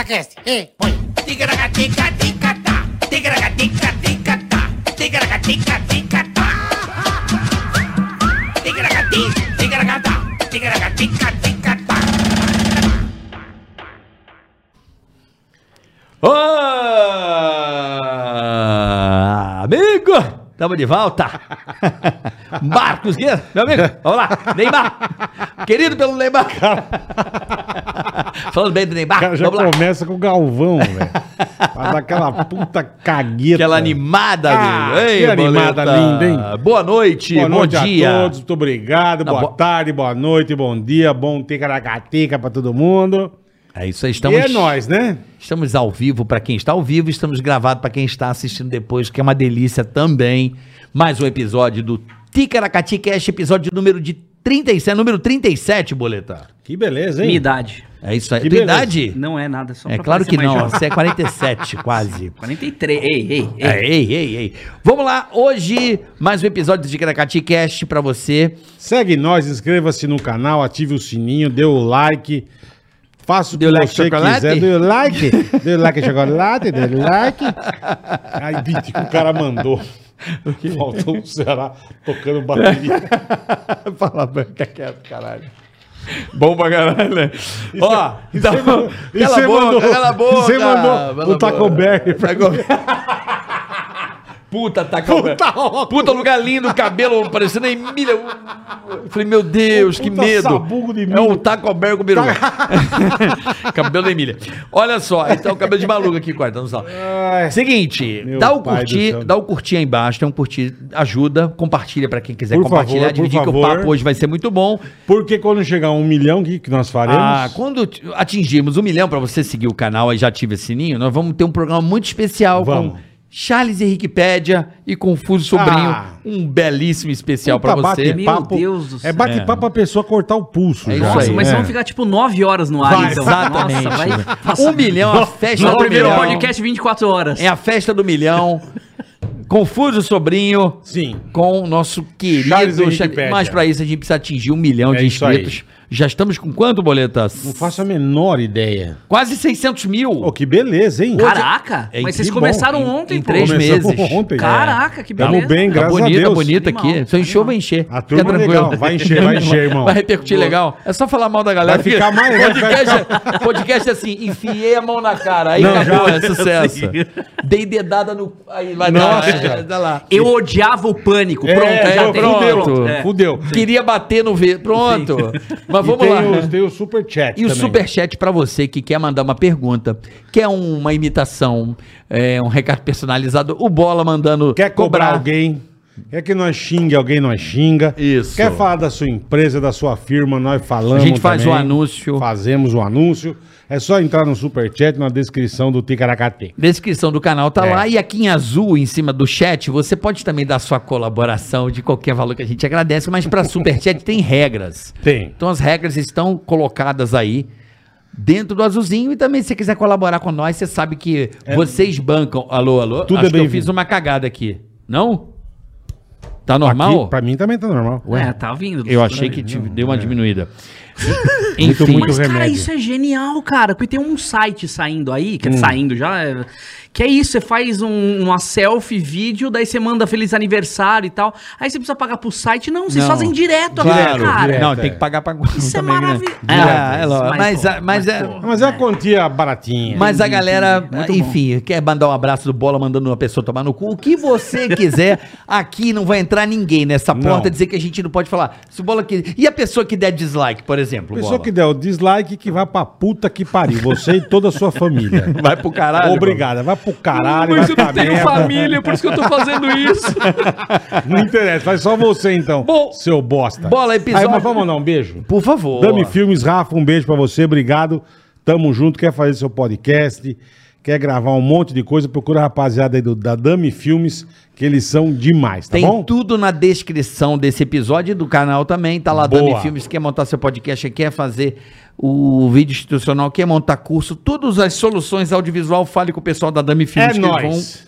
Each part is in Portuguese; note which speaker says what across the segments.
Speaker 1: Ticaracast. Ei, põe.
Speaker 2: Ticaragatica-ticatá. Ticaragatica-ticatá. Ticaragatica-ticatá. Ticaragati, ticaragatá. Ticaragatica-ticatá.
Speaker 3: Ô, amigo! Estamos de volta. Marcos Guia, meu amigo, vamos lá. Neymar, querido pelo Neymar. Falando bem do Neymar,
Speaker 4: cara já
Speaker 3: vamos lá.
Speaker 4: começa com o Galvão, velho. Pra dar aquela puta cagueta.
Speaker 3: Aquela animada,
Speaker 4: Ah,
Speaker 3: amigo.
Speaker 4: que animada
Speaker 3: Boleta.
Speaker 4: linda, hein?
Speaker 3: Boa noite,
Speaker 4: Boa
Speaker 3: bom
Speaker 4: noite
Speaker 3: dia.
Speaker 4: a todos, muito obrigado.
Speaker 3: Não,
Speaker 4: boa
Speaker 3: bo-
Speaker 4: tarde, boa noite, bom dia, bom ticaracateca pra todo mundo.
Speaker 3: É isso aí, estamos,
Speaker 4: E é nóis, né?
Speaker 3: estamos ao vivo para quem está ao vivo, estamos gravados para quem está assistindo depois, que é uma delícia também. Mais um episódio do Ticaracati Cast, episódio número de 37, é número 37, Boleta.
Speaker 4: Que beleza, hein?
Speaker 5: Minha idade.
Speaker 3: É isso aí.
Speaker 4: Que
Speaker 3: Tua
Speaker 4: beleza.
Speaker 3: idade?
Speaker 5: Não é nada, só
Speaker 3: é
Speaker 5: pra
Speaker 3: claro
Speaker 5: parecer
Speaker 3: que
Speaker 5: mais
Speaker 3: não,
Speaker 5: jovem.
Speaker 3: você é 47 quase.
Speaker 5: 43. Ei, ei, ei.
Speaker 3: É, ei, ei, ei. Vamos lá, hoje mais um episódio do Ticaracati Cast pra você.
Speaker 4: Segue nós, inscreva-se no canal, ative o sininho, dê o like. Faça o
Speaker 3: Dê o
Speaker 4: que
Speaker 3: like
Speaker 4: você
Speaker 3: chocolate?
Speaker 4: quiser. Dê o like. dê o like chocolate, dê o like. Aí, bicho, o cara mandou. Faltou o Ceará tocando bateria.
Speaker 3: Fala, fica quieto, caralho. Bom pra caralho, né? Ó,
Speaker 4: E
Speaker 3: então,
Speaker 4: você mandou- e
Speaker 3: cala
Speaker 4: você
Speaker 3: a boca,
Speaker 4: mandou-
Speaker 3: cala a
Speaker 4: e
Speaker 3: boca.
Speaker 4: você mandou
Speaker 3: Cala a
Speaker 4: o Taco
Speaker 3: boca.
Speaker 4: Berry pra
Speaker 3: Taco- Puta, Taco Berry.
Speaker 4: óculos.
Speaker 3: Puta lugar lindo, cabelo parecendo a Emília. Eu Falei, meu Deus, que
Speaker 4: Puta
Speaker 3: medo.
Speaker 4: sabugo de Tá.
Speaker 3: é
Speaker 4: milho.
Speaker 3: o Taco Berry com peru. cabelo da Emília. Olha só, então o cabelo de maluco aqui, cortando só.
Speaker 4: Ai,
Speaker 3: Seguinte,
Speaker 4: Meu
Speaker 3: dá o
Speaker 4: pai do
Speaker 3: curtir,
Speaker 4: céu.
Speaker 3: dá o curtir aí embaixo, tem um curtir, ajuda, compartilha pra quem quiser
Speaker 4: Por
Speaker 3: compartilhar,
Speaker 4: favor, por
Speaker 3: dividir que o
Speaker 4: favor.
Speaker 3: papo hoje vai ser muito bom.
Speaker 4: Porque quando chegar a um milhão, o que, que nós faremos?
Speaker 3: Ah, quando t- atingirmos um milhão pra você seguir o canal aí já ativa esse sininho, nós vamos ter um programa muito especial com
Speaker 4: Vamos.
Speaker 3: Charles Henrique Pédia e Confuso Sobrinho,
Speaker 4: Ah. Um
Speaker 3: um belíssimo especial pra
Speaker 4: Puta,
Speaker 3: você.
Speaker 5: Meu Deus do
Speaker 4: É
Speaker 5: céu.
Speaker 4: bate-papo pra pessoa cortar o pulso.
Speaker 3: É
Speaker 4: já,
Speaker 3: isso
Speaker 5: Nossa,
Speaker 3: aí,
Speaker 5: mas
Speaker 4: né?
Speaker 5: vão ficar tipo 9 horas no ar,
Speaker 4: Vai,
Speaker 5: então.
Speaker 3: Exatamente.
Speaker 5: Nossa, vai.
Speaker 3: um milhão, a festa
Speaker 5: No
Speaker 3: do
Speaker 5: primeiro
Speaker 3: milhão.
Speaker 5: podcast 24 horas.
Speaker 3: É a festa do milhão. Confuso Sobrinho.
Speaker 4: Sim.
Speaker 3: Com o nosso querido.
Speaker 4: Charles Henrique
Speaker 3: Charles-
Speaker 4: Pédia.
Speaker 3: Mas pra isso a gente precisa atingir um milhão
Speaker 4: É
Speaker 3: de
Speaker 4: isso aí.
Speaker 3: inscritos. Já estamos com quanto, boletas?
Speaker 4: Não faço a menor ideia.
Speaker 3: Quase 600 mil.
Speaker 4: Pô, que beleza, hein?
Speaker 5: Caraca,
Speaker 3: É,
Speaker 5: mas vocês
Speaker 4: que
Speaker 5: começaram
Speaker 4: bom.
Speaker 5: ontem,
Speaker 3: Em
Speaker 5: pô.
Speaker 3: três
Speaker 4: Começamos
Speaker 3: meses.
Speaker 4: ontem.
Speaker 5: Caraca, que
Speaker 4: Tamo
Speaker 5: beleza.
Speaker 4: bem,
Speaker 3: Tá
Speaker 4: graças a
Speaker 3: bonita,
Speaker 4: Deus.
Speaker 3: bonita
Speaker 5: Animal,
Speaker 3: aqui. Se eu encher, eu
Speaker 5: animal.
Speaker 3: vou encher.
Speaker 4: A turma é legal. Vai encher, vai encher, irmão.
Speaker 3: Vai repercutir legal. É só falar mal da galera.
Speaker 4: Vai ficar mais-
Speaker 3: podcast, podcast é assim, enfiei a mão na cara. Aí
Speaker 4: Não,
Speaker 3: acabou,
Speaker 4: já-
Speaker 3: é sucesso. Dei dedada no... Aí vai
Speaker 4: Nossa,
Speaker 3: dar,
Speaker 4: já.
Speaker 3: dá lá.
Speaker 5: Eu odiava o pânico. Pronto,
Speaker 4: É,
Speaker 5: já
Speaker 4: pô,
Speaker 5: tem.
Speaker 3: pronto.
Speaker 5: Pronto, é.
Speaker 4: Fudeu.
Speaker 3: Queria bater no... V. Pronto. Mas
Speaker 4: E
Speaker 3: vamos
Speaker 4: tem
Speaker 3: lá.
Speaker 4: O, tem o super chat
Speaker 3: E o
Speaker 4: também.
Speaker 3: superchat pra você que quer mandar uma pergunta, quer uma imitação, é, um recado personalizado, o Bola mandando
Speaker 4: Quer cobrar alguém? Quer que nós xingue alguém, nós xinga.
Speaker 3: Isso.
Speaker 4: Quer falar da sua empresa, da sua firma, nós falamos.
Speaker 3: A gente faz
Speaker 4: também.
Speaker 3: o anúncio.
Speaker 4: Fazemos o anúncio. É só entrar no superchat na descrição do Ticaracate.
Speaker 3: Descrição do canal tá
Speaker 4: É.
Speaker 3: lá e aqui em azul, em cima do chat, você pode também dar sua colaboração de qualquer valor que a gente agradece, mas para superchat tem regras.
Speaker 4: Tem.
Speaker 3: Então as regras estão colocadas aí dentro do azulzinho e também se você quiser colaborar com nós, você sabe que vocês bancam. Alô, alô.
Speaker 4: É. Tudo
Speaker 3: Acho
Speaker 4: é
Speaker 3: que eu
Speaker 4: bem-vindo.
Speaker 3: fiz uma cagada aqui. Não? Tá normal?
Speaker 4: Aqui, pra mim também tá normal.
Speaker 5: É, tá vindo.
Speaker 3: Eu achei que te- deu uma diminuída.
Speaker 4: Muito,
Speaker 3: Enfim,
Speaker 4: muito
Speaker 5: Mas, cara,
Speaker 4: remédio.
Speaker 5: isso é genial, cara. Porque tem um site saindo aí,
Speaker 6: Hum.
Speaker 5: que é saindo já. é- Que é isso, você faz um, uma selfie, vídeo, daí você manda feliz aniversário e tal. Aí você precisa pagar pro site. Não, vocês
Speaker 3: Não.
Speaker 5: fazem direto
Speaker 3: claro,
Speaker 5: agora, cara.
Speaker 4: direto.
Speaker 3: não, tem que pagar pra
Speaker 5: Isso é
Speaker 3: também, né?
Speaker 5: maravilhoso.
Speaker 3: Ah, é, lógico.
Speaker 5: Mas,
Speaker 3: mas,
Speaker 5: pô,
Speaker 3: a- mas,
Speaker 5: mas,
Speaker 3: é-
Speaker 5: pô.
Speaker 4: Mas é uma quantia baratinha.
Speaker 3: mas a galera,
Speaker 5: Muito bom.
Speaker 3: enfim, quer mandar um abraço do Bola mandando uma pessoa tomar no cu. O que você quiser, aqui não vai entrar ninguém nessa
Speaker 4: Não.
Speaker 3: porta dizer que a gente não pode falar. Se o Bola que... E a pessoa que der dislike, por exemplo,
Speaker 4: Pessoa
Speaker 3: Bola?
Speaker 4: que der o dislike que vai pra puta que pariu. Você e toda a sua família.
Speaker 3: Vai pro caralho.
Speaker 4: Obrigada. Vai pro caralho.
Speaker 5: Mas
Speaker 4: vai
Speaker 5: eu não
Speaker 4: pra
Speaker 5: tenho
Speaker 4: merda.
Speaker 5: família, por isso que eu tô fazendo isso.
Speaker 4: Não interessa. Vai só você então.
Speaker 3: Bom,
Speaker 4: seu bosta.
Speaker 3: bola, episódio-
Speaker 4: Aí, mas vamos mandar um beijo?
Speaker 3: Bola. Por favor.
Speaker 4: Dami Filmes, Rafa, um beijo pra você, obrigado. Tamo junto, quer fazer seu podcast, quer gravar um monte de coisa, procura a rapaziada aí do, da Dami Filmes, que eles são demais, tá
Speaker 3: Tem
Speaker 4: bom?
Speaker 3: tudo na descrição desse episódio e do canal também. Tá lá
Speaker 4: Boa.
Speaker 3: Dami Filmes, quer montar seu podcast, quer fazer o vídeo institucional, quer montar curso, todas as soluções audiovisual, fale com o pessoal da Dami Filmes,
Speaker 4: É
Speaker 3: que
Speaker 4: nóis.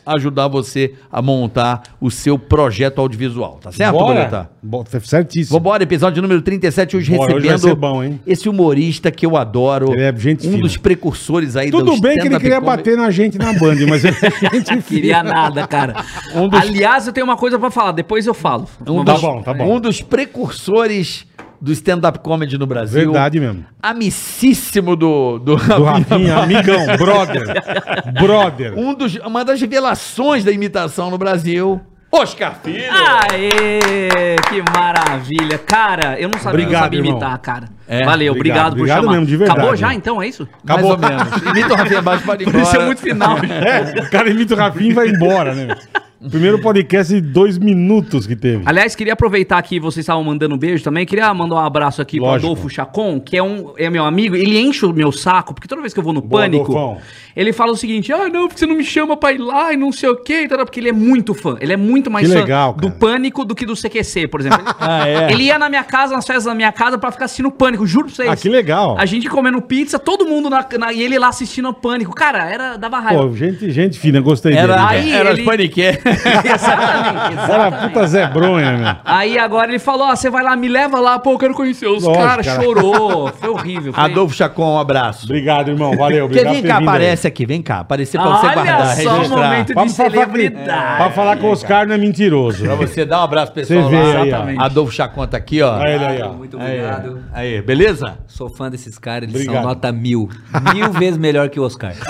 Speaker 3: vão ajudar você a montar o seu projeto audiovisual, tá certo, Boleta?
Speaker 4: Bora? Bo- Certíssimo.
Speaker 3: Vambora, episódio número 37, hoje
Speaker 4: Bora, hoje
Speaker 3: recebendo
Speaker 4: vai ser bom, hein?
Speaker 3: esse humorista que eu adoro,
Speaker 4: Ele é gente
Speaker 3: um
Speaker 4: fina.
Speaker 3: dos precursores aí do
Speaker 4: Tudo bem que ele
Speaker 3: stand-up
Speaker 4: queria
Speaker 3: comedy.
Speaker 4: bater na gente na Band, mas ele é gente
Speaker 6: Queria
Speaker 4: fina.
Speaker 6: nada, cara.
Speaker 4: Um dos-
Speaker 6: Aliás, eu tenho uma coisa pra falar, depois eu falo.
Speaker 3: Um
Speaker 4: Tá
Speaker 3: dos,
Speaker 4: bom, tá bom.
Speaker 3: Um dos precursores do stand-up comedy no Brasil.
Speaker 4: Verdade mesmo.
Speaker 3: Amicíssimo do, do,
Speaker 4: Do Rafinha, amigão, brother. Brother.
Speaker 3: Um dos, uma das revelações da imitação no Brasil. Oscar Filho.
Speaker 6: Aê, que maravilha. Cara, eu não sabia que eu
Speaker 4: Obrigado,
Speaker 6: sabia
Speaker 4: irmão.
Speaker 6: imitar, cara.
Speaker 3: É,
Speaker 4: obrigado,
Speaker 6: Valeu, obrigado, por
Speaker 4: obrigado
Speaker 6: chamar.
Speaker 4: mesmo, de verdade.
Speaker 6: Acabou já, então, é isso?
Speaker 3: Mais
Speaker 4: Acabou.
Speaker 3: ou menos. Imita o Rafinha Baixo para ir embora.
Speaker 6: Pareceu muito final.
Speaker 4: É, o cara imita o Rafinha e vai embora, né? meu? Primeiro podcast de dois minutos que teve.
Speaker 6: Aliás, queria aproveitar que vocês estavam mandando um beijo também. Queria mandar um abraço aqui
Speaker 4: Lógico.
Speaker 6: pro Adolfo Chacon, que é, um, é meu amigo. Ele enche o meu saco, porque toda vez que eu vou no
Speaker 4: Boa,
Speaker 6: pânico,
Speaker 4: Adolfão.
Speaker 6: ele fala o seguinte: ah, não, porque você não me chama pra ir lá e não sei o quê. e tal, Porque ele é muito fã. Ele é muito mais
Speaker 4: Que
Speaker 6: fã
Speaker 4: legal, cara.
Speaker 6: do pânico do que do CQC, por exemplo.
Speaker 3: Ah, é?
Speaker 6: Ele ia na minha casa, nas festas da minha casa, pra ficar assistindo pânico, juro pra vocês.
Speaker 4: Ah, que legal.
Speaker 6: A gente comendo pizza, todo mundo na, na- e ele lá assistindo ao pânico. Cara, era dava raiva.
Speaker 4: Pô, gente, gente fina, gostei
Speaker 3: Era,
Speaker 6: Aí
Speaker 3: era
Speaker 6: ele-
Speaker 3: os paniquê.
Speaker 6: exatamente,
Speaker 4: Era puta Zé Bronha, né, meu.
Speaker 6: Aí agora ele falou: Ó, você vai lá, me leva lá, pô, eu quero conhecer. Os
Speaker 4: Lógico,
Speaker 6: caras
Speaker 4: cara.
Speaker 6: chorou. Foi horrível. Foi...
Speaker 3: Adolfo Chacon, um abraço.
Speaker 4: Obrigado, irmão. Valeu,
Speaker 3: Porque
Speaker 4: obrigado
Speaker 3: vem
Speaker 4: por
Speaker 3: cá,
Speaker 4: ter vindo aí.
Speaker 3: aparece aqui, vem cá. Aparecer pra você
Speaker 6: Olha
Speaker 3: guardar,
Speaker 6: só o
Speaker 3: registrar.
Speaker 6: momento
Speaker 4: Pra
Speaker 6: de
Speaker 4: falar, que,
Speaker 6: celebridade.
Speaker 4: pra falar que o Oscar não é mentiroso.
Speaker 3: Pra você dar um abraço pro
Speaker 4: Você
Speaker 3: pessoal
Speaker 4: vê
Speaker 3: lá.
Speaker 4: aí, ó.
Speaker 6: Exatamente.
Speaker 3: Adolfo Chacon tá aqui, ó.
Speaker 4: Olha ele aí, ó.
Speaker 7: Muito obrigado.
Speaker 3: Aí, é. beleza?
Speaker 7: Sou fã desses caras, eles
Speaker 4: Obrigado.
Speaker 7: são nota mil. Mil vezes melhor que o Oscar.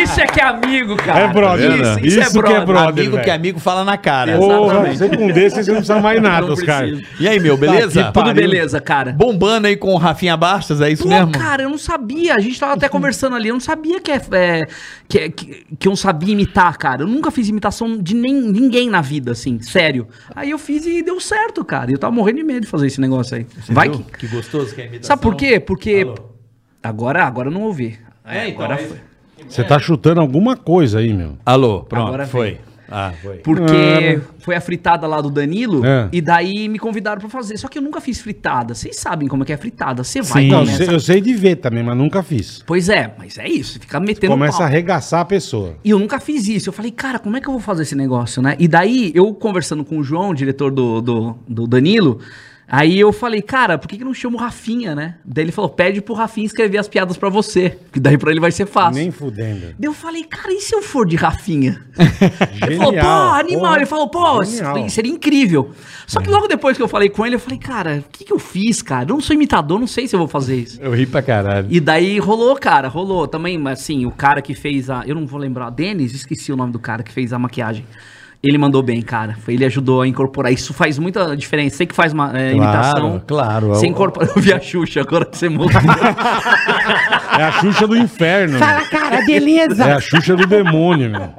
Speaker 6: Isso é que é amigo, cara.
Speaker 4: É brother.
Speaker 6: Isso,
Speaker 4: Isso,
Speaker 6: isso é brother.
Speaker 4: que é brother.
Speaker 3: amigo que
Speaker 4: velho.
Speaker 3: amigo fala na cara.
Speaker 4: Porra, você com um desses, você não precisa mais nada,
Speaker 6: Não
Speaker 4: Oscar.
Speaker 6: precisa.
Speaker 3: E aí, meu, beleza?
Speaker 4: Tá aqui,
Speaker 6: Tudo beleza, cara.
Speaker 3: Bombando aí com o Rafinha Bastos, é isso
Speaker 6: Pô,
Speaker 3: mesmo?
Speaker 6: cara, eu não sabia. A gente tava até conversando ali. Eu não sabia que é, é, que, é- que, que eu não sabia imitar, cara. Eu nunca fiz imitação de nem, ninguém na vida, assim, sério. Aí eu fiz e deu certo, cara. E eu tava morrendo de medo de fazer esse negócio aí. Vai que.
Speaker 3: Que gostoso que é a imitação.
Speaker 6: Sabe por quê? Porque. Agora, agora eu não ouvi. É,
Speaker 3: então,
Speaker 6: agora foi.
Speaker 4: Você tá chutando alguma coisa aí, meu.
Speaker 3: Alô, pronto,
Speaker 6: Agora vem.
Speaker 3: foi. Ah, foi.
Speaker 6: Porque foi a fritada lá do Danilo
Speaker 4: Ah, É.
Speaker 6: e daí me convidaram pra fazer. Só que eu nunca fiz fritada. Vocês sabem como é que é fritada. Você vai
Speaker 3: Sim.
Speaker 4: Não, Então, eu,
Speaker 6: começa.
Speaker 4: sei, eu sei de ver também, mas nunca fiz.
Speaker 6: Pois é, mas é isso. Fica metendo
Speaker 4: Começa a
Speaker 6: pau.
Speaker 4: arregaçar a pessoa.
Speaker 6: E eu nunca fiz isso. Eu falei, cara, como é que eu vou fazer esse negócio, né? E daí, eu conversando com o João, o diretor do, do, do Danilo, aí eu falei, cara, por que, que não chama o Rafinha, né? Daí ele falou, pede pro Rafinha escrever as piadas pra você. Que daí pra ele vai ser fácil.
Speaker 4: Nem fudendo.
Speaker 6: Daí eu falei, cara, e se eu for de Rafinha? ele
Speaker 4: Genial,
Speaker 6: falou, pô, animal.
Speaker 4: porra.
Speaker 6: ele falou, pô,
Speaker 4: Genial.
Speaker 6: isso seria incrível. Só que logo depois que eu falei com ele, eu falei, cara, o que, que eu fiz, cara? Eu não sou imitador, não sei se eu vou fazer isso.
Speaker 3: Eu ri pra caralho.
Speaker 6: E daí rolou, cara, rolou. Também, assim, o cara que fez a. Eu não vou lembrar, Denis, esqueci o nome do cara que fez a maquiagem. Ele mandou bem, cara. Foi, ele ajudou a incorporar. Isso faz muita diferença. Você que faz uma
Speaker 3: Claro,
Speaker 6: é, imitação.
Speaker 3: claro.
Speaker 6: Você
Speaker 3: Eu-
Speaker 6: incorpora. Eu vi a Xuxa agora que você mudou.
Speaker 4: É a Xuxa do inferno. Fala, cara, beleza. É a Xuxa do demônio, meu.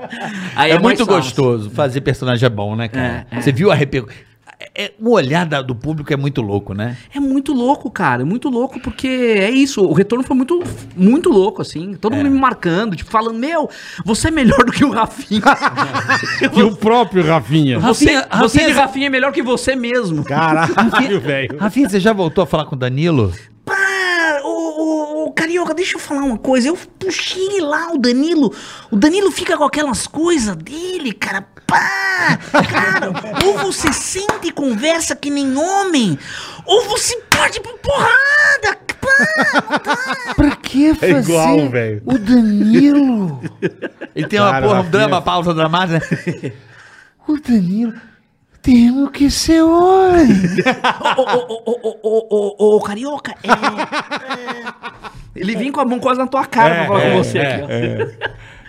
Speaker 6: Aí
Speaker 3: É,
Speaker 6: mais
Speaker 3: muito
Speaker 6: fácil.
Speaker 3: gostoso. Fazer personagem é bom, né, cara? Você viu a repercussão. o olhar da- do público é muito louco, né?
Speaker 6: É muito louco, cara. É muito louco, porque é isso. O retorno foi muito, muito louco, assim. Todo
Speaker 3: É.
Speaker 6: mundo me marcando, tipo, falando, meu, você é melhor do que o Rafinha.
Speaker 4: E o próprio Rafinha.
Speaker 6: você,
Speaker 3: Rafinha-
Speaker 6: você de
Speaker 3: Rafinha-
Speaker 6: Rafinha é melhor que você mesmo.
Speaker 4: Caralho, velho.
Speaker 3: Rafinha, você já voltou a falar com o Danilo?
Speaker 6: Pá, ô, ô, ô, Carioca, deixa eu falar uma coisa. Eu puxei lá o Danilo. O Danilo fica com aquelas coisas dele, cara. Pá! Cara, ou você sente e conversa que nem homem, ou você parte pra porrada. Pá!
Speaker 3: Pra que fazer
Speaker 4: É igual, velho.
Speaker 3: o Danilo? Ele tem uma
Speaker 4: Cara,
Speaker 3: porra, um
Speaker 4: Rafinha-
Speaker 3: drama, pausa dramática. né? o Danilo... Temos que ser homem.
Speaker 6: Ô, ô, ô, ô, ô, ô, ô, ô, Carioca, é, é, Ele vem com a mão quase na tua cara pra falar
Speaker 4: é,
Speaker 6: com você aqui, ó.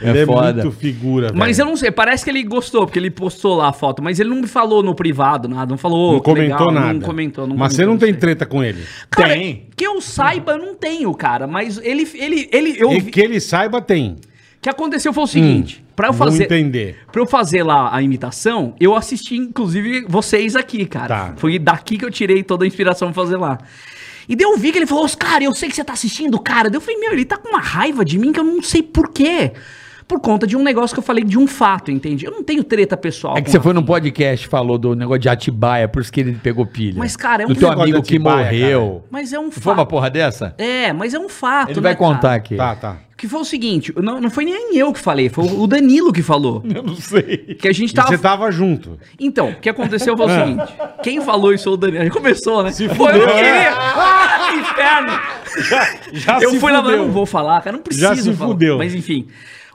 Speaker 4: Ele é,
Speaker 3: foda.
Speaker 4: muito figura, velho.
Speaker 6: Mas é um eu não sei, parece que ele gostou, porque ele postou lá a foto, mas ele não me falou no privado nada, não falou.
Speaker 4: Não
Speaker 6: "Ô, que
Speaker 4: comentou
Speaker 6: legal",
Speaker 4: nada.
Speaker 6: Não comentou,
Speaker 4: Mas
Speaker 6: comentou,
Speaker 4: você não tem
Speaker 6: sei.
Speaker 4: treta com ele.
Speaker 6: Cara,
Speaker 3: Tem.
Speaker 6: que eu saiba, eu não tenho, cara. Mas ele. ele, ele eu,
Speaker 4: E
Speaker 6: vi-
Speaker 4: que Hum, ele saiba, tem.
Speaker 6: O que aconteceu foi o seguinte: pra eu
Speaker 4: Vou
Speaker 6: fazer.
Speaker 4: entender.
Speaker 6: Pra eu fazer lá a imitação, eu assisti, inclusive, vocês aqui, cara.
Speaker 4: Tá.
Speaker 6: Foi daqui que eu tirei toda a inspiração pra fazer lá. E daí eu vi que ele falou, cara, eu sei que você tá assistindo, cara. Daí eu falei, meu, ele tá com uma raiva de mim que eu não sei porquê. por conta de um negócio que eu falei de um fato, entende? Eu não tenho treta pessoal.
Speaker 3: É que
Speaker 6: com
Speaker 3: você foi num podcast falou do negócio de Atibaia, por isso que ele pegou pilha.
Speaker 6: Mas, cara, é um
Speaker 3: Do teu
Speaker 6: negócio
Speaker 3: amigo
Speaker 4: de
Speaker 3: que
Speaker 4: Atibaia,
Speaker 3: morreu.
Speaker 6: Mas é um
Speaker 3: Foi uma
Speaker 6: fato.
Speaker 3: porra dessa?
Speaker 6: É, mas é um fato.
Speaker 3: Ele vai
Speaker 6: né, cara?
Speaker 3: contar aqui.
Speaker 4: Tá, tá.
Speaker 6: Que foi o seguinte, não, não foi nem eu que falei, foi o Danilo que falou.
Speaker 3: Eu não sei.
Speaker 6: Que a gente
Speaker 4: E
Speaker 3: tá
Speaker 6: tava.
Speaker 4: você tava junto.
Speaker 6: Então, o que aconteceu foi o seguinte: quem falou isso foi o Danilo. Já começou, né? Se
Speaker 4: É. fudeu,
Speaker 6: eu não
Speaker 4: né?
Speaker 6: queria. Ah, que inferno!
Speaker 4: Já Tá
Speaker 6: eu
Speaker 4: se
Speaker 6: fui lá, mas
Speaker 4: fudeu.
Speaker 6: não vou falar, cara, não preciso
Speaker 4: Já se
Speaker 6: falar.
Speaker 4: fudeu.
Speaker 6: Mas enfim,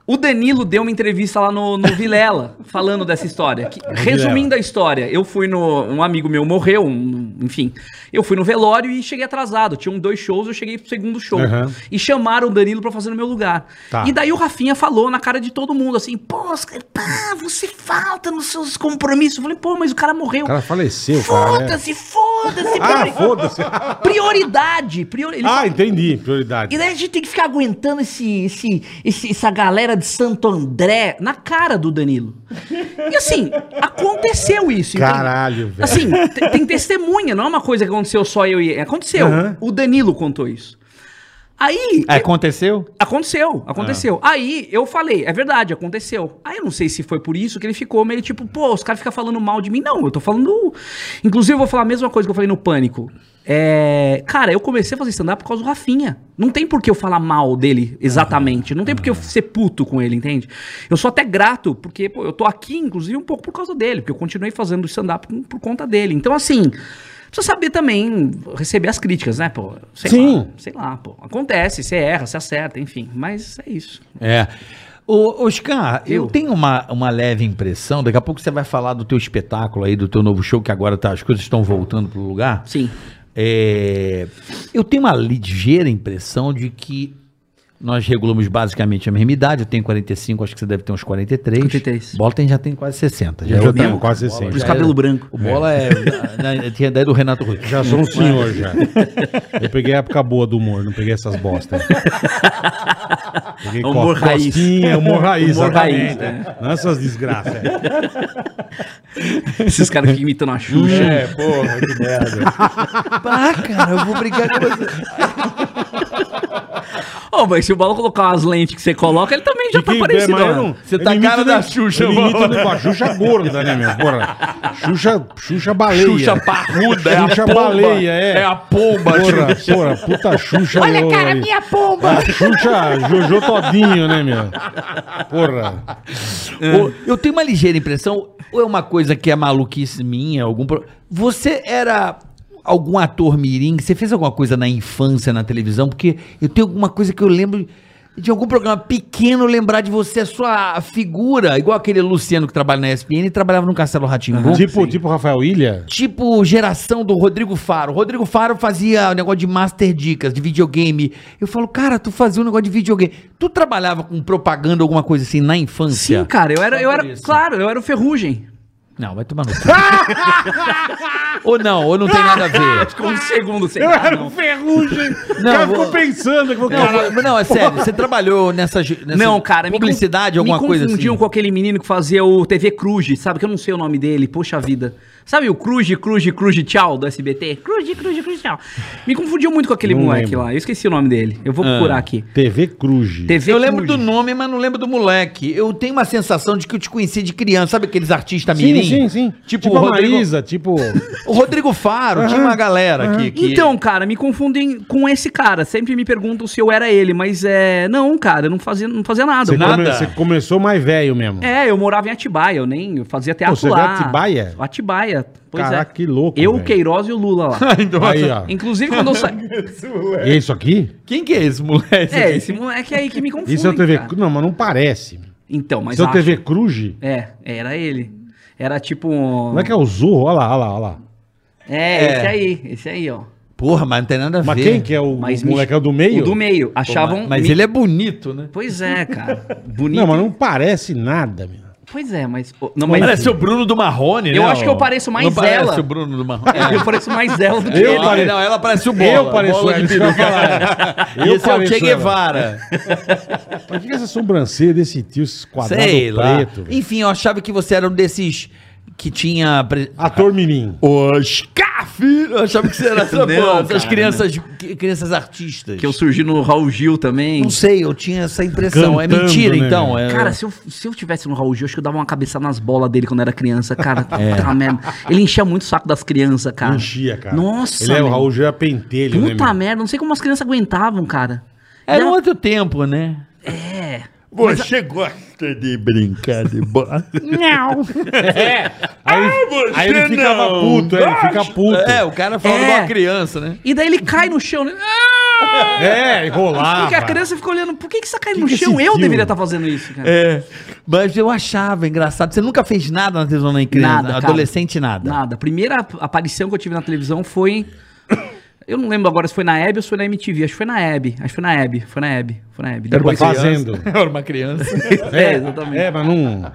Speaker 6: o Danilo deu uma entrevista lá no, no Vilela, falando dessa história. Que- resumindo a história, eu fui no... Um amigo meu morreu, um- enfim. Eu fui no velório e cheguei atrasado. Tinham dois shows, eu cheguei pro segundo show.
Speaker 4: Aham.
Speaker 6: E chamaram o Danilo pra fazer no meu lugar.
Speaker 4: Tá.
Speaker 6: E daí o Rafinha falou na cara de todo mundo, assim, pô, Oscar, pá, você falta nos seus compromissos. Eu falei, pô, mas o cara morreu.
Speaker 4: O cara faleceu, cara. é.
Speaker 6: Foda-se, foda-se,
Speaker 4: Ah,
Speaker 6: priori-
Speaker 4: foda-se.
Speaker 6: prioridade, priori- ele
Speaker 4: Ah, entendi. Prioridade.
Speaker 6: e daí a gente tem que ficar aguentando esse, esse, esse- essa galera de Santo André na cara do Danilo. E assim, aconteceu isso. entende?
Speaker 4: Caralho, velho.
Speaker 6: Assim, te- tem testemunha, não é uma coisa que aconteceu só eu e. Aconteceu.
Speaker 4: Aham. É,
Speaker 6: O Danilo contou isso. Aí.
Speaker 3: É, Aconteceu?
Speaker 6: Aconteceu, aconteceu. Aí eu falei, é verdade, aconteceu. Aí eu não sei se foi por isso que ele ficou meio tipo, pô, os caras ficam falando mal de mim. Não, eu tô falando. Inclusive, eu vou falar a mesma coisa que eu falei no Pânico. É. Cara, eu comecei a fazer stand-up por causa do Rafinha. Não tem por que eu falar mal dele exatamente. Não tem por que eu ser puto com ele, entende? Eu sou até grato, porque pô, eu tô aqui, inclusive, um pouco por causa dele, porque eu continuei fazendo stand-up por conta dele. Então, assim. Precisa saber também receber as críticas, né, pô? Sei
Speaker 4: Sim.
Speaker 6: lá. Sei lá, pô. Acontece, você erra, você acerta, enfim. Mas é isso.
Speaker 3: É. Ô, Oscar, eu,
Speaker 6: Eu.
Speaker 3: tenho uma, uma leve impressão, daqui a pouco você vai falar do teu espetáculo aí, do teu novo show, que agora tá, as coisas estão voltando pro lugar.
Speaker 6: Sim.
Speaker 3: É, eu tenho uma ligeira impressão de que nós regulamos basicamente a mesma idade. Eu tenho 45, acho que você deve ter uns 43.
Speaker 6: 43.
Speaker 3: Bola tem, já tem quase 60. Já,
Speaker 4: Eu
Speaker 3: é
Speaker 4: já
Speaker 3: o-
Speaker 4: tenho quase 60.
Speaker 6: Por isso,
Speaker 3: já
Speaker 6: cabelo
Speaker 3: é-
Speaker 6: branco.
Speaker 3: O Bola é. na- na- tinha a ideia do Renato Russo.
Speaker 4: Já sou um senhor, já. Eu peguei a época boa do humor, não peguei essas bostas. Peguei
Speaker 6: Humor
Speaker 4: co-
Speaker 6: raiz.
Speaker 4: costinha, humor raiz.
Speaker 6: Humor
Speaker 4: exatamente.
Speaker 6: raiz, né?
Speaker 4: Não essas desgraças. é.
Speaker 6: Esses caras que imitam a Xuxa.
Speaker 3: Ah, cara, eu vou brigar com você.
Speaker 6: Ô, mas se o Bola colocar as lentes que você coloca, ele também já
Speaker 4: De
Speaker 6: tá
Speaker 4: quem der,
Speaker 6: parecido.
Speaker 4: mas eu
Speaker 6: né?
Speaker 4: não-
Speaker 3: Você
Speaker 4: eu
Speaker 3: tá a
Speaker 4: imito
Speaker 3: cara
Speaker 4: nem-
Speaker 3: da Xuxa,
Speaker 4: eu imito
Speaker 3: mano.
Speaker 4: nem- a Xuxa gorda, né, meu? Porra. Xuxa, Xuxa baleia.
Speaker 3: Xuxa parruda, é
Speaker 4: Xuxa
Speaker 3: a pomba.
Speaker 4: baleia, é.
Speaker 3: a pomba.
Speaker 4: Porra, porra, puta Xuxa. Olha, cara, minha pomba. A Xuxa Jojo Todinho, né, meu? Porra.
Speaker 3: Ô, Eu tenho uma ligeira impressão, ou é uma coisa que é maluquice minha, algum pro- Você era algum ator mirim? Você fez alguma coisa na infância na televisão? Porque eu tenho alguma coisa que eu lembro de algum programa pequeno lembrar de você, a sua figura, igual aquele Luciano que trabalha na ESPN e trabalhava no Castelo Ratimbu.
Speaker 4: tipo, tipo Rafael Ilha?
Speaker 3: Tipo geração do Rodrigo Faro. Rodrigo Faro fazia o negócio de master dicas, de videogame. Eu falo, cara, tu fazia um negócio de videogame. Tu trabalhava com propaganda, alguma coisa assim, na infância?
Speaker 6: Sim, cara, eu era, eu era,
Speaker 3: isso.
Speaker 6: claro, eu era o Ferrugem.
Speaker 3: Não, vai tomar no cu. ou não, ou não tem nada a ver.
Speaker 6: Ficou um segundo sem.
Speaker 3: Ah,
Speaker 4: um ferrugem. o
Speaker 3: Não,
Speaker 4: cara
Speaker 3: vou-
Speaker 4: ficou pensando. Que eu vou-
Speaker 3: Não, não, é sério, você trabalhou nessas, nessas
Speaker 6: Não, cara, me con-
Speaker 3: publicidade, alguma coisa
Speaker 6: Me um
Speaker 3: assim?
Speaker 6: confundiam com aquele menino que fazia o TV Cruz, sabe? Que eu não sei o nome dele, poxa vida. Sabe o Cruz, Cruz, Cruz, tchau do SBT? Cruz, Cruz, Cruz, tchau. Me confundiu muito com aquele
Speaker 4: Não
Speaker 6: moleque
Speaker 4: lembro.
Speaker 6: lá. Eu esqueci o nome dele. Eu vou procurar aqui.
Speaker 4: TV Cruz.
Speaker 6: TV
Speaker 3: Ah. Eu lembro do
Speaker 6: Cruz.
Speaker 3: nome, mas não lembro do moleque. Eu tenho uma sensação de que eu te conheci de criança. Sabe aqueles artistas mirim?
Speaker 4: Sim, sim, sim.
Speaker 3: Tipo, o Rodrigo,
Speaker 4: tipo...
Speaker 3: o Rodrigo Faro. Tinha uma galera aqui. que-
Speaker 6: Então, cara, me confundem com esse cara. Sempre me perguntam se eu era ele, mas é. Não, cara, eu não fazia, não fazia nada.
Speaker 4: Você,
Speaker 6: Eu-
Speaker 4: come- você começou mais velho mesmo.
Speaker 6: É, eu morava em Atibaia, eu nem. Eu fazia teatro
Speaker 4: você
Speaker 6: lá.
Speaker 4: veio de Atibaia?
Speaker 6: Atibaia. Pois
Speaker 4: Caraca,
Speaker 6: é.
Speaker 4: que louco,
Speaker 6: Eu,
Speaker 4: velho.
Speaker 6: o Queiroz e o Lula lá.
Speaker 3: então
Speaker 4: Aí, ó.
Speaker 3: assim,
Speaker 6: Inclusive, quando eu saí.
Speaker 4: E é isso aqui?
Speaker 3: Quem que é esse moleque?
Speaker 6: É, esse moleque aí que me confunde.
Speaker 4: Isso é o TV
Speaker 6: cara.
Speaker 4: Cruz? Não, mas não parece.
Speaker 6: Então, mas.
Speaker 4: Isso é o
Speaker 6: acho-
Speaker 4: TV Cruz?
Speaker 6: É, era ele. Era tipo. um-
Speaker 4: Não é que é o Zorro? Olha lá, olha lá, olha lá.
Speaker 6: É, esse aí, esse aí, ó.
Speaker 3: Porra, mas não tem nada a
Speaker 4: Mas
Speaker 3: ver.
Speaker 4: quem que é o
Speaker 6: Mas me-
Speaker 4: moleque? É o do meio?
Speaker 6: O do meio. Achavam.
Speaker 3: Mas
Speaker 6: me-
Speaker 3: ele é bonito, né?
Speaker 6: Pois é, cara. Bonito.
Speaker 4: Não, mas não parece nada, meu.
Speaker 6: Pois é, mas. Não, mas...
Speaker 3: Parece o Bruno do Marrone,
Speaker 6: Eu acho que eu pareço mais
Speaker 3: não parece
Speaker 6: ela.
Speaker 3: o Bruno do Marrone. É.
Speaker 6: Eu pareço mais ela do que
Speaker 4: Eu
Speaker 6: ele.
Speaker 4: pare- pareço-
Speaker 3: Não, ela parece o Bola.
Speaker 4: Eu pareço
Speaker 3: Bola
Speaker 4: ela,
Speaker 3: de
Speaker 4: isso que eu ia
Speaker 3: peruca.
Speaker 4: falar. Eu
Speaker 3: E Esse é o
Speaker 4: pareço
Speaker 3: Che
Speaker 4: ela.
Speaker 3: Guevara.
Speaker 4: Por que que essa é sobrancelha desse tio, esses quadrados
Speaker 3: Sei lá.
Speaker 4: preto? velho?
Speaker 3: Enfim, eu achava que você era um desses que tinha. pre-
Speaker 4: Ator menino.
Speaker 3: Os CAF! Eu achava que você era
Speaker 8: Não,
Speaker 3: essa porra, essas
Speaker 8: cara,
Speaker 3: crianças, que- crianças artistas.
Speaker 8: Que eu surgi no Raul Gil também.
Speaker 3: não sei, eu tinha essa impressão. é
Speaker 4: Cantando,
Speaker 3: mentira,
Speaker 4: né?
Speaker 3: então. é-
Speaker 6: Cara, se eu, se eu tivesse no Raul Gil, acho que eu dava uma cabeçada nas bolas dele quando era criança, cara. Puta merda. Ele enchia muito o saco das crianças, cara.
Speaker 4: Enchia, cara.
Speaker 6: Nossa,
Speaker 4: Ele é o
Speaker 6: meu.
Speaker 4: Raul Gil, é pentelho, né,
Speaker 6: Puta
Speaker 4: meu?
Speaker 6: merda, não sei como as crianças aguentavam, cara.
Speaker 3: era
Speaker 6: Não,
Speaker 3: um outro tempo, né?
Speaker 6: É.
Speaker 8: Você gosta de brincar de bola?
Speaker 3: Não.
Speaker 4: Aí, ele- aí ele ficava puto, é, ele fica puto.
Speaker 3: É, o cara falando
Speaker 6: É.
Speaker 3: de uma criança, né?
Speaker 6: E daí ele cai no chão, né? Ah!
Speaker 4: É, enrolava.
Speaker 6: Porque a criança fica olhando, por que, que você cai no
Speaker 4: que
Speaker 6: chão?
Speaker 4: esse
Speaker 6: Eu
Speaker 4: tio?
Speaker 6: deveria estar fazendo isso, cara.
Speaker 3: É. Mas eu achava engraçado. Você nunca fez nada na televisão nem criança,
Speaker 6: Nada, cara.
Speaker 3: adolescente, nada.
Speaker 6: Nada. A primeira aparição que eu tive na televisão foi. Eu não lembro agora se foi na Hebe ou se foi na MTV. Acho que foi na Hebe. Acho que foi na Hebe. Foi na Hebe. Foi na Hebe.
Speaker 4: Depois
Speaker 3: criança.
Speaker 4: fazendo.
Speaker 3: Eu era uma criança.
Speaker 6: É, exatamente.
Speaker 4: É, mas não.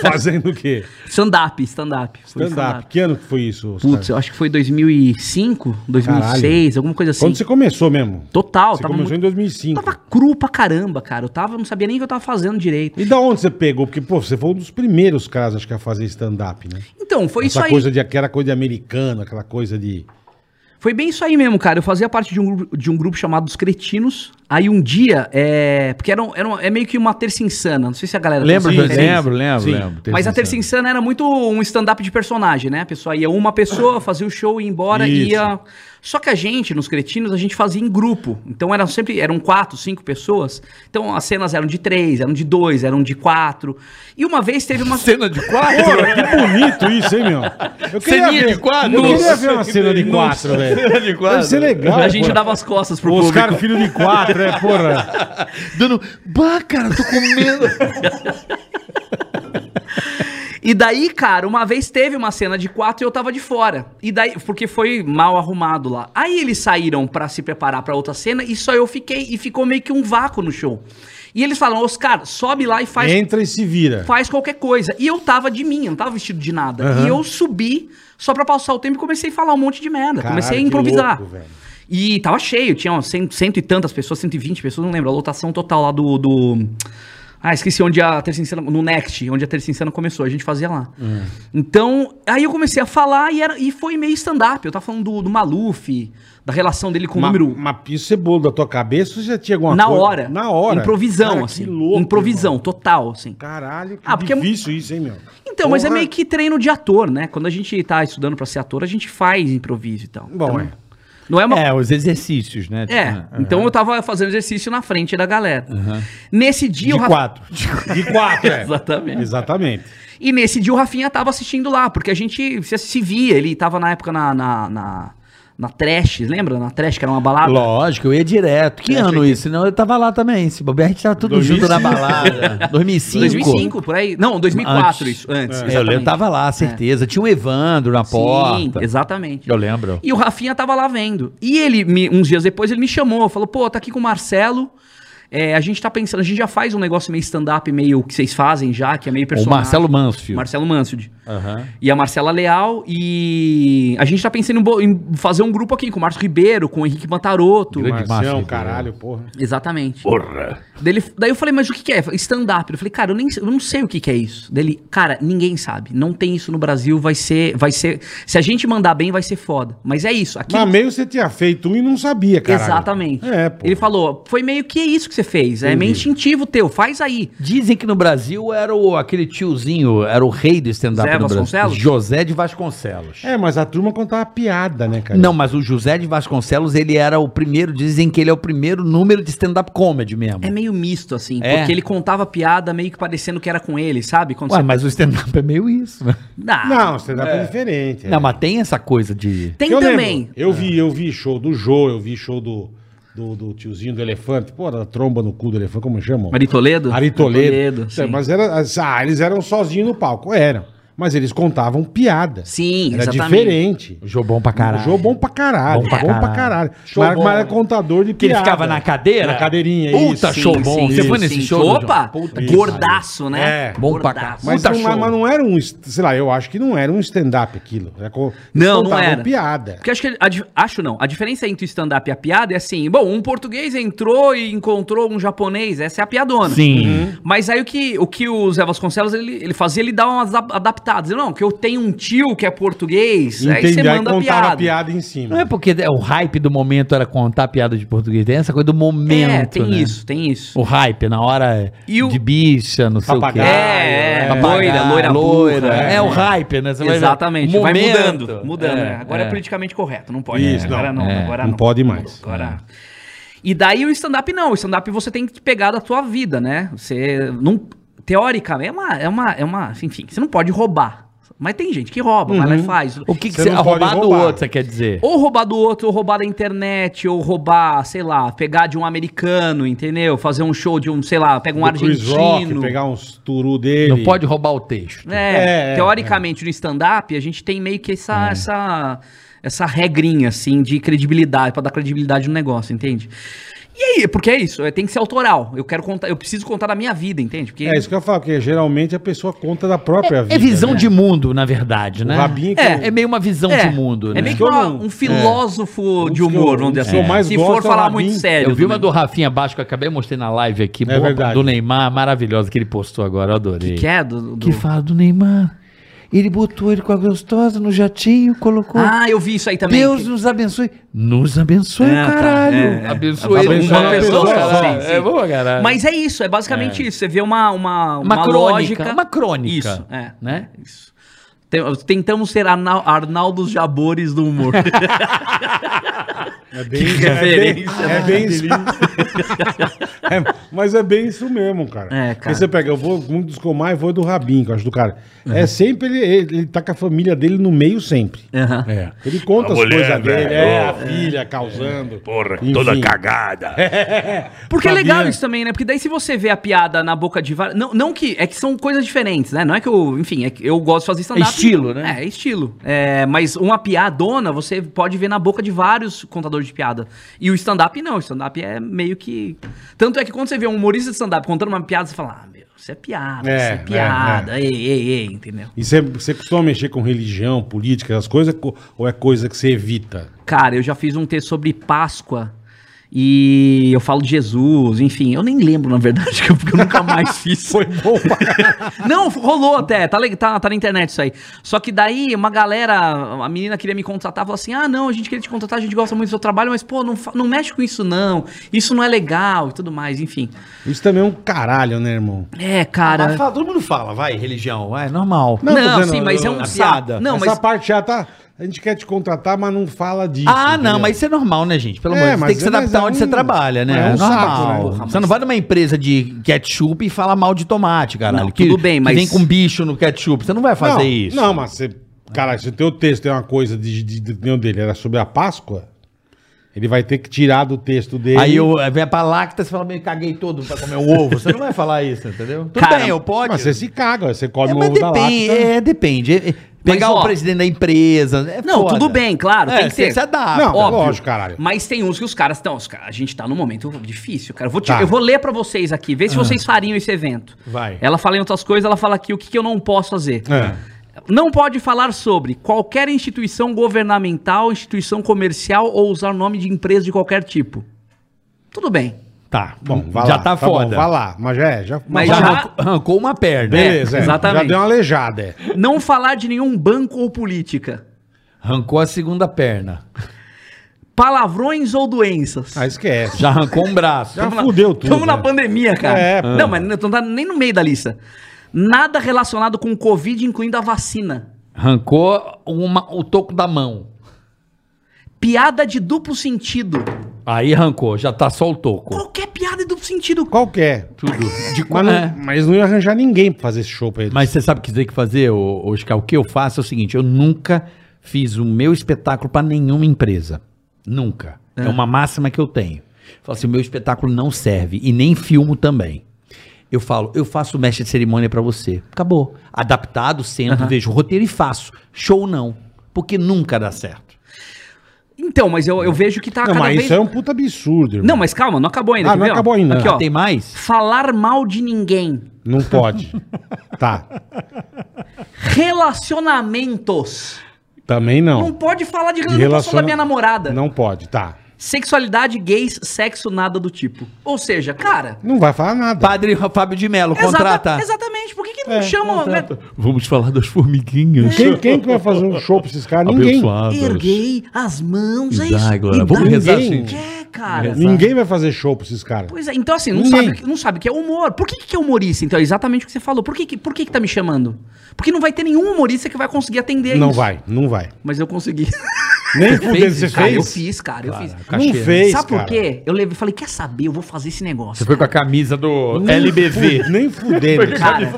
Speaker 4: Fazendo o quê?
Speaker 6: Stand-up, stand-up. Foi
Speaker 4: Stand-up. Que ano que foi isso? Oscar?
Speaker 6: Putz, eu acho que foi 2005, 2006, alguma coisa assim.
Speaker 4: Quando você começou mesmo?
Speaker 6: Total,
Speaker 4: Você
Speaker 6: tava
Speaker 4: começou em
Speaker 6: muito...
Speaker 4: 2005.
Speaker 6: Tava cru pra caramba, cara. Eu tava, não sabia nem o que eu tava fazendo direito.
Speaker 4: E da onde você pegou? Porque, pô, você foi um dos primeiros caras, acho que, a fazer stand-up, né?
Speaker 6: Então, foi
Speaker 4: Essa
Speaker 6: isso aí.
Speaker 4: coisa de aquela coisa de americano, aquela coisa de.
Speaker 6: Foi bem isso aí mesmo, cara. Eu fazia parte de um, grupo- de um grupo chamado Os Cretinos. Aí um dia, é... porque era, um- era um- é meio que uma terça insana. Não sei se a galera... tem
Speaker 3: Lembro,
Speaker 6: essa
Speaker 3: do-
Speaker 6: referência.
Speaker 3: lembro, lembro,
Speaker 4: Sim.
Speaker 3: lembro.
Speaker 6: Mas a Terça Insana era muito um stand-up de personagem, né? A pessoa ia uma pessoa, fazia o show, ia embora
Speaker 4: Isso.
Speaker 6: e ia. Só que a gente, nos cretinos, a gente fazia em grupo. Então eram sempre, eram quatro, cinco pessoas. Então as cenas eram de três, eram de dois, eram de quatro. E uma vez teve uma.
Speaker 3: Cena de
Speaker 6: Ah,
Speaker 3: quatro?
Speaker 4: Cara, que bonito isso, hein, meu? Eu
Speaker 3: Ceninha de quatro?
Speaker 4: Eu queria
Speaker 3: Nossa.
Speaker 4: ver uma cena de quatro, velho.
Speaker 3: de
Speaker 4: Deve ser legal.
Speaker 6: a gente
Speaker 4: porra.
Speaker 6: dava as costas pro
Speaker 4: Os
Speaker 6: público.
Speaker 4: caras filho de quatro, é, porra.
Speaker 3: Dando. Bah, cara, tô comendo.
Speaker 6: E daí, cara, uma vez teve uma cena de quatro e eu tava de fora. E daí, porque foi mal arrumado lá. Aí eles saíram pra se preparar pra outra cena e só eu fiquei e ficou meio que um vácuo no show. E eles falaram, Oscar, sobe lá e faz
Speaker 4: Entra e se vira.
Speaker 6: faz qualquer coisa. E eu tava de mim, eu não tava vestido de nada. E eu subi só pra passar o tempo e comecei a falar um monte de merda.
Speaker 4: Caralho,
Speaker 6: comecei a
Speaker 4: que
Speaker 6: improvisar.
Speaker 4: louco, velho.
Speaker 6: e tava cheio, tinha ó, cento, cento e tantas pessoas, 120 pessoas, não lembro. A lotação total lá do. do- Ah, esqueci onde a Terça Insana. No Next, onde a Terça Insana começou, a gente fazia lá.
Speaker 4: Hum.
Speaker 6: Então, aí eu comecei a falar e, era, e foi meio stand-up. Eu tava falando do, do Maluf, da relação dele com o
Speaker 4: Ma-
Speaker 6: número um.
Speaker 4: Mas isso você bolo da tua cabeça ou já tinha alguma
Speaker 6: na
Speaker 4: coisa?
Speaker 6: hora.
Speaker 4: Na hora.
Speaker 6: Improvisão,
Speaker 4: Cara,
Speaker 6: assim.
Speaker 4: Que louco,
Speaker 6: improvisão,
Speaker 4: irmão.
Speaker 6: total, assim.
Speaker 4: Caralho, que
Speaker 6: Ah, porque é mu-
Speaker 4: difícil isso, hein, meu?
Speaker 6: Então, mas é
Speaker 4: Porra.
Speaker 6: meio que treino de ator, né? Quando a gente tá estudando pra ser ator, a gente faz improviso e tal.
Speaker 4: Bom,
Speaker 6: então,
Speaker 4: é.
Speaker 6: Não é uma. É,
Speaker 3: É, os exercícios, né?
Speaker 6: então eu tava fazendo exercício na frente da galera. Nesse dia
Speaker 4: De
Speaker 6: o Rafa-
Speaker 4: quatro. De quatro, é.
Speaker 6: Exatamente.
Speaker 4: Exatamente.
Speaker 6: E nesse dia o Rafinha tava assistindo lá, porque a gente se, se via, ele tava na época na. na, na, na Trash, lembra? Na Trash, que era uma balada.
Speaker 3: Lógico, eu ia direto. Que ano isso? Não, eu tava lá também. Esse bobear, a gente tava tudo junto na
Speaker 4: 2005.
Speaker 3: balada. 2005.
Speaker 6: 2005, por aí. Não, 2004
Speaker 3: Antes.
Speaker 6: isso, antes.
Speaker 3: É, eu lembro,
Speaker 6: exatamente.
Speaker 3: tava lá, certeza. Tinha o Evandro na
Speaker 6: Sim,
Speaker 3: porta.
Speaker 6: exatamente.
Speaker 3: Eu lembro.
Speaker 6: E o Rafinha tava lá vendo. E ele, me- uns dias depois, ele me chamou, falou, pô, tá aqui com o Marcelo. é, a gente tá pensando, a gente já faz um negócio meio stand-up, meio que vocês fazem já, que é meio
Speaker 3: O
Speaker 6: personagem.
Speaker 3: Marcelo Mansfield.
Speaker 6: Marcelo Mansfield. E a Marcela Leal. E a gente tá pensando em, bo- em fazer um grupo aqui com o Márcio Ribeiro, com o Henrique Mantaroto.
Speaker 3: Grande
Speaker 4: Marcião,
Speaker 3: Márcio,
Speaker 4: caralho, porra.
Speaker 6: Exatamente. Porra! Daí, ele- daí eu falei, mas o que, que é? Stand-up. Eu falei, cara, eu, nem, eu não sei o que, que é isso. Daí ele, cara, ninguém sabe. Não tem isso no Brasil, vai ser. vai ser Se a gente mandar bem, vai ser foda. Mas é isso. Aqui
Speaker 4: Na meio você tinha feito um e não sabia, cara.
Speaker 6: Exatamente.
Speaker 4: É, pô.
Speaker 6: Ele falou, foi meio que isso que você fez. É meio instintivo teu, faz aí.
Speaker 3: Dizem que no Brasil era o, aquele tiozinho, era o rei do stand-up
Speaker 6: Zé
Speaker 3: no Brasil.
Speaker 6: Vasconcelos?
Speaker 3: José de Vasconcelos.
Speaker 4: É, mas a turma contava piada, né,
Speaker 6: É.
Speaker 4: cara?
Speaker 3: Não, mas o José de Vasconcelos, ele era o primeiro, dizem que ele é o primeiro número de stand-up comedy mesmo.
Speaker 6: É meio misto, assim,
Speaker 3: É.
Speaker 6: porque ele contava piada meio que parecendo que era com ele, sabe? Quando
Speaker 3: Ué,
Speaker 6: você...
Speaker 3: mas o stand-up é meio isso, né?
Speaker 6: Não,
Speaker 4: Não, stand-up é, diferente. é.
Speaker 3: Não, mas tem essa coisa de...
Speaker 6: tem
Speaker 4: eu
Speaker 6: também.
Speaker 4: lembro, eu vi, eu vi show do Jô, eu vi show do, do, do tiozinho do elefante. Pô, da tromba no cu do elefante, como chamam?
Speaker 6: Mari Toledo?
Speaker 4: Ari Toledo.
Speaker 6: sim.
Speaker 4: mas era, ah, eles eram sozinhos no palco, eram. Mas eles contavam piada.
Speaker 6: Sim,
Speaker 4: era
Speaker 6: exatamente.
Speaker 4: diferente.
Speaker 3: Jô bom pra caralho.
Speaker 4: O jogo bom pra caralho.
Speaker 3: Bom
Speaker 4: Bom
Speaker 3: pra
Speaker 4: pra,
Speaker 3: caralho.
Speaker 4: caralho.
Speaker 3: Show
Speaker 4: Mas,
Speaker 3: bom,
Speaker 4: mas era
Speaker 3: né?
Speaker 4: contador de
Speaker 3: Que ele
Speaker 4: piada.
Speaker 3: ficava na cadeira?
Speaker 4: Na cadeirinha,
Speaker 3: Puta
Speaker 6: Sim,
Speaker 3: Tá show bom.
Speaker 6: sim,
Speaker 3: Você
Speaker 6: sim,
Speaker 3: foi
Speaker 6: sim.
Speaker 3: nesse show? João?
Speaker 6: Opa!
Speaker 4: Puta que
Speaker 6: gordaço, né?
Speaker 4: É.
Speaker 3: Bom pra
Speaker 6: Gordaço.
Speaker 4: Mas
Speaker 3: Puta
Speaker 4: não,
Speaker 3: show.
Speaker 4: mas não era um, sei lá, eu acho que não era um stand-up aquilo. Era co-
Speaker 6: Não, não
Speaker 4: contavam
Speaker 6: era.
Speaker 4: piada.
Speaker 6: Porque acho que. a di- acho não. A diferença entre o stand-up e a piada é assim: bom, um português entrou e encontrou um japonês, essa é a piadona.
Speaker 3: Sim.
Speaker 6: Mas aí o que o, que o Zé Vasconcelos ele, ele fazia, ele dava umas a- adaptados. Não, que eu tenho um tio que é português, aí você
Speaker 4: Entendi, aí
Speaker 6: manda
Speaker 4: contava
Speaker 6: piada.
Speaker 4: a piada em cima.
Speaker 3: Não é porque é, o hype do momento era contar piada de português. Tem essa coisa do momento.
Speaker 6: é, tem
Speaker 3: né?
Speaker 6: isso, tem isso.
Speaker 3: O hype, na hora
Speaker 6: E o-
Speaker 3: de bicha, não sei o quê.
Speaker 4: Papagaio,
Speaker 6: É, é, loira, loira, burra,
Speaker 3: É,
Speaker 6: é.
Speaker 3: o hype, né? Você vai ver.
Speaker 6: Exatamente, vai
Speaker 3: Momento.
Speaker 6: mudando, mudando. né? Agora é. politicamente correto, não pode. né?
Speaker 4: Isso,
Speaker 6: agora
Speaker 4: não,
Speaker 6: não,
Speaker 4: é,
Speaker 6: agora
Speaker 4: não
Speaker 6: não.
Speaker 4: pode mais. É.
Speaker 6: Agora. E daí o stand-up não, o stand-up você tem que pegar da tua vida, né? Você não teoricamente é uma é uma é uma, enfim, você não pode roubar. Mas tem gente que rouba, vai lá
Speaker 4: Uhum.
Speaker 6: e faz.
Speaker 3: O que, que
Speaker 4: Você
Speaker 3: você.
Speaker 4: não pode
Speaker 3: Roubar do
Speaker 4: roubar.
Speaker 3: outro, você quer dizer?
Speaker 6: Ou roubar do outro, ou roubar da internet, ou roubar, sei lá, pegar de um americano, entendeu? Fazer um show de um, sei lá, pega um
Speaker 4: Do Chris
Speaker 6: argentino.
Speaker 4: Rock, pegar uns turu dele.
Speaker 3: Não pode roubar o texto.
Speaker 6: É,
Speaker 4: É,
Speaker 6: teoricamente no stand-up a gente tem meio que essa, essa, essa regrinha, assim, de credibilidade, pra dar credibilidade no negócio, entende? E aí, porque é isso, é, tem que ser autoral. Eu quero contar, eu preciso contar da minha vida, entende? Porque
Speaker 4: É isso que eu falo, porque geralmente a pessoa conta da própria vida.
Speaker 3: É visão
Speaker 4: né?
Speaker 3: de mundo, na verdade, né?
Speaker 4: O rabinho que um
Speaker 6: É,
Speaker 3: É meio uma visão
Speaker 6: é,
Speaker 3: de mundo, né?
Speaker 6: É meio que
Speaker 4: Eu
Speaker 6: uma-
Speaker 4: não-
Speaker 6: um filósofo
Speaker 4: É.
Speaker 6: de
Speaker 4: Um dos que
Speaker 6: humor,
Speaker 4: eu-
Speaker 6: vamos
Speaker 4: um dos
Speaker 6: dizer
Speaker 4: que
Speaker 6: assim.
Speaker 4: eu mais
Speaker 6: Se
Speaker 4: gosto é
Speaker 6: for
Speaker 4: o
Speaker 6: falar
Speaker 4: Rabin.
Speaker 6: muito sério.
Speaker 3: Eu vi uma do
Speaker 6: também.
Speaker 3: Rafinha Baixo que eu acabei mostrando na live aqui, boa,
Speaker 4: verdade.
Speaker 3: do Neymar, maravilhosa, que ele postou agora, eu adorei.
Speaker 6: É Que é do. do-
Speaker 3: Que fala do Neymar. Ele botou ele com a gostosa no jatinho, colocou.
Speaker 6: Ah, eu vi isso aí também.
Speaker 3: Deus
Speaker 6: que-
Speaker 3: nos abençoe. Nos abençoe,
Speaker 6: É, tá.
Speaker 3: caralho.
Speaker 6: É, é.
Speaker 3: Abençoe
Speaker 4: Abençoe
Speaker 3: ele.
Speaker 4: uma pessoa só.
Speaker 3: caralho.
Speaker 6: Sim, sim.
Speaker 3: É boa, caralho.
Speaker 6: Mas é isso, é basicamente isso. Você vê uma,
Speaker 3: Uma
Speaker 6: uma, uma,
Speaker 3: crônica,
Speaker 6: lógica.
Speaker 3: uma crônica,
Speaker 6: Isso, é.
Speaker 3: né?
Speaker 6: é Isso. Tem- Tentamos ser Arnal, Arnaldos Jabores do humor.
Speaker 4: É bem,
Speaker 6: Que
Speaker 4: é bem,
Speaker 6: referência, né?
Speaker 4: é bem isso. É, mas é bem isso mesmo, cara.
Speaker 6: É, cara.
Speaker 4: Porque você pega, eu vou um dos que eu mais vou é do Rabinho, que eu acho do cara.
Speaker 6: Uhum.
Speaker 4: É sempre ele, ele, ele tá com a família dele no meio sempre. É.
Speaker 6: Aham.
Speaker 4: Ele conta
Speaker 9: A
Speaker 4: as
Speaker 9: mulher,
Speaker 4: coisas dele,
Speaker 9: velho. É.
Speaker 4: é, a filha causando.
Speaker 9: Porra,
Speaker 4: Enfim.
Speaker 9: toda cagada.
Speaker 6: Porque é
Speaker 4: Sabia.
Speaker 6: legal isso também, né? Porque daí se você vê a piada na boca de várias... Não, não que... É que são coisas diferentes, né? Não é que eu... Enfim, é que eu gosto de fazer stand-up.
Speaker 3: É estilo, né?
Speaker 6: É, é estilo. É, mas uma piadona você pode ver na boca de vários contadores de piada. E o stand-up não. O stand-up é meio que... Tanto é que quando você vê um humorista de stand-up contando uma piada, você fala... Ah, meu, isso é piada,
Speaker 4: É,
Speaker 6: isso é
Speaker 4: né,
Speaker 6: piada. Ei, ei, ei, entendeu?
Speaker 4: E você, você costuma mexer com religião, política, essas coisas, co- ou é coisa que você evita?
Speaker 6: Cara, eu já fiz um texto sobre Páscoa e eu falo de Jesus, enfim, eu nem lembro, na verdade, que eu- porque eu nunca mais fiz.
Speaker 4: Foi bom pra
Speaker 6: Não, rolou até, tá, le- tá, tá na internet isso aí. Só que daí uma galera, a menina queria me contratar, falou assim: ah, não, a gente queria te contratar, a gente gosta muito do seu trabalho, mas pô, não, fa- não mexe com isso não, isso não é legal e tudo mais, enfim.
Speaker 4: Isso também é um caralho, né, irmão?
Speaker 6: É,
Speaker 3: Mas
Speaker 6: cara.
Speaker 3: fala, todo mundo fala, vai, religião, é normal.
Speaker 6: Não,
Speaker 4: tô dizendo,
Speaker 6: sim, mas é
Speaker 4: eu-
Speaker 6: um
Speaker 3: a
Speaker 6: saco.
Speaker 3: piada.
Speaker 6: Não,
Speaker 4: Essa
Speaker 6: mas.
Speaker 4: parte já tá. A gente quer te contratar, mas não fala disso.
Speaker 3: ah, não,
Speaker 4: entendeu?
Speaker 3: mas isso é normal, né, gente? Pelo
Speaker 4: É,
Speaker 3: amor de Deus,
Speaker 4: mas
Speaker 3: tem que se
Speaker 4: é- mas
Speaker 3: adaptar
Speaker 4: é
Speaker 3: onde
Speaker 4: um-
Speaker 3: você trabalha, né?
Speaker 4: é
Speaker 3: É,
Speaker 4: um
Speaker 3: normal.
Speaker 4: saco, né?
Speaker 3: Porra, você não vai numa empresa de ketchup e falar mal de tomate, caralho.
Speaker 6: Não, tudo bem, mas-
Speaker 3: Que vem com bicho no ketchup, você não vai fazer
Speaker 4: não,
Speaker 3: isso.
Speaker 4: Não, mas você. Cara, se o teu texto é uma coisa de, de, de- meu dele era sobre a Páscoa, ele vai ter que tirar do texto dele.
Speaker 3: Aí eu, aí vem pra lacta, você fala, meio caguei todo pra comer um ovo. Você não vai falar isso, entendeu? Tudo
Speaker 6: Cara,
Speaker 3: bem, eu pode.
Speaker 4: Mas você se caga, você come
Speaker 3: É,
Speaker 4: o
Speaker 3: mas
Speaker 4: ovo da né? lata. tá-
Speaker 3: depende, é, depende. É, é,
Speaker 6: Mas,
Speaker 3: Pegar o
Speaker 6: ó,
Speaker 3: presidente da empresa. é
Speaker 6: Não,
Speaker 3: foda.
Speaker 6: tudo bem, claro,
Speaker 3: É,
Speaker 6: tem que
Speaker 3: você
Speaker 6: ter.
Speaker 3: se adapta.
Speaker 4: Não,
Speaker 6: óbvio.
Speaker 4: lógico, caralho.
Speaker 6: Mas tem uns que os caras estão. A gente tá num momento difícil, cara. Eu vou, te-
Speaker 4: Tá. Ah.
Speaker 6: eu vou ler pra vocês aqui, ver se vocês fariam esse evento.
Speaker 3: Vai.
Speaker 6: Ela fala em outras coisas, ela fala aqui o que, que eu não posso fazer.
Speaker 4: É.
Speaker 6: Não pode falar sobre qualquer instituição governamental, instituição comercial ou usar nome de empresa de qualquer tipo. Tudo bem.
Speaker 3: Tá,
Speaker 4: Bom, vai
Speaker 3: já
Speaker 4: lá.
Speaker 3: tá
Speaker 4: bom,
Speaker 3: foda.
Speaker 4: vai lá, mas já é. Já,
Speaker 6: Mas
Speaker 4: já-
Speaker 3: já
Speaker 6: já-
Speaker 3: arrancou- arrancou uma perna.
Speaker 4: Beleza, é,
Speaker 6: exatamente.
Speaker 4: Já deu uma aleijada, é.
Speaker 6: Não falar de nenhum banco ou política.
Speaker 3: Arrancou a segunda perna.
Speaker 6: Palavrões ou doenças.
Speaker 4: Ah, esquece.
Speaker 3: Já arrancou um braço.
Speaker 4: Já fudeu tudo,
Speaker 6: Estamos na
Speaker 4: né?
Speaker 6: pandemia, cara.
Speaker 4: É, pô.
Speaker 6: não, mas não tá nem no meio da lista. Nada relacionado com o Covid, incluindo a vacina.
Speaker 3: Arrancou uma, o toco da mão.
Speaker 6: Piada de duplo sentido.
Speaker 3: Aí arrancou, já tá só o toco.
Speaker 6: Qualquer piada de duplo sentido.
Speaker 4: Qualquer.
Speaker 3: Tudo. De
Speaker 4: Mas não,
Speaker 6: é.
Speaker 4: mas não ia arranjar ninguém pra fazer esse show pra ele.
Speaker 3: É. Mas você sabe o que tem que fazer, ô- ô, Oscar? O que eu faço é o seguinte: eu nunca fiz o meu espetáculo para nenhuma empresa. Nunca. É. uma máxima que eu tenho. Eu Falo assim: o meu espetáculo não serve e nem filmo também. Eu falo, eu faço o mestre de cerimônia para você. Acabou. Adaptado, sento, vejo o roteiro e faço. Show não. Porque nunca dá certo.
Speaker 6: Então, mas eu, eu vejo que tá
Speaker 4: não,
Speaker 6: cada
Speaker 4: mas
Speaker 6: vez...
Speaker 4: isso é um puta absurdo, irmão.
Speaker 6: Não, mas calma, não acabou ainda.
Speaker 4: Ah,
Speaker 6: quer
Speaker 4: não
Speaker 6: ver, ó?
Speaker 4: acabou ainda.
Speaker 6: Aqui,
Speaker 4: Ah,
Speaker 6: ó.
Speaker 3: Tem mais?
Speaker 6: Falar mal de ninguém.
Speaker 4: Não pode. tá.
Speaker 6: Relacionamentos.
Speaker 4: Também não.
Speaker 6: Não pode falar de
Speaker 4: E
Speaker 6: relação da
Speaker 4: relaciona-
Speaker 6: minha namorada.
Speaker 4: Não pode, tá.
Speaker 6: Sexualidade, gays, sexo, nada do tipo. Ou seja, cara...
Speaker 4: Não vai falar nada.
Speaker 3: Padre Fábio de Melo,
Speaker 6: exata-
Speaker 3: contrata.
Speaker 6: exatamente. Por que, que que
Speaker 4: É,
Speaker 6: não chama. né?
Speaker 10: Vamos falar das formiguinhas.
Speaker 4: Quem, quem que vai fazer um show pra esses caras? Ninguém.
Speaker 10: Abençoadas.
Speaker 6: Erguei as mãos,
Speaker 10: E
Speaker 6: é isso.
Speaker 10: dá, agora,
Speaker 6: E
Speaker 10: vamos
Speaker 6: dá-
Speaker 10: rezar, assim.
Speaker 6: Ninguém
Speaker 10: gente.
Speaker 6: quer, cara.
Speaker 4: Ninguém vai fazer show pra esses caras.
Speaker 6: Pois é, então assim, não
Speaker 4: Ninguém.
Speaker 6: sabe, não sabe o que é humor. Por que, que é humorista? Então, é exatamente o que você falou. Por que, que, por que, que tá me chamando? Porque não vai ter nenhum humorista que vai conseguir atender
Speaker 4: Não
Speaker 6: isso.
Speaker 4: vai, não vai.
Speaker 6: Mas eu consegui.
Speaker 4: Nem fudendo
Speaker 11: fez
Speaker 4: você
Speaker 11: isso,
Speaker 6: Cara, eu
Speaker 4: fez.
Speaker 6: fiz, cara, eu fiz.
Speaker 4: Não fez,
Speaker 6: Sabe por
Speaker 4: cara.
Speaker 6: quê? Eu levei, falei, quer saber? Eu vou fazer esse negócio.
Speaker 3: Você foi com a camisa do
Speaker 4: Nem
Speaker 3: LBV.
Speaker 4: fu- Nem fudendo.
Speaker 6: Cara,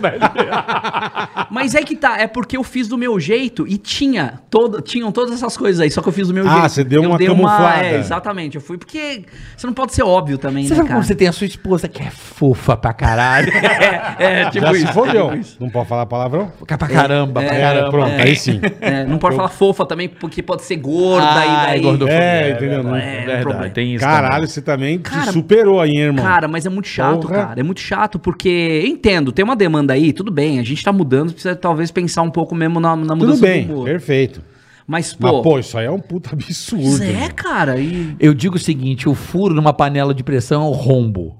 Speaker 6: mas é que tá, é porque eu fiz do meu jeito e tinha todo, tinham todas essas coisas aí, só que eu fiz do meu
Speaker 4: Ah,
Speaker 6: jeito.
Speaker 4: você deu
Speaker 6: Eu
Speaker 4: uma
Speaker 6: dei
Speaker 4: camuflada.
Speaker 6: é, exatamente, eu fui, porque você não pode ser óbvio também,
Speaker 3: Você
Speaker 6: né,
Speaker 3: sabe
Speaker 6: cara?
Speaker 3: como você tem a sua esposa que é fofa pra caralho?
Speaker 6: É, é, tipo
Speaker 4: Já
Speaker 6: isso.
Speaker 4: se fodeu. Não pode falar palavrão?
Speaker 3: Fica pra caramba, pra
Speaker 4: É,
Speaker 3: caramba.
Speaker 4: pronto, aí sim.
Speaker 6: É, não pode falar fofa também, porque pode ser gorda
Speaker 3: Ah,
Speaker 6: e daí...
Speaker 3: é gordofobia,
Speaker 4: É, entendeu? Não-
Speaker 6: é,
Speaker 3: Verdade,
Speaker 6: problema.
Speaker 3: tem isso
Speaker 4: Caralho,
Speaker 3: também.
Speaker 4: você também
Speaker 6: Cara,
Speaker 4: se superou aí, hein, irmão?
Speaker 6: Cara, mas é muito chato,
Speaker 4: Porra.
Speaker 6: cara. É muito chato, porque eu entendo, tem uma demanda aí, tudo bem, a gente tá mudando, precisa talvez pensar um pouco mesmo na, na mudança
Speaker 4: Tudo bem,
Speaker 6: do humor.
Speaker 4: perfeito.
Speaker 6: Mas, pô,
Speaker 4: Mas, pô, isso aí é um puta absurdo.
Speaker 6: pois é,
Speaker 4: né?
Speaker 6: cara, e...
Speaker 3: Eu digo o seguinte, o furo numa panela de pressão é o rombo.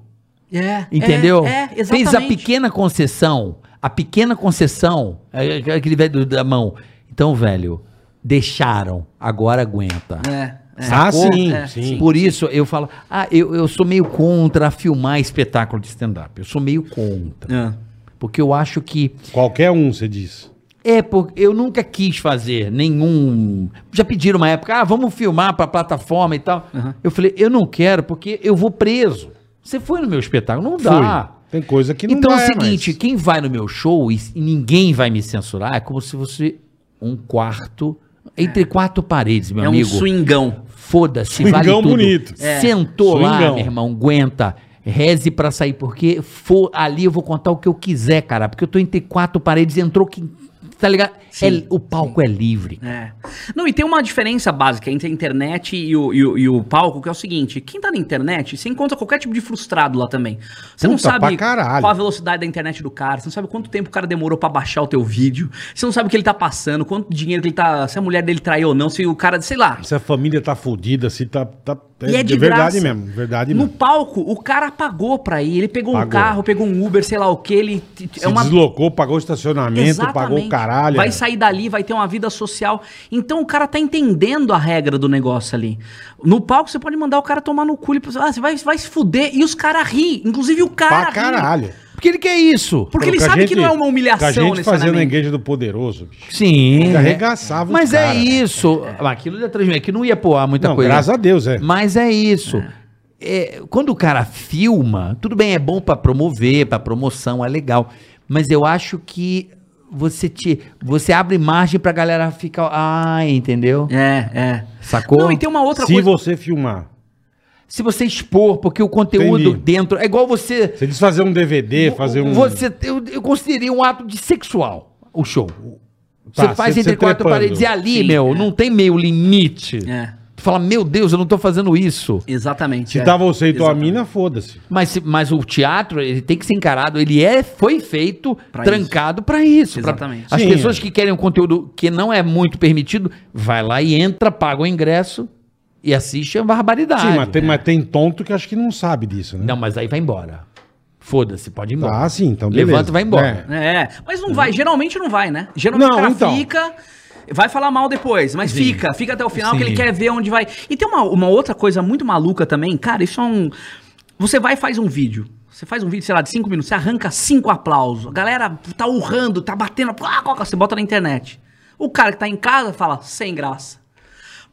Speaker 6: É,
Speaker 3: Entendeu?
Speaker 6: É, é exatamente.
Speaker 3: Fez a pequena concessão, a pequena concessão, é, é, aquele velho do- da mão. Então, velho, deixaram, agora aguenta.
Speaker 6: É, é.
Speaker 4: Ah, sim,
Speaker 6: É,
Speaker 4: sim.
Speaker 3: Por isso eu falo, ah, eu, eu sou meio contra filmar espetáculo de stand-up. Eu sou meio contra.
Speaker 6: É.
Speaker 3: Porque eu acho que.
Speaker 4: Qualquer um, você diz.
Speaker 3: É, porque eu nunca quis fazer nenhum. Já pediram uma época, ah, vamos filmar pra plataforma e tal.
Speaker 6: Uhum.
Speaker 3: Eu falei, eu não quero, porque eu vou preso. Você foi no meu espetáculo, não dá.
Speaker 4: Fui. Tem coisa que não
Speaker 3: então
Speaker 4: dá,
Speaker 3: é o seguinte,
Speaker 4: mas-
Speaker 3: quem vai no meu show e, e ninguém vai me censurar, é como se fosse um quarto,
Speaker 4: É.
Speaker 3: entre quatro paredes, meu
Speaker 6: É um
Speaker 3: amigo.
Speaker 6: swingão.
Speaker 3: Foda-se,
Speaker 4: Swingão
Speaker 3: vale tudo.
Speaker 4: bonito.
Speaker 3: É. Sentou lá,
Speaker 4: Swingão.
Speaker 3: meu irmão, aguenta. Reze pra sair, porque for, ali eu vou contar o que eu quiser, cara. Porque eu tô entre quatro paredes, entrou quem... Tá ligado? É- o palco é livre.
Speaker 6: É. Não, e tem uma diferença básica entre a internet e o, e o- e o palco, que é o seguinte: quem tá na internet, você encontra qualquer tipo de frustrado lá também. Você não
Speaker 4: Puta,
Speaker 6: sabe
Speaker 4: pra caralho.
Speaker 6: qual a velocidade da internet do cara, você não sabe quanto tempo o cara demorou pra baixar o teu vídeo, você não sabe o que ele tá passando, quanto dinheiro que ele tá. Se a mulher dele traiu ou não, se o cara, sei lá.
Speaker 4: Se a família tá fodida, se tá. tá
Speaker 6: E é de
Speaker 4: verdade
Speaker 6: graça.
Speaker 4: mesmo. Verdade
Speaker 6: No
Speaker 4: mesmo.
Speaker 6: palco, o cara pagou pra ir. Ele pegou um
Speaker 4: Pagou.
Speaker 6: carro, pegou um Uber, sei lá o que. Ele t- t- é
Speaker 4: Se deslocou, pagou estacionamento, pagou o caralho.
Speaker 6: Vai
Speaker 4: é.
Speaker 6: sair dali, vai ter uma vida social. Então o cara tá entendendo a regra do negócio ali. No palco você pode mandar o cara tomar no cu. Ele pensa, ah, você vai, vai se fuder. E os caras riem. Inclusive o cara.
Speaker 4: Pra
Speaker 6: ri.
Speaker 4: caralho.
Speaker 3: Porque ele quer isso.
Speaker 6: Porque ele
Speaker 4: a
Speaker 6: sabe que
Speaker 4: gente-
Speaker 6: não é uma humilhação
Speaker 4: que A gente fazendo a
Speaker 6: necessariamente.
Speaker 4: igreja do poderoso, bicho.
Speaker 3: Sim.
Speaker 4: Ele
Speaker 3: né?
Speaker 4: arregaçava os
Speaker 3: Mas é
Speaker 4: cara.
Speaker 3: isso. Aquilo ia transmitir, que não ia poar muita
Speaker 4: Não,
Speaker 3: coisa.
Speaker 4: graças a Deus, é.
Speaker 3: Mas é isso. É, quando o cara filma, tudo bem, é bom pra promover, pra promoção, é legal. Mas eu acho que você te, você abre margem pra galera ficar, ah, entendeu?
Speaker 6: É, é.
Speaker 3: Sacou?
Speaker 6: Não, e tem uma outra
Speaker 4: Se
Speaker 6: coisa.
Speaker 4: você filmar,
Speaker 3: Se você expor, porque o conteúdo
Speaker 4: Entendi.
Speaker 3: dentro é igual você,
Speaker 4: você diz fazer um DVD, fazer um.
Speaker 3: você eu, eu considerei um ato de sexual o show.
Speaker 4: Tá,
Speaker 3: você faz
Speaker 4: você-
Speaker 3: entre
Speaker 4: você
Speaker 3: quatro
Speaker 4: trepando.
Speaker 3: paredes e ali,
Speaker 6: Sim,
Speaker 3: meu,
Speaker 6: é.
Speaker 3: não tem meio limite.
Speaker 6: É,
Speaker 3: Tu fala, meu Deus, eu não tô fazendo isso.
Speaker 6: exatamente.
Speaker 4: Se
Speaker 6: é.
Speaker 4: tá você e tua
Speaker 6: Exatamente.
Speaker 4: mina, foda-se.
Speaker 3: Mas, se- mas o teatro, ele tem que ser encarado, ele é, foi feito
Speaker 6: Pra
Speaker 3: trancado pra isso. pra-
Speaker 6: Exatamente.
Speaker 3: as
Speaker 4: Sim,
Speaker 3: pessoas
Speaker 4: é.
Speaker 3: que querem um conteúdo que não é muito permitido, vai lá e entra, paga o ingresso e assiste a
Speaker 6: Ah,
Speaker 3: barbaridade.
Speaker 4: Sim,
Speaker 6: é.
Speaker 4: mas tem, mas tem tonto que acho que não sabe disso, né?
Speaker 3: Não, mas aí vai embora. Foda-se, pode ir embora.
Speaker 4: Ah, sim, então beleza.
Speaker 3: Levanta e vai embora.
Speaker 4: É. Uhum.
Speaker 6: É, mas não vai, geralmente não vai, né? Geralmente
Speaker 4: Não,
Speaker 6: o cara
Speaker 4: então.
Speaker 6: fica, vai falar mal depois, mas fica, fica até o final que
Speaker 3: Sim.
Speaker 6: ele quer ver onde vai. E tem uma, uma outra coisa muito maluca também, cara, isso é um... Você vai e faz um vídeo, você faz um vídeo, sei lá, de cinco minutos, você arranca cinco aplausos, a galera tá urrando, tá batendo, ah, coca, você bota na internet. O cara que tá em casa fala, sem graça.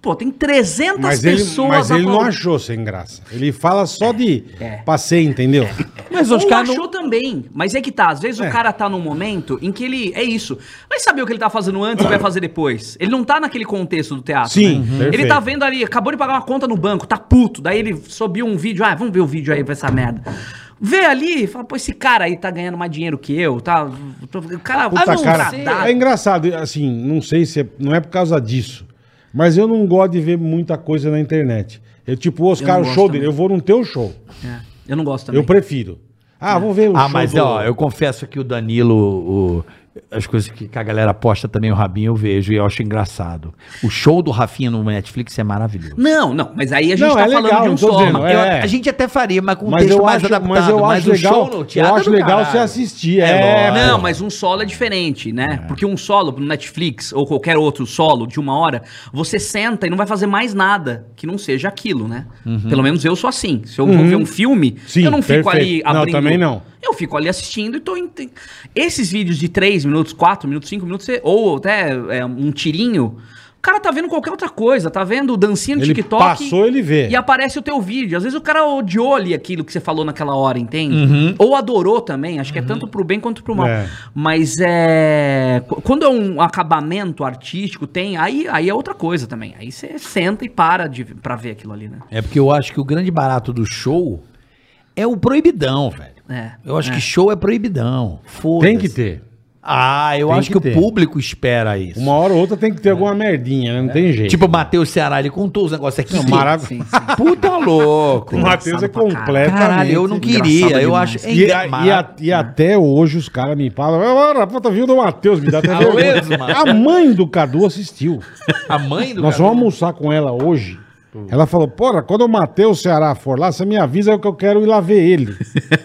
Speaker 6: Pô, tem 300
Speaker 4: Mas ele,
Speaker 6: pessoas...
Speaker 4: mas ele não
Speaker 6: aplaudi-
Speaker 4: achou sem graça. Ele fala só de
Speaker 6: é.
Speaker 4: passei, entendeu?
Speaker 3: Mas
Speaker 6: Ou
Speaker 3: os caras
Speaker 6: achou
Speaker 3: não...
Speaker 6: também. Mas é que tá. Às vezes
Speaker 4: É.
Speaker 6: o cara tá num momento em que ele. É isso. Vai saber o que ele tá fazendo antes e vai fazer depois. Ele não tá naquele contexto do teatro.
Speaker 4: Sim,
Speaker 6: né?
Speaker 4: uhum.
Speaker 6: Ele
Speaker 4: perfeito.
Speaker 6: tá vendo ali, acabou de pagar uma conta no banco, tá puto. Daí ele subiu um vídeo. Ah, vamos ver o vídeo aí pra essa merda. Vê ali e fala, pô, esse cara aí tá ganhando mais dinheiro que eu, tá? O cara.
Speaker 4: Puta,
Speaker 6: Ah, não,
Speaker 4: cara,
Speaker 6: tratado.
Speaker 4: é engraçado, assim, não sei se é, não é por causa disso, mas eu não gosto de ver muita coisa na internet. Eu, tipo, os
Speaker 6: Eu
Speaker 4: caras,
Speaker 6: não
Speaker 4: o show
Speaker 6: gosto
Speaker 4: dele, eu vou no teu show.
Speaker 6: É, eu não gosto também.
Speaker 4: Eu prefiro. Ah, vou ver o
Speaker 3: Ah,
Speaker 4: show
Speaker 3: mas
Speaker 4: do-
Speaker 3: ó, eu confesso que o Danilo, o- as coisas que que a galera posta também, o Rabinho, eu vejo e eu acho engraçado. O show do Rafinha no Netflix é maravilhoso.
Speaker 6: Não, não, mas aí a gente
Speaker 4: Não,
Speaker 6: tá
Speaker 4: é
Speaker 6: falando
Speaker 4: legal,
Speaker 6: de
Speaker 4: não
Speaker 6: um
Speaker 4: tô
Speaker 6: só.
Speaker 4: dizendo,
Speaker 6: mas-
Speaker 4: é.
Speaker 3: Eu- a gente até faria, mas com um
Speaker 4: Mas
Speaker 3: texto
Speaker 4: eu,
Speaker 3: mais
Speaker 4: acho,
Speaker 3: adaptado.
Speaker 4: mas eu acho
Speaker 3: o
Speaker 4: legal,
Speaker 3: show no teatro
Speaker 4: eu acho
Speaker 3: do
Speaker 4: legal você
Speaker 3: caralho.
Speaker 4: assistir.
Speaker 3: É
Speaker 4: É,
Speaker 3: lógico.
Speaker 6: Não, mas um solo é diferente, né? Porque um solo no Netflix ou qualquer outro solo de uma hora, você senta e não vai fazer mais nada que não seja aquilo, né? Pelo menos eu sou assim. Se eu vou ver um filme,
Speaker 4: Uhum. Sim,
Speaker 6: eu não fico ali
Speaker 4: perfeito. Não,
Speaker 6: abrindo.
Speaker 4: também não.
Speaker 6: Eu fico ali assistindo e tô. ent- Esses vídeos de 3 minutos, 4 minutos, 5 minutos, você- ou até é, um tirinho. O cara tá vendo qualquer outra coisa, tá vendo dancinha no
Speaker 4: Ele
Speaker 6: TikTok.
Speaker 4: passou, ele vê.
Speaker 6: E aparece o teu vídeo. Às vezes o cara odiou ali aquilo que você falou naquela hora, entende? Ou adorou também. Acho que é tanto pro bem quanto pro mal.
Speaker 4: Uhum. É.
Speaker 6: Mas é. qu- Quando é um acabamento artístico, tem. Aí, aí é outra coisa também. Aí você senta e para de, pra ver aquilo ali, né?
Speaker 3: É porque eu acho que o grande barato do show é o proibidão, velho.
Speaker 6: É,
Speaker 3: Eu acho que show é proibidão. Foda-se.
Speaker 4: tem que ter.
Speaker 3: Ah, eu
Speaker 4: Tem
Speaker 3: acho
Speaker 4: que
Speaker 3: que,
Speaker 4: ter.
Speaker 3: o público espera isso.
Speaker 4: Uma hora ou outra tem que ter alguma merdinha, né? Não
Speaker 6: É.
Speaker 4: tem jeito.
Speaker 3: Tipo o Matheus Ceará, ele contou os negócios aqui.
Speaker 4: Não, maravilha.
Speaker 6: Sim, sim.
Speaker 3: Puta louco.
Speaker 4: O Matheus é
Speaker 6: Engraçado né? pra
Speaker 4: completamente.
Speaker 3: Caralho, eu não queria.
Speaker 6: Engraçado
Speaker 3: Eu
Speaker 6: demais.
Speaker 3: acho.
Speaker 4: E, a- e a-
Speaker 3: né?
Speaker 4: e até hoje os caras me falam, "Ah, a puta viu do Matheus, me dá até
Speaker 3: Ah,
Speaker 4: vergonha."
Speaker 3: mesmo, mano?
Speaker 4: A mãe do Cadu assistiu.
Speaker 3: a mãe do.
Speaker 4: Nós
Speaker 3: cara-
Speaker 4: vamos almoçar com ela hoje. Ela falou, porra, quando o Matheus Ceará for lá, você me avisa que eu quero ir lá ver ele.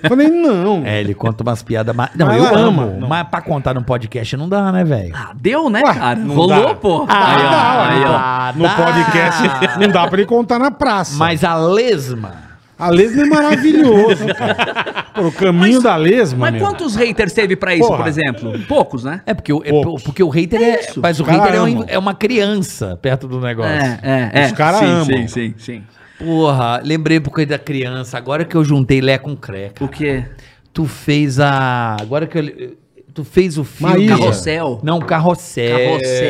Speaker 4: Eu falei, não.
Speaker 3: É, ele conta umas piadas. ma- Não,
Speaker 4: Mas
Speaker 3: eu
Speaker 4: ela
Speaker 3: amo.
Speaker 4: ama, não.
Speaker 3: Mas pra contar num podcast não dá, né, velho?
Speaker 6: Ah, deu, né,
Speaker 4: Ué,
Speaker 6: cara?
Speaker 4: não
Speaker 6: Rolou,
Speaker 4: dá.
Speaker 6: pô.
Speaker 4: Ah,
Speaker 6: Aí, ó,
Speaker 4: dá,
Speaker 6: aí, ó.
Speaker 3: Ah,
Speaker 4: no
Speaker 3: dá.
Speaker 4: podcast não dá pra ele contar na praça.
Speaker 3: Mas a lesma.
Speaker 4: A lesma é maravilhoso, cara. Pô, o caminho da lesma,
Speaker 6: Mas
Speaker 4: meu.
Speaker 6: quantos haters teve pra isso,
Speaker 4: Porra.
Speaker 6: por exemplo? Poucos, né?
Speaker 3: É porque o, é
Speaker 4: Poucos.
Speaker 3: porque o hater é. mas o
Speaker 4: Cara
Speaker 3: hater é um- é
Speaker 4: ama.
Speaker 3: uma, criança perto do negócio.
Speaker 6: É, é, é.
Speaker 4: Os caras
Speaker 6: sim,
Speaker 4: amam.
Speaker 6: Sim, sim, sim.
Speaker 3: Porra, lembrei porque da criança. Agora que eu juntei Lé com Cré. cara.
Speaker 6: O quê?
Speaker 3: Tu fez a. Agora que eu. Tu fez o filme.
Speaker 4: Maísa.
Speaker 6: Carrossel.
Speaker 3: Não, carrossel.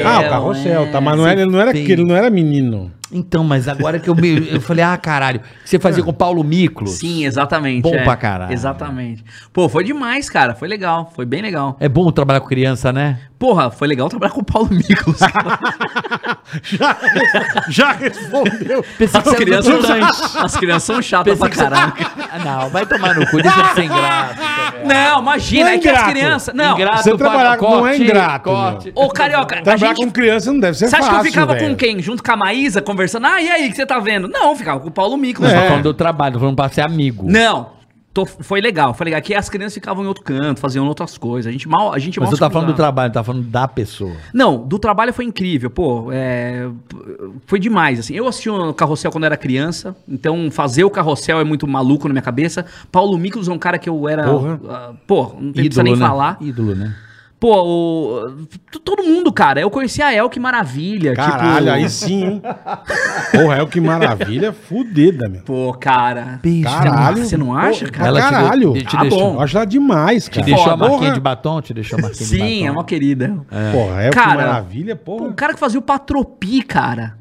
Speaker 6: Carrossel.
Speaker 4: Ah, o carrossel, tá? Mas não
Speaker 3: Você
Speaker 4: era, ele não era,
Speaker 3: fez.
Speaker 4: que- ele não era menino.
Speaker 3: Então, mas agora que eu me. Eu falei, ah, caralho. que Você fazia com o Paulo Miklos.
Speaker 6: Sim, exatamente.
Speaker 3: Bom
Speaker 6: é.
Speaker 3: pra caralho.
Speaker 6: Exatamente. Pô, foi demais, cara. Foi legal. Foi bem legal.
Speaker 3: É bom trabalhar com criança, né?
Speaker 6: Porra, foi legal trabalhar com o Paulo Miklos.
Speaker 4: Já respondeu.
Speaker 3: Pensei
Speaker 6: As
Speaker 3: que você era
Speaker 6: crianças,
Speaker 3: do Titãs.
Speaker 6: as crianças são chatas pra
Speaker 3: Pensei que você-
Speaker 6: caralho.
Speaker 3: Ah, Não, vai tomar no cu, deixa de ser ingrato.
Speaker 6: Não, imagina,
Speaker 4: Não é
Speaker 6: é que as
Speaker 4: ingrato.
Speaker 6: crianças. Não,
Speaker 3: Ingrato,
Speaker 4: Você trabalhar
Speaker 3: paga-
Speaker 4: não é ingrato,
Speaker 6: ô carioca, a
Speaker 4: Trabalhar
Speaker 6: gente.
Speaker 4: com criança não deve ser
Speaker 6: Você acha
Speaker 4: fácil,
Speaker 6: que eu ficava
Speaker 4: velho.
Speaker 6: com quem? Junto com a Maísa, conversando? Ah, e aí, o que você tá vendo? Não, eu ficava com o Paulo Miklos. Tá
Speaker 3: Não,
Speaker 4: É.
Speaker 3: tô falando do trabalho, tô falando pra ser amigo.
Speaker 6: Não. tô- foi legal, foi legal. Aqui as crianças ficavam em outro canto, faziam outras coisas. A gente mal. A gente
Speaker 3: Mas
Speaker 6: mal
Speaker 3: eu
Speaker 6: se
Speaker 3: tava falando do
Speaker 6: cruzava.
Speaker 3: trabalho, tava falando da pessoa.
Speaker 6: Não, do trabalho foi incrível, pô. é, p- foi demais, assim. Eu assisti o Carrossel quando era criança, então fazer o Carrossel é muito maluco na minha cabeça. Paulo Miklos é um cara que eu era...
Speaker 4: Porra.
Speaker 6: ah, pô, não tem- precisa nem
Speaker 3: né?
Speaker 6: falar.
Speaker 3: Ídolo, né?
Speaker 6: Pô, o- t- todo mundo, cara. Eu conheci a El, que maravilha.
Speaker 4: Caralho,
Speaker 6: tipo,
Speaker 4: aí sim, hein? É Porra, é o que maravilha, fudida, meu.
Speaker 6: Pô, cara.
Speaker 3: Beijo.
Speaker 4: Caralho.
Speaker 6: Você não acha,
Speaker 4: Pô,
Speaker 6: cara?
Speaker 4: Ela
Speaker 3: Caralho.
Speaker 4: caralho.
Speaker 3: Te,
Speaker 6: Ah,
Speaker 3: deixou,
Speaker 6: bom.
Speaker 4: Eu acho ela demais,
Speaker 3: te
Speaker 4: cara.
Speaker 3: deixou a
Speaker 6: Foda.
Speaker 3: marquinha
Speaker 4: porra,
Speaker 3: de batom? Te deixou a marquinha de batom?
Speaker 4: né?
Speaker 6: Sim, é uma querida.
Speaker 4: Porra, é o que
Speaker 6: Cara,
Speaker 4: maravilha, porra.
Speaker 6: Pô, o cara que fazia o Patropi, cara.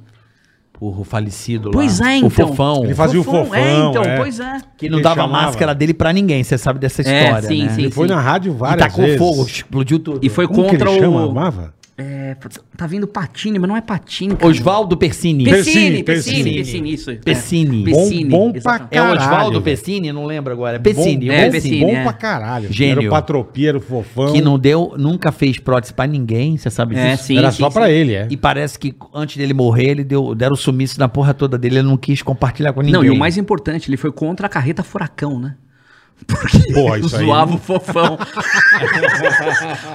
Speaker 3: Porra, o falecido
Speaker 6: Pois
Speaker 3: lá.
Speaker 6: é, então.
Speaker 3: O fofão.
Speaker 4: Ele fazia o
Speaker 6: É,
Speaker 4: fofão,
Speaker 6: então,
Speaker 4: é.
Speaker 6: pois é.
Speaker 3: Que não
Speaker 4: Ele
Speaker 3: dava
Speaker 4: chamava.
Speaker 3: a máscara dele pra ninguém, você sabe dessa história,
Speaker 6: sim,
Speaker 3: né?
Speaker 6: sim.
Speaker 4: Ele foi na rádio
Speaker 3: E
Speaker 4: várias
Speaker 3: tacou
Speaker 4: vezes.
Speaker 3: fogo, explodiu tudo.
Speaker 6: E foi
Speaker 4: Como
Speaker 6: contra
Speaker 4: que ele
Speaker 6: o...
Speaker 4: chama, amava?
Speaker 6: É, putz, tá vindo Patini, mas não é Patini. cara.
Speaker 3: Oswaldo Persini.
Speaker 4: Pessini,
Speaker 6: Pessini, Pessini,
Speaker 4: Pessini.
Speaker 6: Pessini, isso. é.
Speaker 3: Pessini.
Speaker 6: Pessini,
Speaker 4: Bom- bom
Speaker 6: exatamente.
Speaker 4: pra
Speaker 3: É o
Speaker 4: Caralho,
Speaker 3: Oswaldo
Speaker 4: velho.
Speaker 3: Persini? Não lembro agora. É Persini.
Speaker 4: bom,
Speaker 3: é
Speaker 6: é,
Speaker 3: o
Speaker 6: Pessini,
Speaker 3: Persini.
Speaker 4: bom
Speaker 6: é.
Speaker 4: pra caralho.
Speaker 3: Gênio.
Speaker 4: Era o Patropia, era o fofão.
Speaker 3: Que não deu, nunca fez prótese pra ninguém, você sabe disso?
Speaker 6: É, sim,
Speaker 4: era
Speaker 6: sim,
Speaker 4: só
Speaker 6: sim.
Speaker 4: pra ele, é.
Speaker 3: E parece que antes dele morrer, ele deu, deram sumiço na porra toda dele, ele não quis compartilhar com ninguém.
Speaker 6: Não, e o mais importante, ele foi contra a carreta furacão, né? Porque
Speaker 4: Porra, isso aí
Speaker 6: zoava
Speaker 4: não-
Speaker 6: o fofão.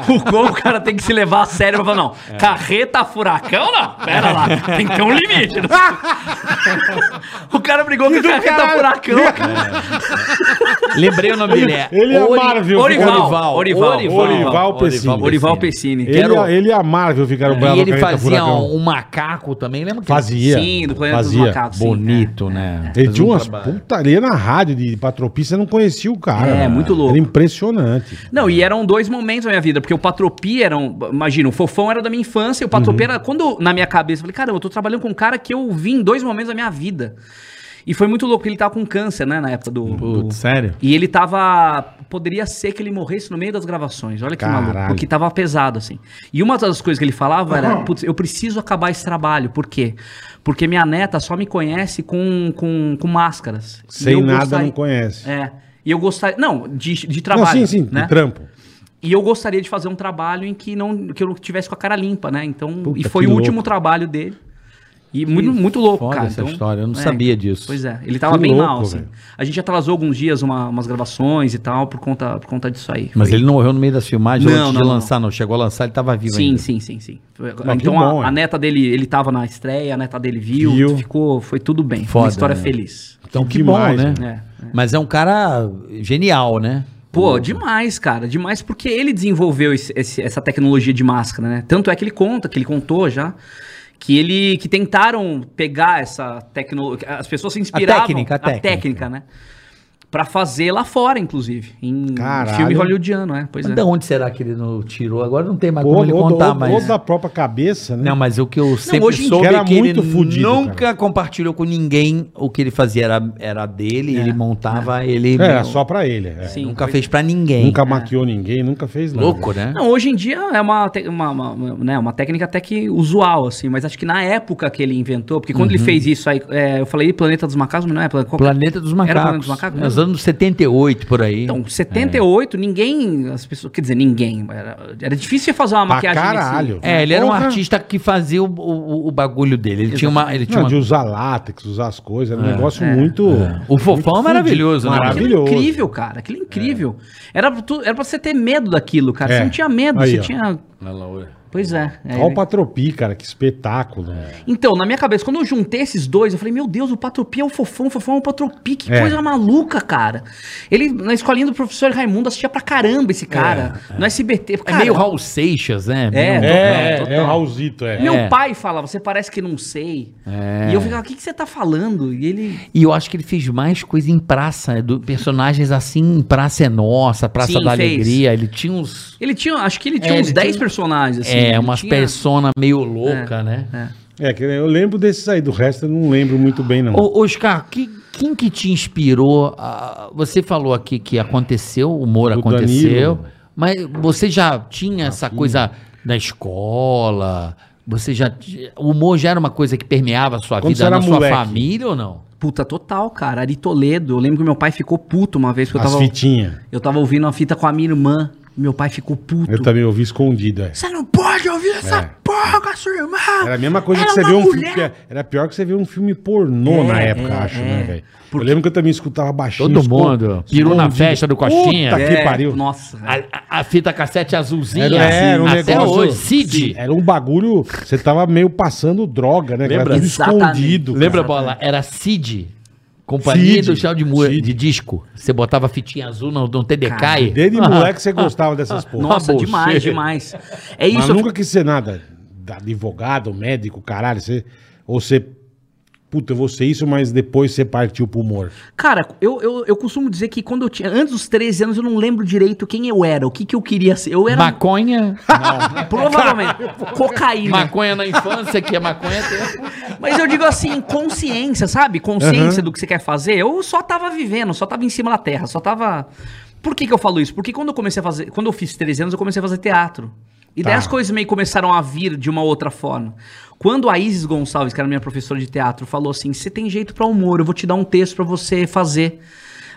Speaker 6: o como o cara tem que se levar a sério pra falar, não,
Speaker 4: É.
Speaker 6: carreta furacão não, pera lá, tem que ter um limite. o cara brigou com a carreta
Speaker 4: É.
Speaker 6: furacão, cara.
Speaker 3: Lembrei o nome dele. é
Speaker 4: Ele é Marvel.
Speaker 6: Orival.
Speaker 3: Orival.
Speaker 6: Orival.
Speaker 4: Orival Pessini.
Speaker 6: Orival Pessini.
Speaker 4: Ele, é-
Speaker 3: Quero-
Speaker 4: ele e a Marvel ficaram bravos
Speaker 3: E
Speaker 4: com
Speaker 3: ele
Speaker 4: a carreta
Speaker 3: fazia
Speaker 4: furacão.
Speaker 3: um, um macaco também, lembra? que
Speaker 4: Fazia.
Speaker 6: Sim, do Planeta
Speaker 4: fazia.
Speaker 6: dos Macacos. sim, é.
Speaker 3: Bonito, né?
Speaker 4: Ele
Speaker 3: Fazia
Speaker 4: tinha
Speaker 3: um
Speaker 4: umas
Speaker 3: trabalho.
Speaker 4: putaria na rádio de Patropi, você não conhecia o cara.
Speaker 6: É,
Speaker 4: né?
Speaker 6: muito louco.
Speaker 4: Era impressionante.
Speaker 6: Não, e eram dois momentos da minha vida, porque o Patropi era um. Imagina, o Fofão era da minha infância, e o Patropi
Speaker 4: Uhum.
Speaker 6: era. Quando na minha cabeça, eu falei, caramba, eu tô trabalhando com um cara que eu vi em dois momentos da minha vida. E foi muito louco, porque ele tava com câncer, né, na época do. do-
Speaker 3: Putz, sério?
Speaker 6: E ele tava. Poderia ser que ele morresse no meio das gravações. Olha que maluco.
Speaker 4: Caralho.
Speaker 6: Porque tava pesado, assim. E uma das coisas que ele falava era: putz, eu preciso acabar esse trabalho. Por quê? Porque minha neta só me conhece com, com, com máscaras. E
Speaker 4: Sem
Speaker 6: eu
Speaker 4: nada,
Speaker 6: gostaria-
Speaker 3: É,
Speaker 4: não conhece.
Speaker 6: É. E eu gostaria. Não, de, de
Speaker 4: não,
Speaker 6: trabalho.
Speaker 4: sim, sim,
Speaker 6: né?
Speaker 4: trampo.
Speaker 6: E eu gostaria de fazer um trabalho em que não que eu não tivesse com a cara limpa, né? Então,
Speaker 4: Puta,
Speaker 6: e foi
Speaker 4: que
Speaker 6: o último
Speaker 4: louco.
Speaker 6: trabalho dele. E muito, muito louco,
Speaker 3: foda
Speaker 6: cara. Então,
Speaker 3: essa história, eu não sabia disso.
Speaker 6: Pois é, ele tava
Speaker 4: Que
Speaker 6: bem
Speaker 4: louco,
Speaker 6: mal, assim.
Speaker 4: velho.
Speaker 6: A gente atrasou alguns dias uma- umas gravações e tal por conta, por conta disso aí.
Speaker 3: Mas é
Speaker 6: Foi-
Speaker 3: ele não morreu no meio das filmagens
Speaker 6: Não,
Speaker 3: antes
Speaker 6: não,
Speaker 3: de
Speaker 6: não.
Speaker 3: lançar, não. Chegou a lançar, ele tava vivo
Speaker 6: Sim,
Speaker 3: ainda.
Speaker 6: sim, sim, sim. Foi-
Speaker 4: que
Speaker 6: então
Speaker 4: bom,
Speaker 6: a,
Speaker 4: hein?
Speaker 6: a neta dele, ele tava na estreia, a neta dele viu,
Speaker 4: Viu.
Speaker 6: ficou, foi tudo bem. Foi
Speaker 3: Foda,
Speaker 6: uma história
Speaker 3: né?
Speaker 6: feliz.
Speaker 3: Então que
Speaker 4: Demais,
Speaker 3: bom, né?
Speaker 6: né?
Speaker 3: Mas é um cara genial, né?
Speaker 6: Pô, demais, cara, demais, porque ele desenvolveu esse- esse- essa tecnologia de máscara, né? Tanto é que ele conta, que ele contou já, que ele que tentaram pegar essa tecnologia, as pessoas se inspiravam
Speaker 3: técnica, a técnica.
Speaker 6: né? Pra fazer lá fora, inclusive, em
Speaker 4: Caralho.
Speaker 6: filme hollywoodiano, né? Pois
Speaker 3: Mas
Speaker 6: é.
Speaker 3: de onde será que ele não tirou? Agora não tem mais
Speaker 4: Ou,
Speaker 3: como ele
Speaker 4: ou-
Speaker 3: contar,
Speaker 4: ou-
Speaker 3: mas...
Speaker 4: ou da própria cabeça, né?
Speaker 3: Não, mas o que eu sempre
Speaker 6: hoje em
Speaker 3: soube
Speaker 4: dia era
Speaker 3: é que
Speaker 4: muito
Speaker 3: ele
Speaker 4: fudido,
Speaker 3: nunca
Speaker 4: cara.
Speaker 3: compartilhou com ninguém o que ele fazia era, era dele,
Speaker 6: É,
Speaker 3: ele montava, ele
Speaker 4: É,
Speaker 3: meu,
Speaker 4: só pra ele. é.
Speaker 6: Sim,
Speaker 3: nunca
Speaker 6: foi-
Speaker 3: fez pra ninguém.
Speaker 4: Nunca maquiou ninguém, nunca fez nada.
Speaker 3: Louco, né?
Speaker 6: Não, hoje em dia é uma, te- uma, uma- uma- né, uma técnica até que usual, assim, mas acho que na época que ele inventou, porque
Speaker 3: Uhum.
Speaker 6: quando ele fez isso aí, é, eu falei Planeta dos Macacos, mas não é Planeta... qual que é?
Speaker 3: Planeta dos
Speaker 6: Era
Speaker 3: Macacos.
Speaker 6: Planeta dos Macacos
Speaker 3: Nos
Speaker 6: mesmo?
Speaker 3: anos 78, por aí.
Speaker 6: Então,
Speaker 4: É.
Speaker 6: 78, ninguém, as pessoas, quer dizer, ninguém, era, era difícil fazer uma
Speaker 4: Pra
Speaker 6: maquiagem nesse-
Speaker 4: caralho.
Speaker 3: é, ele era um
Speaker 4: Porra.
Speaker 3: artista que fazia o, o, o bagulho dele. Ele tinha uma... Ele tinha
Speaker 4: Não,
Speaker 3: uma-
Speaker 4: de usar látex, usar as coisas, era um negócio muito.
Speaker 3: O fofão
Speaker 4: muito
Speaker 3: é maravilhoso,
Speaker 4: fudido,
Speaker 3: né?
Speaker 6: Aquilo
Speaker 4: Maravilhoso.
Speaker 6: é incrível, cara, aquilo é incrível. Era, pra tu, era pra você ter medo daquilo, cara,
Speaker 4: É.
Speaker 6: você não tinha medo,
Speaker 4: Aí,
Speaker 6: você
Speaker 4: ó.
Speaker 6: tinha... Pois é. é,
Speaker 3: né?
Speaker 4: Olha o Patropi, cara, que espetáculo.
Speaker 3: É,
Speaker 6: Então, na minha cabeça, quando eu juntei esses dois, eu falei, meu Deus, o Patropi é o fofão, o fofão é o Patropi, que
Speaker 4: É.
Speaker 6: coisa maluca, cara. Ele, na escolinha do professor Raimundo, assistia pra caramba esse cara, no SBT.
Speaker 3: É
Speaker 6: cara,
Speaker 3: meio Raul Seixas, né?
Speaker 6: É,
Speaker 3: Meio-
Speaker 6: É,
Speaker 4: É, é o Raulzito, é.
Speaker 6: Meu
Speaker 3: É.
Speaker 6: pai falava, você parece que não sei. E eu ficava, o que, que você tá falando? E ele...
Speaker 3: E eu acho que ele fez mais coisa em praça, né? do, personagens assim, em Praça é Nossa, Praça
Speaker 6: Sim,
Speaker 3: da
Speaker 6: fez.
Speaker 3: Alegria. Ele tinha uns...
Speaker 6: Ele tinha, acho que ele tinha
Speaker 3: É,
Speaker 6: uns
Speaker 3: ele
Speaker 6: 10
Speaker 3: tinha-
Speaker 6: personagens, assim.
Speaker 3: é,
Speaker 6: ele
Speaker 3: umas
Speaker 6: tinha-
Speaker 3: persona meio louca, né?
Speaker 4: É, que eu lembro desses aí, do resto eu não lembro muito bem, não.
Speaker 3: Ô, Oscar, que- quem que te inspirou? a- você falou aqui que aconteceu, o humor
Speaker 4: Do
Speaker 3: aconteceu,
Speaker 4: Danilo.
Speaker 3: mas você já tinha essa coisa da escola? Você já. t- O humor já era uma coisa que permeava a sua
Speaker 4: Quando você
Speaker 3: vida,
Speaker 4: era
Speaker 3: na sua
Speaker 4: moleque.
Speaker 3: família ou não?
Speaker 6: Puta, total, cara. Ari Toledo, eu lembro que meu pai ficou puto uma vez, que eu
Speaker 4: As
Speaker 6: tava,
Speaker 4: fitinhas.
Speaker 6: eu tava ouvindo uma fita com a minha irmã, meu pai ficou puto.
Speaker 4: Eu também ouvi escondido, é.
Speaker 5: Você não pode ouvir essa porra com a sua irmã.
Speaker 4: Era a mesma coisa
Speaker 5: Ah, Era
Speaker 4: que você
Speaker 5: uma
Speaker 4: vê um
Speaker 5: mulher.
Speaker 4: filme. que é- Era pior que você ver um filme pornô
Speaker 3: É,
Speaker 4: na época, acho, né, velho? Eu lembro que eu também escutava baixinho. um
Speaker 3: Todo
Speaker 4: esco-
Speaker 3: mundo. Peru na
Speaker 4: escondido.
Speaker 3: festa do Coxinha.
Speaker 4: Puta que pariu.
Speaker 6: É, Nossa.
Speaker 3: A, a- a fita cassete azulzinha.
Speaker 4: Era, era um
Speaker 3: até
Speaker 4: negócio.
Speaker 3: hoje. Cid.
Speaker 4: Sim, Era um bagulho. Você tava meio passando droga, né? Era
Speaker 3: Lembra?
Speaker 4: tudo
Speaker 6: Exatamente.
Speaker 4: escondido. cara.
Speaker 3: Lembra, bola? Era Cid. Companhia
Speaker 4: Cid,
Speaker 3: Industrial de, Mu-
Speaker 4: Cid.
Speaker 3: de Disco. Você botava fitinha azul no, no TDK. e-
Speaker 4: Desde moleque você gostava dessas porra.
Speaker 6: Nossa,
Speaker 3: Uma
Speaker 6: demais,
Speaker 3: bolcheira.
Speaker 6: demais. É
Speaker 4: Mas
Speaker 6: isso. eu
Speaker 4: nunca quis ser nada. da- Advogado, médico, caralho. Você, ou você. Puta, eu vou ser isso, mas depois você partiu pro humor.
Speaker 6: Cara, eu, eu, eu costumo dizer que quando eu tinha. Antes dos 13 anos, eu não lembro direito quem eu era, o que, que eu queria ser. Eu era
Speaker 3: Maconha.
Speaker 6: provavelmente cocaína.
Speaker 3: maconha na infância, que é maconha.
Speaker 6: Mas eu digo assim, consciência, sabe? Consciência do que você quer fazer. Eu só tava vivendo, só tava em cima da terra, só tava. Por que, que eu falo isso? Porque quando eu comecei a fazer. Quando eu fiz 13 anos, eu comecei a fazer teatro. E daí
Speaker 4: Tá.
Speaker 6: as coisas meio começaram a vir de uma outra forma. Quando a Isis Gonçalves, que era minha professora de teatro, falou assim: você tem jeito pra humor, eu vou te dar um texto pra você fazer.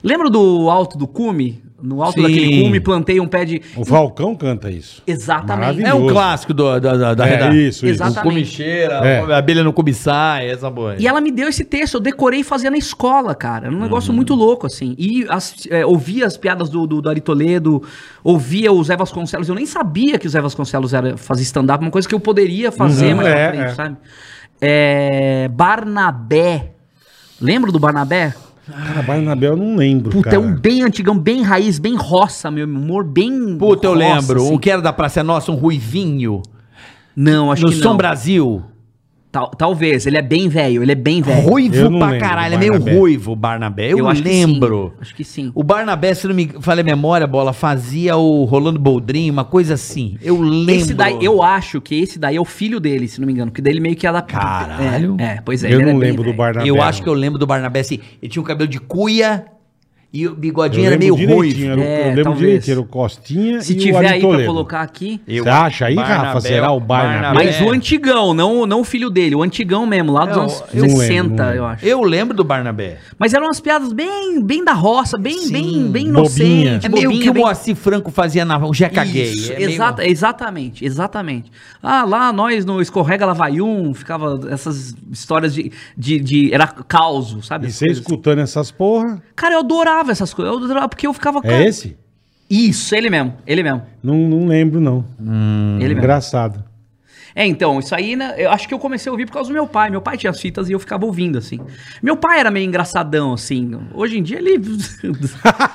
Speaker 6: Lembra do Alto do Cume? No alto
Speaker 3: Sim.
Speaker 6: daquele cume, plantei um pé de.
Speaker 4: O Falcão canta isso.
Speaker 6: Exatamente.
Speaker 4: Maravilhoso.
Speaker 3: É um clássico do, da, da, da
Speaker 4: É,
Speaker 3: redação.
Speaker 4: isso, isso.
Speaker 6: Exatamente.
Speaker 3: Comicheira,
Speaker 4: É.
Speaker 3: a abelha no cobiçai, essa boa.
Speaker 6: E ela me deu esse texto, eu decorei e fazia na escola, cara. Era um negócio
Speaker 3: Uhum.
Speaker 6: muito louco, assim. E as, é, ouvia as piadas do, do, do Ari Toledo, ouvia o Zé Vasconcelos. Eu nem sabia que o Zé Vasconcelos era fazer stand-up, uma coisa que eu poderia fazer
Speaker 4: Uhum,
Speaker 6: mais
Speaker 4: é,
Speaker 6: pra frente,
Speaker 4: é.
Speaker 6: sabe? É, Barnabé. Lembra do Barnabé?
Speaker 4: Cara, Barnabé eu não lembro.
Speaker 6: Puta,
Speaker 4: cara.
Speaker 6: é um bem antigão, bem raiz, bem roça, meu humor, bem.
Speaker 3: Puta, eu
Speaker 6: roça,
Speaker 3: lembro.
Speaker 6: assim.
Speaker 3: O que era da Praça é Nossa, um ruivinho.
Speaker 6: Não, acho
Speaker 3: no
Speaker 6: que não.
Speaker 3: Som Brasil.
Speaker 6: Tal- talvez, ele é bem velho, ele é bem velho.
Speaker 4: Eu
Speaker 3: Ruivo
Speaker 4: não
Speaker 3: pra
Speaker 4: lembro do
Speaker 3: caralho. É meio
Speaker 4: Barnabé.
Speaker 3: ruivo o Barnabé. Eu,
Speaker 6: acho que sim,
Speaker 3: lembro.
Speaker 6: Acho que sim.
Speaker 3: O Barnabé, se não me falha a memória, bola, fazia o Rolando Boldrin, uma coisa assim. Eu lembro.
Speaker 6: Esse daí, eu acho que esse daí é o filho dele, se não me engano, porque daí ele meio que adapta.
Speaker 3: Caralho.
Speaker 6: É, é, pois é.
Speaker 4: Eu
Speaker 6: ele era
Speaker 4: não
Speaker 6: bem
Speaker 4: lembro do
Speaker 6: velho.
Speaker 4: Barnabé.
Speaker 3: eu acho que eu lembro do Barnabé assim. Ele tinha um cabelo de cuia E o
Speaker 4: Eu
Speaker 3: bigodinho era
Speaker 4: lembro
Speaker 3: meio
Speaker 4: direitinho,
Speaker 3: ruim.
Speaker 4: era o-
Speaker 6: É,
Speaker 4: eu lembro
Speaker 6: talvez.
Speaker 4: direitinho, era o Costinha
Speaker 6: Se
Speaker 4: e o
Speaker 6: tiver
Speaker 4: Ali
Speaker 6: aí pra
Speaker 4: Toledo.
Speaker 6: colocar aqui.
Speaker 4: Você acha aí, Rafa? Será o Barnabé?
Speaker 6: Mas
Speaker 3: É.
Speaker 6: o antigão, não, o- não o filho dele, o antigão mesmo, lá dos
Speaker 3: É,
Speaker 6: anos
Speaker 3: eu-
Speaker 4: eu
Speaker 6: 60,
Speaker 4: lembro, não
Speaker 6: eu acho.
Speaker 3: Eu lembro do Barnabé.
Speaker 6: Mas eram umas piadas bem, bem da roça, bem,
Speaker 3: Sim,
Speaker 6: bem, bem
Speaker 4: bobinha.
Speaker 6: inocente.
Speaker 3: É meio
Speaker 6: bobinha,
Speaker 3: que o
Speaker 6: bem-
Speaker 3: Moacir Franco fazia na o Jeca
Speaker 6: Isso,
Speaker 3: Gay. É meio-
Speaker 6: exata- Exatamente, exatamente. Ah, lá nós no Escorrega Lavaium, ficava essas histórias de. de, de- era caos, sabe?
Speaker 4: E
Speaker 6: Essas
Speaker 4: você
Speaker 6: coisas.
Speaker 4: escutando essas porra,
Speaker 6: Cara, eu adorava essas coisas. Eu adorava, porque eu ficava. cara,
Speaker 4: é esse?
Speaker 6: Isso, ele mesmo, ele mesmo.
Speaker 4: Não, não lembro, não. Hum,
Speaker 6: ele mesmo.
Speaker 4: Engraçado.
Speaker 6: É, então, isso aí, né, eu acho que eu comecei a ouvir por causa do meu pai. Meu pai tinha as fitas e eu ficava ouvindo, assim. Meu pai era meio engraçadão, assim. Hoje em dia ele.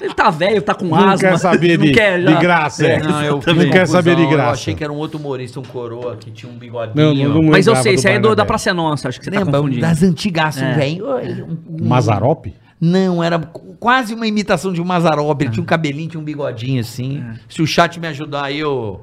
Speaker 6: ele tá velho, tá com
Speaker 4: Não
Speaker 6: asma.
Speaker 4: quer saber
Speaker 6: não
Speaker 4: de,
Speaker 6: quer já.
Speaker 4: de graça. é.
Speaker 3: Não, Ah, eu
Speaker 4: não
Speaker 3: fiz
Speaker 4: quer saber de
Speaker 3: confusão, Eu
Speaker 4: graça.
Speaker 3: achei que era um outro humorista, um coroa, que tinha um
Speaker 4: Não,
Speaker 3: bigodinho.
Speaker 4: não, não
Speaker 6: Mas eu
Speaker 4: lembrava
Speaker 6: sei, isso aí é do- da
Speaker 4: Barnabé.
Speaker 6: Praça é Nossa, acho que você tá
Speaker 3: Lembra? um
Speaker 6: confundindo.
Speaker 3: das antigas, um
Speaker 6: É.
Speaker 3: velho. Oi, um- um-
Speaker 4: Mazarope?
Speaker 3: Não, era qu- quase uma imitação de um Mazarop. Ele tinha um cabelinho, tinha um bigodinho assim.
Speaker 6: É.
Speaker 3: Se o chat me ajudar aí, eu,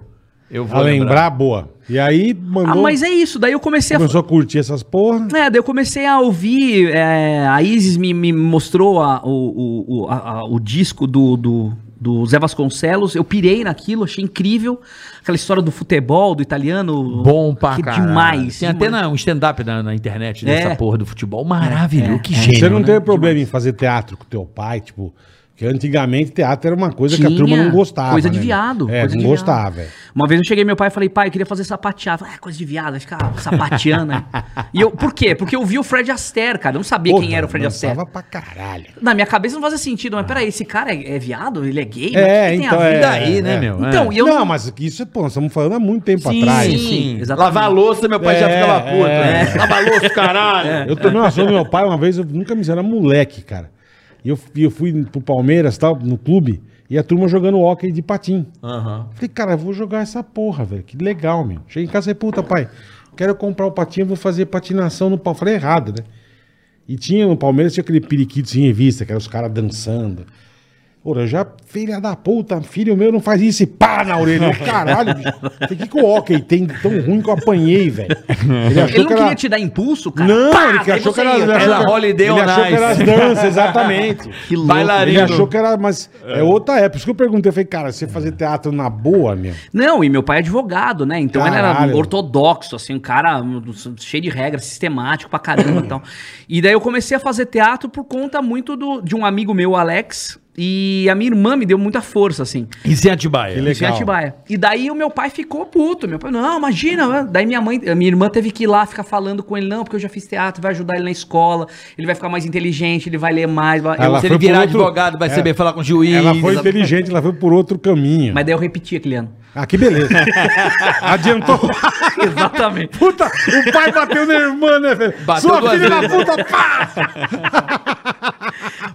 Speaker 3: eu vou
Speaker 4: A lembrar, boa. E aí
Speaker 6: Ah,
Speaker 4: mandou.
Speaker 6: mas é isso, daí eu comecei a.
Speaker 4: Começou a curtir essas porra.
Speaker 6: É, daí eu comecei a ouvir. é, a Isis me, me mostrou a- o, o, o, a- a- o disco do, do, do Zé Vasconcelos. Eu pirei naquilo, achei incrível. Aquela história do futebol, do italiano.
Speaker 3: Bom pra
Speaker 6: que
Speaker 3: caralho.
Speaker 6: demais.
Speaker 3: Tem até
Speaker 6: demais.
Speaker 3: na- um stand-up na, na internet dessa
Speaker 6: É.
Speaker 3: porra do futebol. Maravilhoso, que gênio.
Speaker 4: Você não
Speaker 3: né?
Speaker 4: teve problema em fazer teatro com teu pai, tipo. Porque antigamente teatro era uma coisa que a
Speaker 6: Tinha.
Speaker 4: turma não gostava.
Speaker 6: Coisa de
Speaker 4: né?
Speaker 6: viado,
Speaker 4: É,
Speaker 6: coisa
Speaker 4: não
Speaker 6: de viado.
Speaker 4: gostava, velho.
Speaker 6: Uma vez eu cheguei meu pai e falei, pai, eu queria fazer sapateado. Ah, coisa de viado, ficar sapateando. né? e eu, por quê? Porque eu vi o Fred Astaire, cara. Eu não sabia
Speaker 4: Pô,
Speaker 6: quem era o Fred
Speaker 4: dançava
Speaker 6: Astaire.
Speaker 4: pra caralho.
Speaker 6: Na minha cabeça não fazia sentido, mas peraí, esse cara é, é viado? Ele é gay?
Speaker 4: É,
Speaker 6: Mas o que que
Speaker 4: então
Speaker 3: E
Speaker 4: é.
Speaker 3: daí, né,
Speaker 4: é.
Speaker 3: meu?
Speaker 6: Então, e eu
Speaker 4: não,
Speaker 6: não-
Speaker 4: mas isso, pô, nós estamos falando há muito tempo
Speaker 3: Sim,
Speaker 4: atrás.
Speaker 3: sim.
Speaker 6: exatamente.
Speaker 3: Lavar a louça, meu pai já
Speaker 4: É,
Speaker 3: ficava puto.
Speaker 4: é.
Speaker 3: né? Lava a louça, caralho.
Speaker 4: Eu tomei uma surra do meu pai uma vez, eu nunca me era moleque, cara. E eu, e eu fui pro Palmeiras, tal, no clube, e a turma jogando hóquei de patim. Falei, cara, eu vou jogar essa porra, velho. Que legal, meu. Cheguei em casa e falei, puta, pai, quero comprar o patinho, vou fazer patinação no pau. Falei errado, né? E tinha no Palmeiras, tinha aquele periquitos em revista, que eram os caras dançando. Ora, eu já, filha da puta, filho meu, não faz isso e pá na orelha. Eu, Caralho, bicho. Falei, O que, que o hóquei tem de tão ruim que eu apanhei, velho? Ele achou
Speaker 6: Ele não
Speaker 4: que era-
Speaker 6: queria te dar impulso, cara?
Speaker 4: não,
Speaker 6: Pá,
Speaker 4: ele que
Speaker 6: daí
Speaker 4: achou que
Speaker 6: você
Speaker 4: era,
Speaker 6: ia.
Speaker 4: ele achou
Speaker 3: Era
Speaker 4: que-
Speaker 3: Holiday
Speaker 4: Ele
Speaker 3: on
Speaker 4: achou que
Speaker 3: Ice.
Speaker 4: era as danças, exatamente.
Speaker 6: Que louco.
Speaker 3: Bailarino.
Speaker 4: Ele achou que era, mas é outra época. Por isso que eu perguntei, eu falei, cara, você fazer teatro na boa, meu?
Speaker 6: Não, e meu pai é advogado, né? Então ele
Speaker 4: Caralho.
Speaker 6: era ortodoxo, assim, um cara um, cheio de regras, sistemático pra caramba e tal. E daí eu comecei a fazer teatro por conta muito do, de um amigo meu, o Alex, e a minha irmã me deu muita força, assim.
Speaker 3: E se Atibaia?
Speaker 4: Ele-
Speaker 6: Isso em
Speaker 4: Legal.
Speaker 6: Atibaia. E daí o meu pai ficou puto. Meu pai, não, imagina. né? Daí minha mãe, minha irmã teve que ir lá ficar falando com ele, não, porque eu já fiz teatro, vai ajudar ele na escola, ele vai ficar mais inteligente, ele vai ler mais. blá-
Speaker 4: Ela
Speaker 3: se
Speaker 4: foi
Speaker 3: ele virar
Speaker 4: por outro- é.
Speaker 3: advogado, vai saber falar com o juiz.
Speaker 4: Ela foi inteligente, ela foi por outro caminho.
Speaker 6: Mas daí eu repeti aquele ano.
Speaker 4: Ah, que beleza. Adiantou.
Speaker 6: Exatamente.
Speaker 4: Puta, o pai bateu na irmã, né, velho?
Speaker 3: Bateu
Speaker 4: Sua
Speaker 3: duas
Speaker 4: filha da
Speaker 3: vezes.
Speaker 4: puta, pá!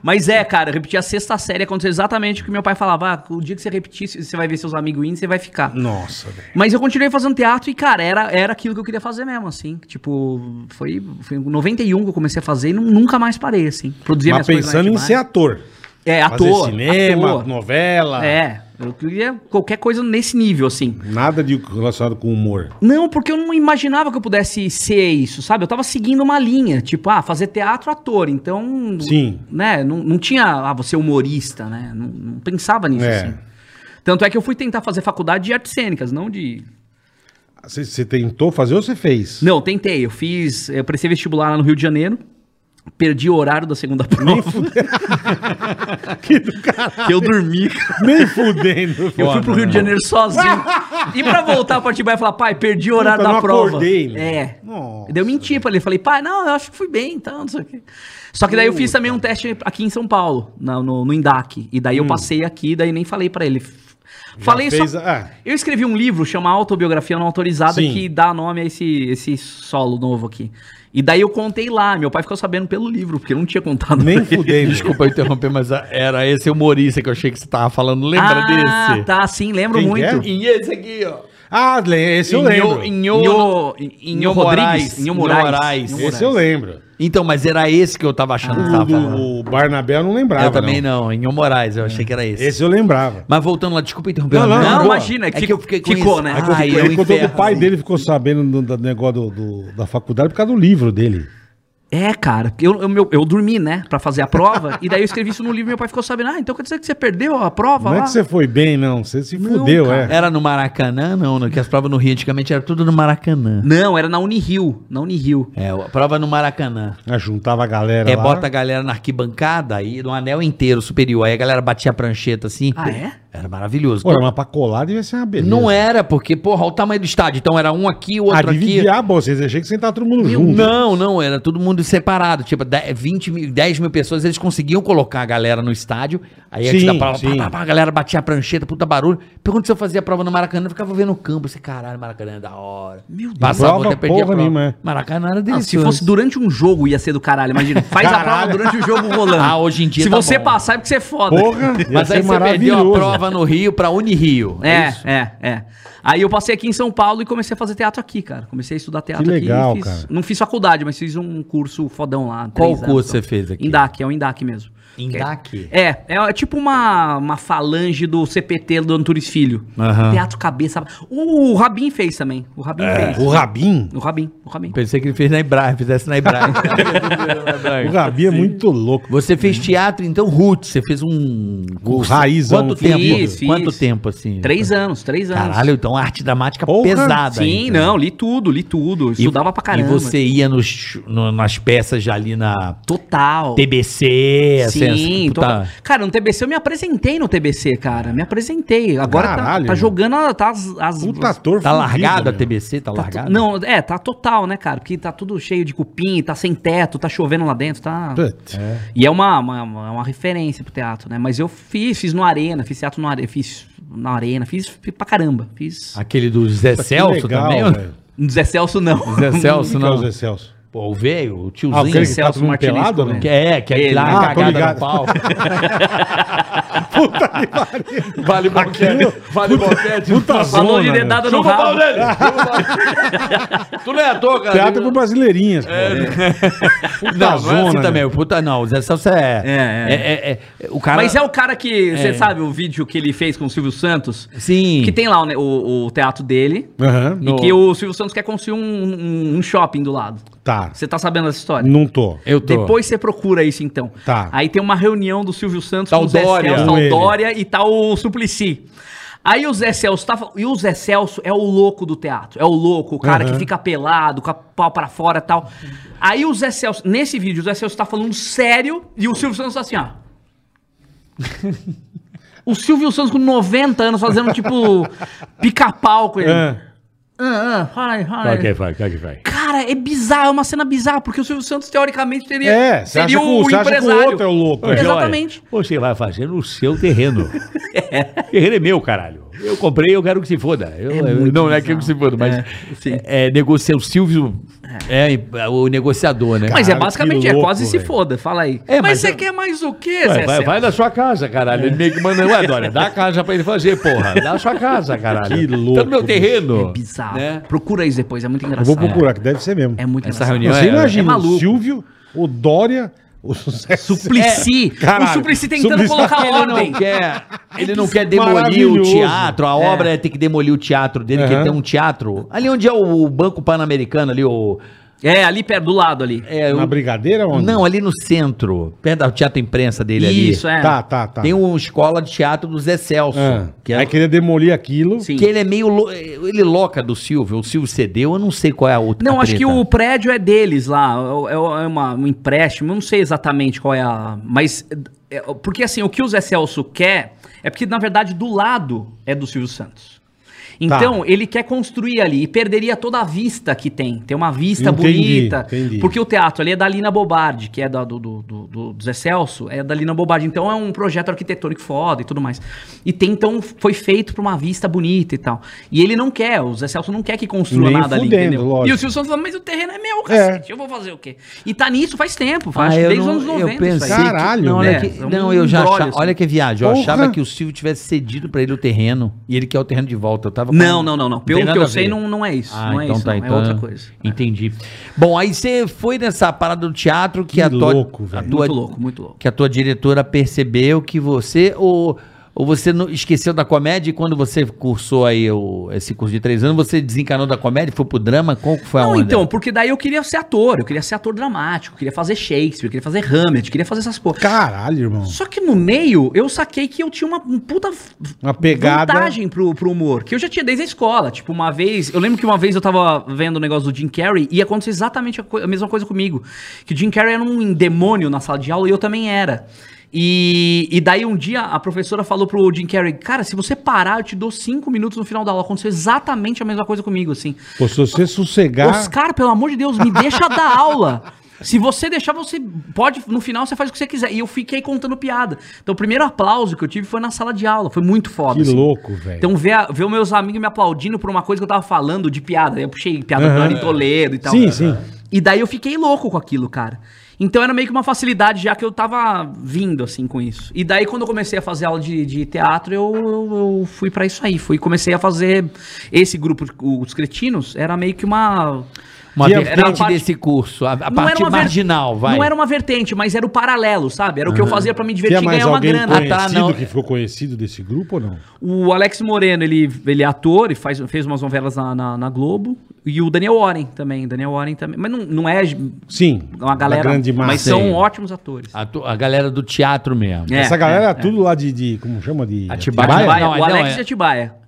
Speaker 6: Mas é, cara, eu repeti a sexta série, aconteceu exatamente o que meu pai falava. Ah, o dia que você repetir, você vai ver seus amigos indo, você vai ficar.
Speaker 4: Nossa, velho.
Speaker 6: Mas eu continuei fazendo teatro e, cara, era, era aquilo que eu queria fazer mesmo, assim. Tipo, foi, foi em 91 que eu comecei a fazer e nu- nunca mais parei, assim. Produzia
Speaker 4: Mas
Speaker 6: minhas
Speaker 4: pensando em
Speaker 6: coisas.
Speaker 4: ser ator.
Speaker 6: É, ator.
Speaker 4: fazer cinema,
Speaker 6: ator.
Speaker 4: novela.
Speaker 6: É, eu queria qualquer coisa nesse nível, assim.
Speaker 4: Nada de relacionado com humor.
Speaker 6: Não, porque eu não imaginava que eu pudesse ser isso, sabe? Eu tava seguindo uma linha, tipo, ah, fazer teatro, ator. Então,
Speaker 4: Sim.
Speaker 6: né, não, não tinha, ah, você é humorista, né? Não, não pensava nisso,
Speaker 4: É.
Speaker 6: assim. Tanto é que eu fui tentar fazer faculdade de artes cênicas, não de...
Speaker 4: Você- Você tentou fazer ou você fez?
Speaker 6: Não, tentei, eu fiz, eu prestei vestibular lá no Rio de Janeiro, perdi o horário da segunda prova,
Speaker 4: Que do caralho.
Speaker 6: eu dormi, cara.
Speaker 4: Nem fudendo.
Speaker 6: Eu fui pro
Speaker 4: né?
Speaker 6: Rio de Janeiro sozinho. e pra voltar pra Atibaia, eu falar, pai, perdi o horário
Speaker 4: Puta,
Speaker 6: da
Speaker 4: não
Speaker 6: prova.
Speaker 4: acordei, meu.
Speaker 6: É.
Speaker 4: Nossa,
Speaker 6: Deu mentir pra ele. Falei, pai, não, eu acho que fui bem, então, não sei o quê. Só que daí eu fiz também um teste aqui em São Paulo, na- no, no Indac. E daí eu passei aqui, daí nem falei pra ele. Falei
Speaker 4: Hum. fez
Speaker 6: só...
Speaker 4: a- ah.
Speaker 6: Eu escrevi um livro, chama Autobiografia Não Autorizada,
Speaker 4: Sim.
Speaker 6: que dá nome a esse, esse solo novo aqui. E daí eu contei lá, meu pai ficou sabendo pelo livro, porque eu não tinha contado Ah,
Speaker 4: Nem
Speaker 6: pra ele.
Speaker 4: fudendo.
Speaker 3: Desculpa eu interromper, mas a- era esse humorista que eu achei que você tava falando. Lembra
Speaker 6: ah,
Speaker 3: desse?
Speaker 6: tá, sim, lembro
Speaker 4: Quem que
Speaker 6: muito.
Speaker 4: é?
Speaker 3: E esse aqui, ó.
Speaker 4: Ah, le- esse eu lembro.
Speaker 6: Inho, Inho,
Speaker 3: Inho Moraes.
Speaker 6: Rodrigues.
Speaker 3: Inho
Speaker 6: Inho Moraes.
Speaker 3: Moraes.
Speaker 6: Inho
Speaker 4: Esse eu lembro.
Speaker 3: Então, mas era esse que eu tava achando que
Speaker 4: O
Speaker 7: Tá,
Speaker 3: tava falando.
Speaker 4: Ah, do Barnabé eu não lembrava.
Speaker 3: eu também não. Inho Moraes, eu achei que era esse.
Speaker 4: Esse eu lembrava.
Speaker 3: Mas voltando lá, desculpa interromper.
Speaker 4: Não,
Speaker 3: mas
Speaker 4: não,
Speaker 3: me
Speaker 6: Não,
Speaker 3: lembrou.
Speaker 6: imagina,
Speaker 3: É
Speaker 6: que
Speaker 3: que eu fiquei com
Speaker 6: ficou,
Speaker 3: isso.
Speaker 6: né?
Speaker 3: Aí
Speaker 6: Ah,
Speaker 3: eu
Speaker 7: é um
Speaker 4: ele contou que
Speaker 3: inferno,
Speaker 4: o pai
Speaker 3: assim.
Speaker 4: dele ficou sabendo do, do negócio do, do- da faculdade por causa do livro dele.
Speaker 6: É, cara, eu, eu, meu- eu dormi, né, pra fazer a prova, e daí eu escrevi isso no livro e meu pai ficou sabendo, ah, então quer dizer que você perdeu a prova
Speaker 4: Não é
Speaker 6: lá?
Speaker 4: que você foi bem, não. Você se
Speaker 6: Não,
Speaker 4: fudeu,
Speaker 6: cara.
Speaker 4: é.
Speaker 7: Era no Maracanã, não, né? que as provas no Rio antigamente era tudo no Maracanã.
Speaker 6: Não, era na Unirio, na Unirio.
Speaker 7: É, a prova no Maracanã.
Speaker 4: Ah, Juntava a galera
Speaker 7: É,
Speaker 4: lá.
Speaker 7: bota a galera na arquibancada aí, no anel inteiro superior. Aí a galera batia a prancheta assim.
Speaker 6: Ah, é?
Speaker 7: Era maravilhoso.
Speaker 4: Ora, mas pra colar devia ser uma beleza.
Speaker 7: não era, porque, porra, olha o tamanho do estádio. Então era um aqui, o
Speaker 4: Ah,
Speaker 7: outro aqui.
Speaker 4: dividia, ah, bom, vocês achei que sentava todo mundo junto.
Speaker 7: Não, não, era todo mundo separado. Tipo, 10, 20 mil, 10 mil pessoas, eles conseguiam colocar a galera no estádio. Aí a, gente
Speaker 4: Sim,
Speaker 7: dava pra lá,
Speaker 4: sim.
Speaker 7: pá, pá, pá, a galera batia a prancheta, puta barulho. Pergunta se eu fazia prova no Maracanã, eu ficava vendo o campo, assim, caralho, Maracanã é da hora. Meu
Speaker 4: Tá
Speaker 7: Deus, Passava,
Speaker 4: Prova
Speaker 7: até perdi a
Speaker 4: porra
Speaker 7: prova.
Speaker 4: nenhuma, é.
Speaker 7: Maracanã era
Speaker 6: Ah,
Speaker 7: delicioso.
Speaker 6: se fosse durante um jogo ia ser do caralho, imagina. Faz a prova
Speaker 4: Caralho.
Speaker 6: durante o jogo rolando.
Speaker 7: Ah, hoje em dia
Speaker 6: Se
Speaker 7: tá
Speaker 6: você
Speaker 7: bom.
Speaker 6: passar é porque você é foda.
Speaker 4: Porra, ia
Speaker 7: Mas
Speaker 4: ser
Speaker 7: aí você perdeu a
Speaker 4: maravilhoso.
Speaker 7: prova no Rio pra Unirio. né?
Speaker 6: É, é, é. Aí eu passei aqui em São Paulo e comecei a fazer teatro aqui, cara. Comecei a estudar teatro
Speaker 4: Que legal,
Speaker 6: aqui. e fiz-
Speaker 4: cara.
Speaker 6: Não fiz faculdade, mas fiz um curso fodão lá.
Speaker 7: Qual
Speaker 6: três anos,
Speaker 7: curso
Speaker 6: então.
Speaker 7: você fez aqui?
Speaker 6: Indac, é o Indac mesmo.
Speaker 7: Indac?
Speaker 6: É, é, é tipo uma, uma falange do CPT do Antunes Filho.
Speaker 7: Aham. É.
Speaker 6: Teatro cabeça. Uh, O Rabin fez também. O Rabin fez.
Speaker 4: O Rabin?
Speaker 6: O Rabin, o Rabin.
Speaker 7: Pensei que ele fez na Ibrahim, fizesse na Ibrahim.
Speaker 4: O Rabin é muito louco.
Speaker 7: Você fez teatro, então, Ruth, você fez um curso.
Speaker 4: raizão.
Speaker 7: Quanto
Speaker 4: Fiz,
Speaker 7: tempo?
Speaker 6: fiz.
Speaker 7: Quanto tempo, assim?
Speaker 6: Três anos, três anos.
Speaker 7: Caralho, então arte dramática
Speaker 4: Porra.
Speaker 7: pesada.
Speaker 6: Sim,
Speaker 7: então.
Speaker 6: não, li tudo, li tudo.
Speaker 7: E-
Speaker 6: Estudava pra caramba.
Speaker 7: E você ia nos- no- nas peças já ali na
Speaker 6: Total.
Speaker 7: TBC, assim, assim,
Speaker 6: Sim,
Speaker 7: puta-
Speaker 6: tô... cara, no TBC eu me apresentei no TBC, cara. Me apresentei. Agora tá,
Speaker 4: Caralho,
Speaker 6: tá
Speaker 4: irmão.
Speaker 6: jogando a- tá as. as-
Speaker 4: Puta ator
Speaker 7: Tá
Speaker 4: fudido,
Speaker 7: largado a
Speaker 4: meu.
Speaker 7: TBC?
Speaker 6: tá
Speaker 7: Tá,
Speaker 6: to-
Speaker 7: largado?
Speaker 6: Não, é, tá total, né, cara? Porque tá tudo cheio de cupim, tá sem teto, tá chovendo lá dentro, tá.
Speaker 4: Putz.
Speaker 6: E é uma, uma, uma uma referência pro teatro, né? Mas eu fiz, fiz no Arena, fiz teatro no Arena, fiz na Arena, fiz, fiz pra caramba. Fiz.
Speaker 7: Aquele do Zé
Speaker 4: Puta, que
Speaker 7: Celso
Speaker 4: legal,
Speaker 7: também? ou não?
Speaker 4: velho.
Speaker 6: No Zé Celso, não.
Speaker 7: Zé
Speaker 4: Quem
Speaker 7: Celso,
Speaker 4: que é o
Speaker 7: não.
Speaker 4: Zé Celso?
Speaker 7: Pô, o velho, o
Speaker 4: Ah,
Speaker 7: tiozinho.
Speaker 4: aquele que tá
Speaker 6: Celso
Speaker 4: todo mundo
Speaker 6: Martinez
Speaker 4: pelado, né?
Speaker 6: Corrêa.
Speaker 7: Que é, que é
Speaker 6: Ele.
Speaker 7: lá
Speaker 6: Ah,
Speaker 7: a
Speaker 4: tô
Speaker 7: cagada no
Speaker 4: ligado.
Speaker 7: pau.
Speaker 4: Puta que pariu.
Speaker 7: vale boquete, vale boquete.
Speaker 4: Puta
Speaker 6: Falou de
Speaker 4: zona,
Speaker 6: dedada
Speaker 4: velho.
Speaker 6: no
Speaker 7: Chupa o pau
Speaker 6: rabo.
Speaker 7: dele! chupa o pau dele. tu não é ator, cara.
Speaker 4: Teatro pro brasileirinhas, pô.
Speaker 7: Puta não, não é assim
Speaker 4: zona,
Speaker 7: também.
Speaker 4: né?
Speaker 7: o Puta, não, o Zé Celso é.
Speaker 6: É, é.
Speaker 7: é- é- o cara.
Speaker 6: Mas é o cara que. Você
Speaker 7: É.
Speaker 6: sabe o vídeo que ele fez com o Silvio Santos?
Speaker 7: Sim.
Speaker 6: Que tem lá o, o- o teatro dele.
Speaker 4: Aham.
Speaker 7: No-
Speaker 6: E que o Silvio Santos quer construir um, um- um shopping do lado.
Speaker 4: Tá.
Speaker 6: Você tá sabendo dessa história?
Speaker 4: Não tô.
Speaker 7: Eu tô.
Speaker 6: Depois você procura isso, então.
Speaker 4: Tá.
Speaker 6: Aí tem uma reunião do Silvio Santos
Speaker 7: Tá o
Speaker 6: Zé
Speaker 7: Dória.
Speaker 6: Celso,
Speaker 4: Com
Speaker 6: tá o
Speaker 4: ele.
Speaker 6: Dória e tá o Suplicy. Aí o Zé Celso tava. E o Zé Celso é o louco do teatro. É o louco, o cara
Speaker 4: Aham.
Speaker 6: que fica pelado, com a pau pra fora e tal. Aí o Zé Celso. Nesse vídeo, o Zé Celso tá falando sério e o Silvio Santos tá assim, ó. o Silvio Santos com 90 anos fazendo tipo pica-pau com ele.
Speaker 4: É.
Speaker 6: Ah, ah, fala aí, fala aí.
Speaker 12: vai, qual que vai?
Speaker 6: Cara, é bizarro, é uma cena bizarra, porque o Silvio Santos, teoricamente, teria, um
Speaker 4: É, você acha que
Speaker 7: um
Speaker 4: o- você acha que o outro é o louco, é.
Speaker 6: Exatamente.
Speaker 12: Você vai fazer no seu terreno. Terreno é meu, caralho. Eu comprei, eu quero que se foda. Eu, eu-
Speaker 6: muito
Speaker 12: não, não é
Speaker 6: bizarro.
Speaker 12: que eu se foda, mas
Speaker 6: É, sim.
Speaker 12: é, é, negocia- o Silvio
Speaker 7: É, o negociador, né?
Speaker 6: Mas
Speaker 4: Cara,
Speaker 6: é basicamente,
Speaker 4: que
Speaker 6: é
Speaker 4: louco,
Speaker 6: quase se
Speaker 4: velho.
Speaker 6: foda, fala aí.
Speaker 7: É,
Speaker 6: mas,
Speaker 7: mas
Speaker 6: você
Speaker 7: eu-
Speaker 6: quer mais o quê, Zé
Speaker 4: é
Speaker 12: Vai, vai,
Speaker 4: assim,
Speaker 6: Celso?
Speaker 12: vai da sua casa, caralho. Ele meio que manda. Ué, Dória, dá a casa pra ele fazer, porra. Dá a sua casa, caralho.
Speaker 4: Que louco,
Speaker 12: Tá no meu
Speaker 4: bicho.
Speaker 12: terreno.
Speaker 6: É bizarro.
Speaker 7: Né?
Speaker 6: Procura isso depois, é muito
Speaker 4: Eu
Speaker 6: engraçado.
Speaker 4: vou procurar, que deve ser mesmo.
Speaker 6: É muito
Speaker 7: Essa
Speaker 6: engraçado.
Speaker 7: reunião
Speaker 4: Você
Speaker 7: é-
Speaker 6: é
Speaker 4: imagina
Speaker 6: maluco.
Speaker 4: o Silvio, o Dória, o Zé
Speaker 6: Suplicy.
Speaker 4: É. Caralho.
Speaker 6: o Suplicy tentando
Speaker 4: Suplicy-
Speaker 6: colocar
Speaker 7: Ele
Speaker 6: ordem.
Speaker 7: não quer, ele não quer demolir o
Speaker 4: É Maravilhoso.
Speaker 7: teatro, a obra é ter que demolir o teatro dele, que
Speaker 4: Aham.
Speaker 7: ele tem um teatro. Ali onde é o Banco Pan-Americano, ali, o.
Speaker 6: É, ali perto, do lado ali.
Speaker 7: é,
Speaker 4: Na
Speaker 7: o-
Speaker 4: brigadeira onde?
Speaker 7: não, ali no centro, perto do Teatro Imprensa dele ali.
Speaker 6: Isso, é.
Speaker 4: Tá, tá, tá.
Speaker 7: Tem uma escola de teatro do Zé Celso.
Speaker 4: Ah,
Speaker 7: Que,
Speaker 4: Aí
Speaker 7: é,
Speaker 4: queria demolir aquilo.
Speaker 6: Sim.
Speaker 7: que ele é meio. lo- Ele loca do Silvio. O Silvio cedeu, eu não sei qual é a outra.
Speaker 6: Não,
Speaker 7: a
Speaker 6: acho que
Speaker 7: treta.
Speaker 6: o prédio é deles lá. É é uma, um empréstimo, eu não sei exatamente qual é a. Mas. é- porque assim, o que o Zé Celso quer é porque, na verdade, do lado é do Silvio Santos.
Speaker 4: Tá.
Speaker 6: Então, ele quer construir ali e perderia toda a vista que tem. Tem uma vista
Speaker 4: Entendi,
Speaker 6: bonita.
Speaker 4: entendi.
Speaker 6: Porque o teatro ali é da Lina Bobardi, que é da- do, do, do, do- do Zé Celso, é da Lina Bobardi. Então é um projeto arquitetônico foda e tudo mais. E tem, então, foi feito pra uma vista bonita e tal. E ele não quer, o Zé Celso não quer que construa
Speaker 4: Nem
Speaker 6: nada ali,
Speaker 4: fudendo,
Speaker 6: entendeu? E
Speaker 4: lógico.
Speaker 6: o Silvio Santos falando, mas o terreno é meu, cacete, eu vou fazer o quê? E tá nisso faz tempo, faz,
Speaker 7: Ah,
Speaker 6: acho que
Speaker 7: eu
Speaker 6: desde os
Speaker 7: não-
Speaker 6: anos 90
Speaker 7: Eu pensei
Speaker 6: isso aí.
Speaker 7: que-
Speaker 4: Caralho,
Speaker 7: não, olha
Speaker 6: né?
Speaker 7: que-
Speaker 6: É um
Speaker 7: não, eu já
Speaker 6: embrólio,
Speaker 7: achava,
Speaker 6: assim.
Speaker 7: olha que viagem. Eu
Speaker 4: Porra.
Speaker 7: achava que o Silvio tivesse cedido pra ele o terreno e ele quer o terreno de volta. Eu tava um-
Speaker 6: Não, não, não, não. Pelo
Speaker 7: tem nada
Speaker 6: que eu
Speaker 7: a ver.
Speaker 6: sei, não, não é isso.
Speaker 7: Ah,
Speaker 6: não é
Speaker 7: então
Speaker 6: isso,
Speaker 7: tá,
Speaker 6: não.
Speaker 7: então.
Speaker 6: é outra coisa.
Speaker 7: Entendi. Bom, aí você foi nessa parada do teatro que, a tua
Speaker 4: louco,
Speaker 7: a
Speaker 4: velho.
Speaker 7: tua
Speaker 6: Muito louco, muito louco.
Speaker 7: que a tua diretora percebeu que você ou
Speaker 3: Ou você não- esqueceu da comédia e quando você cursou aí o- esse curso de três anos, você desencanou da comédia, foi pro drama? Qual que foi a
Speaker 6: Não,
Speaker 3: onda?
Speaker 6: então, porque daí eu queria ser ator, eu queria ser ator dramático, queria fazer Shakespeare, queria fazer Hamlet, queria fazer essas porra.
Speaker 4: Caralho, irmão.
Speaker 6: Só que no meio eu saquei que eu tinha uma um puta
Speaker 4: Uma pegada.
Speaker 6: vantagem pro, pro humor, que eu já tinha desde a escola. Tipo, uma vez. Eu lembro que uma vez eu tava vendo o negócio do Jim Carrey e aconteceu exatamente a, co- a mesma coisa comigo. Que o Jim Carrey era um demônio na sala de aula e eu também era. E, e daí um dia a professora falou pro Jim Carrey, cara, se você parar, eu te dou cinco minutos no final da aula. Aconteceu exatamente a mesma coisa comigo, assim.
Speaker 4: Pô, se você sossegar.
Speaker 6: Oscar, pelo amor de Deus, me deixa dar aula. Se você deixar, você pode, no final você faz o que você quiser. E eu fiquei contando piada. Então, o primeiro aplauso que eu tive foi na sala de aula. Foi muito foda.
Speaker 4: Que louco, velho.
Speaker 6: Então, ver, a- ver os meus amigos me aplaudindo por uma coisa que eu tava falando de piada. Eu puxei piada do Ari Toledo e tal.
Speaker 4: Sim, sim.
Speaker 6: E daí eu fiquei louco com aquilo, cara. Então era meio que uma facilidade já que eu tava vindo, assim, com isso. E daí quando eu comecei a fazer aula de, de teatro, eu, eu- eu fui pra isso aí. Fui, comecei a fazer esse grupo, os cretinos, era meio que uma...
Speaker 3: Uma
Speaker 4: E a-
Speaker 3: vertente
Speaker 6: era a parte-
Speaker 3: desse curso, a, a
Speaker 6: não era
Speaker 3: parte
Speaker 6: uma ver-
Speaker 3: marginal, vai. é
Speaker 6: Não era uma vertente, mas era o paralelo, sabe? Era o que eu fazia pra me divertir
Speaker 4: Tinha
Speaker 6: e
Speaker 4: mais
Speaker 6: ganhar é uma
Speaker 4: alguém
Speaker 6: grana.
Speaker 4: conhecido
Speaker 3: Ah, tá, não.
Speaker 4: que ficou conhecido desse grupo ou não?
Speaker 6: O Alex Moreno, ele, ele é ator e faz, fez umas novelas na, na, na Globo. E o Daniel Warren também. Daniel Warren também. Mas não, não é
Speaker 4: Sim.
Speaker 6: uma
Speaker 4: da
Speaker 6: galera.
Speaker 4: grande massa. Ah,
Speaker 6: mas
Speaker 3: Sim.
Speaker 6: são ótimos atores.
Speaker 3: A, tu- a galera do teatro mesmo.
Speaker 6: É,
Speaker 4: Essa
Speaker 6: é,
Speaker 4: galera
Speaker 6: é.
Speaker 4: tudo lá de, de- Como chama? De.
Speaker 3: Atibaia?
Speaker 6: Atibaia,
Speaker 3: Não,
Speaker 6: o
Speaker 3: não,
Speaker 6: Alex
Speaker 3: é.
Speaker 6: de Atibaia.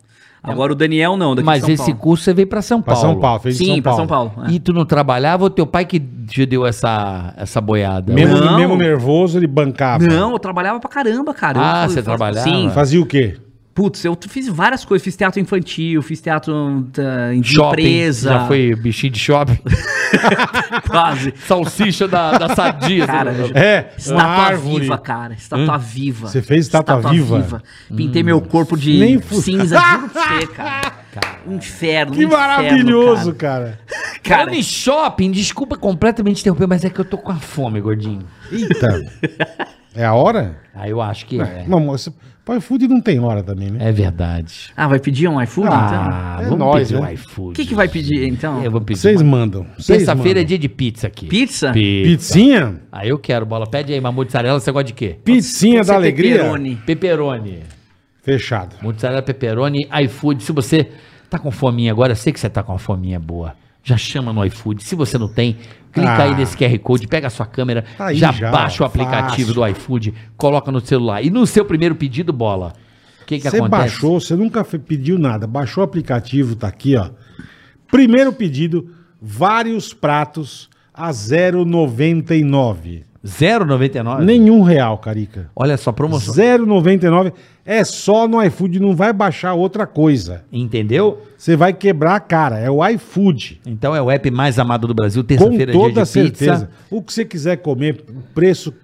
Speaker 6: Agora o Daniel não, daqui
Speaker 3: Mas
Speaker 6: de São
Speaker 3: esse
Speaker 6: Paulo.
Speaker 3: curso você veio pra São
Speaker 4: Pra
Speaker 3: Paulo.
Speaker 4: São Paulo, fez em
Speaker 6: Sim,
Speaker 4: São
Speaker 6: pra
Speaker 4: Paulo.
Speaker 6: São Paulo. é.
Speaker 3: E tu não trabalhava ou teu pai que te deu essa, essa boiada? é
Speaker 4: Mesmo,
Speaker 6: Não.
Speaker 4: mesmo nervoso, ele bancava.
Speaker 6: Não, eu trabalhava pra caramba, cara. Eu
Speaker 3: Ah,
Speaker 6: fui-
Speaker 3: você trabalhava?
Speaker 6: Sim,
Speaker 4: Fazia o quê?
Speaker 6: Putz, eu fiz várias coisas. Fiz teatro infantil, fiz teatro tá, de
Speaker 3: Shopping,
Speaker 6: empresa.
Speaker 3: já foi bichinho de shopping,
Speaker 6: Quase.
Speaker 3: salsicha da, da sadia.
Speaker 6: Cara,
Speaker 3: sabe?
Speaker 4: É, uma
Speaker 6: Estátua
Speaker 4: árvore.
Speaker 6: viva, cara.
Speaker 3: Hum?
Speaker 6: Estátua viva.
Speaker 4: Você fez estátua viva?
Speaker 6: Pintei meu corpo de
Speaker 4: Nem fu-
Speaker 6: cinza, juro pra você, cara. Um Inferno,
Speaker 4: Que
Speaker 6: um inferno,
Speaker 4: maravilhoso, cara.
Speaker 6: cara.
Speaker 3: Falando em shopping, desculpa completamente interromper, mas é que eu tô com a fome, gordinho.
Speaker 4: Eita. É a hora?
Speaker 3: Ah, eu acho que é.
Speaker 4: Não, moça, Pai Food não tem hora também, né?
Speaker 3: É verdade.
Speaker 6: Ah, vai pedir um iFood,
Speaker 3: Ah,
Speaker 4: é
Speaker 3: vamos
Speaker 4: nóis,
Speaker 3: pedir
Speaker 4: né?
Speaker 3: um
Speaker 6: então? O
Speaker 3: iFood.
Speaker 6: que, que vai pedir, então?
Speaker 3: Eu vou pedir.
Speaker 4: Vocês
Speaker 3: uma-
Speaker 4: mandam. vocês
Speaker 3: Terça-feira é
Speaker 4: mandam.
Speaker 3: dia de pizza aqui. Pizza.
Speaker 6: Pizza?
Speaker 4: Pizzinha?
Speaker 3: Ah, eu quero, bola. Pede aí uma mozzarella, você gosta de quê?
Speaker 4: Pizzinha
Speaker 6: Pizza
Speaker 4: da alegria?
Speaker 6: pepperoni.
Speaker 3: Pepperoni.
Speaker 4: Fechado.
Speaker 3: Mozzarella, pepperoni, iFood. Se você tá com fominha agora, eu sei que você tá com uma fominha boa. Já chama no iFood. Se você não tem, clica
Speaker 4: Ah.
Speaker 3: aí nesse QR Code, pega a sua câmera,
Speaker 4: Tá aí
Speaker 3: já,
Speaker 4: já,
Speaker 3: baixa o aplicativo
Speaker 4: fácil.
Speaker 3: do iFood, coloca no celular. E no seu primeiro pedido, bola. O que, que
Speaker 4: Você
Speaker 3: acontece?
Speaker 4: baixou, você nunca fe- pediu nada. Baixou o aplicativo, tá aqui, ó. Primeiro pedido, vários pratos a 0,99.
Speaker 3: 0,99?
Speaker 4: Nenhum real, Carica.
Speaker 3: Olha só, promoção.
Speaker 4: 0,99 é só no iFood, não vai baixar outra coisa.
Speaker 3: Entendeu?
Speaker 4: Você vai quebrar a cara, é o iFood.
Speaker 3: Então é o app mais amado do Brasil,
Speaker 4: Com
Speaker 3: terça-feira é dia de
Speaker 4: toda
Speaker 3: pizza.
Speaker 4: certeza. O que você quiser comer, o preço,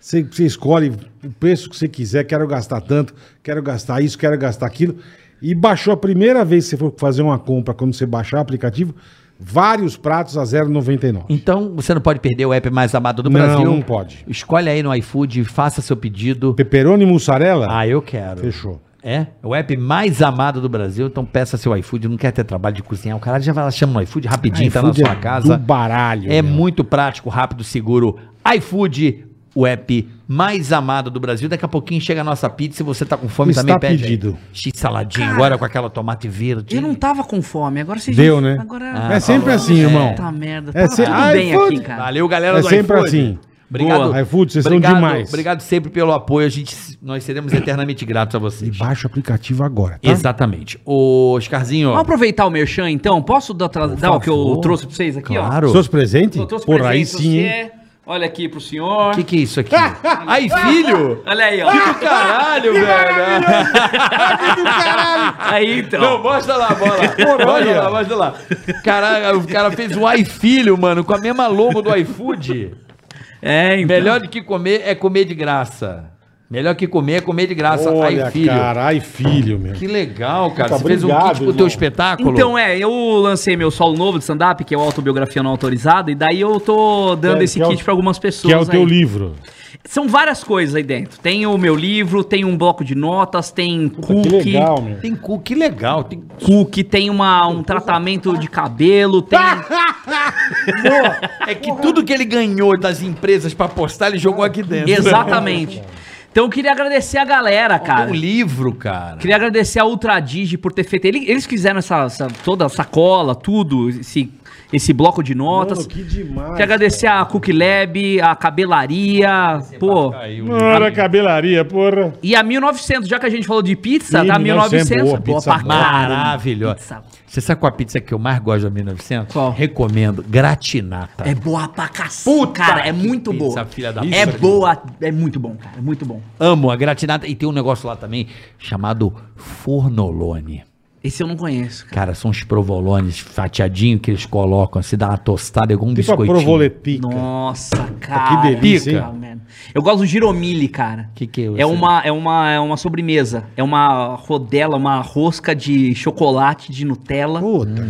Speaker 4: você, você escolhe o preço que você quiser. Quero gastar tanto, quero gastar isso, quero gastar aquilo. E baixou a primeira vez que você for fazer uma compra, quando você baixar o aplicativo, vários pratos a 0,99.
Speaker 3: Então você não pode perder o app mais amado do
Speaker 4: Não,
Speaker 3: Brasil.
Speaker 4: não pode.
Speaker 3: Escolhe aí no iFood, faça seu pedido.
Speaker 4: Peperoni e mussarela?
Speaker 3: Ah, eu quero.
Speaker 4: Fechou.
Speaker 3: É? O app mais amado do Brasil, então peça seu iFood, não quer ter trabalho de cozinhar. O cara já vai lá, chama no iFood rapidinho, tá na
Speaker 4: iFood
Speaker 3: sua
Speaker 4: é
Speaker 3: casa.
Speaker 4: do né? baralho,
Speaker 3: É
Speaker 4: meu.
Speaker 3: muito prático, rápido, seguro. iFood, o app mais amado do Brasil. Daqui a pouquinho chega a nossa pizza, se você tá com fome
Speaker 4: Está
Speaker 3: também pede. aí.
Speaker 4: pedido.
Speaker 3: X saladinho, agora com aquela tomate verde.
Speaker 6: Eu não tava com fome, agora vocês...
Speaker 4: Deu, né?
Speaker 6: Agora...
Speaker 3: Ah,
Speaker 4: é sempre
Speaker 3: tá
Speaker 4: assim, irmão.
Speaker 6: Puta merda,
Speaker 4: É
Speaker 6: tava
Speaker 4: se-
Speaker 6: tudo bem
Speaker 4: iFood.
Speaker 6: aqui, cara.
Speaker 3: Valeu, galera
Speaker 4: É
Speaker 3: do
Speaker 4: sempre
Speaker 3: iFood.
Speaker 4: assim.
Speaker 3: Obrigado.
Speaker 4: Boa. iFood, vocês são
Speaker 3: Obrigado-
Speaker 4: demais.
Speaker 3: Obrigado sempre pelo apoio. A gente, nós seremos eternamente gratos a
Speaker 4: E
Speaker 3: vocês.
Speaker 4: baixa o aplicativo agora, tá?
Speaker 3: Exatamente. Ô, Oscarzinho.
Speaker 6: Vamos aproveitar o merchan, então? Posso dar, tra- dar o que eu
Speaker 3: favor.
Speaker 6: trouxe pra vocês aqui, ó?
Speaker 3: Claro.
Speaker 4: Seus presentes?
Speaker 6: Eu trouxe
Speaker 4: Por
Speaker 6: presente
Speaker 4: aí
Speaker 6: pra
Speaker 4: sim,
Speaker 6: você.
Speaker 4: hein?
Speaker 6: Olha aqui pro senhor.
Speaker 3: O que, que é isso aqui? Ai, filho!
Speaker 6: Olha aí, ó.
Speaker 3: Caralho, velho!
Speaker 6: Aí, então.
Speaker 3: Não, mostra lá a bola. Mostra lá, mostra lá. Caralho, o cara fez um ai, filho, mano, com a mesma logo do iFood.
Speaker 6: É, então.
Speaker 3: Melhor do que comer é comer de graça. Melhor que comer é comer de graça.
Speaker 4: Olha,
Speaker 3: ai, filho.
Speaker 4: cara, ai, filho, meu.
Speaker 3: Que legal, cara.
Speaker 4: Puta,
Speaker 3: Você fez um
Speaker 4: obrigado,
Speaker 3: kit pro teu
Speaker 4: irmão.
Speaker 3: espetáculo?
Speaker 6: Então, é, eu lancei meu solo novo de stand-up, que é o Autobiografia Não Autorizada, e daí eu tô dando
Speaker 4: Que é-
Speaker 6: esse
Speaker 4: que é o-
Speaker 6: kit pra algumas pessoas.
Speaker 4: Que é o teu
Speaker 6: aí.
Speaker 4: livro.
Speaker 6: São várias coisas aí dentro. Tem o meu livro, tem um bloco de notas, tem
Speaker 3: Um
Speaker 4: Que
Speaker 6: cookie,
Speaker 4: legal, meu.
Speaker 3: Tem cu, que legal. Tem...
Speaker 6: cookie, tem uma, um tratamento de cabelo, tem.
Speaker 3: É que tudo que ele ganhou das empresas pra postar, ele jogou aqui dentro.
Speaker 6: Exatamente. Então eu queria agradecer a galera, cara.
Speaker 3: um livro, cara.
Speaker 6: Queria agradecer a Ultradige por ter feito. ele- Eles fizeram essa, essa- toda a sacola, tudo, esse, esse bloco de notas.
Speaker 4: Mano, que demais.
Speaker 6: Queria agradecer a Cookie Lab, a Cabelaria, pô.
Speaker 4: Mano, a cabelaria, porra.
Speaker 6: E a 1900, já que a gente falou de pizza,
Speaker 4: Ih,
Speaker 6: tá
Speaker 4: 1900,
Speaker 6: 1900.
Speaker 4: é boa, pizza
Speaker 6: pra
Speaker 4: boa.
Speaker 6: caralho.
Speaker 3: Maravilhosa.
Speaker 6: Pizza.
Speaker 3: Você sabe qual a pizza que eu mais gosto da 1900?
Speaker 6: Qual?
Speaker 3: Recomendo. Gratinata.
Speaker 6: É boa pra cacete, cara. É muito
Speaker 3: pizza,
Speaker 6: boa.
Speaker 3: filha da
Speaker 6: é
Speaker 3: puta.
Speaker 6: boa, é muito bom, cara. É muito bom.
Speaker 3: Amo a gratinata. E tem um negócio lá também chamado fornolone.
Speaker 6: Esse eu não conheço. cara.
Speaker 3: Cara, são uns provolones fatiadinho que eles colocam, se dá uma tostada e algum
Speaker 4: Tipo a
Speaker 3: biscoitinho.
Speaker 4: provoletica.
Speaker 6: Nossa, cara.
Speaker 4: que delícia, hein?
Speaker 6: Ah, man. Eu gosto do giromile, cara.
Speaker 3: Que que é isso aí?
Speaker 6: é uma, é uma É uma sobremesa. É uma rodela, uma rosca de chocolate de Nutella.
Speaker 4: Puta.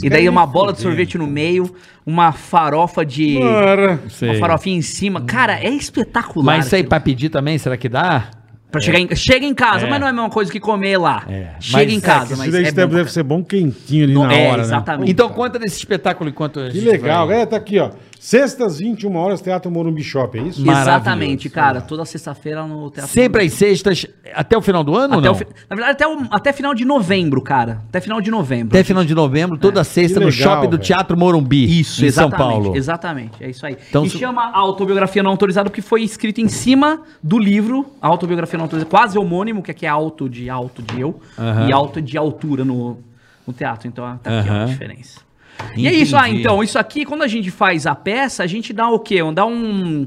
Speaker 6: e daí uma bola de sorvete no meio, uma farofa de...
Speaker 4: Cara.
Speaker 6: Uma farofinha em cima. Cara, é espetacular.
Speaker 3: Mas isso aí
Speaker 6: aquilo.
Speaker 3: pra pedir também, será que dá?
Speaker 6: Pra chegar em, chega em casa, mas não é a mesma coisa que comer lá. Chega
Speaker 3: mas-
Speaker 6: em
Speaker 4: Cara,
Speaker 6: casa,
Speaker 4: esse
Speaker 6: mas
Speaker 4: daí
Speaker 6: é bom.
Speaker 4: deve
Speaker 6: pra
Speaker 4: ser bom quentinho ali
Speaker 6: Não,
Speaker 4: na
Speaker 6: é,
Speaker 4: hora,
Speaker 6: exatamente.
Speaker 4: né?
Speaker 3: Então conta desse espetáculo enquanto a
Speaker 4: Que
Speaker 3: gente
Speaker 4: legal.
Speaker 3: vai-
Speaker 4: É, tá aqui, ó. Sextas, 21 horas, Teatro Morumbi Shopping, é isso?
Speaker 6: caralho. Exatamente, cara. Toda sexta-feira no Teatro
Speaker 3: Sempre às sextas, até o final do ano
Speaker 6: Até
Speaker 3: ou
Speaker 6: o
Speaker 3: não?
Speaker 6: fi- Na verdade, até, o- até final de novembro, cara. Até final de novembro.
Speaker 3: Até final de novembro, toda sexta
Speaker 4: É, Que
Speaker 3: no
Speaker 4: legal,
Speaker 3: shopping do
Speaker 4: velho.
Speaker 3: Teatro Morumbi. em São
Speaker 6: exatamente,
Speaker 3: Paulo.
Speaker 6: Exatamente, é isso aí.
Speaker 3: Então,
Speaker 6: e
Speaker 3: se-
Speaker 6: chama a autobiografia não autorizada porque foi escrito em cima do livro, a autobiografia não autorizada, quase homônimo, que aqui é alto de alto de eu, e alto de altura no, no teatro. Então tá aqui ó, a
Speaker 3: Aham.
Speaker 6: diferença. E é isso, ah, então, isso aqui, quando a gente faz a peça, a gente dá o quê? Dá um,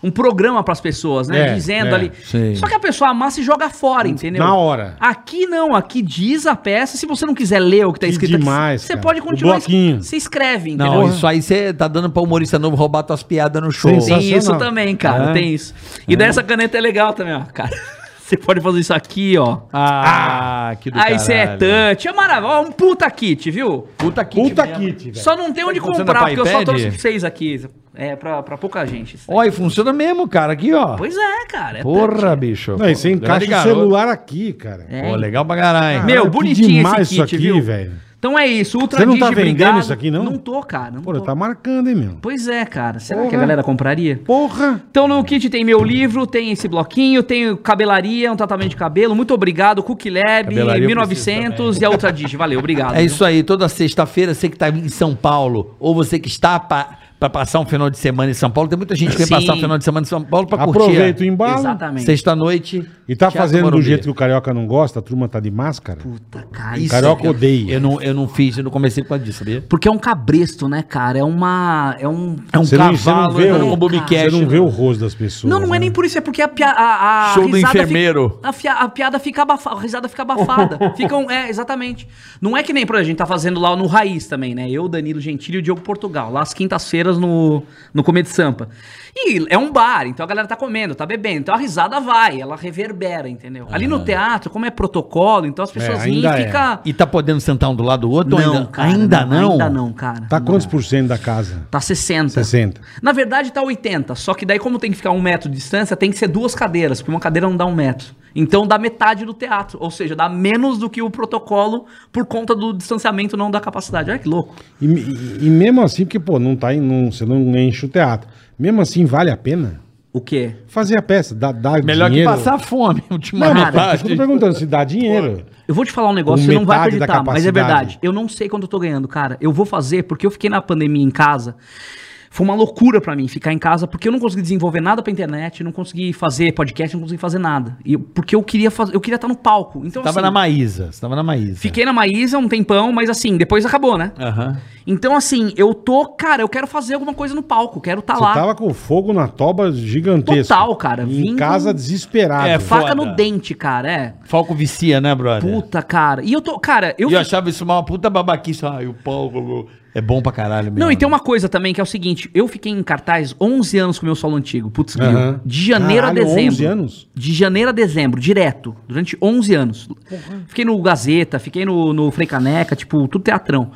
Speaker 6: um programa pras pessoas, né?
Speaker 4: É,
Speaker 6: Dizendo
Speaker 4: é,
Speaker 6: ali.
Speaker 3: sim.
Speaker 6: Só que a pessoa amassa e joga fora, entendeu?
Speaker 4: Na hora.
Speaker 6: Aqui não, aqui diz a peça. Se você não quiser ler o que tá
Speaker 4: Que
Speaker 6: escrito aqui,
Speaker 4: demais,
Speaker 6: você
Speaker 4: cara.
Speaker 6: pode
Speaker 4: O
Speaker 6: continuar.
Speaker 4: bloquinho.
Speaker 6: Você escreve, entendeu?
Speaker 3: Não, isso aí você tá dando pra humorista novo roubar tuas piadas no show.
Speaker 4: é Sensacional. É.
Speaker 6: Tem isso também, cara. Tem isso. E daí essa caneta é legal também, ó, cara. Você pode fazer isso aqui, ó.
Speaker 3: Ah, que do
Speaker 6: Aí você é
Speaker 3: caralho.
Speaker 6: touch. É maravilhoso. Ó, um puta kit, viu?
Speaker 3: Puta que
Speaker 4: Puta kit, velho. Tá
Speaker 6: Só não tem onde
Speaker 3: Funciona
Speaker 6: comprar,
Speaker 3: pra
Speaker 6: porque eu só
Speaker 3: iPad?
Speaker 6: trouxe pra vocês aqui. É, pra, pra pouca gente. isso daí.
Speaker 3: Ó, e funciona mesmo, cara, aqui, ó.
Speaker 6: Pois é, cara. é
Speaker 3: Porra, bicho.
Speaker 4: Não, e você
Speaker 3: Pô,
Speaker 4: encaixa
Speaker 3: grande
Speaker 4: o
Speaker 3: garoto.
Speaker 4: celular Ah. aqui, cara.
Speaker 6: touch. É,
Speaker 3: Pô, legal pra caralho.
Speaker 6: Meu,
Speaker 4: que
Speaker 6: bonitinho esse
Speaker 4: demais isso
Speaker 6: kit,
Speaker 4: aqui,
Speaker 6: viu?
Speaker 4: velho.
Speaker 6: Então é isso. Ultra
Speaker 4: Você não
Speaker 6: Digi,
Speaker 4: tá vendendo
Speaker 6: obrigado.
Speaker 4: isso aqui, não?
Speaker 6: Não tô, cara. Não
Speaker 4: Pô,
Speaker 6: tô.
Speaker 4: tá marcando, hein, meu?
Speaker 6: Pois é, cara. Será que a
Speaker 4: Porra.
Speaker 6: galera compraria?
Speaker 4: Porra!
Speaker 6: Então no kit tem meu livro, tem esse bloquinho, tem cabelaria, um tratamento de cabelo. Muito obrigado, Cookie Lab,
Speaker 3: Cabelaria eu
Speaker 6: 1900 e a Ultra Digi. Valeu, obrigado.
Speaker 3: É isso aí, toda sexta-feira, você que tá em São Paulo, ou você que está pa- pra passar um final de semana em São Paulo, tem muita gente que
Speaker 6: Sim.
Speaker 3: vem passar um final de semana em São Paulo pra
Speaker 4: Aproveita o
Speaker 3: curtir. é.
Speaker 6: viu?
Speaker 4: embalo.
Speaker 6: é. Exatamente.
Speaker 3: Sexta-noite.
Speaker 4: E tá
Speaker 3: Teatro
Speaker 4: fazendo do
Speaker 3: Morumbi.
Speaker 4: jeito que o carioca não gosta, a turma tá de máscara.
Speaker 6: Puta, cara.
Speaker 3: Isso,
Speaker 4: Carioca
Speaker 3: eu-
Speaker 4: odeia.
Speaker 3: Eu não, eu não fiz, eu não comecei com disso, sabia?
Speaker 6: Porque é um cabresto, né, cara? É uma. É um.
Speaker 3: É um
Speaker 4: Você não- você não
Speaker 3: cavalo
Speaker 4: vê
Speaker 3: andando
Speaker 4: o-
Speaker 3: com
Speaker 4: Você
Speaker 3: bobcast.
Speaker 4: não vê o rosto das pessoas.
Speaker 6: né? Não, não é
Speaker 4: né?
Speaker 6: nem por isso, é porque a, pia, a, a
Speaker 3: Show do
Speaker 6: risada
Speaker 3: enfermeiro.
Speaker 6: fica- a, fia- a piada fica abafada, a risada fica abafada. Ficam, é, exatamente. Não é que nem, por exemplo, a gente tá fazendo lá no Raiz também, né? Eu, Danilo Gentili e o Diogo Portugal, lá às quintas-feiras no, no Comedy Sampa. E é um bar, então a galera tá comendo, tá bebendo, então a risada vai, ela reverbera, entendeu? Ali
Speaker 3: Ah.
Speaker 6: no teatro, como é protocolo, então as pessoas riem
Speaker 4: ainda é.
Speaker 6: fica...
Speaker 3: E tá podendo sentar um do lado do outro? ou ainda,
Speaker 6: cara,
Speaker 3: ainda não?
Speaker 6: Ainda não, cara.
Speaker 4: Tá
Speaker 6: Não.
Speaker 4: quantos por cento da casa?
Speaker 6: Tá 60.
Speaker 4: 60.
Speaker 6: Na verdade, tá 80. Só que daí, como tem que ficar um metro de distância, tem que ser duas cadeiras, porque uma cadeira não dá um metro. Então dá metade do teatro. Ou seja, dá menos do que o protocolo por conta do distanciamento não da capacidade. Olha que louco.
Speaker 4: E, e- e mesmo assim, porque, pô, não tá em, não, você não enche o teatro. Mesmo assim, vale a pena
Speaker 6: O quê?
Speaker 4: fazer a peça, dá, dá
Speaker 3: Melhor
Speaker 4: dinheiro.
Speaker 3: que passar fome,
Speaker 4: Não, mas
Speaker 3: ultimamente.
Speaker 6: Cara,
Speaker 4: eu tô perguntando se dá dinheiro.
Speaker 6: Eu vou te falar um negócio,
Speaker 4: Com
Speaker 6: você não vai
Speaker 4: metade da
Speaker 6: acreditar, mas é
Speaker 4: capacidade.
Speaker 6: verdade. Eu não sei quanto eu tô ganhando, cara. Eu vou fazer porque eu fiquei na pandemia em casa. Foi uma loucura pra mim ficar em casa porque eu não consegui desenvolver nada pra internet, não consegui fazer podcast, não consegui fazer nada. E eu- porque eu queria fazer, eu queria estar no palco. Então
Speaker 3: Tava
Speaker 6: assim,
Speaker 3: na Maísa, você tava na Maísa.
Speaker 6: Fiquei na Maísa um tempão, mas assim, depois acabou, né?
Speaker 3: Aham.
Speaker 6: Então, assim, eu tô, cara, eu quero fazer alguma coisa no palco, quero tá
Speaker 4: Você
Speaker 6: lá.
Speaker 4: tava com fogo na toba gigantesco.
Speaker 6: Total, cara.
Speaker 4: Em
Speaker 6: Vim
Speaker 4: casa
Speaker 6: com-
Speaker 4: desesperado.
Speaker 3: É,
Speaker 6: Faca
Speaker 3: foda.
Speaker 6: no dente, cara, é.
Speaker 3: Falco vicia, né, brother?
Speaker 6: Puta, cara. E eu tô, cara, eu.
Speaker 3: E eu achava isso uma puta babaquice. Ai, o Paulo é bom pra caralho mesmo.
Speaker 6: Não, e tem uma coisa também que é o seguinte, eu fiquei em cartaz 11 anos com o meu solo antigo, putz, grilo.
Speaker 4: Aham.
Speaker 6: de janeiro
Speaker 4: Caralho,
Speaker 6: a dezembro. Tá,
Speaker 4: 11 anos?
Speaker 6: De janeiro a dezembro, direto, durante 11 anos. Fiquei no Gazeta, fiquei no, no Frei Caneca, tipo, tudo teatrão.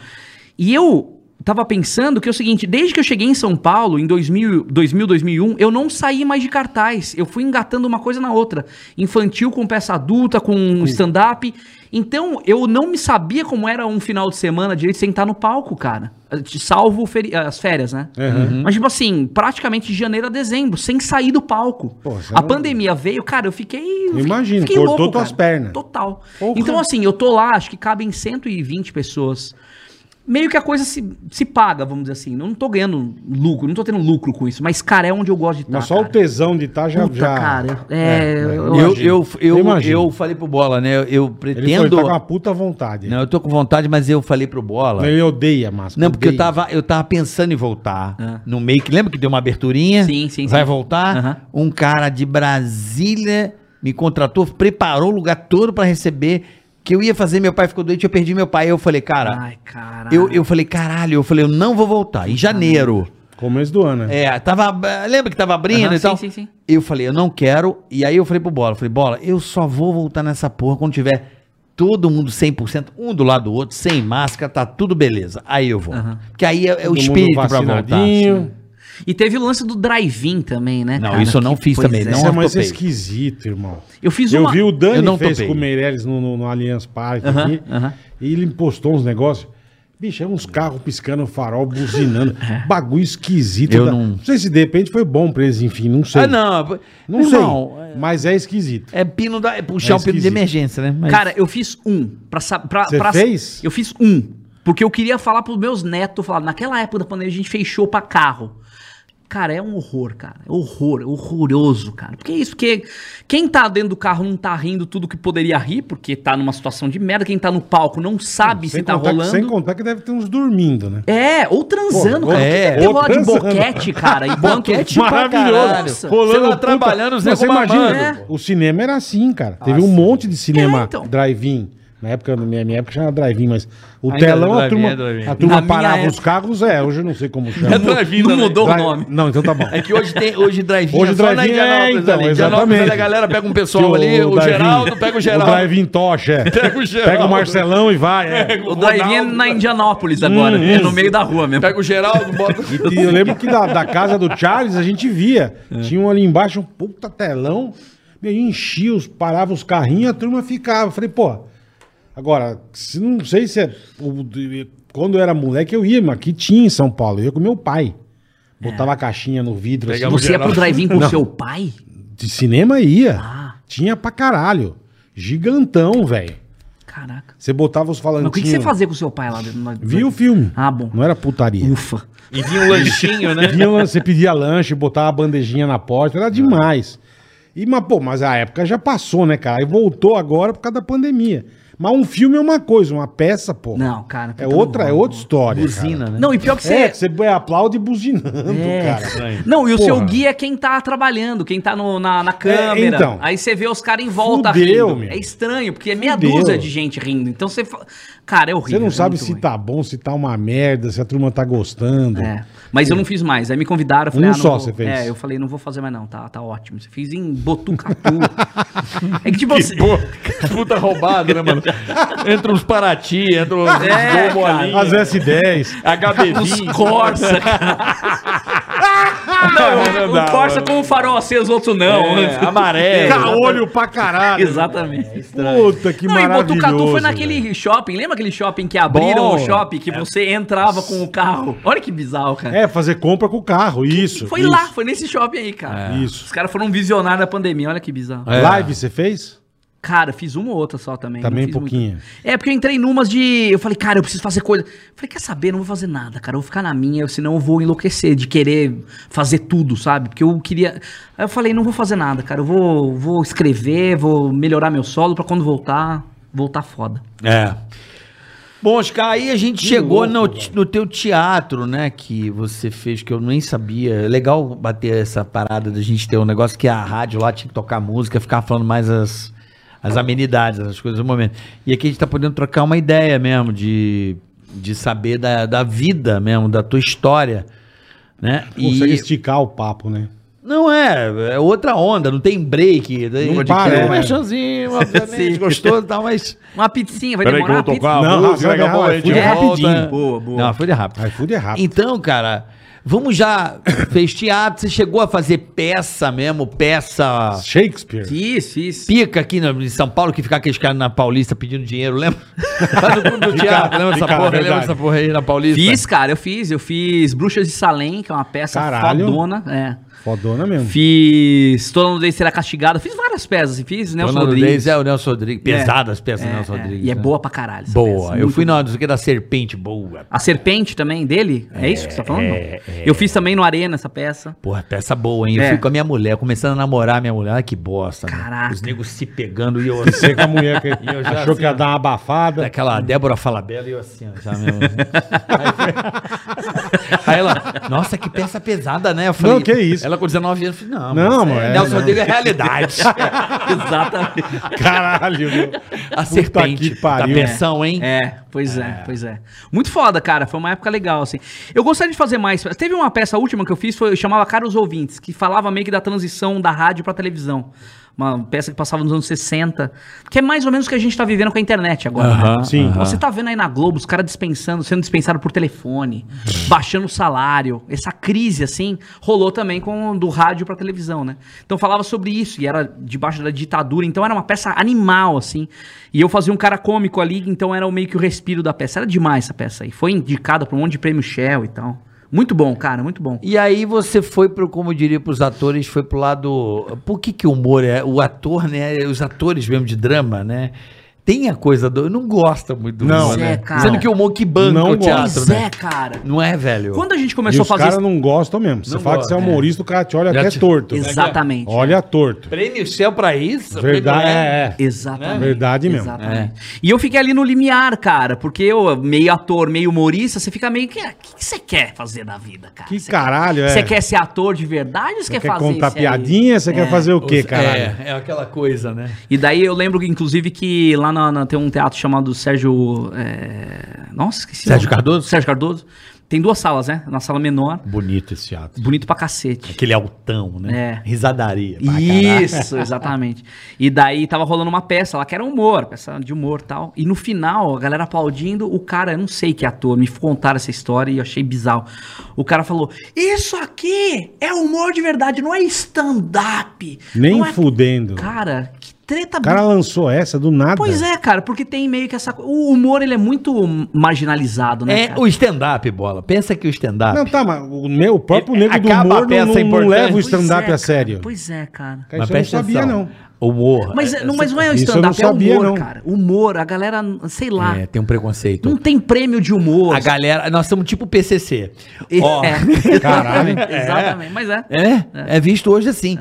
Speaker 6: E eu tava pensando que é o seguinte, desde que eu cheguei em São Paulo, em 2000, 2000 2001, eu não saí mais de cartaz. Eu fui engatando uma coisa na outra. Infantil com peça adulta, com stand-up. Então, eu não me sabia como era um final de semana direito sem estar no palco, cara. Salvo feri- as férias, né?
Speaker 4: Uhum.
Speaker 6: Mas, tipo assim, praticamente de janeiro a dezembro, sem sair do palco.
Speaker 4: Pô, você
Speaker 6: a
Speaker 4: não-
Speaker 6: pandemia veio, cara, eu fiquei. fiquei-
Speaker 4: imagino,
Speaker 6: fiquei
Speaker 4: cortou tuas pernas.
Speaker 6: Total.
Speaker 4: Porra.
Speaker 6: Então, assim, eu tô lá, acho que cabem 120 pessoas. Meio que a coisa se, se paga, vamos dizer assim. Eu não tô ganhando lucro, não tô tendo lucro com isso, mas, cara, é onde eu gosto de estar.
Speaker 4: Mas só
Speaker 6: cara.
Speaker 4: o tesão de estar já.
Speaker 6: Puta,
Speaker 4: já... né?
Speaker 6: cara, é, eu
Speaker 7: Eu, eu, eu, eu,
Speaker 4: imagino.
Speaker 7: falei pro Bola, né? Eu, eu pretendo.
Speaker 4: Ele foi, tá com uma puta vontade.
Speaker 7: Não, eu tô com vontade, mas eu falei pro Bola.
Speaker 4: Ele odeia máscara.
Speaker 7: Não, porque eu
Speaker 4: odeia.
Speaker 7: tava, eu tava pensando em voltar
Speaker 6: Ah.
Speaker 7: no make. Lembra que deu uma aberturinha?
Speaker 6: Sim, sim,
Speaker 7: Vai
Speaker 6: sim. Aham.
Speaker 7: voltar? Um cara de Brasília me contratou, preparou o lugar todo pra receber. Que eu ia fazer, meu pai ficou doente, eu perdi meu pai. Eu falei, cara,
Speaker 6: Ai, cara.
Speaker 7: eu, eu falei, caralho, eu falei, eu não vou voltar. Em janeiro.
Speaker 4: Começo do ano, né?
Speaker 7: É, tava. Lembra que tava abrindo
Speaker 6: Aham,
Speaker 7: e
Speaker 6: sim,
Speaker 7: tal?
Speaker 6: sim, sim.
Speaker 7: Eu falei, eu não quero. E aí eu falei pro Bola, eu falei, Bola, eu só vou voltar nessa porra quando tiver todo mundo 100%, um do lado do outro, sem máscara, tá tudo beleza. Aí eu vou. Porque aí é, é o
Speaker 4: Todo mundo
Speaker 7: espírito pra voltar.
Speaker 4: vacinadinho.
Speaker 6: E teve o lance do drive-in também, né?
Speaker 7: Não, isso eu não
Speaker 6: Que-
Speaker 7: fiz
Speaker 6: pois
Speaker 7: também,
Speaker 6: é.
Speaker 7: não
Speaker 4: Isso é mais
Speaker 7: topei.
Speaker 4: esquisito, irmão.
Speaker 6: Eu fiz
Speaker 4: eu
Speaker 6: uma.
Speaker 4: vi o Dani
Speaker 7: Eu não
Speaker 4: fez
Speaker 7: topei.
Speaker 4: com o Meirelles no, no, no Allianz Parque
Speaker 6: Aham,
Speaker 4: aqui.
Speaker 6: aham.
Speaker 4: E ele impostou uns negócios. Bicho, é uns carros piscando farol, buzinando. Bagulho esquisito.
Speaker 7: Eu não-
Speaker 4: sei se de repente foi bom pra eles, enfim, não sei.
Speaker 7: Ah, não.
Speaker 4: Não sei. Mas é esquisito.
Speaker 7: É pino da. É puxar
Speaker 4: É
Speaker 7: o pino de
Speaker 4: esquisito.
Speaker 7: emergência, né? Mas-
Speaker 6: Cara, eu fiz um. Pra, sa- pra,
Speaker 4: Você
Speaker 6: pra-
Speaker 4: fez?
Speaker 6: Eu fiz um. Porque eu queria falar pros meus netos, falar, naquela época da pandemia a gente fez show pra carro. Cara, é um horror, cara. É horror, é horroroso, cara. Porque é isso, porque quem tá dentro do carro não tá rindo tudo que poderia rir, porque tá numa situação de merda. Quem tá no palco não sabe se tá
Speaker 4: contar, que-
Speaker 6: rolando.
Speaker 4: sem contar que deve ter uns dormindo, né?
Speaker 6: É, ou transando,
Speaker 4: Pô,
Speaker 6: cara.
Speaker 7: é,
Speaker 6: Porque tem
Speaker 4: ou
Speaker 6: rola de
Speaker 4: transando.
Speaker 6: boquete, cara. Enquanto...
Speaker 7: Boquete pra caralho.
Speaker 6: Nossa.
Speaker 7: Você lá
Speaker 4: puta-
Speaker 7: trabalhando, Zé Ah,
Speaker 4: Mas você imagina,
Speaker 7: mamando.
Speaker 4: o cinema era assim, cara. Teve um monte de cinema
Speaker 6: É, então.
Speaker 4: drive-in. Na época, na minha, minha época chamava drive-in, mas o
Speaker 7: Ainda
Speaker 4: telão, a
Speaker 7: drive-in,
Speaker 4: turma,
Speaker 7: é drive-in.
Speaker 4: a turma
Speaker 6: Na minha
Speaker 4: parava
Speaker 6: época.
Speaker 4: os carros, é, hoje eu não sei como chama.
Speaker 7: É drive-in
Speaker 6: Não
Speaker 7: também.
Speaker 6: mudou o
Speaker 4: Drive-
Speaker 6: nome.
Speaker 4: Não, então tá bom.
Speaker 7: É que hoje tem hoje drive-in
Speaker 4: Hoje
Speaker 7: é só na
Speaker 4: drive-in, é,
Speaker 7: Indianópolis
Speaker 4: então,
Speaker 7: ali. Indianópolis
Speaker 4: exatamente.
Speaker 7: a galera pega um pessoal ali, o,
Speaker 4: drive-in-
Speaker 7: Geraldo pega o Geraldo.
Speaker 4: O drive-in tocha, é.
Speaker 7: Pega o Geraldo.
Speaker 4: Pega o Marcelão e vai, é.
Speaker 6: O drive é na Indianópolis
Speaker 4: Hum,
Speaker 6: agora. é no meio da rua mesmo.
Speaker 7: Pega o Geraldo, bota.
Speaker 4: E eu lembro que da, da casa do Charles a gente via. Tinha um ali embaixo, um puta telão. Meu, e enchia, os, parava os carrinhos, a turma ficava. Eu Falei, pô, agora, se, não sei se é. o- de- Quando eu era moleque, eu ia, mas aqui tinha em São Paulo. Eu ia com meu pai.
Speaker 6: É.
Speaker 4: Botava a caixinha no vidro assim,
Speaker 6: Você ia pro drive-in com seu pai?
Speaker 4: de cinema ia.
Speaker 6: Ah.
Speaker 4: Tinha pra caralho. Gigantão, velho.
Speaker 6: Caraca.
Speaker 4: Você botava os
Speaker 6: Mas o
Speaker 4: falantinhos.
Speaker 6: que, que você fazia com seu pai lá dentro? No-
Speaker 4: Via o filme.
Speaker 6: Ah, bom.
Speaker 4: Não era putaria.
Speaker 6: Ufa.
Speaker 7: E vinha um lanchinho, né?
Speaker 4: Vinha, você pedia lanche, botava a bandejinha na porta, era demais. E, mas, pô, mas a época já passou, né, cara? E voltou agora por causa da pandemia. Mas um filme é uma coisa, uma peça, pô.
Speaker 6: Não, cara. tá
Speaker 4: É outra, é outra história.
Speaker 7: Buzina,
Speaker 4: cara.
Speaker 7: né?
Speaker 6: Não, e pior que você.
Speaker 4: É, que você aplaude buzinando,
Speaker 6: É.
Speaker 4: cara.
Speaker 6: Não, e o seu
Speaker 4: Porra.
Speaker 6: guia é quem tá trabalhando, quem tá no- na, na câmera.
Speaker 4: então.
Speaker 6: Aí você vê os caras em volta
Speaker 4: Fudeu,
Speaker 6: rindo.
Speaker 4: meu.
Speaker 6: É estranho, porque é meia
Speaker 4: Fudeu.
Speaker 6: dúzia de gente rindo. Então você. fa- Cara, é
Speaker 4: Você
Speaker 6: horrível.
Speaker 4: não
Speaker 6: é
Speaker 4: sabe
Speaker 6: muito
Speaker 4: se
Speaker 6: ruim.
Speaker 4: tá bom, se tá uma merda, se a turma tá gostando.
Speaker 6: É. Mas eu não fiz mais. Aí me convidaram, eu falei,
Speaker 4: Um
Speaker 6: não
Speaker 4: só
Speaker 6: vou-
Speaker 4: você fez.
Speaker 6: É, eu falei, não vou fazer mais não, tá, tá ótimo. Você fez em Botucatu. é que tipo assim.
Speaker 7: Puta roubado, né, mano? Entra uns Paraty, entra uns
Speaker 6: É,
Speaker 7: Globo
Speaker 6: cara.
Speaker 7: ali,
Speaker 4: As S10.
Speaker 6: Os
Speaker 7: HB20.
Speaker 6: Corsa. não,
Speaker 7: Não
Speaker 6: o
Speaker 7: dá,
Speaker 6: Corsa
Speaker 7: mano.
Speaker 6: com o farol aceso, outro não.
Speaker 7: É, amarelo. né? É
Speaker 4: Caolho pra caralho.
Speaker 6: Exatamente.
Speaker 4: Puta que
Speaker 6: não, e
Speaker 4: maravilhoso.
Speaker 6: Botucatu foi
Speaker 4: velho.
Speaker 6: naquele shopping. Lembra aquele shopping que abriram
Speaker 4: Bom.
Speaker 6: o shopping que você entrava com o carro? Olha que bizarro, cara.
Speaker 4: É, fazer compra com o carro, isso.
Speaker 6: foi
Speaker 4: isso. É.
Speaker 6: lá, foi nesse shopping aí, cara.
Speaker 4: Isso.
Speaker 6: Os caras foram visionários da pandemia, olha que bizarro.
Speaker 7: É.
Speaker 4: Live você fez?
Speaker 6: Cara, fiz uma ou outra só também. não
Speaker 4: Também um
Speaker 6: fiz muita.
Speaker 4: pouquinho.
Speaker 6: É, porque eu entrei numas de. Eu falei, cara, eu preciso fazer coisa. Eu falei, quer saber? Eu Não vou fazer nada, cara. Eu vou ficar na minha, senão eu vou enlouquecer de querer fazer tudo, sabe? Porque eu queria. Aí eu falei, não vou fazer nada, cara. Eu vou, vou escrever, vou melhorar meu solo pra quando voltar, voltar foda.
Speaker 7: É. Bom, Oscar, aí a gente chegou no, no teu teatro, né, que você fez, que eu nem sabia. É legal bater essa parada da gente ter um negócio que a rádio lá tinha que tocar música, ficar falando mais as, as amenidades, as coisas do momento. E aqui a gente tá podendo trocar uma ideia mesmo de, de saber da, da vida mesmo, da tua história, né?
Speaker 4: Consegue esticar o papo, né?
Speaker 7: Não é, é outra onda, não tem break. Não
Speaker 4: Não para,
Speaker 7: um
Speaker 4: né?
Speaker 7: merchanzinho, obviamente, gostou e tal, mas.
Speaker 6: Uma pizzinha, vai
Speaker 13: Peraí que eu
Speaker 6: demorar
Speaker 13: vou
Speaker 6: a pizza.
Speaker 13: tocar
Speaker 4: Não,
Speaker 13: a música,
Speaker 4: vai
Speaker 13: daqui a pouco a
Speaker 4: agarrar,
Speaker 13: gente
Speaker 4: é
Speaker 13: volta.
Speaker 4: rapidinho.
Speaker 6: Boa, boa.
Speaker 7: Não, foi de rápido.
Speaker 4: iFood é rápido.
Speaker 7: Então, cara, vamos já. Fez teatro, você chegou a fazer peça mesmo, peça.
Speaker 4: Shakespeare.
Speaker 6: Fiz, fiz.
Speaker 7: Pica aqui no- em São Paulo, que ficava aqueles caras na Paulista pedindo dinheiro, lembra? Lá no clube do teatro, lembra essa
Speaker 4: fica,
Speaker 7: porra? Lembra
Speaker 4: verdade.
Speaker 7: essa porra aí na Paulista?
Speaker 6: Fiz, cara, eu fiz. Eu fiz Bruxas de Salem, que é uma peça
Speaker 4: Caralho.
Speaker 6: fodona. É.
Speaker 4: Fodona mesmo.
Speaker 6: Fiz Toda Nudez Será Castigada. Fiz várias peças. assim, Fiz Nelson
Speaker 7: Nelson
Speaker 6: Rodrigues.
Speaker 7: Rodrigues. É o Nelson Rodrigues. Pesadas as peças
Speaker 6: É,
Speaker 7: do Nelson
Speaker 6: é.
Speaker 7: Rodrigues.
Speaker 6: E é
Speaker 7: né?
Speaker 6: boa pra caralho. essa peça,
Speaker 7: Boa. Eu
Speaker 6: muito
Speaker 7: fui na, não sei o que, da Serpente. Boa.
Speaker 6: A serpente também dele? É, isso que você tá falando? Eu fiz também no Arena essa peça.
Speaker 7: Porra, peça boa, hein? Eu
Speaker 6: É.
Speaker 7: fui com a minha mulher, começando a namorar a minha mulher. Ai, que bosta. né?
Speaker 6: Caraca.
Speaker 7: Os negros se pegando e eu. assim,
Speaker 4: Você com a mulher que
Speaker 7: eu já
Speaker 4: achou
Speaker 7: assim,
Speaker 4: que ia
Speaker 7: ó.
Speaker 4: dar uma
Speaker 6: Tá
Speaker 4: abafada.
Speaker 7: Aquela Débora Falabella e eu assim, ó, já mesmo. Aí ela, nossa, que peça pesada, né? Eu
Speaker 4: Não, que isso.
Speaker 7: Ela com 19 anos, eu falei, não,
Speaker 4: Não,
Speaker 7: moça,
Speaker 4: amor,
Speaker 7: é,
Speaker 4: é,
Speaker 7: Nelson
Speaker 4: não.
Speaker 7: Rodrigues é realidade.
Speaker 6: Exatamente.
Speaker 4: Caralho, meu.
Speaker 7: a serpente
Speaker 6: tá
Speaker 4: que pariu.
Speaker 7: da pensão, hein?
Speaker 6: É, pois é. pois é. Muito foda, cara. Foi uma época legal, assim. Eu gostaria de fazer mais. Teve uma peça a última que eu fiz, foi, chamava Caros Ouvintes, que falava meio que da transição da rádio pra televisão. Uma peça que passava nos anos 60, que é mais ou menos o que a gente tá vivendo com a internet agora. né?
Speaker 4: Sim.
Speaker 6: Você tá vendo aí na Globo os caras dispensando, sendo dispensado por telefone, baixando o salário. Essa crise, assim, rolou também com do rádio pra televisão, né? Então falava sobre isso, e era debaixo da ditadura, então era uma peça animal, assim. E eu fazia um cara cômico ali, então era o meio que o respiro da peça. Era demais essa peça aí. Foi indicada pra um monte de prêmio Shell e tal. Muito bom, cara, muito bom.
Speaker 7: E aí você foi pro, como eu diria pros atores, foi pro lado. Por que que o humor é. O ator, né? Os atores mesmo de drama, né? Tem a coisa do. Não gosta muito do
Speaker 4: Não,
Speaker 7: humor,
Speaker 6: Pois é,
Speaker 7: né?
Speaker 6: cara.
Speaker 7: Sendo que o humor que banca
Speaker 4: Não
Speaker 7: o teatro,
Speaker 6: Pois
Speaker 7: né?
Speaker 6: é, cara.
Speaker 7: Não é, velho?
Speaker 6: Quando a gente
Speaker 4: Ah, E
Speaker 6: começou a
Speaker 4: os
Speaker 6: fazer.
Speaker 4: caras não gostam mesmo. Você
Speaker 7: Não
Speaker 4: fala que você é
Speaker 7: gosta,
Speaker 4: humorista, o cara te olha
Speaker 7: Já
Speaker 4: até
Speaker 7: te-
Speaker 4: torto.
Speaker 6: Exatamente.
Speaker 4: Olha torto.
Speaker 7: Prêmio céu pra isso?
Speaker 4: Verdade,
Speaker 7: Prêmio-
Speaker 4: é, é.
Speaker 6: Exatamente.
Speaker 4: Verdade mesmo.
Speaker 6: Exatamente. E eu fiquei ali no limiar, cara, porque eu, meio ator, meio humorista, você fica meio que. O que que você quer fazer da vida, cara?
Speaker 4: Que
Speaker 6: Você
Speaker 4: caralho,
Speaker 6: quer-
Speaker 4: é.
Speaker 6: Você quer ser ator de verdade ou você quer,
Speaker 4: quer
Speaker 6: fazer
Speaker 4: contar
Speaker 6: esse aí?
Speaker 4: piadinha? Você quer fazer o quê, caralho?
Speaker 7: É, é aquela coisa, né?
Speaker 6: E daí eu lembro, inclusive, que lá na, na- tem um teatro chamado Sérgio. é, Nossa, esqueci. o
Speaker 7: Sérgio
Speaker 6: nome.
Speaker 7: Cardoso?
Speaker 6: Sérgio Cardoso. Tem duas salas, né? Na sala menor.
Speaker 7: Bonito esse teatro.
Speaker 6: Bonito pra cacete.
Speaker 7: Aquele altão, né?
Speaker 6: É.
Speaker 7: Risadaria. pra
Speaker 6: Isso, exatamente. E daí tava rolando uma peça lá que era humor, peça de humor e tal. E no final, a galera aplaudindo, o cara, eu não sei que ator, me contaram essa história e eu achei bizarro. O cara falou: Isso aqui é humor de verdade, não é stand-up.
Speaker 4: Nem
Speaker 6: não é...
Speaker 4: fudendo.
Speaker 6: Cara, que treta
Speaker 4: O cara lançou essa do nada.
Speaker 6: Pois é, cara, porque tem meio que essa. co- O humor, ele é muito marginalizado, né?
Speaker 7: É
Speaker 6: cara?
Speaker 7: o stand-up, bola. Pensa que o stand-up.
Speaker 4: Não, tá, mas o, meu, o próprio
Speaker 7: É,
Speaker 4: nego do
Speaker 7: acaba a
Speaker 4: humor não,
Speaker 7: peça
Speaker 4: não- não
Speaker 7: importante.
Speaker 4: leva o
Speaker 6: Pois é,
Speaker 4: stand-up
Speaker 6: cara,
Speaker 4: a sério.
Speaker 6: Pois é, cara.
Speaker 4: Cara, isso eu não
Speaker 7: presta
Speaker 4: sabia,
Speaker 7: atenção.
Speaker 4: não.
Speaker 7: Humor.
Speaker 6: Mas,
Speaker 7: é,
Speaker 6: não, mas não é o
Speaker 4: isso eu não
Speaker 6: stand-up, é
Speaker 4: sabia,
Speaker 6: humor,
Speaker 4: não.
Speaker 6: cara. Humor, a galera, sei lá.
Speaker 7: é, tem um preconceito.
Speaker 6: Não tem prêmio de humor.
Speaker 7: A galera, nós somos tipo PCC.
Speaker 6: É,
Speaker 7: Ó,
Speaker 4: Caralho.
Speaker 6: exatamente, exatamente. Mas é.
Speaker 7: é, é visto hoje assim.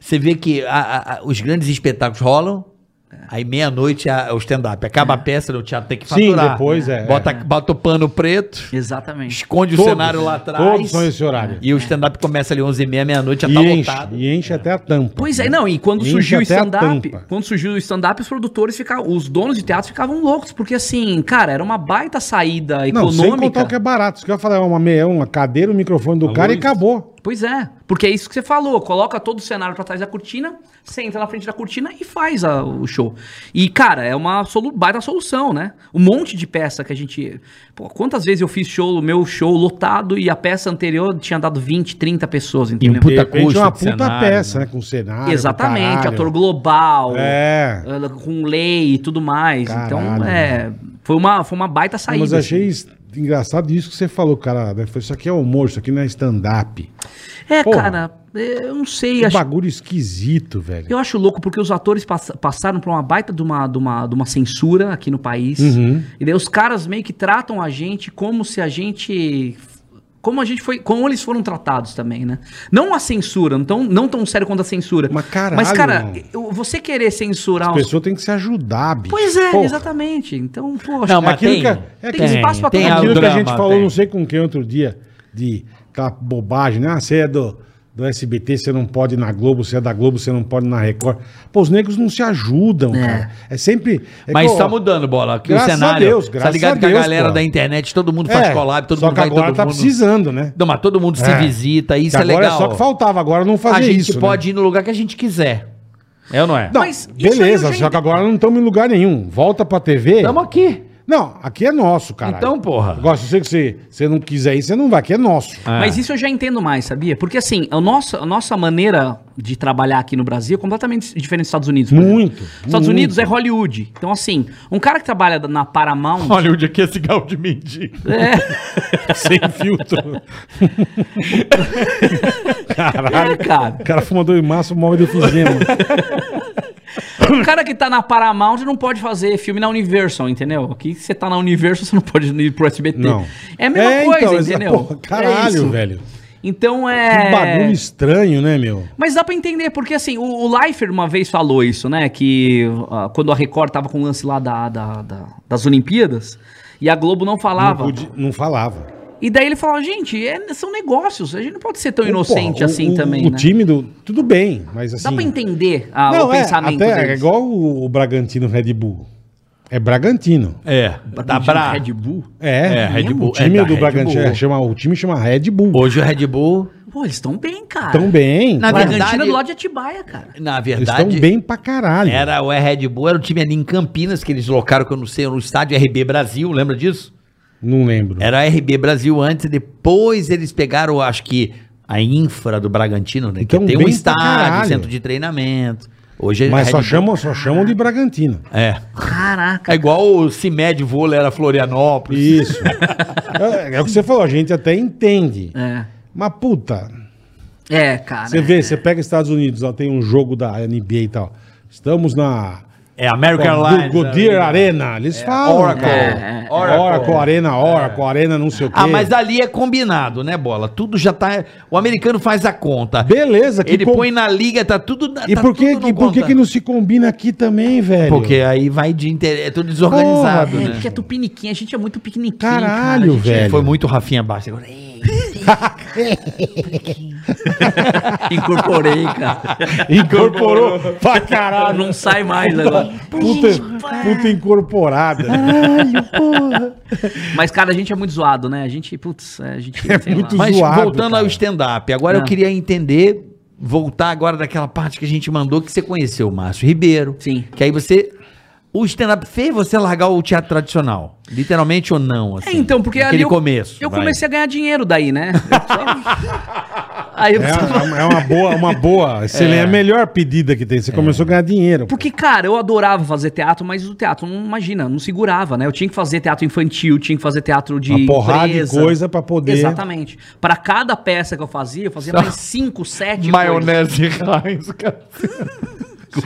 Speaker 7: Você vê que a- a- a- os grandes espetáculos rolam, aí meia-noite é o stand-up. Acaba a peça, o teatro tem que
Speaker 4: Sim,
Speaker 7: faturar.
Speaker 4: depois é,
Speaker 7: Bota, bota o pano preto,
Speaker 6: Exatamente.
Speaker 7: esconde o
Speaker 4: Todos,
Speaker 7: cenário lá atrás.
Speaker 4: Todos são esse horário.
Speaker 7: E o stand-up começa ali 11h30, meia-noite, já
Speaker 4: E
Speaker 7: tá
Speaker 4: enche,
Speaker 7: lotado.
Speaker 4: e enche até a tampa.
Speaker 6: Pois é, não, e quando
Speaker 4: Enche
Speaker 6: surgiu o
Speaker 4: até a
Speaker 6: stand-up,
Speaker 4: tampa.
Speaker 6: quando surgiu o stand-up, os produtores ficavam, os donos de teatro ficavam loucos, porque assim, cara, era uma baita saída
Speaker 4: Não, sem
Speaker 6: econômica.
Speaker 4: contar o que é barato. Isso que eu ia falar, é uma meia, uma cadeira, o microfone do cara e acabou.
Speaker 6: Pois é, porque é isso que você falou, coloca todo o cenário pra trás da cortina, senta na frente da cortina e faz a- o show. E, cara, é uma solu baita solução, né? Um monte de peça que a gente... Pô, quantas vezes eu fiz show, o meu show lotado e a peça anterior tinha dado 20, 30 pessoas, entendeu?
Speaker 7: puta
Speaker 4: De repente, é uma
Speaker 7: de
Speaker 4: puta
Speaker 7: cenário,
Speaker 4: peça, né? Com cenário.
Speaker 6: Exatamente,
Speaker 4: com
Speaker 6: ator global,
Speaker 4: É.
Speaker 6: eh, com lei e tudo mais.
Speaker 4: Caralho.
Speaker 6: Então, é, foi uma, foi uma baita saída.
Speaker 4: Mas achei
Speaker 6: assim.
Speaker 4: es- engraçado isso que você falou, cara. né? Foi, Isso aqui é humor, isso aqui não é stand-up.
Speaker 6: É,
Speaker 4: Porra.
Speaker 6: cara, eh, eu não sei,
Speaker 4: Que
Speaker 6: acho
Speaker 4: bagulho esquisito, velho.
Speaker 6: Eu acho louco porque os atores pass- passaram por uma baita de uma, de uma, de uma censura aqui no país.
Speaker 4: Uhum.
Speaker 6: E daí os caras meio que tratam a gente como se a gente. Como a gente foi. Como eles foram tratados também, né? Não a censura, não tão, não tão sério quanto a censura.
Speaker 4: Mas caralho,
Speaker 6: Mas, cara,
Speaker 4: irmão.
Speaker 6: eu- você querer censurar
Speaker 4: As
Speaker 6: os.
Speaker 4: pessoas têm que se ajudar, bicho.
Speaker 6: Pois é,
Speaker 4: Porra.
Speaker 6: exatamente. Então, poxa.
Speaker 7: Não, mas
Speaker 4: aquilo
Speaker 7: tem,
Speaker 4: que a-
Speaker 6: tem
Speaker 4: é que-
Speaker 6: espaço pra
Speaker 7: tem
Speaker 6: todo
Speaker 7: a-
Speaker 6: mundo.
Speaker 4: Aquilo que a
Speaker 7: drama,
Speaker 4: gente falou,
Speaker 7: tem.
Speaker 4: não sei com quem outro dia, de aquela bobagem, né? Ah, você é do. do SBT, você não pode ir na Globo, você é da Globo, você não pode ir na Record. Pô, os negros não se ajudam, cara. É sempre. é
Speaker 7: Mas
Speaker 4: que, ó,
Speaker 7: está mudando, bola. Que
Speaker 4: graças
Speaker 7: o
Speaker 4: a
Speaker 7: cenário.
Speaker 4: Deus,
Speaker 7: tá
Speaker 4: graças
Speaker 7: ligado
Speaker 4: a
Speaker 7: que a
Speaker 4: Deus,
Speaker 7: galera
Speaker 4: pô. É,
Speaker 7: da internet, todo mundo faz collab, tá todo
Speaker 4: só
Speaker 7: mundo
Speaker 4: que
Speaker 7: vai
Speaker 4: agora
Speaker 7: todo
Speaker 4: tá
Speaker 7: mundo.
Speaker 4: precisando, né?
Speaker 7: Não, mas todo mundo se
Speaker 4: É.
Speaker 7: visita,
Speaker 4: Que
Speaker 7: isso é
Speaker 4: agora
Speaker 7: legal.
Speaker 4: é só que faltava, agora não
Speaker 7: a
Speaker 4: fazia
Speaker 7: gente
Speaker 4: isso. né?
Speaker 7: pode ir no lugar que a gente quiser. É ou não é?
Speaker 4: Não,
Speaker 6: Mas isso aí eu
Speaker 4: beleza,
Speaker 6: já
Speaker 4: só que agora não estamos em lugar nenhum. Volta pra TV.
Speaker 7: Estamos aqui.
Speaker 4: Não, aqui é nosso,
Speaker 6: Tá.
Speaker 4: cara.
Speaker 7: Então, porra.
Speaker 4: Agora, se você, se você não quiser ir, você não vai, aqui é nosso.
Speaker 6: Mas isso eu já entendo mais, sabia? Porque assim, a nossa, a nossa maneira de trabalhar aqui no Brasil é completamente diferente dos Estados Unidos. por exemplo.
Speaker 4: Muito,
Speaker 6: Estados
Speaker 4: muito.
Speaker 6: Unidos é Hollywood. Então, assim, um cara que trabalha na Paramount.
Speaker 3: onde aqui é cigarro de mendigo.
Speaker 4: Sem filtro.
Speaker 6: É, cara.
Speaker 4: O cara fumador em massa, móvel de fuzema.
Speaker 6: O cara que tá na Paramount não pode fazer filme na Universal, entendeu? Aqui você tá na Universal, você não pode ir pro SBT.
Speaker 4: Não.
Speaker 6: É a mesma
Speaker 4: É,
Speaker 6: coisa,
Speaker 4: então, exa-
Speaker 6: entendeu?
Speaker 4: porra,
Speaker 6: É
Speaker 4: caralho,
Speaker 6: isso.
Speaker 4: velho.
Speaker 6: Então
Speaker 4: Que
Speaker 6: é.
Speaker 4: bagulho estranho, né, meu?
Speaker 6: Mas dá pra entender, porque assim, o, o Leifert uma vez falou isso, né? Que ah, quando a Record tava com o lance lá da, da- da- das Olimpíadas, e a Globo não
Speaker 4: Não,
Speaker 6: falava.
Speaker 4: podia- não falava.
Speaker 6: E daí ele falou, gente, é- são negócios, a gente não pode ser tão inocente
Speaker 4: Porra, o-
Speaker 6: assim
Speaker 4: o-
Speaker 6: também,
Speaker 4: O
Speaker 6: né?
Speaker 4: time do. Tudo bem, mas assim.
Speaker 6: Dá pra entender ah,
Speaker 4: Não,
Speaker 6: o
Speaker 4: é,
Speaker 6: pensamento
Speaker 4: até é
Speaker 6: deles.
Speaker 4: igual o, o Bragantino Red Bull. É Bragantino.
Speaker 3: É, dá pra...
Speaker 6: um Red Bull.
Speaker 4: É,
Speaker 3: É, Red Bull,
Speaker 4: O time
Speaker 3: é da
Speaker 4: do
Speaker 3: Red
Speaker 4: Bragantino
Speaker 3: Bull.
Speaker 4: é, chama, o time chama Red Bull.
Speaker 7: Hoje o Red Bull.
Speaker 6: Pô, eles estão bem, cara.
Speaker 4: é. Tão bem.
Speaker 7: Na
Speaker 6: A
Speaker 4: cara.
Speaker 6: Argentina
Speaker 7: verdade-
Speaker 6: do lado de Atibaia, cara.
Speaker 7: Na
Speaker 4: Eles estão
Speaker 7: verdade,
Speaker 4: bem né? pra caralho.
Speaker 7: era o Red Bull, era o time ali em Campinas que eles locaram, que eu não sei, no estádio RB Brasil, lembra disso?
Speaker 4: Não lembro.
Speaker 7: Era RB Brasil antes, depois eles pegaram, acho que, a infra do Bragantino, né?
Speaker 4: Então,
Speaker 7: que tem um
Speaker 4: bem pra
Speaker 7: estádio,
Speaker 4: caralho.
Speaker 7: centro de treinamento. Hoje é
Speaker 4: Mas
Speaker 7: Red
Speaker 4: só
Speaker 7: Bull.
Speaker 4: chamam, só chamam de Bragantino.
Speaker 7: É.
Speaker 6: Caraca.
Speaker 7: É igual o Cimed Vôlei era Florianópolis.
Speaker 4: Isso. é, é o que você falou, a gente até entende.
Speaker 6: É,
Speaker 4: Mas puta,
Speaker 6: é cara.
Speaker 4: você vê, você pega Estados Unidos, ó, tem um jogo da NBA e tal. Estamos na
Speaker 3: É American Airlines.
Speaker 4: Godir Arena. Eles falam.
Speaker 7: Oracle.
Speaker 4: cara.
Speaker 6: É, é.
Speaker 4: Oracle. Arena, Oracle, Arena, não sei o quê.
Speaker 7: Ah, mas ali é combinado, né, bola? Tudo já tá. O americano faz a conta.
Speaker 4: Beleza, que
Speaker 7: Ele
Speaker 4: com-
Speaker 7: põe na liga, tá tudo.
Speaker 4: E
Speaker 7: tá
Speaker 4: por, que,
Speaker 7: tudo
Speaker 4: e
Speaker 7: no
Speaker 4: por que,
Speaker 7: conta.
Speaker 4: que não se combina aqui também, velho?
Speaker 7: Porque aí vai de inter... é tudo desorganizado,
Speaker 4: Porra,
Speaker 6: É,
Speaker 7: né?
Speaker 6: porque é tupiniquim, a gente é muito pequenininho.
Speaker 4: Caralho, velho.
Speaker 7: Foi muito Rafinha Basta. agora.
Speaker 6: Incorporei, cara.
Speaker 4: Incorporou pra caralho.
Speaker 6: Não sai mais agora.
Speaker 4: Puta, puta incorporada.
Speaker 6: Mas, cara, a gente é muito zoado, né? A gente, putz, é, a gente. É
Speaker 4: muito
Speaker 7: Mas
Speaker 4: zoado,
Speaker 7: voltando
Speaker 4: cara.
Speaker 7: ao stand-up, agora eu
Speaker 6: Ah.
Speaker 7: queria entender, voltar agora daquela parte que a gente mandou que você conheceu o Márcio Ribeiro.
Speaker 6: Sim.
Speaker 7: Que aí você. O stand-up fez você largar o teatro tradicional. Literalmente ou não? Assim,
Speaker 6: É, então, porque
Speaker 7: Aquele
Speaker 6: ali eu,
Speaker 7: começo.
Speaker 6: eu
Speaker 7: vai.
Speaker 6: comecei a ganhar dinheiro daí, né? Eu só- Aí eu
Speaker 4: É,
Speaker 6: precisava-
Speaker 4: é uma boa, uma boa. Você é. a melhor pedida que tem. Você começou a ganhar dinheiro.
Speaker 6: Porque, cara, eu adorava fazer teatro, mas o teatro, não imagina, não segurava, né? Eu tinha que fazer teatro infantil, tinha que fazer teatro de
Speaker 4: Uma porrada de coisa pra poder-
Speaker 6: Exatamente. Pra cada peça que eu fazia, eu fazia mais cinco, sete
Speaker 3: Maionese Heinz, cara.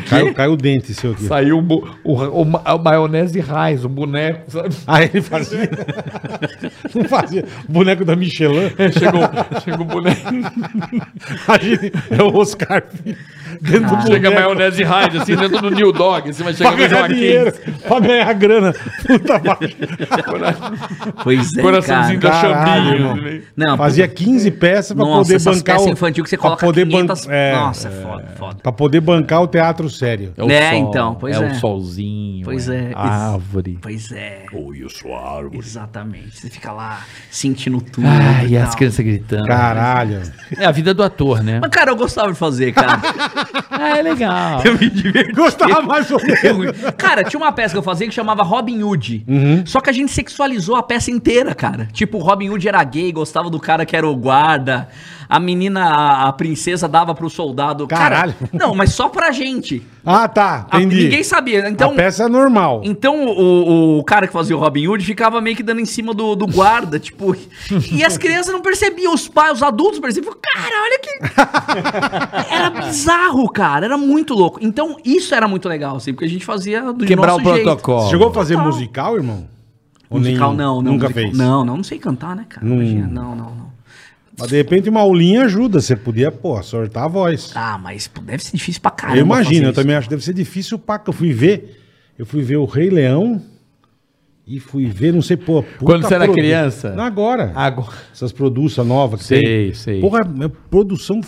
Speaker 4: Caiu, caiu o dente seu aqui.
Speaker 3: Saiu um bu- o, o, ma- a maionese Heinz, um boneco, sabe?
Speaker 4: Aí ele fazia. Não fazia. Boneco da Michelin.
Speaker 3: É, Chegou, chegou o boneco.
Speaker 4: Imagina, é o Oscar Filho. Dentro do boneco.
Speaker 3: Chega a maionese Heinz, assim, dentro do New Dog, assim, vai
Speaker 4: Pra
Speaker 3: chegar no
Speaker 4: ganhar dinheiro,
Speaker 3: Joaquim.
Speaker 4: pra ganhar grana. Puta merda.
Speaker 6: Pois é,
Speaker 3: Coraçãozinho da
Speaker 6: cara.
Speaker 4: Caralho,
Speaker 3: champinha.
Speaker 4: irmão.
Speaker 3: né?
Speaker 6: Não,
Speaker 4: Fazia 15 peças pra
Speaker 6: nossa,
Speaker 4: poder
Speaker 6: essas
Speaker 4: bancar.
Speaker 6: peças
Speaker 4: o-
Speaker 6: infantil que você
Speaker 4: pra
Speaker 6: coloca
Speaker 4: poder
Speaker 6: 500
Speaker 4: bancar- é,
Speaker 6: Nossa, foda, foda.
Speaker 4: Pra poder bancar o teatro sério.
Speaker 3: o
Speaker 6: É, então, pois é.
Speaker 3: o solzinho.
Speaker 6: Pois é.
Speaker 3: A
Speaker 4: Ah,
Speaker 3: árvore.
Speaker 6: Pois é,
Speaker 3: Oi, eu sou a árvore.
Speaker 6: exatamente. Você fica lá sentindo tudo
Speaker 7: Ai,
Speaker 6: e
Speaker 7: e as
Speaker 6: tal.
Speaker 7: crianças gritando.
Speaker 4: Caralho.
Speaker 7: É a vida do ator, né?
Speaker 6: Mas, cara, eu gostava de fazer, cara.
Speaker 7: ah, é legal.
Speaker 6: eu me divertia.
Speaker 4: Gostava mais ou menos.
Speaker 6: Cara, tinha uma peça que eu fazia que chamava Robin Hood.
Speaker 4: Uhum.
Speaker 6: Só que a gente sexualizou a peça inteira, cara. Tipo, o Robin Hood era gay, gostava do cara que era o guarda. A menina, a, a princesa, dava pro soldado.
Speaker 4: Caralho.
Speaker 6: Cara, não, mas só pra gente.
Speaker 4: Ah, tá.
Speaker 6: A-
Speaker 4: Entendi.
Speaker 6: ninguém sabia. Então,
Speaker 4: A peça é normal.
Speaker 6: então o, o cara que fazia o Robin Hood ficava meio que dando em cima do, do guarda, tipo. E as crianças não percebiam, os pais, os adultos percebiam. Cara, olha que. Era bizarro, cara. Era muito louco. Então, isso era muito legal, assim, porque a gente fazia do
Speaker 7: Quebrar o
Speaker 6: nosso jeito.
Speaker 7: protocolo.
Speaker 4: Você chegou a fazer musical, irmão? Ou
Speaker 6: então tá. Musical
Speaker 4: nem-
Speaker 6: não, não.
Speaker 4: Nunca
Speaker 6: musical-
Speaker 4: fez.
Speaker 6: Não, não, não sei cantar, né, cara? Imagina, Não, não, não.
Speaker 4: Mas de repente uma aulinha ajuda. Você podia, pô, soltar a voz.
Speaker 6: Ah, mas pô, deve ser difícil pra caramba.
Speaker 4: eu imagino, eu
Speaker 6: fazer isso.
Speaker 4: também acho que deve ser difícil pra. Eu fui ver. Eu fui ver o Rei Leão E fui ver, não sei, pô. puta
Speaker 7: Quando você era
Speaker 4: produ-
Speaker 7: criança? Ah.
Speaker 4: Não, Agora.
Speaker 7: Agora.
Speaker 4: Essas produções novas que
Speaker 14: Sei,
Speaker 4: tem.
Speaker 14: sei.
Speaker 4: Porra, é produção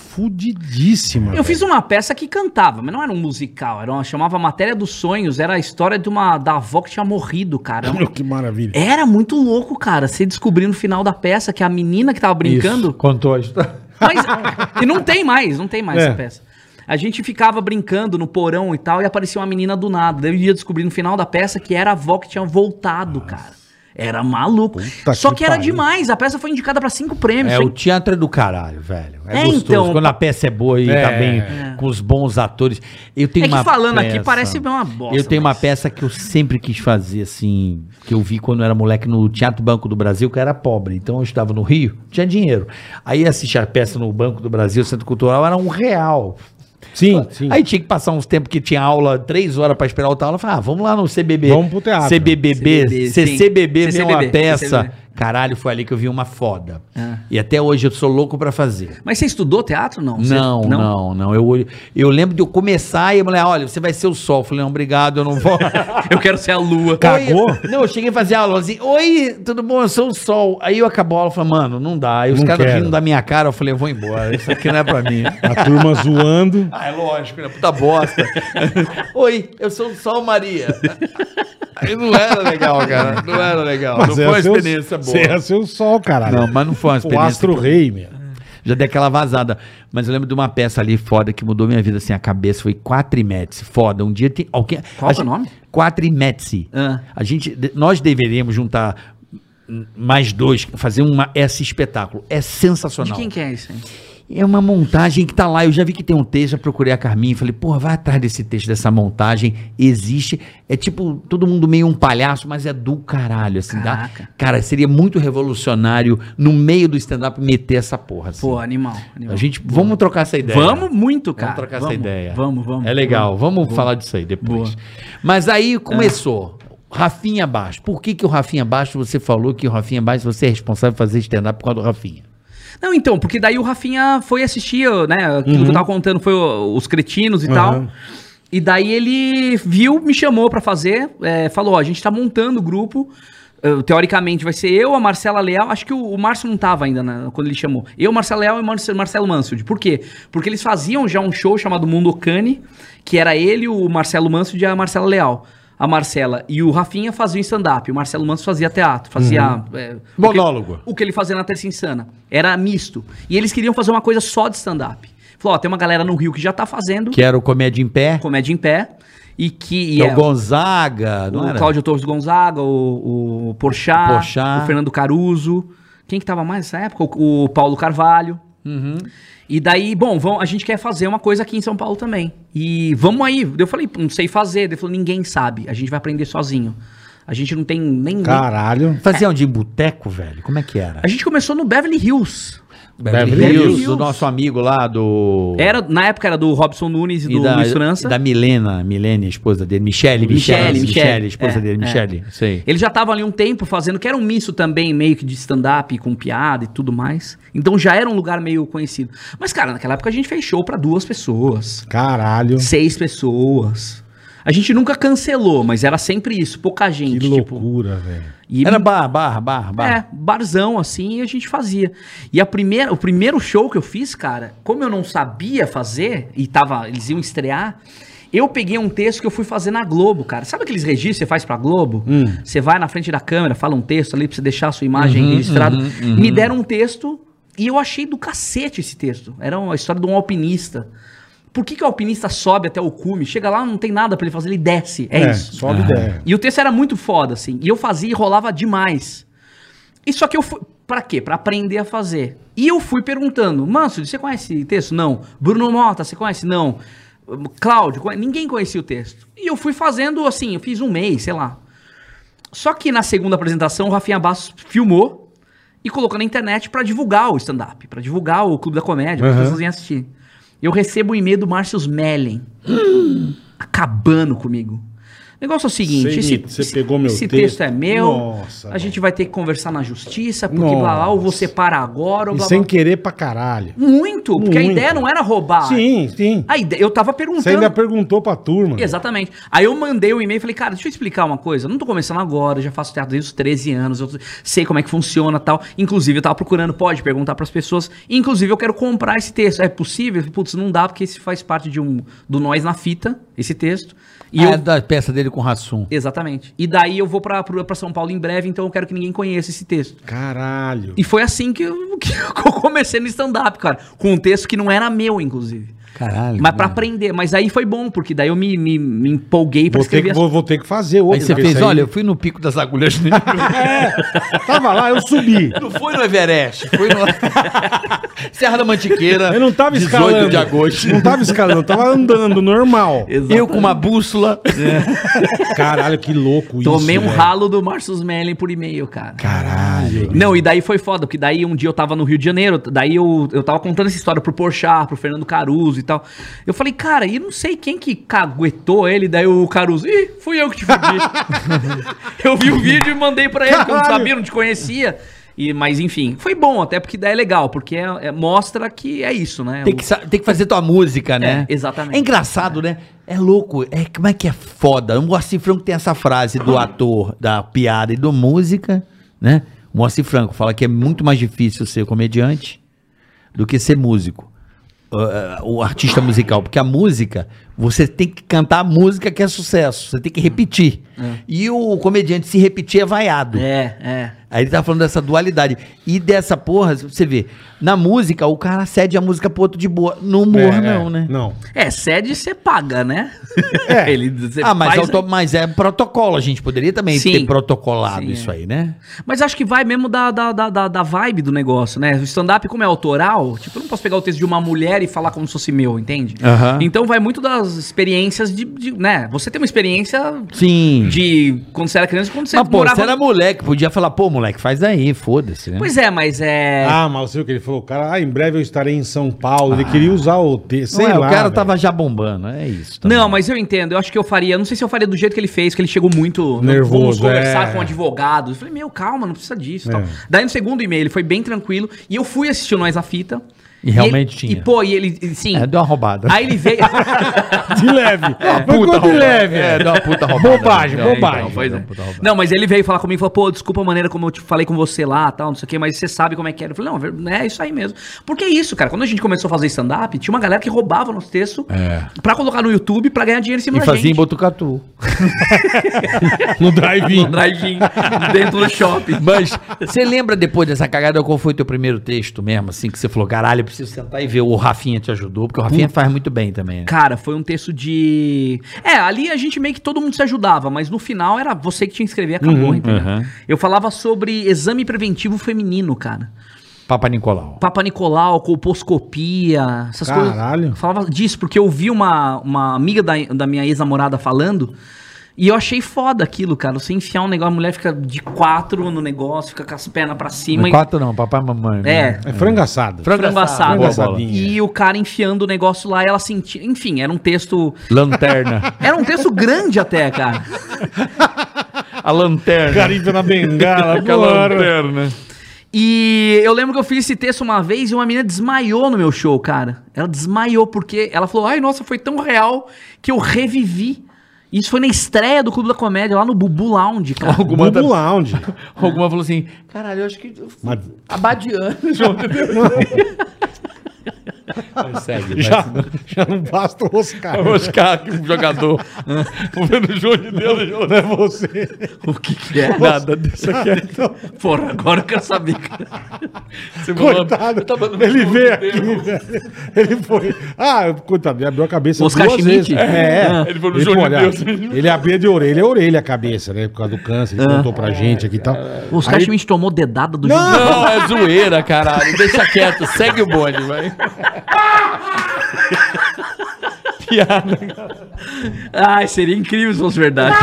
Speaker 4: fudidíssima.
Speaker 6: Eu
Speaker 4: velho.
Speaker 6: fiz uma peça que cantava, mas não era um musical, era uma, chamava Matéria dos Sonhos, era a história de uma da avó que tinha morrido, cara.
Speaker 4: Meu, que maravilha.
Speaker 6: Era muito louco, cara. Você descobriu no final da peça que a menina que tava brincando.
Speaker 14: Contou a história.
Speaker 6: Mas, e não tem mais, não tem mais
Speaker 4: É.
Speaker 6: essa peça. A gente ficava brincando no porão e tal, e aparecia uma menina do nada. Daí eu ia descobrir no final da peça que era a avó que tinha voltado, cara. Era maluco.
Speaker 4: Puta
Speaker 6: Só
Speaker 4: que
Speaker 6: que, era
Speaker 4: pariu.
Speaker 6: demais. A peça foi indicada pra cinco prêmios.
Speaker 7: É,
Speaker 6: Foi
Speaker 7: o teatro é do caralho, velho. É,
Speaker 6: É,
Speaker 7: gostoso.
Speaker 6: então.
Speaker 7: Quando a peça é boa e tá bem, com os bons atores. Eu tenho
Speaker 6: É que
Speaker 7: uma
Speaker 6: falando aqui
Speaker 7: peça-
Speaker 6: parece uma bosta,
Speaker 7: Eu tenho uma
Speaker 6: mas-
Speaker 7: peça que eu sempre quis fazer, assim, que eu vi quando eu era moleque no Teatro Banco do Brasil, que eu era pobre. Então eu estava no Rio, tinha dinheiro. Aí assistir a peça no Banco do Brasil, Centro Cultural, era um real.
Speaker 4: Sim, sim.
Speaker 7: Aí tinha que passar uns tempos que tinha aula, três horas pra esperar outra aula. Eu Falei, ah, vamos lá no CBB.
Speaker 4: Vamos pro teatro.
Speaker 7: CBBB,
Speaker 6: CBB,
Speaker 7: CCBB,
Speaker 6: sim.
Speaker 7: ver uma
Speaker 6: CCBB.
Speaker 7: peça. Caralho, foi ali que eu vi uma foda.
Speaker 6: Ah.
Speaker 7: E até hoje eu sou louco pra fazer.
Speaker 6: Mas você estudou teatro não? Você-
Speaker 7: Não, não, não. Eu, eu lembro de eu começar e a mulher, olha, você vai ser o sol. Eu falei, não, obrigado, eu não vou.
Speaker 6: Eu quero ser a lua.
Speaker 4: Cagou?
Speaker 7: Oi, não, eu cheguei a fazer aula assim, oi, tudo bom? Eu sou o sol. Aí eu acabo a aula e falei, mano, não dá. Aí os
Speaker 4: Não
Speaker 7: caras
Speaker 4: quero.
Speaker 7: rindo da minha cara, eu falei, eu vou embora, isso aqui não é pra mim.
Speaker 4: A turma zoando.
Speaker 7: Ah, é lógico, né? Puta bosta. Oi, eu sou o Sol Maria. Aí não era legal, cara. Não era legal. não foi
Speaker 4: é
Speaker 7: uma
Speaker 4: seu-
Speaker 7: experiência boa.
Speaker 4: Você é seu sol, caralho.
Speaker 7: Não, mas não foi uma
Speaker 4: O
Speaker 7: experiência.
Speaker 4: Astro
Speaker 7: que eu-
Speaker 4: Rei, meu.
Speaker 7: Já dei aquela vazada. Mas eu lembro de uma peça ali foda que mudou minha vida, assim, a cabeça. Foi Quatrimetz. Foda. Um dia tem. Alguém...
Speaker 6: Qual
Speaker 7: a
Speaker 6: que é o
Speaker 7: gente-
Speaker 6: nome?
Speaker 7: Quatrimetz.
Speaker 6: Ah.
Speaker 7: A gente, de- nós deveríamos juntar hum, mais dois, fazer uma, esse espetáculo. É
Speaker 6: De
Speaker 7: sensacional.
Speaker 6: quem que é isso? hein?
Speaker 7: É uma montagem que tá lá. Eu já vi que tem um texto, já procurei a Carminha e falei, porra, vai atrás desse texto, dessa montagem. Existe. É tipo, todo mundo meio um palhaço, mas é do caralho, assim. Dá,
Speaker 6: Caraca.
Speaker 7: cara, seria muito revolucionário no meio do stand-up meter essa porra. Assim.
Speaker 6: Pô, animal. animal.
Speaker 7: a gente. Vamos trocar essa ideia.
Speaker 6: Vamos muito, cara.
Speaker 7: Vamos trocar
Speaker 6: Vamos,
Speaker 7: essa ideia.
Speaker 6: Vamos, vamos.
Speaker 7: É legal, vamos, falar disso aí depois. Mas aí começou. Rafinha Baixo. Por que, que o Rafinha Baixo, você falou que o Rafinha Baixo, você é responsável por fazer stand-up por causa do Rafinha?
Speaker 6: Não, então, porque daí o Rafinha foi assistir, né? Aquilo que eu tava contando foi o- os cretinos e
Speaker 4: Uhum.
Speaker 6: tal. E daí ele viu, me chamou pra fazer, é, falou: ó, a gente tá montando o grupo. eh, Teoricamente vai ser eu, a Marcela Leal. Acho que o, o Márcio não tava ainda né, quando ele chamou. Eu, Marcela Leal e Marce- Marcelo Mansfield. Por quê? Porque eles faziam já um show chamado Mundo Cane, que era ele, o Marcelo Mansfield e a Marcela Leal. A Marcela e o Rafinha faziam stand-up. O Marcelo Manso fazia teatro, fazia. eh,
Speaker 14: Monólogo.
Speaker 6: o que- o que ele fazia na Terça Insana. Era misto. E eles queriam fazer uma coisa só de stand-up. Falou, ó, tem uma galera no Rio que já tá fazendo
Speaker 7: Que era o Comédia em Pé?
Speaker 6: comédia em pé e que...
Speaker 7: Que
Speaker 6: e
Speaker 7: é
Speaker 6: é,
Speaker 7: o Gonzaga, não
Speaker 6: o
Speaker 7: era?
Speaker 6: Cláudio Torres Gonzaga, o, o Porchat,
Speaker 7: O Porchat.
Speaker 6: o Fernando Caruso. Quem que tava mais nessa época? O, o Paulo Carvalho.
Speaker 7: Uhum.
Speaker 6: E daí, bom, vão, a gente quer fazer uma coisa aqui em São Paulo também. E vamos aí. Daí Eu falei, não sei fazer. Daí Ele falou, ninguém sabe. A gente vai aprender sozinho. A gente não tem nem... nem-
Speaker 4: Caralho.
Speaker 7: Fazia onde? Em boteco, velho? Como é que era?
Speaker 6: A gente começou no Beverly Hills.
Speaker 7: Beverly,
Speaker 4: Beverly
Speaker 7: Hills,
Speaker 6: Hills.
Speaker 7: o nosso amigo lá do...
Speaker 6: Era, na época era do Robson Nunes e,
Speaker 7: e
Speaker 6: do
Speaker 7: da,
Speaker 6: Luiz França.
Speaker 7: Da Milena, Milene, esposa dele. Michele, Michele,
Speaker 6: Michele,
Speaker 7: Michele,
Speaker 6: Michele,
Speaker 7: esposa
Speaker 6: é,
Speaker 7: dele,
Speaker 6: é.
Speaker 7: Michele. Sei.
Speaker 6: Eles já estavam ali um tempo fazendo, que era um misto também, meio que de stand-up com piada e tudo mais. Então já era um lugar meio conhecido. Mas, cara, naquela época a gente fez show pra duas pessoas,
Speaker 4: Caralho.
Speaker 6: seis pessoas. A gente nunca cancelou, mas era sempre isso, pouca
Speaker 4: Que
Speaker 6: gente.
Speaker 7: tipo,
Speaker 6: tipo,
Speaker 4: loucura, velho.
Speaker 6: e
Speaker 7: Era bar, bar, bar, bar.
Speaker 6: é, barzão assim, e a gente fazia. E a primeira, o primeiro show que eu fiz, cara, como eu não sabia fazer e tava, eles iam estrear, eu peguei um texto que eu fui fazer na Globo, cara. Sabe aqueles registros que você faz pra Globo? Você vai na frente da câmera, fala um texto ali pra você deixar a sua imagem registrada. Me deram um texto e eu achei do cacete esse texto. Era uma história de um alpinista. Por que, que o alpinista sobe até o cume? Chega lá, não tem nada pra ele fazer, ele desce. É, isso.
Speaker 4: Sobe ideia.
Speaker 6: E o texto era muito foda, assim. E eu fazia e rolava demais. E só que eu fui. Pra quê? Pra aprender a fazer. E eu fui perguntando: Manso, você conhece esse texto? Não. Bruno Mota, você conhece? Não. Cláudio, conhe- ninguém conhecia o texto. E eu fui fazendo assim, eu fiz um mês, sei lá. Só que na segunda apresentação, o Rafinha Bastos filmou e colocou na internet pra divulgar o stand-up, pra divulgar o Clube da Comédia, pra as pessoas irem assistir. Eu recebo um e-mail do Márcio Mellen acabando comigo. negócio é o seguinte:
Speaker 4: Sei, Nito, você pegou meu
Speaker 6: esse
Speaker 4: texto.
Speaker 6: texto. é meu,
Speaker 4: Nossa,
Speaker 6: a
Speaker 4: mano.
Speaker 6: gente vai ter que conversar na justiça, porque
Speaker 4: Nossa.
Speaker 6: blá blá, ou você para agora,
Speaker 4: E
Speaker 6: ou blá
Speaker 4: sem
Speaker 6: blá.
Speaker 4: querer pra caralho.
Speaker 6: Muito, porque a
Speaker 4: Muito.
Speaker 6: ideia não era
Speaker 7: Ah,
Speaker 6: roubar.
Speaker 7: é.
Speaker 4: Sim, sim.
Speaker 6: A ideia, eu tava
Speaker 4: Você
Speaker 6: perguntando.
Speaker 4: ainda perguntou pra turma.
Speaker 6: Exatamente. Aí eu mandei um e-mail e falei, cara, deixa eu explicar uma coisa. Eu não tô começando agora, eu já faço teatro desde os 13 anos, eu sei como é que funciona e tal. Inclusive, eu tava procurando, pode perguntar pras pessoas. Inclusive, eu quero comprar esse texto. É possível? Putz, não dá, porque esse faz parte de um do Nós na Fita, esse texto. E
Speaker 7: ah,
Speaker 6: eu.
Speaker 7: da peça dele com o Rassum.
Speaker 6: Exatamente. E daí eu vou pra, pra pra São Paulo em breve, então eu quero que ninguém conheça esse texto.
Speaker 4: Caralho.
Speaker 6: E foi assim que eu, que eu comecei no stand-up, cara. Com um texto que não era meu, inclusive.
Speaker 7: Caralho.
Speaker 6: Mas pra
Speaker 7: mano.
Speaker 6: aprender. Mas aí foi bom, porque daí eu me, me, me empolguei pra
Speaker 4: Vou ter, que,
Speaker 7: assim.
Speaker 6: escrever.
Speaker 4: vou, vou ter que fazer outro.
Speaker 7: Aí você
Speaker 4: porque
Speaker 7: fez,
Speaker 4: isso aí-
Speaker 7: olha, eu fui no pico das agulhas.
Speaker 4: Tava lá, eu subi.
Speaker 7: não foi no Everest, foi no... Serra da Mantiqueira.
Speaker 4: Eu não tava escalando.
Speaker 7: 18 de agosto.
Speaker 4: Não tava escalando, eu tava andando, normal.
Speaker 7: Eu com uma bússola.
Speaker 4: Caralho, que louco
Speaker 6: Tomei um
Speaker 4: Tipo velho.
Speaker 6: ralo do Marcus Mellen por e-mail, cara.
Speaker 4: Caralho.
Speaker 6: Não, e daí foi foda, porque daí um dia eu tava no Rio de Janeiro, daí eu, eu tava contando essa história pro Porchat, pro Fernando Caruso e tal. Eu falei, cara, e não sei quem que caguetou ele, daí o Caruso, ih, fui eu que te fudi. eu vi o vídeo e mandei pra ele, que eu não
Speaker 4: Caralho.
Speaker 6: sabia, não te conhecia. E, mas enfim, foi bom até, porque daí é legal, porque é- é- mostra que é isso, né?
Speaker 7: Tem que, sa- tem que fazer tua música, né?
Speaker 6: É, exatamente.
Speaker 7: É engraçado, né? É louco. É, como é que é foda? O Moacir Franco tem essa frase do ator, da piada e do música, né? O Moacir Franco fala que é muito mais difícil ser comediante do que ser músico. Ah, O artista musical, porque a música, você tem que cantar a música que é sucesso, você tem que repetir. E o comediante, se repetir, é vaiado.
Speaker 6: É, é.
Speaker 7: Aí ele tá falando dessa dualidade. E dessa porra, você vê, na música, o cara cede a música pro outro de boa. No humor,
Speaker 4: É,
Speaker 7: não,
Speaker 4: é,
Speaker 7: né?
Speaker 4: Não.
Speaker 6: É, sede você paga, né?
Speaker 4: É.
Speaker 6: Ele, você
Speaker 7: ah, mas,
Speaker 6: faz-
Speaker 4: um-
Speaker 7: auto- mas é protocolo, a gente poderia também
Speaker 6: Sim.
Speaker 7: ter protocolado
Speaker 6: Sim,
Speaker 4: é.
Speaker 7: isso aí, né?
Speaker 6: Mas acho que vai mesmo da, da, da, da, da vibe do negócio, né? O stand-up, como é autoral, tipo, eu não posso pegar o texto de uma mulher e falar como se fosse meu, entende?
Speaker 7: Aham.
Speaker 6: Então vai muito das experiências de, de, né? Você tem uma experiência
Speaker 7: Sim.
Speaker 6: de quando você era criança e quando você
Speaker 7: mas, pô, você era moleque, podia falar, pô, moleque, faz aí, foda-se, né?
Speaker 6: Pois é, mas é...
Speaker 4: Ah, mas você viu que ele falou, cara, ah, em breve eu estarei em São Paulo.
Speaker 7: Ah.
Speaker 4: Ele queria usar o T.
Speaker 7: Não
Speaker 4: Sei
Speaker 7: é,
Speaker 4: lá.
Speaker 7: o cara
Speaker 4: velho.
Speaker 7: tava já bombando, é isso. também.
Speaker 6: Não, mas eu entendo. Eu acho que eu faria. Não sei se eu faria do jeito que ele fez, que ele chegou muito
Speaker 4: Nervoso,
Speaker 6: Vamos conversar
Speaker 4: é.
Speaker 6: com um advogado. Eu falei, meu, calma, não precisa disso. e tal.
Speaker 4: É.
Speaker 6: Daí no segundo e-mail ele foi bem tranquilo. E eu fui assistir o Nós na Fita.
Speaker 7: E realmente
Speaker 6: ele-
Speaker 7: tinha.
Speaker 6: E pô, e ele. e, Sim.
Speaker 7: É, deu uma roubada.
Speaker 6: Aí ele veio.
Speaker 4: Ah, De leve. Foi
Speaker 7: puta
Speaker 4: quando de
Speaker 7: roubada.
Speaker 4: leve.
Speaker 7: É, deu uma puta roubada.
Speaker 4: Bobagem,
Speaker 7: Deu uma
Speaker 4: bobagem.
Speaker 7: puta
Speaker 6: Pois
Speaker 7: roubada,
Speaker 6: é.
Speaker 7: puta roubada.
Speaker 6: Não, mas ele veio falar comigo e falou, pô, desculpa a maneira como eu te falei com você lá, tal, não sei o quê, mas você sabe como é que era. Eu falei, não, é ver- é isso aí mesmo. Porque é isso, cara. Quando a gente começou a fazer stand-up, tinha uma galera que roubava nosso texto pra colocar no YouTube pra ganhar dinheiro em cima
Speaker 7: É. E
Speaker 6: da
Speaker 7: fazia em
Speaker 6: gente.
Speaker 7: Botucatu.
Speaker 4: No drive-in.
Speaker 6: No drive-in, dentro do shopping.
Speaker 7: Mas você lembra depois dessa cagada qual foi teu primeiro texto mesmo, assim, que você falou, caralho, eu preciso sentar e ver o Rafinha te ajudou, porque o Rafinha faz muito bem também. né?
Speaker 6: Cara, foi um texto de. É, ali a gente meio que todo mundo se ajudava, mas no final era você que tinha que escrever, acabou,
Speaker 7: Uhum,
Speaker 6: entendeu? Eu falava sobre exame preventivo feminino, cara.
Speaker 7: Papa Nicolau.
Speaker 6: Papa Nicolau, colposcopia, essas coisas.
Speaker 4: Caralho.
Speaker 6: Falava disso, porque eu vi uma, uma amiga da, da minha ex-namorada falando. E eu achei foda aquilo, cara. Você enfiar um negócio, a mulher fica de quatro no negócio, fica com as pernas pra cima. e-
Speaker 7: Quatro não, papai e mamãe. né?
Speaker 6: É,
Speaker 4: É frango assado.
Speaker 7: Frango
Speaker 6: frango assado.
Speaker 7: Boa
Speaker 4: Frango
Speaker 7: bola.
Speaker 4: assadinho.
Speaker 6: E o cara enfiando o negócio lá e ela sentia. Enfim, era um texto.
Speaker 7: Lanterna.
Speaker 6: Era um texto grande até, cara.
Speaker 7: A lanterna.
Speaker 4: Carimba na bengala,
Speaker 7: Aquela
Speaker 4: bora.
Speaker 7: lanterna.
Speaker 6: E eu lembro que eu fiz esse texto uma vez e uma menina desmaiou no meu show, cara. Ela desmaiou porque ela falou: ai, nossa, foi tão real que eu revivi. Isso foi na estreia do Clube da Comédia, lá no Bubu Lounge, cara.
Speaker 7: Alguma,
Speaker 4: Bubu Lounge.
Speaker 7: alguma falou assim, caralho, eu acho que...
Speaker 4: Mas
Speaker 7: Abadiano. Segue,
Speaker 4: já, já não basta o Oscar.
Speaker 7: Oscar, que um jogador. vendo o jogo de Deus,
Speaker 4: Não é você.
Speaker 6: O que que é?
Speaker 7: nada disso aqui.
Speaker 6: Porra, agora eu quero saber. cara.
Speaker 4: Coitado. Ele
Speaker 6: um
Speaker 4: veio aqui. velho. Ele foi. Ah, coitado, ele abriu a cabeça
Speaker 6: Oscar
Speaker 4: duas
Speaker 6: Schmidt?
Speaker 4: vezes. É, é.
Speaker 15: Ele foi no
Speaker 4: ele,
Speaker 15: João de
Speaker 4: olha,
Speaker 15: Deus.
Speaker 4: ele abria de orelha a orelha a cabeça, né? Por causa do câncer, ele contou pra gente aqui e tal.
Speaker 6: O Oscar Schmidt tomou dedada do João Deus.
Speaker 7: Não, é zoeira, caralho. Deixa quieto, segue o bonde, vai.
Speaker 6: Ai, seria incrível se fosse verdade.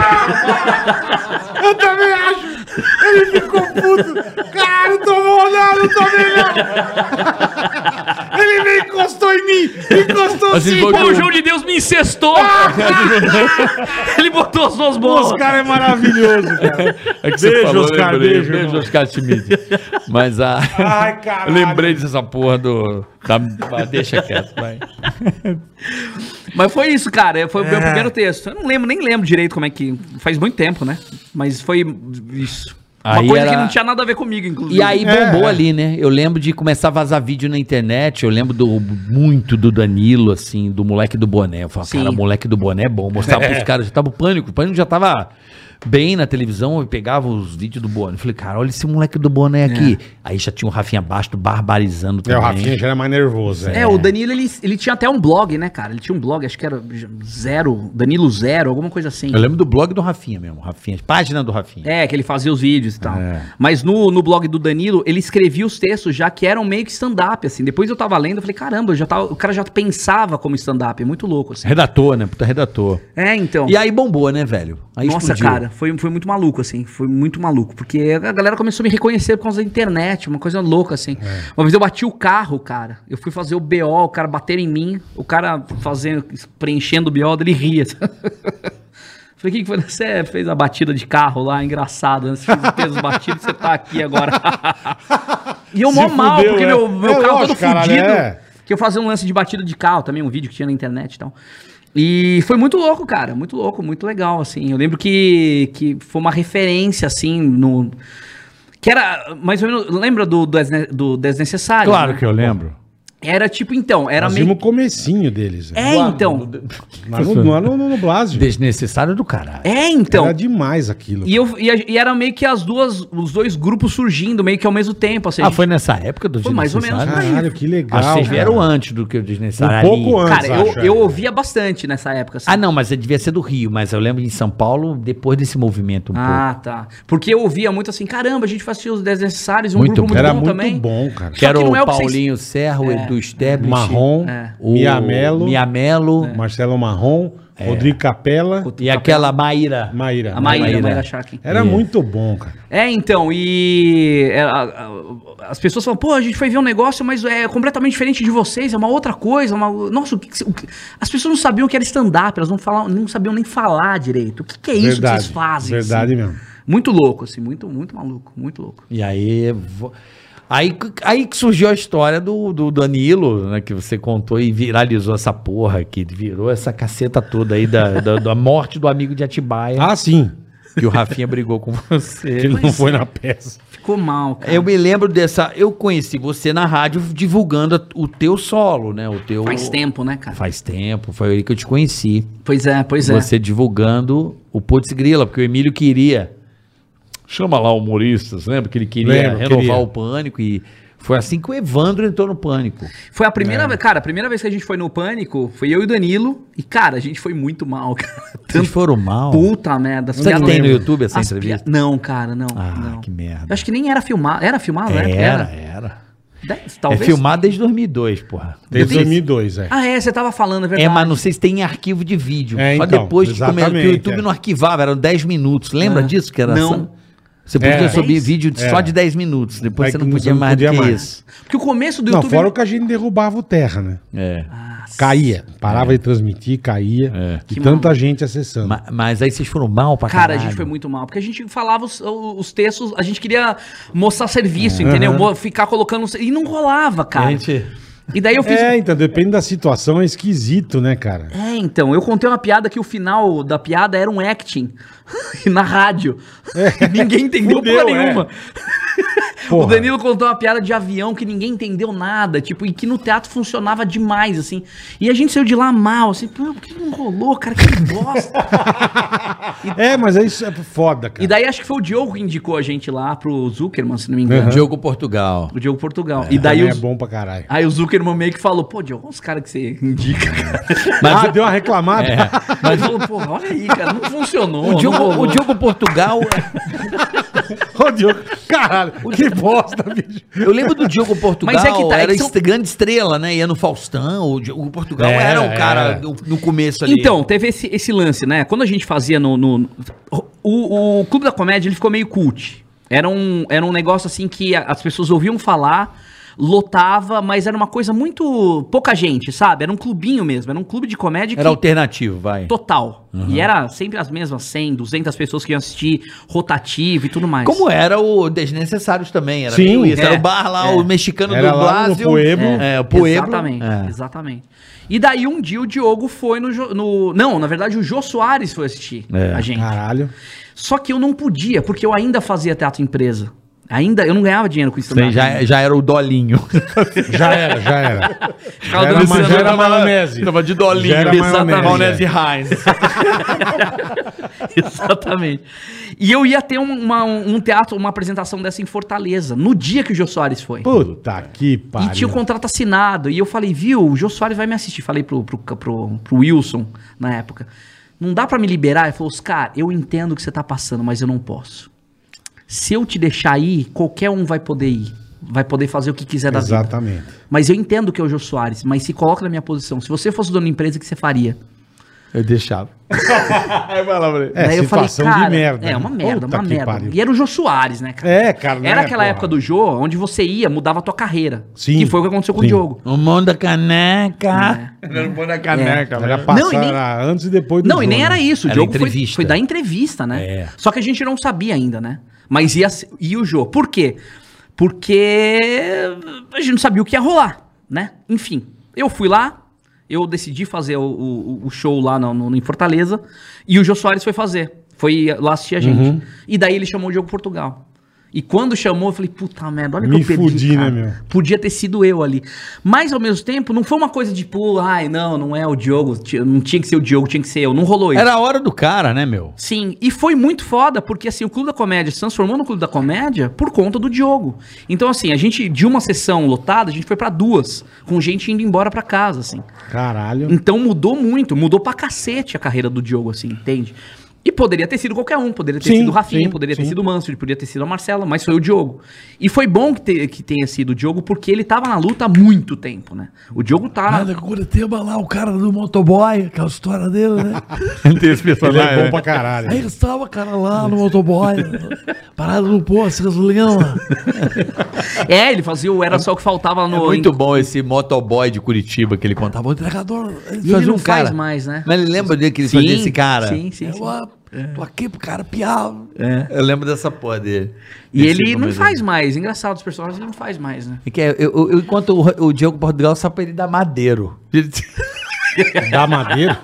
Speaker 4: Eu também acho! Ele ficou puto! Cara, não tô molhando, eu também não! Ele me encostou em mim! mim! Encostou
Speaker 3: Assim,
Speaker 4: assim,
Speaker 3: foi
Speaker 4: pô!
Speaker 6: Pô, o João de Deus me incestou! Ele botou as duas
Speaker 4: O
Speaker 6: bolas.
Speaker 4: Oscar é maravilhoso, cara.
Speaker 3: É que
Speaker 4: Beijo,
Speaker 3: você falou,
Speaker 4: Oscar,
Speaker 3: lembrei.
Speaker 4: beijo,
Speaker 3: Beijo,
Speaker 4: irmão.
Speaker 3: Oscar Schmidt. Mas a...
Speaker 4: Ai, caralho.
Speaker 3: Eu lembrei dessa porra do... da- mas Deixa quieto, vai.
Speaker 6: Mas foi isso, cara. Foi o meu primeiro texto. Eu não lembro, nem lembro direito como é que. Faz muito tempo, né? Mas foi isso.
Speaker 7: Aí
Speaker 6: Uma coisa
Speaker 7: era-
Speaker 6: que não tinha nada a ver comigo, inclusive.
Speaker 7: E aí bombou
Speaker 4: É.
Speaker 7: ali, né? Eu lembro de começar a vazar vídeo na internet. Eu lembro do, muito do Danilo, assim, do moleque do boné. Eu falava,
Speaker 6: Sim.
Speaker 7: cara, o moleque do boné é bom. Mostrava pros caras, já tava o pânico. O pânico já tava bem na televisão. Eu pegava os vídeos do boné. Eu Falei, cara, olha esse moleque do boné aqui. Aí já tinha o Rafinha Basto barbarizando
Speaker 4: É,
Speaker 7: também.
Speaker 4: o Rafinha já era mais nervoso,
Speaker 6: É, o Danilo, ele, ele tinha até um blog, né, cara? Ele tinha um blog, acho que era Zero, Danilo Zero, alguma coisa assim.
Speaker 7: Eu lembro do blog do Rafinha mesmo. Rafinha, página do Rafinha.
Speaker 6: É, que ele fazia os vídeos e tal.
Speaker 7: É.
Speaker 6: Mas no, no blog do Danilo, ele escrevia os textos já que eram meio que stand-up, assim. Depois eu tava lendo, eu falei, caramba, eu já tava, o cara já pensava como stand-up, é muito louco, assim.
Speaker 7: Redator, né? Puta redator.
Speaker 6: É, então.
Speaker 7: E aí bombou, né, velho? Aí
Speaker 6: Nossa, cara, foi, foi muito maluco, assim. Foi muito maluco. Porque a galera começou a me reconhecer por causa da internet, uma coisa louca, assim. Uma vez eu bati o carro, cara. Eu fui fazer o BO, o cara bater em mim, o cara fazendo, preenchendo o BO, dele ria. Falei, o que que foi? Você fez a batida de carro lá, engraçado, né? Você fez o peso batido, você tá aqui agora. e eu mó
Speaker 4: Se
Speaker 6: mal,
Speaker 4: fudeu,
Speaker 6: porque
Speaker 4: né?
Speaker 6: meu, meu
Speaker 4: É
Speaker 6: carro
Speaker 4: lógico,
Speaker 6: todo
Speaker 4: caralho,
Speaker 6: fudido.
Speaker 4: é.
Speaker 6: Que eu fazia um lance de batida de carro também, um vídeo que tinha na internet e tal. E foi muito louco, cara. Muito louco, muito legal, assim. Eu lembro que, que foi uma referência, assim, no. Que era mais ou menos. Lembra do, do, Desne- do Desnecessário?
Speaker 3: Claro
Speaker 6: né?
Speaker 3: que eu lembro.
Speaker 6: Era tipo, então, era
Speaker 4: Nós
Speaker 6: meio.
Speaker 4: vimos o comecinho deles. né?
Speaker 6: É, então.
Speaker 4: Lá no, lá no, no, no Blasio.
Speaker 7: Desnecessário do caralho.
Speaker 6: É, então.
Speaker 4: Era demais aquilo.
Speaker 6: E, eu, e, a- e era meio que as duas, os dois grupos surgindo meio que ao mesmo tempo, assim.
Speaker 7: Ah, foi nessa época do né?
Speaker 6: Foi mais ou menos
Speaker 7: Desnecessário?
Speaker 4: Caralho, que legal.
Speaker 7: Acho que vocês
Speaker 4: cara.
Speaker 7: vieram antes do que o
Speaker 4: Um
Speaker 7: Desnecessário.
Speaker 4: pouco
Speaker 7: ali.
Speaker 4: antes,
Speaker 6: Cara, eu,
Speaker 4: acho,
Speaker 6: eu
Speaker 4: é.
Speaker 6: ouvia bastante nessa época, assim.
Speaker 7: Ah, não, mas devia ser do Rio, mas eu lembro em São Paulo, depois desse movimento um pouco.
Speaker 6: Ah, tá. Porque eu ouvia muito assim, caramba, a gente faz os desnecessários, um
Speaker 7: Muito
Speaker 6: grupo
Speaker 7: bom.
Speaker 6: muito
Speaker 4: Era
Speaker 6: bom
Speaker 4: muito
Speaker 6: também.
Speaker 4: bom, cara.
Speaker 7: Que era
Speaker 6: que
Speaker 7: o
Speaker 6: não é o que vocês-
Speaker 7: Paulinho Serro, Edu Steblitz,
Speaker 4: Marrom,
Speaker 6: É.
Speaker 7: o
Speaker 4: Miamelo,
Speaker 7: Miamelo
Speaker 4: Marcelo Marrom, Rodrigo Capela,
Speaker 7: e aquela Maíra.
Speaker 4: Maíra.
Speaker 6: É. tá?
Speaker 4: né?
Speaker 6: A Maíra,
Speaker 7: Maíra.
Speaker 6: Maíra. Maíra Sharkin.
Speaker 4: Era muito bom, cara.
Speaker 6: É, então, e é, a- a- as pessoas falam, pô, a gente foi ver um negócio, mas é completamente diferente de vocês, é uma outra coisa, uma... Nossa, o que que cê- o que- as pessoas não sabiam o que era stand-up, elas não, falavam, não sabiam nem falar direito. O que, que é isso que vocês fazem? assim?
Speaker 4: Verdade mesmo.
Speaker 6: Muito louco, assim, muito, muito maluco, muito louco.
Speaker 7: E aí, vo- aí, aí que surgiu a história do, do Danilo, né, que você contou e viralizou essa porra que virou essa caceta toda aí da, da, da morte do amigo de Atibaia,
Speaker 4: Ah, sim.
Speaker 7: que o Rafinha brigou com você.
Speaker 4: Ele não
Speaker 6: é.
Speaker 4: foi na peça.
Speaker 6: Ficou mal, cara.
Speaker 7: Eu me lembro dessa. Eu conheci você na rádio divulgando a- o teu solo, né? O teu.
Speaker 6: Faz tempo, né, cara?
Speaker 7: Faz tempo, foi aí que eu te conheci.
Speaker 6: Pois é, pois é.
Speaker 7: você divulgando o Putz Grila, porque o Emílio queria.
Speaker 3: Chama lá humoristas, lembra? Que ele queria
Speaker 7: queria
Speaker 4: Lembro,
Speaker 7: renovar
Speaker 4: queria.
Speaker 7: o pânico e. Foi assim que o Evandro entrou no pânico.
Speaker 6: Foi a primeira vez, cara, a primeira vez que a gente foi no Pânico, foi eu e o Danilo, e cara, a gente foi muito mal, cara.
Speaker 7: Vocês foram mal.
Speaker 6: Puta merda. as
Speaker 7: Será que
Speaker 6: piadas-
Speaker 7: tem no YouTube essa
Speaker 6: as
Speaker 7: entrevista?
Speaker 6: pia- Não, cara, não.
Speaker 7: Ah,
Speaker 6: não.
Speaker 7: que merda.
Speaker 6: Eu acho que nem era filmado. Era filmado, né?
Speaker 7: Era, era.
Speaker 6: Dez,
Speaker 7: É
Speaker 6: talvez.
Speaker 7: filmado desde 2002, porra.
Speaker 4: Desde
Speaker 6: tenho-
Speaker 4: 2002, é.
Speaker 6: Ah, é, você tava falando, é verdade.
Speaker 7: É, mas não sei se tem em arquivo de vídeo.
Speaker 4: É,
Speaker 7: Só
Speaker 4: então,
Speaker 7: depois que, come... que o
Speaker 4: exatamente,
Speaker 7: YouTube
Speaker 4: é.
Speaker 7: não arquivava, eram 10 minutos. Lembra
Speaker 6: Ah,
Speaker 7: disso? Que era
Speaker 6: não.
Speaker 7: essa- Você podia
Speaker 4: É.
Speaker 7: subir vídeo de-
Speaker 4: É.
Speaker 7: só de 10 minutos. Depois
Speaker 4: É
Speaker 7: você
Speaker 4: que
Speaker 7: não podia mais do que isso.
Speaker 6: Porque o começo do
Speaker 4: Não,
Speaker 6: YouTube. é Ah,
Speaker 4: fora o que a gente derrubava o terra, né?
Speaker 7: É.
Speaker 4: Caía. Parava
Speaker 6: É.
Speaker 4: de transmitir, caía. E
Speaker 6: Que
Speaker 4: tanta gente acessando.
Speaker 7: Ma- Mas aí vocês foram mal pra
Speaker 6: Cara,
Speaker 7: caralho.
Speaker 6: a gente foi muito mal, porque a gente falava os, os textos, a gente queria mostrar serviço, entendeu? Mo- Ficar colocando. E não rolava, cara.
Speaker 7: Gente,
Speaker 6: E daí eu fiz.
Speaker 4: É, então, depende da situação, é esquisito, né, cara?
Speaker 6: É, então, eu contei uma piada que o final da piada era um acting na rádio. ninguém entendeu
Speaker 4: É. Fudeu, é.
Speaker 6: porra nenhuma.
Speaker 4: Porra.
Speaker 6: o Danilo contou uma piada de avião que ninguém entendeu nada, tipo, e que no teatro funcionava demais, assim. E a gente saiu de lá mal, assim, pô, por que não rolou, cara? Que bosta.
Speaker 4: É, mas é isso é foda, cara.
Speaker 6: e daí acho que foi o Diogo que indicou a gente lá pro Zuckerman, se não me engano.
Speaker 7: Uhum. Diogo Portugal.
Speaker 6: O Diogo Portugal. e daí
Speaker 4: Também
Speaker 6: os...
Speaker 4: é bom pra caralho.
Speaker 6: Aí o Zuckerman meio que falou, pô, Diogo, olha os caras que você indica, cara.
Speaker 7: Mas-
Speaker 4: ah,
Speaker 7: É.
Speaker 4: deu uma reclamada?
Speaker 6: Mas falou, pô, olha aí, cara, não funcionou.
Speaker 7: O
Speaker 6: não
Speaker 7: Diogo,
Speaker 6: rolou."
Speaker 7: o Diogo Portugal.
Speaker 6: é-
Speaker 4: Ô, Diogo, caralho, que bosta, bicho.
Speaker 7: Eu lembro do Diogo Portugal.
Speaker 6: Mas é que tá, é
Speaker 7: era
Speaker 6: que são-
Speaker 7: est- grande estrela, né? Ia no Faustão. O Diogo Portugal
Speaker 4: Era,
Speaker 7: era o cara
Speaker 4: era.
Speaker 7: do- no começo ali.
Speaker 6: Então, teve esse, esse lance, né? Quando a gente fazia no. no- o, o Clube da Comédia ele ficou meio cult. Era um, era um negócio assim que a- as pessoas ouviam falar. lotava, mas era uma coisa muito pouca gente, sabe? Era um clubinho mesmo, era um clube de comédia
Speaker 7: Era Uhum.
Speaker 6: que
Speaker 7: alternativo, vai.
Speaker 6: total. E era sempre as mesmas 100, 200 pessoas que iam assistir, rotativo e tudo mais.
Speaker 7: Como era o Desnecessários também, era
Speaker 4: Sim.
Speaker 7: meio isso. Era
Speaker 6: É,
Speaker 7: o bar lá,
Speaker 6: é.
Speaker 7: o mexicano
Speaker 4: Era
Speaker 7: do
Speaker 4: lá no
Speaker 7: Blásio.
Speaker 4: Pueblo.
Speaker 7: É, o Pueblo.
Speaker 6: Exatamente,
Speaker 7: É.
Speaker 6: exatamente. E daí um dia o Diogo foi no, Jo- no- Não, na verdade o Jô Soares foi assistir
Speaker 7: É.
Speaker 6: a gente.
Speaker 4: Caralho.
Speaker 6: Só que eu não podia, porque eu ainda fazia teatro empresa. Ainda, eu não ganhava dinheiro com isso
Speaker 7: Sim, já, é- já era o dolinho.
Speaker 4: Já era, já era. Já era,
Speaker 6: Luciano
Speaker 4: ma- já era
Speaker 6: tava-
Speaker 4: maionese.
Speaker 7: Tava de dolinho.
Speaker 4: Já era maionese,
Speaker 7: Maionese Heinz.
Speaker 6: Exatamente. E eu ia ter um- uma- um teatro, uma apresentação dessa em Fortaleza, no dia que o Jô Soares foi.
Speaker 4: Puta que
Speaker 6: E tinha o
Speaker 4: pariu.
Speaker 6: contrato assinado. E eu falei, viu, o Jô Soares vai me assistir. Falei pro, pro, pro- pro Wilson na época. Não dá pra me liberar? Ele falou, Oscar, eu entendo o que você tá passando, mas eu não posso. Se eu te deixar ir, qualquer um vai poder ir. Vai poder fazer o que quiser da vida.
Speaker 4: Exatamente.
Speaker 6: Mas eu entendo que é o Jô Soares, mas se coloca na minha posição. Se você fosse dono da empresa, o que você faria?
Speaker 7: Eu deixava.
Speaker 4: É,
Speaker 6: Daí eu falei,
Speaker 4: situação
Speaker 6: cara,
Speaker 4: de merda. né?"
Speaker 6: é uma merda,
Speaker 4: Puta
Speaker 6: uma
Speaker 4: que
Speaker 6: merda.
Speaker 4: pariu.
Speaker 6: E era o Jô Soares, né, cara?
Speaker 4: É, cara, né,
Speaker 6: Era aquela
Speaker 4: porra?
Speaker 6: época do Jô, onde você ia, mudava a tua carreira.
Speaker 4: Sim.
Speaker 6: Que foi o que aconteceu com
Speaker 4: Sim.
Speaker 6: o Diogo.
Speaker 7: O mão da caneca.
Speaker 6: É.
Speaker 7: O mão da caneca.
Speaker 4: Era
Speaker 6: Não, e
Speaker 4: passar
Speaker 6: nem-
Speaker 4: era antes e depois do
Speaker 6: Não, e
Speaker 4: jogo,
Speaker 6: nem
Speaker 4: né?
Speaker 6: era isso. O
Speaker 7: Era
Speaker 6: Diogo foi-
Speaker 7: entrevista.
Speaker 6: Foi, da entrevista, né?
Speaker 7: É.
Speaker 6: Só que a gente não sabia ainda, né? Mas ia, se- e o Jô? Por quê? Porque a gente não sabia o que ia rolar, né? Enfim, eu fui lá, eu decidi fazer o, o- o show lá no, no- em Fortaleza, e o Jô Soares foi fazer. Foi lá assistir a gente.
Speaker 7: Uhum.
Speaker 6: E daí ele chamou o Diogo Portugal. E quando chamou, eu falei, puta merda, olha o que
Speaker 4: Me
Speaker 6: eu perdi,
Speaker 4: fudi,
Speaker 6: cara.
Speaker 4: né, meu?
Speaker 6: Podia ter sido eu ali. Mas, ao mesmo tempo, não foi uma coisa de, pô, ai, não, não é o Diogo, ti- não tinha que ser o Diogo, tinha que ser eu. Não rolou isso.
Speaker 7: Era a hora do cara, né, meu?
Speaker 6: Sim, e foi muito foda, porque assim, o Clube da Comédia se transformou no Clube da Comédia por conta do Diogo. Então, assim, a gente, de uma sessão lotada, a gente foi pra duas, com gente indo embora pra casa, assim.
Speaker 4: Caralho.
Speaker 6: Então mudou muito, mudou pra cacete a carreira do Diogo, assim, entende? E poderia ter sido qualquer um, poderia ter
Speaker 4: Sim,
Speaker 6: sido o Rafinha,
Speaker 4: sim,
Speaker 6: poderia ter
Speaker 4: sim.
Speaker 6: sido o Manso, poderia ter sido a Marcela, mas foi o Diogo. E foi bom que, te- que tenha sido o Diogo, porque ele tava na luta há muito tempo, né? O Diogo tá.
Speaker 16: Ah. Nada, Curitiba lá, o cara do motoboy, aquela história dele, né?
Speaker 7: Tem esse
Speaker 4: Ele é
Speaker 7: personagem.
Speaker 6: né?
Speaker 4: bom pra caralho.
Speaker 16: Aí estava o cara lá no motoboy, parado no posto, gasolina lá.
Speaker 6: É, ele fazia o Era Só o que faltava no.
Speaker 7: É Muito bom esse motoboy de Curitiba que ele contava.
Speaker 16: Tava o entregador.
Speaker 6: E
Speaker 16: Ele
Speaker 6: ele
Speaker 7: Fazia
Speaker 6: não
Speaker 7: um
Speaker 6: faz
Speaker 7: cara.
Speaker 6: mais, né?
Speaker 7: Mas lembra dele que ele fazia esse cara?
Speaker 6: Sim, sim. É. sim.
Speaker 16: Eu, ah, tô aqui pro cara piar.
Speaker 7: Eu lembro dessa porra dele.
Speaker 6: E
Speaker 7: Desse
Speaker 6: ele não
Speaker 7: momento.
Speaker 6: faz mais. Engraçado, os personagens ele não faz mais, né?
Speaker 7: É que eu, eu, eu encontro o, o Diogo Portugal só pra ele dar madeiro. Ele-
Speaker 4: Da madeira.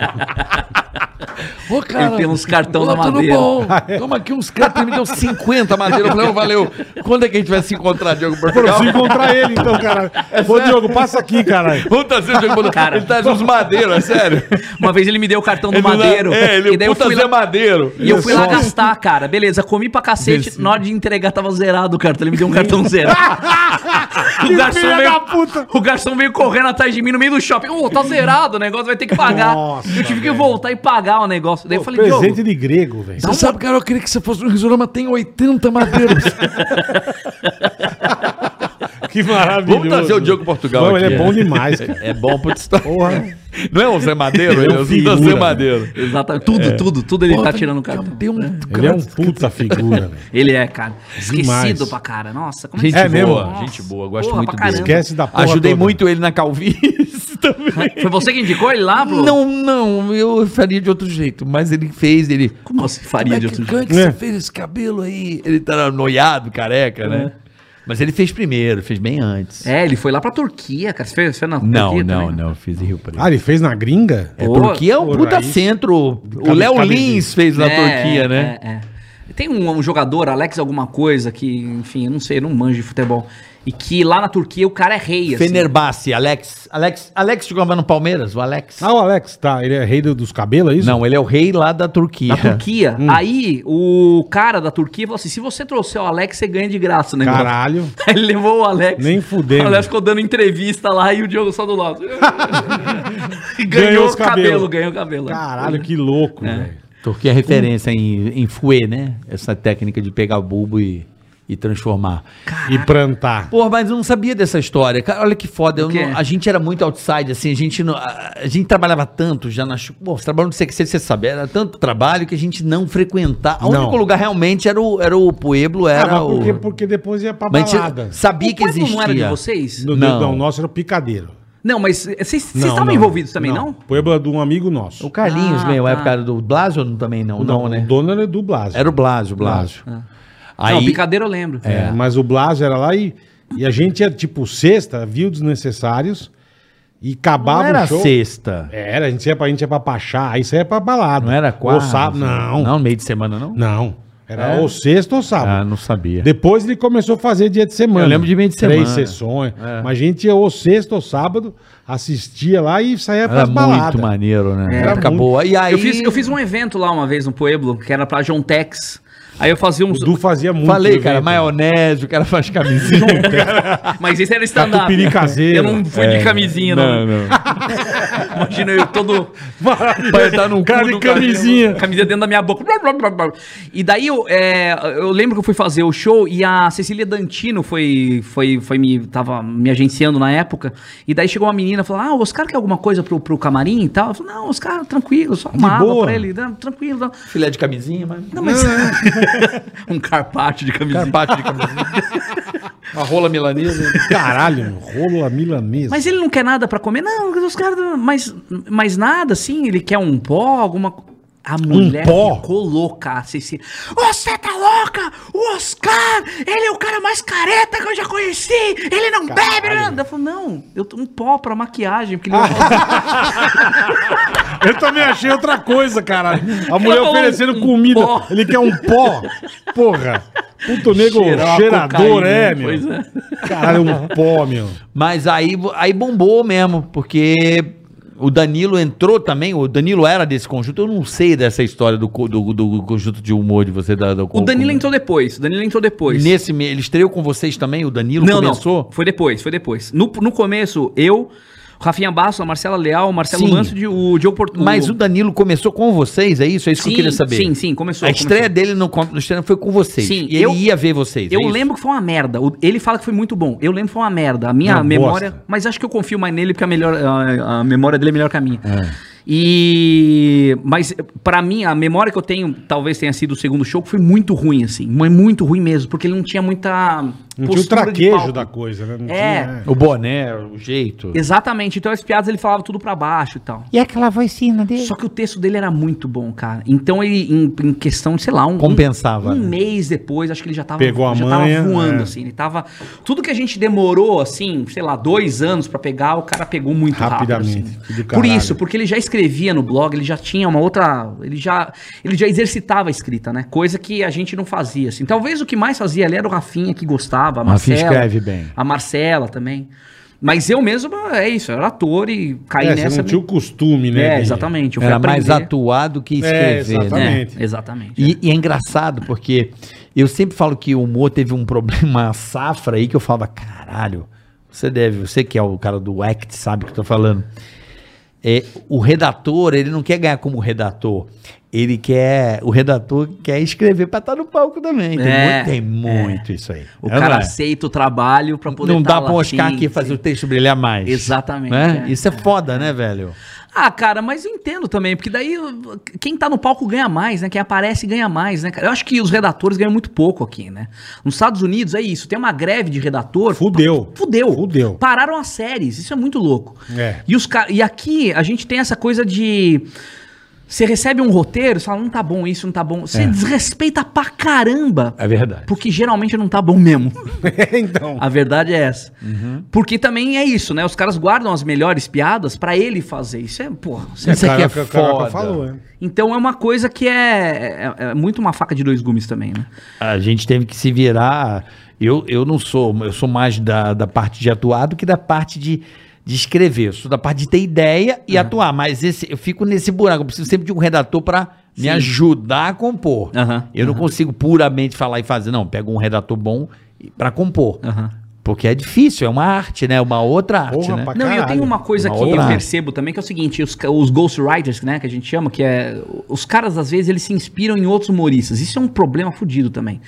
Speaker 16: Ô, cara.
Speaker 6: Ele tem uns cartão
Speaker 16: ô,
Speaker 6: na
Speaker 16: tudo
Speaker 6: madeira. Ah, é.
Speaker 16: bom? Toma aqui uns
Speaker 7: Cara, ele
Speaker 16: cartões.
Speaker 7: me deu 50 madeiras. Eu falei, ô, valeu. Quando é que a gente vai se encontrar, Diogo Portugal?
Speaker 4: Preciso encontrar ele, então, caralho.
Speaker 6: É
Speaker 4: Ô, Diogo, passa aqui, caralho.
Speaker 7: Vamos trazer o Diogo Portugal.
Speaker 6: Cara.
Speaker 7: Ele traz uns madeiras, sério.
Speaker 6: Uma vez ele me deu o cartão do
Speaker 7: Ele lá-
Speaker 6: Madeiro.
Speaker 7: É, ele
Speaker 6: e daí
Speaker 7: é
Speaker 6: eu
Speaker 7: puta
Speaker 6: fui
Speaker 7: Zé
Speaker 6: lá,
Speaker 7: Madeiro.
Speaker 6: e eu fui lá
Speaker 4: Só.
Speaker 6: gastar, cara. Beleza, comi pra cacete. Na hora de entregar, tava zerado o cartão. Ele me deu um cartão zero. o, garçom
Speaker 4: filha
Speaker 6: veio,
Speaker 4: da puta!
Speaker 6: o garçom veio correndo atrás de mim no meio do shopping. Ô, tá zerado o negócio, vai ter que pagar.
Speaker 4: Nossa,
Speaker 6: eu tive que voltar e pagar o negócio. Daí eu falei,
Speaker 4: Presente
Speaker 6: Diogo,
Speaker 4: de grego, velho.
Speaker 16: Você sabe, cara, eu queria que você fosse no Risorama, tem 80 madeiras.
Speaker 4: Que maravilhoso.
Speaker 7: Vamos trazer o Diogo Portugal
Speaker 4: Não, ele
Speaker 7: aqui.
Speaker 4: é bom demais, cara.
Speaker 7: É bom pro história.
Speaker 4: Porra.
Speaker 7: Não é o Zé Madeiro? Ele é o
Speaker 4: figura,
Speaker 7: Zé
Speaker 4: velho.
Speaker 7: Madeiro.
Speaker 6: exatamente, tudo, tudo, tudo ele
Speaker 16: Pô,
Speaker 6: tá
Speaker 16: tem-
Speaker 6: tirando o cartão.
Speaker 16: Tem um...
Speaker 4: Ele é um puta figura, velho.
Speaker 6: Ele é, cara. Esquecido
Speaker 4: Demais.
Speaker 6: pra cara. Nossa, como
Speaker 7: Gente
Speaker 4: É mesmo?
Speaker 7: boa,
Speaker 6: Nossa,
Speaker 7: gente boa. Gosto
Speaker 6: porra,
Speaker 7: muito
Speaker 6: pra
Speaker 7: dele.
Speaker 6: caramba.
Speaker 4: Esquece da porra
Speaker 7: Ajudei
Speaker 4: toda.
Speaker 7: muito ele na calvície também.
Speaker 6: Foi você que indicou ele lá, bro?
Speaker 7: Ah, Não, não, eu faria de outro jeito, mas ele fez, ele.
Speaker 6: Como você
Speaker 16: Como
Speaker 6: faria
Speaker 16: é
Speaker 6: de
Speaker 16: que,
Speaker 6: outro
Speaker 16: como é
Speaker 6: jeito?
Speaker 16: que você fez esse cabelo aí?
Speaker 7: Ele tá noiado, careca, né?
Speaker 4: É.
Speaker 7: Mas ele fez primeiro, fez bem antes.
Speaker 6: É, ele foi lá pra Turquia, cara. Você fez, você fez na
Speaker 7: Não,
Speaker 6: Turquia
Speaker 7: não,
Speaker 6: também?
Speaker 7: não, fiz em Rio Preto.
Speaker 4: Ah, ele fez na gringa?
Speaker 7: é
Speaker 6: Pô,
Speaker 7: porque é um
Speaker 4: porra,
Speaker 7: puta
Speaker 4: aí-
Speaker 7: centro. O
Speaker 4: Cabe-
Speaker 7: Léo
Speaker 4: cabe-
Speaker 7: Lins fez na
Speaker 6: É,
Speaker 7: Turquia,
Speaker 6: é,
Speaker 7: né?
Speaker 6: é, é. Tem um, um jogador, Alex alguma coisa, que, enfim, eu não sei, eu não manjo de futebol. E que lá na Turquia o cara é rei, assim.
Speaker 7: Fenerbahce, Alex. Alex, Alex jogava no Palmeiras, o Alex.
Speaker 4: Ah, o Alex, tá. Ele é rei do- dos cabelos, é isso?
Speaker 7: Não, ele é o rei lá da Turquia.
Speaker 6: Na Turquia.
Speaker 4: Hum.
Speaker 6: Aí o cara da Turquia falou assim: se você trouxer o Alex, você ganha de graça o negócio.
Speaker 4: Caralho.
Speaker 6: Aí ele levou o Alex.
Speaker 4: Nem fudendo.
Speaker 6: O Alex ficou dando entrevista lá e o Diogo só do lado. E ganhou
Speaker 4: Ganhou
Speaker 6: o
Speaker 4: os
Speaker 6: cabelo,
Speaker 4: cabelo.
Speaker 6: ganhou o cabelo.
Speaker 4: Caralho, que louco, velho.
Speaker 7: é Turquia é referência em, em fouet, né? Essa técnica de pegar bulbo e e transformar.
Speaker 4: E plantar.
Speaker 7: Pô, mas eu não sabia dessa história. Cara, olha que foda. eu
Speaker 6: O quê?
Speaker 7: não- a gente era muito outside, assim. A gente, não- a, a gente trabalhava tanto já na. chu- Pô, trabalhando no CQC, você sabe. Era tanto trabalho que a gente não frequentava. O
Speaker 4: Não.
Speaker 7: único lugar realmente era o, era o Pueblo,
Speaker 4: Ah,
Speaker 7: era
Speaker 4: mas
Speaker 7: o.
Speaker 4: porque, porque depois ia pra
Speaker 7: Mas a
Speaker 4: balada.
Speaker 7: gente sabia que
Speaker 6: O Pueblo
Speaker 7: existia.
Speaker 6: não era de vocês?
Speaker 4: No,
Speaker 7: Não.
Speaker 4: não. o nosso era o picadeiro.
Speaker 6: Não, mas eh, vocês vocês
Speaker 4: Não,
Speaker 6: estavam
Speaker 4: não,
Speaker 6: envolvidos também, não?
Speaker 4: Puebla de um amigo nosso.
Speaker 7: O Carlinhos,
Speaker 6: Ah,
Speaker 7: meu,
Speaker 6: tá.
Speaker 7: época era do Blasio não, também não, não,
Speaker 4: O
Speaker 7: né?
Speaker 4: dono era do Blasio.
Speaker 7: Era o Blasio, o Blasio.
Speaker 6: é.
Speaker 7: Aí,
Speaker 6: Não, picadeira eu lembro.
Speaker 4: É, Mas o Blasio era lá e, e a gente era tipo sexta, via o desnecessários e
Speaker 7: não
Speaker 4: acabava
Speaker 7: era
Speaker 4: o show.
Speaker 7: sexta.
Speaker 4: Era, a gente ia pra, a gente ia pra Pachá, aí saía pra balada.
Speaker 7: Não era quarta.
Speaker 4: Ou sábado, não. Não.
Speaker 7: Não, meio de semana, não?
Speaker 4: Era ou sexta ou sábado.
Speaker 7: É? Ah, não sabia.
Speaker 4: Depois ele começou a fazer dia de semana.
Speaker 7: Eu lembro de meio de
Speaker 4: Três
Speaker 7: semana. É.
Speaker 4: sessões. Mas a gente ia ou sexta ou sábado, assistia lá e saía
Speaker 7: Era
Speaker 4: pras
Speaker 7: muito
Speaker 4: baladas.
Speaker 7: maneiro, né?
Speaker 4: Era
Speaker 7: Época
Speaker 4: muito-
Speaker 7: boa. E aí,
Speaker 6: Eu, fiz, eu fiz um evento lá uma vez no Pueblo, que era pra Jontex. Aí eu fazia
Speaker 4: O
Speaker 6: uns.
Speaker 4: Du fazia muito.
Speaker 7: falei,
Speaker 4: evento.
Speaker 7: cara, maionese, o cara faz camisinha.
Speaker 6: Mas esse era stand-up.
Speaker 4: Catupiry caseiro. É.
Speaker 6: Eu não fui de camisinha, não. Imagina eu todo.
Speaker 7: Vai entrar num
Speaker 4: Cara
Speaker 7: cu
Speaker 4: de
Speaker 7: do cara.
Speaker 4: camisinha.
Speaker 6: Camisa dentro da minha boca. Blá, blá, blá, blá. E daí eu, é, eu lembro que eu fui fazer o show e a Cecília Dantino foi, foi, foi me, tava me agenciando na época. E daí chegou uma menina e falou: Ah, o Oscar quer alguma coisa pro, pro camarim e tal? Eu falei, não, Oscar, tranquilo, só uma água
Speaker 4: boa.
Speaker 6: pra ele, né? tranquilo. Não.
Speaker 7: Filé de camisinha, mas.
Speaker 6: Não, mas- um carpaccio de camisinha.
Speaker 7: Carpaccio de camisinha. Uma rola milanesa.
Speaker 4: Caralho, meu, rola milanesa.
Speaker 6: Mas ele não quer nada pra comer? Não, os caras. Mas, mas nada assim? Ele quer um pó, alguma. co- A mulher
Speaker 4: Um pó?
Speaker 6: ficou louca, a Cecília. Você tá louca? O Oscar, ele é o cara mais careta que eu já conheci. Ele não bebe, ele não. Ela falou, não, eu tô um pó pra maquiagem. Porque ele é
Speaker 4: Ah, Eu também achei outra coisa, caralho. A mulher
Speaker 6: falou
Speaker 4: oferecendo
Speaker 6: um
Speaker 4: comida.
Speaker 6: pó.
Speaker 4: Ele quer um pó. Porra. Puto nego
Speaker 6: Cheirar
Speaker 4: cheirador,
Speaker 6: cocaína,
Speaker 7: né?
Speaker 4: é, meu.
Speaker 6: pois é.
Speaker 4: Caralho, um pó, meu.
Speaker 7: Mas aí, aí bombou mesmo, porque o Danilo entrou também, o Danilo era desse conjunto, eu não sei dessa história do, co- do, do conjunto de humor de você. Da, do,
Speaker 6: o Danilo entrou depois. O Danilo entrou depois.
Speaker 7: Nesse, me- ele estreou com vocês também, o Danilo
Speaker 6: Não,
Speaker 7: começou?
Speaker 6: não. Foi depois, foi depois. No, no começo, eu, o Rafinha Basso, a Marcela Leal, o Marcelo
Speaker 7: Sim.
Speaker 6: Manso, de- o Diogo Porto.
Speaker 7: Mas o Danilo começou com vocês, é isso? É isso que eu
Speaker 6: Sim,
Speaker 7: queria saber.
Speaker 6: sim, sim, começou,
Speaker 7: A estreia
Speaker 6: começou.
Speaker 7: dele no, com- no estreia foi com vocês.
Speaker 6: Sim,
Speaker 7: e ele
Speaker 6: eu-
Speaker 7: ia ver vocês. é
Speaker 6: Eu
Speaker 7: isso?
Speaker 6: lembro que foi uma merda. O- Ele fala que foi muito bom. Eu lembro que foi uma merda. A minha
Speaker 4: Uma
Speaker 6: memória.
Speaker 4: bosta.
Speaker 6: Mas acho que eu confio mais nele porque a, melhor, a, a memória dele é melhor que a minha. E. Mas pra mim, a memória que eu tenho talvez tenha sido o segundo show, que foi muito ruim, assim. Mas muito ruim mesmo, porque ele não tinha muita.
Speaker 4: Não tinha o
Speaker 6: postura de
Speaker 4: traquejo
Speaker 6: palco.
Speaker 4: da coisa, né? Não
Speaker 6: É.
Speaker 4: tinha-
Speaker 7: O boné, o jeito.
Speaker 3: é
Speaker 6: Exatamente. Então as piadas ele falava tudo pra baixo e tal.
Speaker 5: E aquela vozinha dele?
Speaker 6: Só que o texto dele era muito bom, cara. Então ele, em, em questão de, sei lá, um.
Speaker 7: Compensava,
Speaker 6: Um, um
Speaker 7: né?
Speaker 6: mês depois, acho que ele já tava,
Speaker 4: Pegou a
Speaker 6: já
Speaker 4: manha,
Speaker 6: tava voando,
Speaker 4: é.
Speaker 6: assim. Ele tava. Tudo que a gente demorou, assim, sei lá, dois anos pra pegar, o cara pegou muito
Speaker 4: Rapidamente,
Speaker 6: rápido.
Speaker 4: que
Speaker 6: Assim.
Speaker 4: do
Speaker 6: Por
Speaker 4: caralho.
Speaker 6: isso, porque ele já escrevia no blog, ele já tinha uma outra. Ele já, ele já exercitava a escrita, né? Coisa que a gente não fazia, assim. Talvez o que mais fazia ali era o Rafinha que gostava, a
Speaker 7: Rafinha
Speaker 6: Marcela.
Speaker 7: escreve bem.
Speaker 6: A Marcela também. Mas eu mesmo, é isso, eu era ator e caí
Speaker 4: É, você
Speaker 6: nessa.
Speaker 4: não tinha o costume, né?
Speaker 6: É,
Speaker 4: de-
Speaker 6: exatamente. eu fui
Speaker 7: Era mais
Speaker 6: aprender.
Speaker 7: atuar do que escrever, né?
Speaker 4: exatamente.
Speaker 6: É, exatamente.
Speaker 7: E, e é engraçado porque eu sempre falo que o humor teve um problema uma safra aí que eu falava, caralho, você deve, você que é o cara do act, sabe o que eu tô falando. É, o redator, ele não quer ganhar como redator. Ele quer. O redator quer escrever pra estar no palco também. Tem
Speaker 6: É,
Speaker 7: muito, tem muito isso aí.
Speaker 6: O
Speaker 7: É,
Speaker 6: cara
Speaker 7: não é?
Speaker 6: aceita o trabalho pra poder
Speaker 7: Não
Speaker 6: tá
Speaker 7: dá
Speaker 6: lá,
Speaker 7: pra moscar
Speaker 6: sim,
Speaker 7: aqui e fazer
Speaker 6: sim.
Speaker 7: o texto brilhar mais.
Speaker 6: Exatamente,
Speaker 7: Né?
Speaker 6: é.
Speaker 7: Isso é foda, né, velho?
Speaker 6: Ah, cara, mas eu entendo também, porque daí uh, quem tá no palco ganha mais, né? Quem aparece ganha mais, né, cara? Eu acho que os redatores ganham muito pouco aqui, né? Nos Estados Unidos é isso, tem uma greve de redator.
Speaker 4: Fudeu.
Speaker 6: Fudeu.
Speaker 4: Fudeu.
Speaker 6: Pararam as séries, isso é muito louco.
Speaker 4: É.
Speaker 6: E, os ca- e aqui a gente tem essa coisa de. Você recebe um roteiro, você fala, não tá bom isso, não tá bom. Você desrespeita pra caramba.
Speaker 7: É verdade.
Speaker 6: Porque geralmente não tá bom mesmo.
Speaker 4: então.
Speaker 6: A verdade é essa. Porque também é isso, né? Os caras guardam as melhores piadas pra ele fazer. Isso é, porra. isso é-
Speaker 7: Isso aqui é
Speaker 4: Caraca, o Caraca
Speaker 7: foda.
Speaker 4: falou, né?
Speaker 6: Então é uma coisa que é, é, é muito uma faca de dois gumes também, né?
Speaker 7: A gente teve que se virar. Eu, eu não sou, eu sou mais da, da parte de atuar do que da parte de, de escrever. Eu sou da parte de ter ideia e atuar. Mas esse, eu fico nesse buraco. Eu preciso sempre de um redator para me ajudar a compor.
Speaker 6: Aham,
Speaker 7: Eu não consigo puramente falar e fazer. Não, pego um redator bom para compor.
Speaker 6: Aham.
Speaker 7: Porque é difícil, é uma arte, né? Uma outra arte,
Speaker 4: Porra,
Speaker 7: né?
Speaker 4: pra
Speaker 6: Não, e eu
Speaker 4: caralho.
Speaker 6: tenho uma coisa
Speaker 7: Uma
Speaker 6: que eu
Speaker 7: outra-
Speaker 6: percebo também, que é o seguinte, os, ca- os ghostwriters, né, que a gente chama, que é, os caras às vezes eles se inspiram em outros humoristas, isso é um problema fudido também.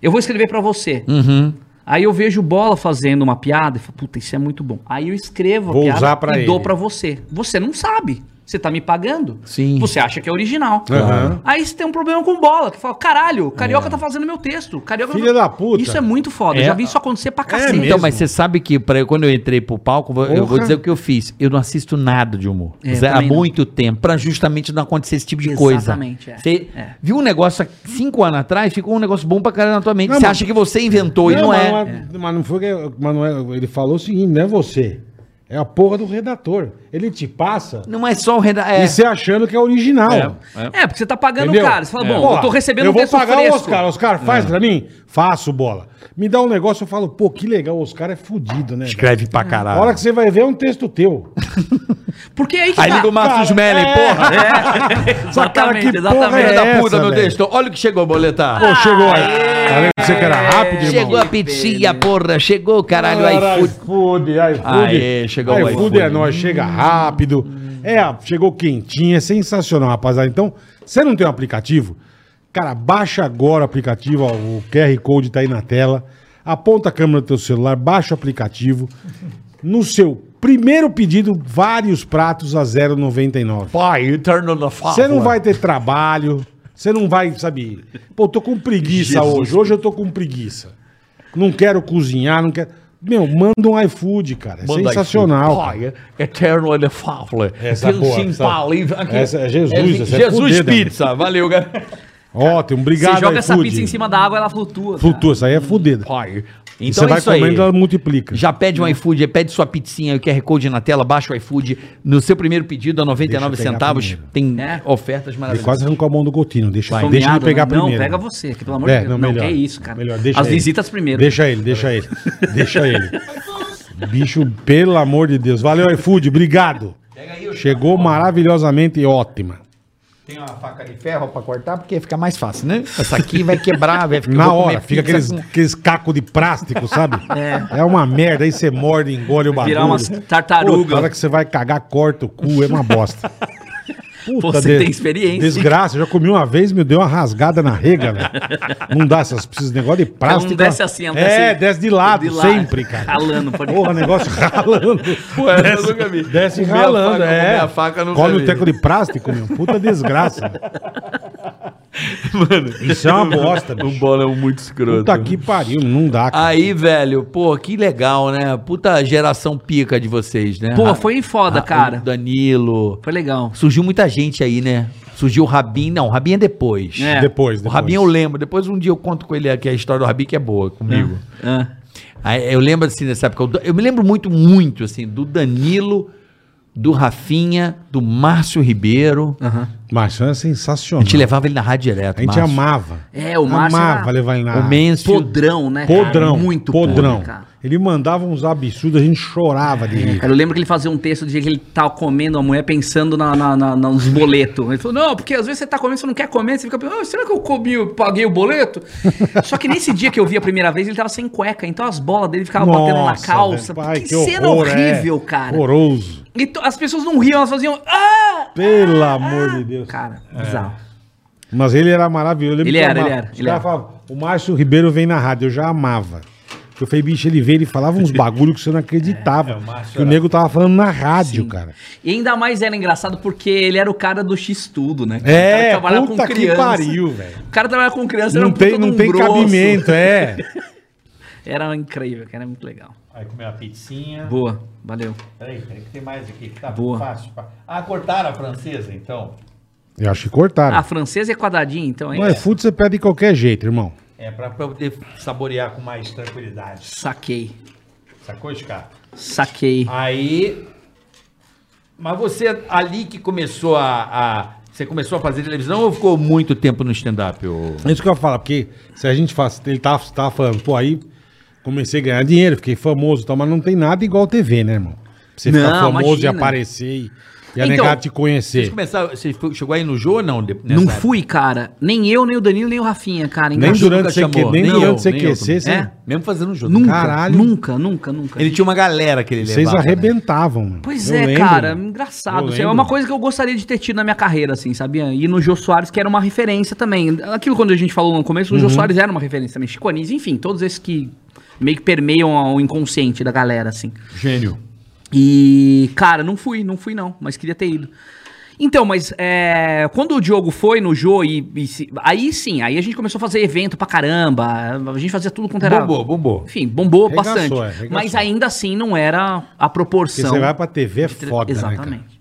Speaker 6: Eu vou escrever pra você,
Speaker 4: Uhum.
Speaker 6: aí eu vejo o Bola fazendo uma piada e falo, puta, isso é muito bom. Aí eu escrevo a
Speaker 4: Vou
Speaker 6: piada
Speaker 4: usar pra
Speaker 6: e
Speaker 4: ele.
Speaker 6: dou pra você. Você não sabe, você tá me pagando,
Speaker 7: Sim.
Speaker 6: você acha que é original.
Speaker 4: Aham.
Speaker 6: Aí você tem um problema com o Bola, que fala, caralho, o Carioca tá fazendo meu texto, o Carioca...
Speaker 4: É. Filha da puta. É
Speaker 6: Isso é muito foda, eu já vi isso acontecer pra cacete.
Speaker 7: Então, mas você sabe que pra eu- quando eu entrei pro palco, vou- eu vou
Speaker 4: Porra.
Speaker 7: dizer o que eu fiz. Eu não assisto nada de humor.
Speaker 6: É,
Speaker 7: Zé, Há
Speaker 6: também não.
Speaker 7: muito tempo, pra justamente não acontecer esse tipo de
Speaker 6: Exatamente,
Speaker 7: coisa.
Speaker 6: é.
Speaker 7: Você
Speaker 6: É.
Speaker 7: viu um negócio há cinco anos atrás, ficou um negócio bom pra caralho na tua mente.
Speaker 4: Não,
Speaker 7: você
Speaker 4: mas-
Speaker 7: acha que você inventou e não
Speaker 4: mas
Speaker 7: é.
Speaker 4: Mas, mas não foi que. Mas não é- ele falou o seguinte: não é você. É a porra do redator. Ele te passa
Speaker 7: Não é só o renda. É.
Speaker 4: e você achando que é original.
Speaker 6: É, porque você tá pagando
Speaker 4: Entendeu? É.
Speaker 6: o cara. Você fala, bom,
Speaker 4: Porra,
Speaker 6: eu tô recebendo
Speaker 4: Eu
Speaker 6: um
Speaker 4: vou
Speaker 6: texto
Speaker 4: pagar
Speaker 6: fresco.
Speaker 4: o Oscar. Oscar,
Speaker 7: É.
Speaker 4: faz pra mim? Faço, bola. Me dá um negócio, eu falo, pô, que legal, o Oscar é fudido, né? velho?
Speaker 17: Escreve
Speaker 7: Ah,
Speaker 17: pra
Speaker 4: A
Speaker 17: caralho.
Speaker 4: hora que você vai ver é um texto teu.
Speaker 6: Porque aí que tá.
Speaker 7: Aí liga o Márcio Smelly, porra.
Speaker 6: Só cara, que
Speaker 4: porra
Speaker 7: Filha
Speaker 4: é
Speaker 7: da puta,
Speaker 4: essa,
Speaker 7: meu
Speaker 4: velho?
Speaker 7: texto. Olha o que chegou, boleta.
Speaker 4: Pô, chegou aí. Tá vendo que você que era rápido, irmão?
Speaker 7: Ah, é. chegou a pizzinha, porra. Chegou, caralho.
Speaker 4: Caralho, iFood,
Speaker 7: iFood.
Speaker 4: iFood.
Speaker 7: Aê, chegou o
Speaker 4: iFood.
Speaker 7: iFood.
Speaker 4: é nóis, chega rápido. É, chegou quentinha, é sensacional, rapaziada. Então, você não tem um aplicativo? Cara, baixa agora o aplicativo, ó, o QR Code tá aí na tela. Aponta a câmera do teu celular, baixa o aplicativo. No seu primeiro pedido, vários pratos a 0,99.
Speaker 17: Pai, Eternal da Fala.
Speaker 4: Você não vai ter trabalho, você não vai, sabe? Pô, tô com preguiça hoje. Hoje eu tô com preguiça. Não quero cozinhar, não quero. Meu, manda um iFood, cara. É sensacional. cara.
Speaker 6: é,
Speaker 17: Pai, Eternal da Fala.
Speaker 4: Essa é boa, essa- essa é Jesus, essa é
Speaker 17: Jesus
Speaker 4: fudida,
Speaker 17: Pizza. Valeu, galera.
Speaker 4: Ótimo,
Speaker 6: Você
Speaker 4: um obrigado.
Speaker 6: joga essa
Speaker 4: iFood.
Speaker 6: pizza em cima da água, ela flutua. cara.
Speaker 4: Flutua, isso aí é fudida.
Speaker 17: Pai.
Speaker 4: E
Speaker 7: Então
Speaker 4: você
Speaker 7: é
Speaker 4: vai
Speaker 7: isso aí.
Speaker 4: comendo, ela multiplica.
Speaker 7: Já pede um iFood, pede sua pizzinha, o QR Code na tela, baixa o iFood. No seu primeiro pedido, a 99
Speaker 4: Deixa eu pegar
Speaker 7: centavos,
Speaker 4: primeiro.
Speaker 7: tem
Speaker 6: É.
Speaker 7: ofertas
Speaker 4: Ele
Speaker 7: maravilhosas.
Speaker 4: quase arrancou a mão do Gotinho. Deixa,
Speaker 6: Sou
Speaker 4: deixa ele
Speaker 6: miado,
Speaker 4: pegar
Speaker 6: né? Não,
Speaker 4: primeiro.
Speaker 6: pega você, que pelo amor de
Speaker 4: É,
Speaker 6: Deus.
Speaker 4: não,
Speaker 6: Não,
Speaker 4: melhor.
Speaker 6: que isso, cara.
Speaker 4: Melhor, deixa
Speaker 6: As
Speaker 4: ele.
Speaker 6: visitas primeiro.
Speaker 4: Deixa ele, deixa ele. deixa ele. Bicho, pelo amor de Deus. Valeu, iFood, obrigado. Chegou maravilhosamente ótima.
Speaker 7: Tem uma faca de ferro pra cortar, porque fica mais fácil, né? Essa aqui vai quebrar, vai ficar. eu
Speaker 4: Na
Speaker 7: vou comer
Speaker 4: hora, fica aqueles,
Speaker 7: pizza
Speaker 4: aqueles cacos de plástico, sabe? É. uma merda, aí você morde, engole o bagulho.
Speaker 6: virar umas tartaruga.
Speaker 4: Puta, Na hora que você vai cagar, corta o cu, é uma bosta. Puta,
Speaker 6: Você tem experiência, hein?
Speaker 4: Desgraça, eu já comi uma vez, me deu uma rasgada na rega, velho. Não dá essas esses negócio de plástico.
Speaker 6: não desce assim, não desce-
Speaker 4: É, desce de lado,
Speaker 6: de lá,
Speaker 4: sempre, cara.
Speaker 6: Ralando, pode
Speaker 4: Porra, né? negócio ralando.
Speaker 7: Pô, essa eu nunca vi.
Speaker 4: Desce
Speaker 7: Comer a
Speaker 4: ralando,
Speaker 7: faca,
Speaker 4: é.
Speaker 7: comer a faca, eu nunca
Speaker 4: Come
Speaker 7: vi.
Speaker 4: o teco de plástico, meu. Puta desgraça. Mano. Isso é uma bosta,
Speaker 17: O
Speaker 4: bicho.
Speaker 17: bola é um muito escroto.
Speaker 4: Puta que pariu, não dá, cara.
Speaker 7: Aí, velho, pô, que legal, né? Puta geração pica de vocês, né?
Speaker 6: Pô,
Speaker 4: Ah,
Speaker 7: Ra-
Speaker 6: foi foda,
Speaker 7: Ra-
Speaker 6: cara.
Speaker 7: Danilo.
Speaker 6: Foi legal.
Speaker 7: Surgiu muita gente aí, né? Surgiu o Rabin, não, o Rabin é depois.
Speaker 6: É.
Speaker 4: Depois,
Speaker 7: O
Speaker 4: depois.
Speaker 7: Rabin eu lembro, depois um dia eu conto com ele aqui a história do Rabin que é boa comigo.
Speaker 6: Ah.
Speaker 7: Aí, eu lembro assim dessa época, o Dan- eu me lembro muito, muito assim, do Danilo, do Rafinha, do Márcio Ribeiro.
Speaker 4: Márcio é sensacional.
Speaker 7: A gente levava ele na rádio direto,
Speaker 4: A gente
Speaker 7: Márcio.
Speaker 4: amava.
Speaker 6: É, o Márcio
Speaker 4: Amava
Speaker 6: era
Speaker 4: levar ele na
Speaker 7: O Mêncio.
Speaker 6: Podrão, né? cara?
Speaker 4: Podrão.
Speaker 6: Muito
Speaker 4: podrão.
Speaker 6: podre, cara.
Speaker 4: ele mandava uns absurdos, a gente chorava de rir.
Speaker 6: Cara, eu lembro que ele fazia um texto de que ele tava comendo a mulher pensando na, na- na- na- nos boletos. Ele falou, não, porque às vezes você tá comendo, você não quer comer, você fica pensando, "Ah, será que eu comi, eu paguei o boleto? Só que nesse dia que eu vi a primeira vez, ele tava sem cueca, então as bolas dele ficavam batendo na
Speaker 4: Nossa,
Speaker 6: calça.
Speaker 4: velho, pai,
Speaker 6: que, cena
Speaker 4: horror,
Speaker 6: horrível,
Speaker 4: é.
Speaker 6: cara.
Speaker 4: Horroroso.
Speaker 6: E to- as pessoas não riam, elas faziam, ah!
Speaker 4: Pelo amor de Deus.
Speaker 6: Cara,
Speaker 4: é.
Speaker 6: bizarro.
Speaker 4: Mas ele era maravilhoso. eu lembro
Speaker 6: Ele
Speaker 4: que eu
Speaker 6: era,
Speaker 4: amava.
Speaker 6: ele era,
Speaker 4: Os
Speaker 6: ele
Speaker 4: caras
Speaker 6: era.
Speaker 4: falavam, o Márcio Ribeiro vem na rádio, eu já amava. Eu falei, bicho, ele veio, ele falava uns bagulho que você não
Speaker 6: É,
Speaker 4: acreditava. que o nego tava falando na rádio, cara.
Speaker 6: E ainda mais era engraçado porque ele era o cara do X-Tudo, né?
Speaker 4: É,
Speaker 6: o cara trabalhava
Speaker 4: puta que pariu, velho.
Speaker 6: O cara trabalhava com criança,
Speaker 4: Não
Speaker 6: um puta
Speaker 4: tem,
Speaker 6: de
Speaker 4: não
Speaker 6: um
Speaker 4: tem
Speaker 6: grosso.
Speaker 4: cabimento, é.
Speaker 6: Era incrível, cara, era muito legal.
Speaker 17: Aí comer uma pizzinha.
Speaker 6: Boa, valeu.
Speaker 17: Peraí, peraí, que tem mais aqui. Tá
Speaker 6: Boa.
Speaker 17: fácil. pá. Ah, cortaram a francesa, então?
Speaker 4: Eu acho que cortaram.
Speaker 6: A francesa é quadradinha, então, é
Speaker 4: No iFood você pede de qualquer jeito, irmão.
Speaker 17: É, pra, pra poder saborear com mais tranquilidade.
Speaker 6: Saquei.
Speaker 17: Sacou, Scar?
Speaker 6: Saquei.
Speaker 4: Ah,
Speaker 7: Aí. Mas você, ali que começou a. a- você começou a fazer televisão ou ficou muito tempo no stand-up? ô?
Speaker 4: É isso que eu falo, porque se a gente faz, ele tava, tava falando, pô, aí comecei a ganhar dinheiro, fiquei famoso e tal, mas não tem nada igual TV, né, irmão? Pra Você
Speaker 6: Não,
Speaker 4: ficar famoso
Speaker 6: imagina.
Speaker 4: e aparecer. e- E a
Speaker 6: Então,
Speaker 4: negada te
Speaker 3: Vocês
Speaker 4: conhecer.
Speaker 3: começaram, você foi- chegou aí no jogo ou não? de- nessa
Speaker 6: Não
Speaker 3: época?
Speaker 6: fui, cara. Nem eu, nem o Danilo, nem o Rafinha, cara.
Speaker 4: né, Nem
Speaker 6: Encaixou-
Speaker 4: durante
Speaker 3: nunca
Speaker 4: CQ,
Speaker 3: chamou,
Speaker 4: nem
Speaker 3: nem eu,
Speaker 4: durante
Speaker 3: nem eu
Speaker 4: CQC,
Speaker 6: também.
Speaker 4: cê-
Speaker 6: É.
Speaker 1: Mesmo fazendo jogo.
Speaker 6: Nunca,
Speaker 4: Caralho.
Speaker 6: nunca, nunca, nunca.
Speaker 3: Ele tinha uma galera que ele
Speaker 4: vocês
Speaker 3: levava. né?
Speaker 4: arrebentavam, mano.
Speaker 6: Pois
Speaker 4: Eu
Speaker 6: é,
Speaker 4: lembro,
Speaker 6: cara,
Speaker 4: mano. Eu
Speaker 6: engraçado. assim, é
Speaker 4: lembro.
Speaker 6: uma coisa que eu gostaria de ter tido na minha carreira, assim, sabia? E no Jô Soares, que era uma referência também. Aquilo quando a gente falou no começo, o
Speaker 4: Uhum.
Speaker 6: Jô Soares era uma referência também. Chico Anísio, enfim, todos esses que meio que permeiam o inconsciente da galera, assim.
Speaker 3: Gênio.
Speaker 6: E, cara, não fui, não fui não, mas queria ter ido. Então, mas é, quando o Diogo foi no Jô e, e se- aí sim, aí a gente começou a fazer evento pra caramba, a gente fazia tudo quanto era...
Speaker 3: Bombou, bombou.
Speaker 6: Enfim, bombou
Speaker 4: Regaçou,
Speaker 6: bastante.
Speaker 4: é, regaçou.
Speaker 6: mas ainda assim não era a
Speaker 4: Porque
Speaker 6: proporção.
Speaker 4: você vai pra TV, é foda, né, cara?
Speaker 6: Exatamente.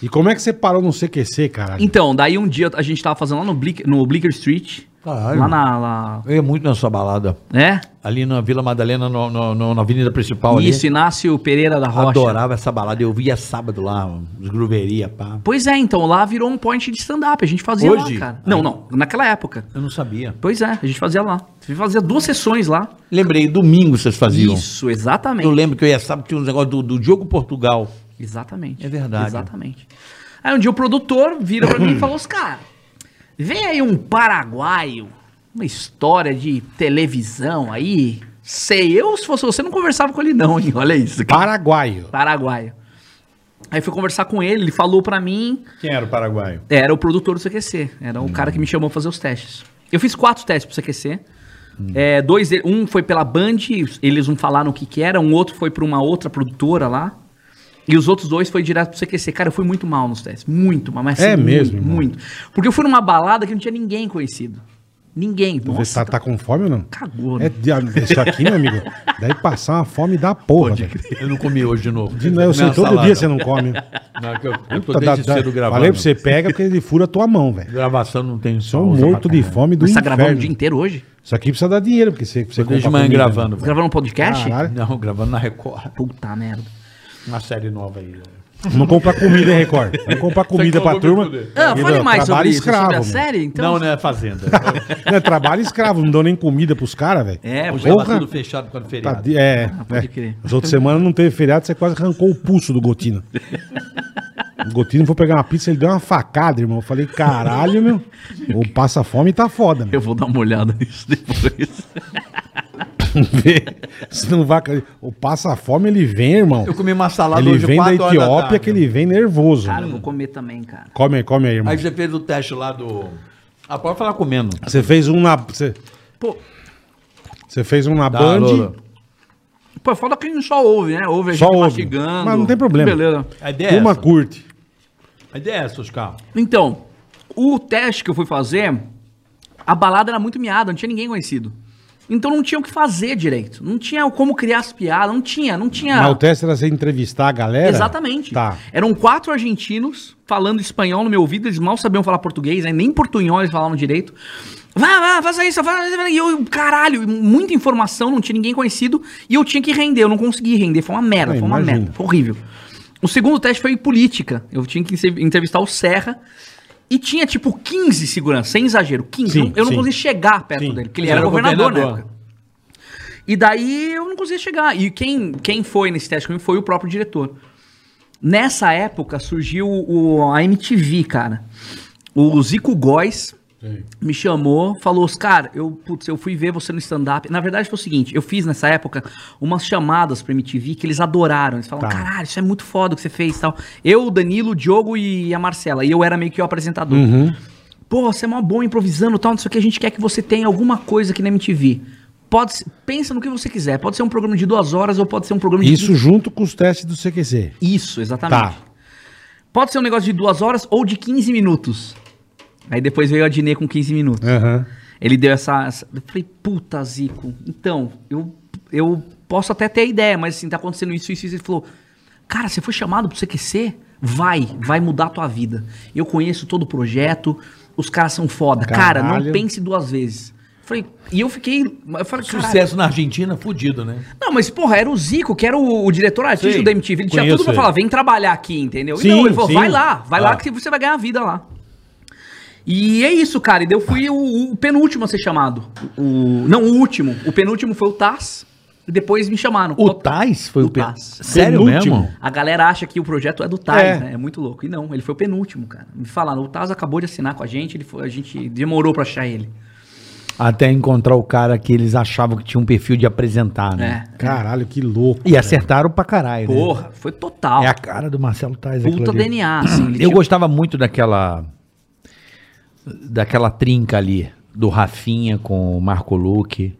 Speaker 4: E como é que você parou no CQC, cara?
Speaker 6: Então, daí um dia a gente tava fazendo lá no, Blick, no Blicker Street.
Speaker 3: Caralho.
Speaker 6: Lá na. Lá,
Speaker 3: Eu ia muito na sua balada.
Speaker 6: né?
Speaker 3: Ali na Vila Madalena, no, no- no- na Avenida Principal ali.
Speaker 6: Isso, Inácio Pereira da Rocha.
Speaker 3: Adorava essa balada. Eu via sábado lá, os groveria, pá.
Speaker 6: Pois é, então lá virou um point de stand-up. A gente fazia
Speaker 3: Hoje?
Speaker 6: lá, cara. Não, não, naquela época.
Speaker 3: Eu não sabia.
Speaker 6: Pois é, a gente fazia lá. A gente fazia duas sessões lá.
Speaker 3: Lembrei, domingo vocês faziam.
Speaker 6: Isso, exatamente.
Speaker 3: Eu lembro que eu ia sábado, tinha um negócio do, do Diogo Portugal.
Speaker 6: Exatamente.
Speaker 3: É verdade.
Speaker 6: Exatamente. Aí um dia o produtor vira pra mim e falou: assim, Cara, vem aí um paraguaio, uma história de televisão aí. Sei, eu, se fosse você, não conversava com ele, não, hein? Olha isso. Cara.
Speaker 4: Paraguaio.
Speaker 6: Paraguaio. Aí fui conversar com ele, ele falou pra mim.
Speaker 7: Quem era o paraguaio?
Speaker 6: Era o produtor do CQC, era o cara que me chamou pra fazer os testes. Eu fiz quatro testes pro CQC. É, dois, dele- um foi pela Band, eles não falaram o que, que era, um outro foi pra uma outra produtora lá. E os outros dois foi direto pro CQC. Cara, eu fui muito mal nos testes. Muito mal, mas assim,
Speaker 4: É mesmo, irmão?
Speaker 6: Muito. Porque eu fui numa balada que não tinha ninguém conhecido. Ninguém.
Speaker 4: Você tá, tá com fome ou não?
Speaker 6: cagou, né?
Speaker 4: É, de- isso aqui, meu amigo, deve passar uma fome da porra, velho.
Speaker 3: Eu não comi hoje de novo.
Speaker 4: De- Eu sei,
Speaker 3: Não,
Speaker 4: todo
Speaker 3: salada.
Speaker 4: dia você não come.
Speaker 3: Não, que eu, eu tô
Speaker 4: Puta, dá-
Speaker 3: desde
Speaker 4: dá-
Speaker 3: cedo gravando.
Speaker 4: Falei pra você, pega porque ele fura a tua mão, velho.
Speaker 3: Gravação não tem
Speaker 4: Você é um morto de fome do
Speaker 6: Você tá gravando
Speaker 4: inferno.
Speaker 6: o dia inteiro hoje?
Speaker 4: Isso aqui precisa dar dinheiro, porque você, você
Speaker 3: Desde um de
Speaker 4: compra
Speaker 3: manhã
Speaker 4: comida.
Speaker 3: gravando. velho.
Speaker 6: Gravando um podcast?
Speaker 4: Caralho.
Speaker 3: Não, gravando na Record.
Speaker 6: Puta merda.
Speaker 3: Uma série nova aí.
Speaker 4: Não comprar comida, hein, Record? Não comprar comida pra turma.
Speaker 6: Ah,
Speaker 4: Porque
Speaker 6: fale
Speaker 4: não,
Speaker 6: mais sobre
Speaker 4: trabalho
Speaker 6: isso, sobre a
Speaker 4: escravo, mano.
Speaker 6: série? Então,
Speaker 3: não, né? Fazenda.
Speaker 4: Não, é trabalho escravo, não dão nem comida pros caras, velho.
Speaker 6: É, Ah,
Speaker 3: Hoje tava
Speaker 4: porra.
Speaker 3: tudo fechado quando
Speaker 4: Tá
Speaker 3: feriado.
Speaker 4: de- é,
Speaker 6: pode
Speaker 4: é.
Speaker 6: crer.
Speaker 4: As outras semanas não teve feriado, você quase arrancou o pulso do Gotino. O Gotino foi pegar uma pizza, ele deu uma facada, irmão. Eu falei, caralho, meu. O passa fome tá foda, meu.
Speaker 6: eu vou dar uma olhada nisso depois.
Speaker 4: Vê, Se não vai. O passa fome, ele vem, irmão.
Speaker 3: Eu comi uma salada
Speaker 4: Ele
Speaker 3: hoje
Speaker 4: vem da
Speaker 3: quatro horas
Speaker 4: Etiópia
Speaker 3: tarde.
Speaker 4: que ele vem nervoso.
Speaker 6: Cara, eu
Speaker 4: meu.
Speaker 6: vou comer também, cara.
Speaker 4: Come aí, come aí, irmão.
Speaker 3: Aí você fez o teste lá do... Ah, pode falar comendo.
Speaker 4: Você fez um na. Você,
Speaker 6: Pô,
Speaker 4: você fez um na
Speaker 3: Tá,
Speaker 4: Band.
Speaker 3: Lolo.
Speaker 6: pô, foda quem só ouve, né? Ouve a
Speaker 4: Só
Speaker 6: gente
Speaker 4: ouve.
Speaker 6: mastigando.
Speaker 4: Mas não tem problema.
Speaker 6: Beleza.
Speaker 3: A ideia é
Speaker 4: uma
Speaker 3: essa.
Speaker 4: curte.
Speaker 3: A ideia é essa, Oscar.
Speaker 6: Então, o teste que eu fui fazer, a balada era muito miada, não tinha ninguém conhecido. Então não tinha o que fazer direito. Não tinha como criar as piadas, não tinha, não tinha.
Speaker 4: Mas o teste era você entrevistar a galera?
Speaker 6: Ah. Exatamente.
Speaker 4: Tá.
Speaker 6: Eram quatro argentinos falando espanhol no meu ouvido, eles mal sabiam falar português, né? nem portunhol eles falavam direito. Vá, vá, faça isso, faça isso. E eu, caralho, muita informação, não tinha ninguém conhecido, e eu tinha que render, eu não consegui render, foi uma merda,
Speaker 4: Ah,
Speaker 6: foi uma
Speaker 4: imagino.
Speaker 6: merda, foi horrível. O segundo teste foi em política, eu tinha que entrev- entrevistar o Serra, e tinha tipo 15 seguranças, sem exagero, 15.
Speaker 4: Sim,
Speaker 6: eu não- eu não
Speaker 4: sim.
Speaker 6: consegui chegar perto
Speaker 4: Sim.
Speaker 6: dele, porque ele
Speaker 3: Ele
Speaker 6: era
Speaker 3: era
Speaker 6: governador, né?
Speaker 3: governador.
Speaker 6: na época. E daí eu não conseguia chegar. E quem, quem foi nesse teste comigo foi o próprio diretor. Nessa época surgiu o, a MTV, cara. O Zico Góes me chamou, falou: Oscar, eu, putz, eu fui ver você no stand-up. Na verdade foi o seguinte: eu fiz nessa época umas chamadas pra MTV que eles adoraram. Eles falaram:
Speaker 4: Tá.
Speaker 6: caralho, isso é muito foda o que você fez e tal. Eu, o Danilo, o Diogo e a Marcela. E eu era meio que o apresentador. Pô, você é mó bom improvisando e tal, não sei o que. A gente quer que você tenha alguma coisa aqui na MTV. Pode, ser- pensa no que você quiser. Pode ser um programa de duas horas ou pode ser um programa de
Speaker 4: Isso junto com os testes do CQC.
Speaker 6: isso, exatamente.
Speaker 4: Tá.
Speaker 6: Pode ser um negócio de duas horas ou de 15 minutos. Aí depois veio a Dinê com 15 minutos.
Speaker 4: Aham.
Speaker 6: Ele deu essa, essa- Eu falei, puta, Zico. Então, eu, eu posso até ter ideia, mas assim, tá acontecendo isso, isso, isso. Ele falou, cara, você foi chamado pro CQC? Vai, vai mudar a tua vida. Eu conheço todo o projeto, os caras são foda. Cara,
Speaker 4: Caralho.
Speaker 6: não pense duas vezes. Eu Falei, e eu fiquei. Eu falei, "Caralho,
Speaker 3: Sucesso na Argentina, fudido, né?
Speaker 6: não, mas porra, era o Zico, que era o, o diretor artístico
Speaker 3: Sim, é.
Speaker 6: da MTV. Ele tinha
Speaker 4: conheço
Speaker 6: tudo pra
Speaker 4: ele.
Speaker 6: falar, vem trabalhar aqui, entendeu?
Speaker 4: Sim,
Speaker 6: e não, ele falou,
Speaker 4: sim.
Speaker 6: vai lá, vai
Speaker 4: Ah.
Speaker 6: lá que você vai ganhar vida lá. E é isso, cara. E daí eu fui o, o penúltimo a ser chamado. O, não, o último. O penúltimo foi o Taz. E depois me chamaram.
Speaker 3: O
Speaker 6: Pô,
Speaker 3: Tais foi o,
Speaker 6: O
Speaker 3: pe-
Speaker 6: Tais.
Speaker 3: Sério
Speaker 4: Penúltimo.
Speaker 3: mesmo?
Speaker 6: A galera acha que o projeto é do Taz,
Speaker 4: É.
Speaker 6: né? É muito louco. E não, ele foi o penúltimo, cara. Me falaram, o Taz acabou de assinar com a gente, ele foi- a gente demorou pra achar ele.
Speaker 3: Até encontrar o cara que eles achavam que tinha um perfil de apresentar, né?
Speaker 6: É.
Speaker 4: Caralho, que louco.
Speaker 3: E acertaram pra caralho, né?
Speaker 6: Porra, foi total.
Speaker 3: É a cara do Marcelo Tais. aquilo
Speaker 6: Puta
Speaker 3: ali.
Speaker 6: DNA, assim. ele
Speaker 3: Eu
Speaker 6: tinha-
Speaker 3: gostava muito daquela. Daquela trinca ali. Do Rafinha com o Marco Luque.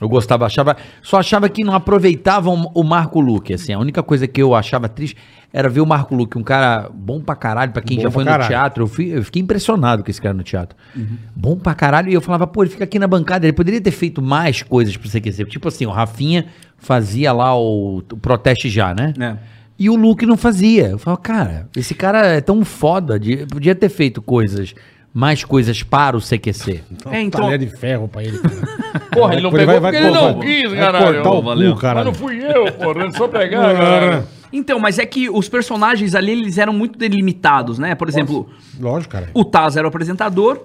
Speaker 3: Eu gostava, achava. Só achava que não aproveitavam o Marco Luque. Assim, a única coisa que eu achava triste era ver o Marco Luque, um cara bom pra caralho, pra quem
Speaker 4: Bom
Speaker 3: já
Speaker 4: pra
Speaker 3: foi no
Speaker 4: caralho. Uhum.
Speaker 3: teatro. Eu, fui- eu fiquei impressionado com esse cara no teatro. Bom pra caralho. E eu falava, pô, ele fica aqui na bancada. Ele poderia ter feito mais coisas pro CQC. Tipo assim, o Rafinha fazia lá o, o proteste já, né?
Speaker 6: É.
Speaker 3: E o Luke não fazia. Eu falava, cara, esse cara é tão foda, de, podia ter feito coisas, mais coisas para o CQC.
Speaker 4: Dá
Speaker 6: É, então-
Speaker 4: Talher de ferro pra ele.
Speaker 7: Porra, ele não
Speaker 4: Vai-
Speaker 7: pegou
Speaker 4: vai-
Speaker 7: porque ele
Speaker 4: vai-
Speaker 7: não
Speaker 4: vai-
Speaker 7: quis,
Speaker 4: vai
Speaker 7: caralho.
Speaker 4: cortar o cu,
Speaker 7: Valeu.
Speaker 4: caralho.
Speaker 7: Mas não fui eu, porra. Não só pegar, cara.
Speaker 6: Então, mas é que os personagens ali, eles eram muito delimitados, né? Por exemplo,
Speaker 4: Lógico, cara.
Speaker 6: o Taz era o apresentador,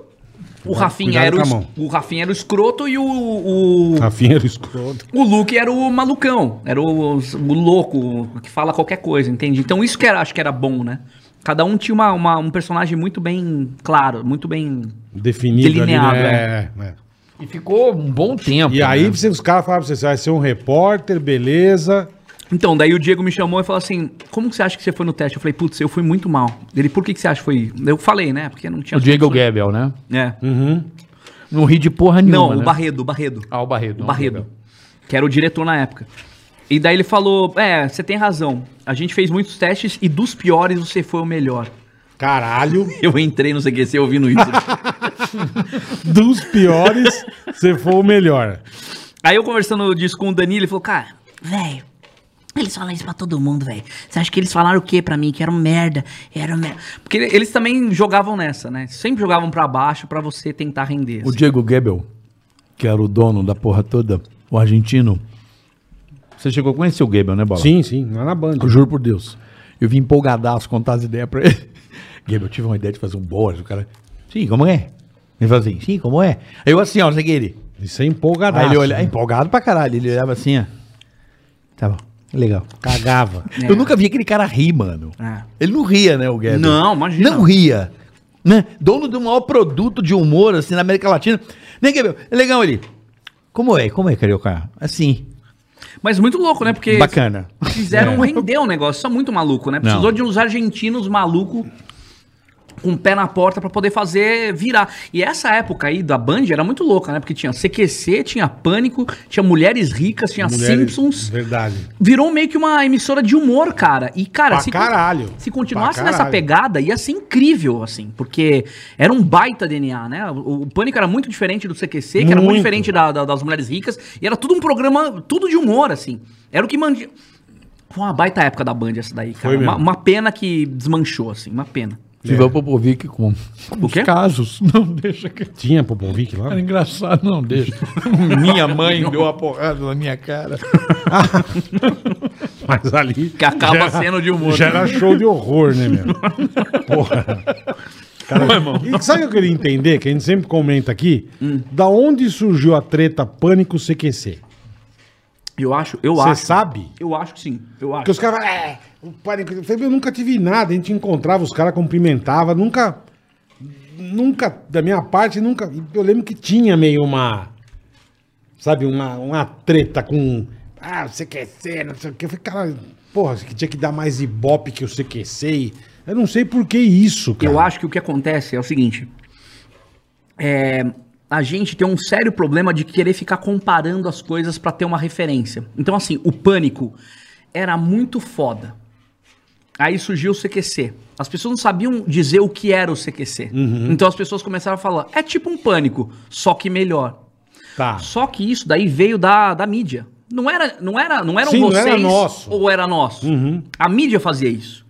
Speaker 6: o Rafinha
Speaker 4: cuidado
Speaker 6: era o,
Speaker 4: com a Ah.
Speaker 6: es- o Rafinha era o escroto e o, o,
Speaker 4: Rafinha era escroto.
Speaker 6: o Luke era o malucão, era o, o louco que fala qualquer coisa, entende? Então isso que era, acho que era bom, né? Cada um tinha uma, uma- um personagem muito bem claro, muito bem...
Speaker 4: Definido
Speaker 6: Delineado,
Speaker 4: ali, né? É, é.
Speaker 3: E ficou um bom tempo.
Speaker 4: E aí você- os caras falaram pra você, você vai ser um repórter, beleza.
Speaker 6: Então, daí o Diego me chamou e falou assim, como que você acha que você foi no teste? Eu falei, putz, eu fui muito mal. Ele, por que, que você acha que foi? Eu falei, né? Porque não tinha...
Speaker 3: O Diego Gebel, né?
Speaker 6: É.
Speaker 3: Não ri de porra
Speaker 6: Não,
Speaker 3: nenhuma.
Speaker 6: o
Speaker 3: né?
Speaker 6: Barredo, o Barredo.
Speaker 3: Ah, o Barredo.
Speaker 6: O Barredo, que era o diretor na época. E daí ele falou: É, você tem razão. A gente fez muitos testes e dos piores você foi o melhor.
Speaker 4: Caralho,
Speaker 6: Eu entrei no CQC ouvindo isso.
Speaker 4: dos piores, você foi o melhor.
Speaker 6: Aí eu conversando disso com o Danilo, ele falou: Cara,
Speaker 18: Velho, eles falam isso pra todo mundo, velho. Você acha que eles falaram o quê pra mim? Que era um merda. Era um merda.
Speaker 6: porque eles também jogavam nessa, né? Sempre jogavam pra baixo pra você tentar render. assim.
Speaker 7: O Diego Gebel, que era o dono da porra toda, o argentino. Você chegou a conhecer o Gebel, né, Bola?
Speaker 4: Sim, sim, lá na banda.
Speaker 7: Eu juro por Deus. Eu vim empolgadaço contar as ideias pra ele. Gabriel, eu tive uma ideia de fazer um Boris. O cara, sim, como é? Ele falou assim, sim, como é? Aí Eu assim, ó, não sei o que ele.
Speaker 4: Isso é empolgadaço.
Speaker 7: Aí ele olhava, empolgado pra caralho. Ele olhava assim, ó. Tá bom, legal.
Speaker 4: Cagava.
Speaker 7: Eu nunca vi aquele cara rir, mano.
Speaker 6: É.
Speaker 7: Ele não ria, né, o Gabriel?
Speaker 6: Não, imagina.
Speaker 7: Não ria. Né? Dono do maior produto de humor, assim, na América Latina. Nem, Gabriel, é legal ele. Como é? Como é, Carioca? Assim,
Speaker 6: Mas muito louco, né? Porque
Speaker 7: bacana.
Speaker 6: fizeram um render o negócio. Isso é muito maluco, né? Precisou de uns argentinos malucos com o pé na porta pra poder fazer virar. E essa época aí da Band era muito louca, né? Porque tinha CQC, tinha Pânico, tinha Mulheres Ricas, tinha
Speaker 4: Mulheres-
Speaker 6: Simpsons.
Speaker 4: Verdade.
Speaker 6: Virou meio que uma emissora de humor, cara. E, cara,
Speaker 4: Pra
Speaker 6: con-
Speaker 4: caralho.
Speaker 6: se continuasse
Speaker 4: Pra caralho.
Speaker 6: nessa pegada, ia ser incrível, assim. Porque era um baita DNA, né? O, o Pânico era muito diferente do CQC, que era muito
Speaker 4: Muito.
Speaker 6: diferente da- da- das Mulheres Ricas. E era tudo um programa, tudo de humor, assim. Era o que mandia... Foi uma baita época da Band essa daí, cara.
Speaker 4: Foi mesmo.
Speaker 6: Uma, uma pena que desmanchou, assim. Uma pena.
Speaker 7: Viva Popovic com, com
Speaker 6: O quê?
Speaker 7: os casos. Não deixa que
Speaker 4: Tinha Popovic lá?
Speaker 7: Era engraçado, não deixa. minha mãe deu uma porrada na minha cara.
Speaker 4: Mas ali.
Speaker 6: Que acaba
Speaker 4: já era-
Speaker 6: sendo de humor.
Speaker 4: Já era show de horror, né, meu? Porra. Cara, e sabe o que eu queria entender? Que a gente sempre comenta aqui. Da onde surgiu a treta Pânico CQC?
Speaker 6: Eu acho, eu
Speaker 4: Você
Speaker 6: acho.
Speaker 4: sabe?
Speaker 6: Eu acho que sim. Eu acho.
Speaker 4: Porque os caras falam, é, o Pânico. Eu falei, "Meu, Eu nunca tive nada. A gente encontrava, os caras cumprimentava, nunca. Nunca, da minha parte, nunca. Eu lembro que tinha meio uma. Sabe, uma, uma treta com. Ah, o CQC, não sei o que. Eu falei, cara, porra, que tinha que dar mais ibope que o CQC. e- Eu não sei por que isso, cara.
Speaker 6: Eu acho que o que acontece é o seguinte. É, a gente tem um sério problema de querer ficar comparando as coisas pra ter uma referência. Então, assim, o pânico era muito foda. Aí surgiu o CQC. As pessoas não sabiam dizer o que era o CQC. Então as pessoas começaram a falar: é tipo um pânico, só que melhor.
Speaker 4: Tá.
Speaker 6: Ah. Só que isso daí veio da, da mídia. Não era, não era, não eram
Speaker 4: Sim, não
Speaker 6: vocês
Speaker 4: era nosso. Uhum.
Speaker 6: ou era nosso. A mídia fazia isso.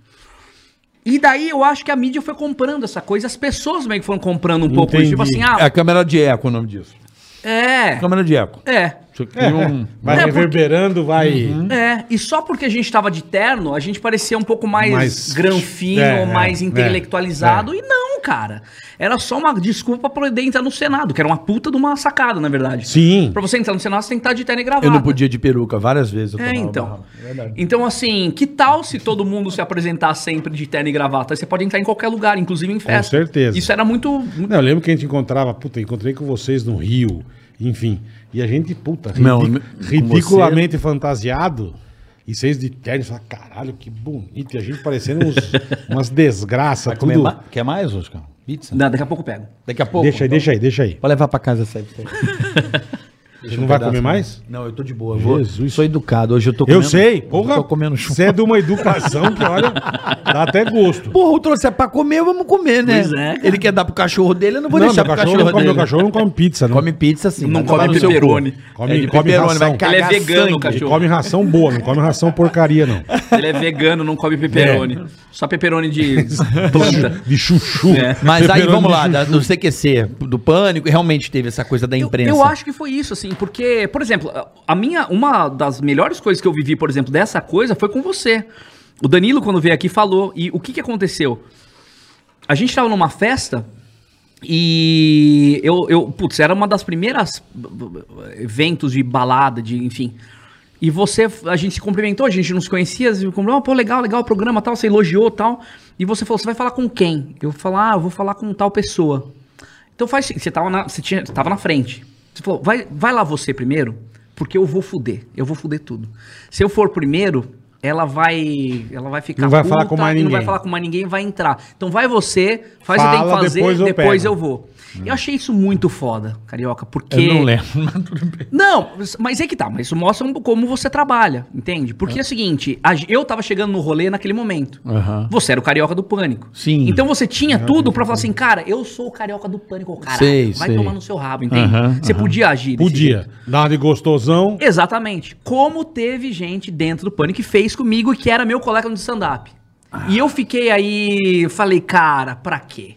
Speaker 6: E daí eu acho que a mídia foi comprando essa coisa, as pessoas meio que foram comprando um pouco isso.
Speaker 4: Entendi.
Speaker 6: Tipo assim,
Speaker 7: É
Speaker 6: ah,
Speaker 7: a câmera de eco o nome disso.
Speaker 6: é,
Speaker 7: Câmera de eco.
Speaker 6: é,
Speaker 7: Isso aqui é um-
Speaker 4: Vai
Speaker 6: É, porque-
Speaker 4: reverberando, vai.
Speaker 6: é. E só porque a gente tava de terno, a gente parecia um pouco mais,
Speaker 4: Mais-
Speaker 6: granfino,
Speaker 4: É, é,
Speaker 6: mais
Speaker 4: é,
Speaker 6: intelectualizado. E não, cara. Era só uma desculpa pra poder entrar no Senado, que era uma puta de uma sacada, na verdade.
Speaker 4: Sim.
Speaker 6: Pra você entrar no Senado, você tem que estar de terno e gravata.
Speaker 7: Eu não podia de peruca várias vezes. Eu
Speaker 6: É,
Speaker 7: tomava
Speaker 6: então.
Speaker 7: barra. Verdade.
Speaker 6: Então, assim, que tal se todo mundo se apresentar sempre de terno e gravata? Aí Você pode entrar em qualquer lugar, inclusive em festa.
Speaker 4: certeza.
Speaker 6: Isso era muito. muito-
Speaker 4: Não, eu lembro que a gente encontrava, puta, encontrei com vocês no Rio, enfim. E a gente, puta, ridic-
Speaker 7: Não, me- com
Speaker 4: ridiculamente fantasiado. E vocês de terno, falam, caralho, que bonito. E a gente parecendo uns- umas desgraças,
Speaker 7: Comer
Speaker 4: tudo.
Speaker 7: ma- Quer mais, Oscar? Pizza?
Speaker 6: Não, daqui a pouco eu pego.
Speaker 7: Daqui a pouco.
Speaker 4: Deixa aí,
Speaker 7: então.
Speaker 4: deixa aí, deixa aí.
Speaker 7: Vou levar pra casa essa aí. pra você.
Speaker 4: Você não vai comer mais?
Speaker 7: Não, eu tô de boa. Eu vou,
Speaker 4: Jesus.
Speaker 7: Sou educado. Hoje eu tô
Speaker 4: Eu sei, porra.
Speaker 7: Eu tô comendo um churrasco.
Speaker 4: Você é de uma educação que, olha, dá até gosto.
Speaker 7: Porra, eu trouxe é pra comer, vamos comer, né?
Speaker 6: Pois é, cara.
Speaker 7: Ele quer dar pro cachorro dele, eu não vou
Speaker 4: não,
Speaker 7: deixar
Speaker 4: meu
Speaker 7: pro
Speaker 4: cachorro,
Speaker 7: cachorro,
Speaker 4: não come,
Speaker 7: dele.
Speaker 4: meu cachorro não come pizza, não.
Speaker 7: Come pizza sim.
Speaker 6: Não
Speaker 7: vai tomar
Speaker 6: come
Speaker 7: no seu cu.
Speaker 6: pepperoni.
Speaker 4: Come-
Speaker 7: É de
Speaker 4: come
Speaker 7: pepperoni,
Speaker 4: ração.
Speaker 7: vai cagar
Speaker 6: Ele é vegano,
Speaker 7: sangue.
Speaker 6: cachorro.
Speaker 4: Ele come ração boa, não come ração porcaria, não.
Speaker 6: Ele é vegano, não come peperoni.
Speaker 7: É.
Speaker 6: Só peperoni de planta.
Speaker 4: De chuchu.
Speaker 6: É.
Speaker 7: Mas aí,
Speaker 4: Pepperoni
Speaker 7: vamos
Speaker 4: de
Speaker 7: lá,
Speaker 4: chuchu.
Speaker 7: da- do CQC, do pânico, realmente teve essa coisa da
Speaker 6: Eu-
Speaker 7: imprensa.
Speaker 6: Eu, acho que foi isso, assim, porque, por exemplo, a minha, uma das melhores coisas que eu vivi, por exemplo, dessa coisa foi com você. O Danilo, quando veio aqui, falou. E o que, que aconteceu? A gente tava numa festa e eu, eu putz, era uma das primeiras b- b- eventos de balada, de, enfim. E você, a gente se cumprimentou, a gente não se conhecia, você falou, "Ah, pô, legal, legal o programa, tal, você elogiou, tal. E você falou, você vai falar com quem? Eu falar, ah, eu vou falar com tal pessoa. Então faz, o seguinte, você tava na, você tinha, você tava na frente. Você falou, vai, vai lá você primeiro, porque eu vou fuder, eu vou fuder tudo. Se eu for primeiro, ela vai, ela vai ficar
Speaker 4: Não vai falar com
Speaker 6: puta
Speaker 4: mais
Speaker 6: e não vai
Speaker 4: ninguém.
Speaker 6: falar com mais ninguém, vai entrar. Então vai você, faz o que tem que
Speaker 4: Fala,
Speaker 6: fazer,
Speaker 4: depois
Speaker 6: depois
Speaker 4: eu
Speaker 6: eu,
Speaker 4: pego.
Speaker 6: vou. Eu achei isso muito foda, carioca, porque
Speaker 7: Eu não lembro, mas tudo bem.
Speaker 6: não, mas é que tá, mas isso mostra um- como você trabalha, entende? Porque é o seguinte, a ge- eu tava chegando no rolê naquele momento.
Speaker 7: Aham.
Speaker 6: Você era o carioca do pânico.
Speaker 7: Sim.
Speaker 6: Então você tinha tudo pra falar assim, cara, eu sou o carioca do pânico, cara.
Speaker 7: Sei,
Speaker 6: Vai
Speaker 7: sei.
Speaker 6: tomar no seu rabo, entende?
Speaker 7: Aham,
Speaker 6: você podia agir. desse jeito.
Speaker 4: Podia. Dá uma de gostosão.
Speaker 6: Exatamente. Como teve gente dentro do pânico que fez comigo e que era meu colega no stand-up.
Speaker 4: Ah.
Speaker 6: E eu fiquei aí, falei, cara, pra quê?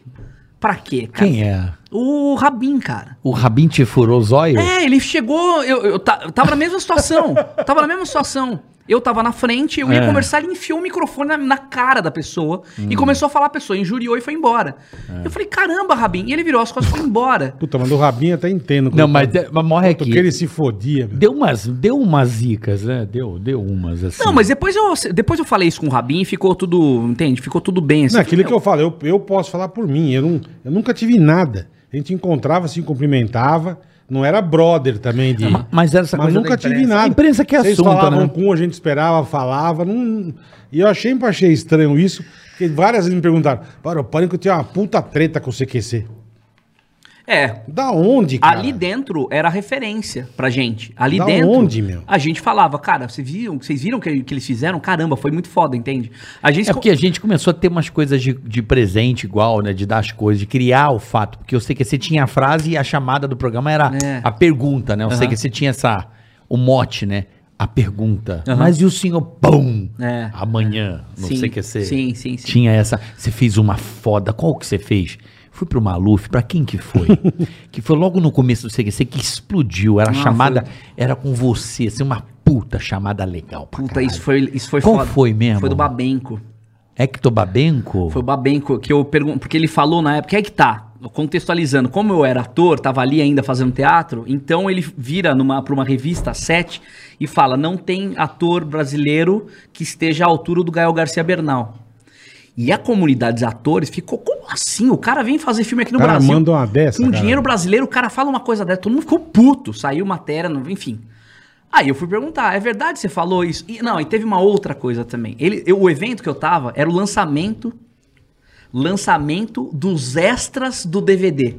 Speaker 6: Pra quê, cara?
Speaker 7: Quem é?
Speaker 6: O Rabin, cara.
Speaker 7: O Rabin te furou o zóio?
Speaker 6: É, ele chegou, eu, eu ta- tava na mesma situação, tava na mesma situação. Eu tava na frente, eu ia
Speaker 7: É.
Speaker 6: conversar, ele enfiou o microfone na, na cara da pessoa
Speaker 4: Hum.
Speaker 6: e começou a falar a pessoa, injuriou e foi embora.
Speaker 4: É.
Speaker 6: Eu falei, caramba, Rabin. E ele virou as costas e foi embora.
Speaker 4: Puta, mas do rabinho até entendo.
Speaker 7: Não, mas, é- mas morre aqui.
Speaker 4: Porque ele se fodia. meu.
Speaker 7: Deu umas, deu umas zicas, né? Deu, deu umas assim.
Speaker 6: Não, mas depois eu, depois eu falei isso com o Rabin e ficou tudo, entende? Ficou tudo bem. assim.
Speaker 4: Não, aquilo que eu falo, eu, eu posso falar por mim. Eu, não, eu nunca tive nada. A gente encontrava, se cumprimentava. Não era brother também de.
Speaker 7: Ma- mas era essa
Speaker 4: Mas
Speaker 7: coisa da
Speaker 4: nunca tive
Speaker 7: imprensa.
Speaker 4: nada.
Speaker 7: A imprensa que é
Speaker 4: Vocês
Speaker 7: assunto,
Speaker 4: falavam
Speaker 7: né?
Speaker 4: com um, a gente esperava, falava. Não... E eu achei- sempre achei estranho isso, porque várias vezes me perguntaram: para, o pânico tinha uma puta treta com o CQC.
Speaker 6: É,
Speaker 4: Da onde, cara?
Speaker 6: Ali dentro era referência pra gente. Ali
Speaker 4: Da
Speaker 6: dentro.
Speaker 4: onde, meu?
Speaker 6: A gente falava, cara, vocês viram, vocês viram o que, que eles fizeram? Caramba, foi muito foda, entende? A gente
Speaker 7: É porque a gente começou a ter umas coisas de, de presente igual, né? De dar as coisas, de criar o fato. Porque eu sei que você tinha a frase e a chamada do programa era
Speaker 6: É.
Speaker 7: a pergunta, né? Eu sei
Speaker 6: Aham.
Speaker 7: que você tinha essa, o mote, né? A pergunta.
Speaker 6: Aham.
Speaker 7: Mas e o senhor, pum,
Speaker 6: É.
Speaker 7: amanhã, não
Speaker 6: Sim,
Speaker 7: sei o que você... tipo
Speaker 6: sim, sim, sim.
Speaker 7: Tinha essa, você fez uma foda, qual que você fez? Fui pro Maluf, pra quem que foi? que foi logo no começo do CQC que explodiu, era a
Speaker 6: Ah,
Speaker 7: chamada, era com você, assim, uma puta chamada legal pra
Speaker 6: Puta,
Speaker 7: caralho.
Speaker 6: isso foi, isso foi
Speaker 7: Qual foi mesmo?
Speaker 6: Foi do Babenco.
Speaker 7: Hector Babenco?
Speaker 6: Foi o Babenco que eu pergunto, porque ele falou na época, é que tá, contextualizando, como eu era ator, tava ali ainda fazendo teatro, então ele vira numa para uma revista 7 e fala: "Não tem ator brasileiro que esteja à altura do Gael Garcia Bernal". E a comunidade dos atores ficou como assim? O cara vem fazer filme aqui no
Speaker 4: O cara
Speaker 6: Brasil.
Speaker 4: manda uma dessa,
Speaker 6: Com
Speaker 4: cara.
Speaker 6: dinheiro brasileiro, o cara fala uma coisa dessa, todo mundo ficou puto, saiu matéria, não- enfim. Aí eu fui perguntar, é verdade que você falou isso? E, não, e teve uma outra coisa também. Ele, eu- o evento que eu tava era o lançamento lançamento dos extras do DVD.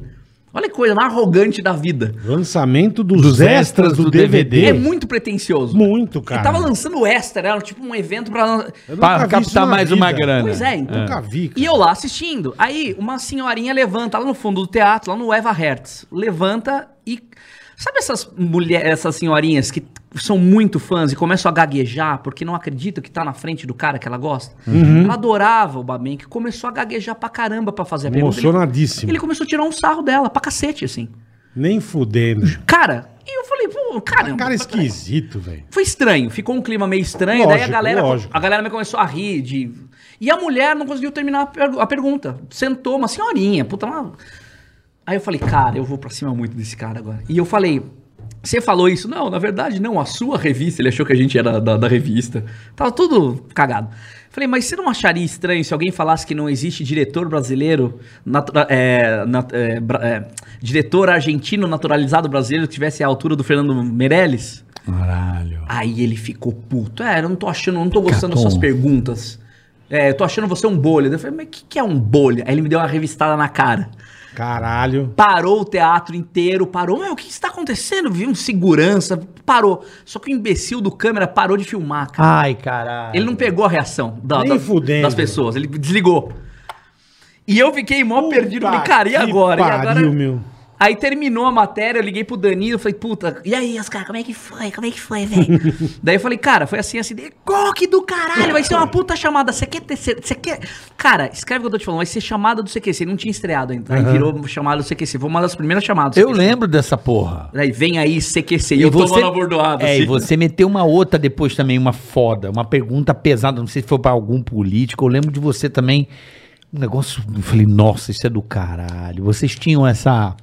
Speaker 6: Olha que coisa mais arrogante da vida.
Speaker 4: Lançamento dos, extras do DVD.
Speaker 6: É muito pretencioso.
Speaker 4: Muito,
Speaker 6: Ele
Speaker 4: cara.
Speaker 6: tava lançando extra, era tipo um evento pra... lan-
Speaker 4: Eu nunca
Speaker 7: Pra
Speaker 4: vi isso
Speaker 7: captar
Speaker 4: na
Speaker 7: mais uma
Speaker 4: vida.
Speaker 7: grana.
Speaker 6: Pois é, então.
Speaker 4: Nunca vi, cara.
Speaker 6: E eu lá assistindo. Aí uma senhorinha levanta lá no fundo do teatro, lá no Eva Hertz. Levanta e. Sabe essas mulheres, essas senhorinhas que são muito fãs e começam a gaguejar porque não acreditam que tá na frente do cara que ela gosta? Ela adorava o Babenck, começou a gaguejar pra caramba pra fazer a pergunta. Ele-
Speaker 4: Emocionadíssimo.
Speaker 6: Ele começou a tirar um sarro dela, pra cacete, assim.
Speaker 4: Nem fudendo.
Speaker 6: Cara, e eu falei, pô, caramba.
Speaker 4: Cara esquisito, velho.
Speaker 6: Foi estranho, ficou um clima meio estranho, daí a
Speaker 4: Lógico,
Speaker 6: galera,
Speaker 4: lógico.
Speaker 6: a galera começou a rir de... E a mulher não conseguiu terminar a, pergu- a pergunta. Sentou uma senhorinha, puta, uma... Aí eu falei, cara, eu vou pra cima muito desse cara agora. E eu falei, você falou isso? Não, na verdade não, a sua revista, ele achou que a gente era da, da revista. Tava tudo cagado. Falei, mas você não acharia estranho se alguém falasse que não existe diretor brasileiro, natura- é, nat- é, bra- é, diretor argentino naturalizado brasileiro que tivesse a altura do Fernando Meirelles?
Speaker 7: Caralho.
Speaker 6: Aí ele ficou puto. É, eu não tô achando, não tô gostando das suas perguntas. É, eu tô achando você um bolha. Daí Eu falei, mas o que, que é um bolha? Aí ele me deu uma revistada na cara.
Speaker 4: Caralho.
Speaker 6: Parou o teatro inteiro, parou. Meu, o que está acontecendo? Viu um segurança, parou. Só que o imbecil do câmera parou de filmar, cara.
Speaker 7: Ai, caralho.
Speaker 6: Ele não pegou a reação da-
Speaker 4: Nem
Speaker 6: da-
Speaker 4: fudendo.
Speaker 6: das pessoas, ele desligou. E eu fiquei mó perdido, falei,
Speaker 4: Puta
Speaker 6: cara, e
Speaker 4: que
Speaker 6: agora? é E
Speaker 4: Pariu,
Speaker 6: agora?
Speaker 4: meu.
Speaker 6: Aí terminou a matéria, eu liguei pro Danilo, falei, puta,
Speaker 18: E aí, Oscar, como é que foi? Como é que foi, velho?
Speaker 6: Daí eu falei, cara, foi assim, assim, de- coque do caralho, vai ser uma puta chamada, você quer ter, você quer... Cara, escreve o que eu tô te falando, vai ser chamada do CQC, não tinha estreado ainda, aí virou chamada do CQC, foi uma das primeiras chamadas do
Speaker 3: Eu
Speaker 6: CQC.
Speaker 3: lembro dessa porra.
Speaker 6: Daí vem aí CQC, e eu tô tomando a bordoada,
Speaker 3: É,
Speaker 6: assim.
Speaker 3: e você meteu uma outra depois também, uma foda, uma pergunta pesada, não sei se foi pra algum político, eu lembro de você também, um negócio, eu falei, nossa, isso é do caralho, vocês tinham essa,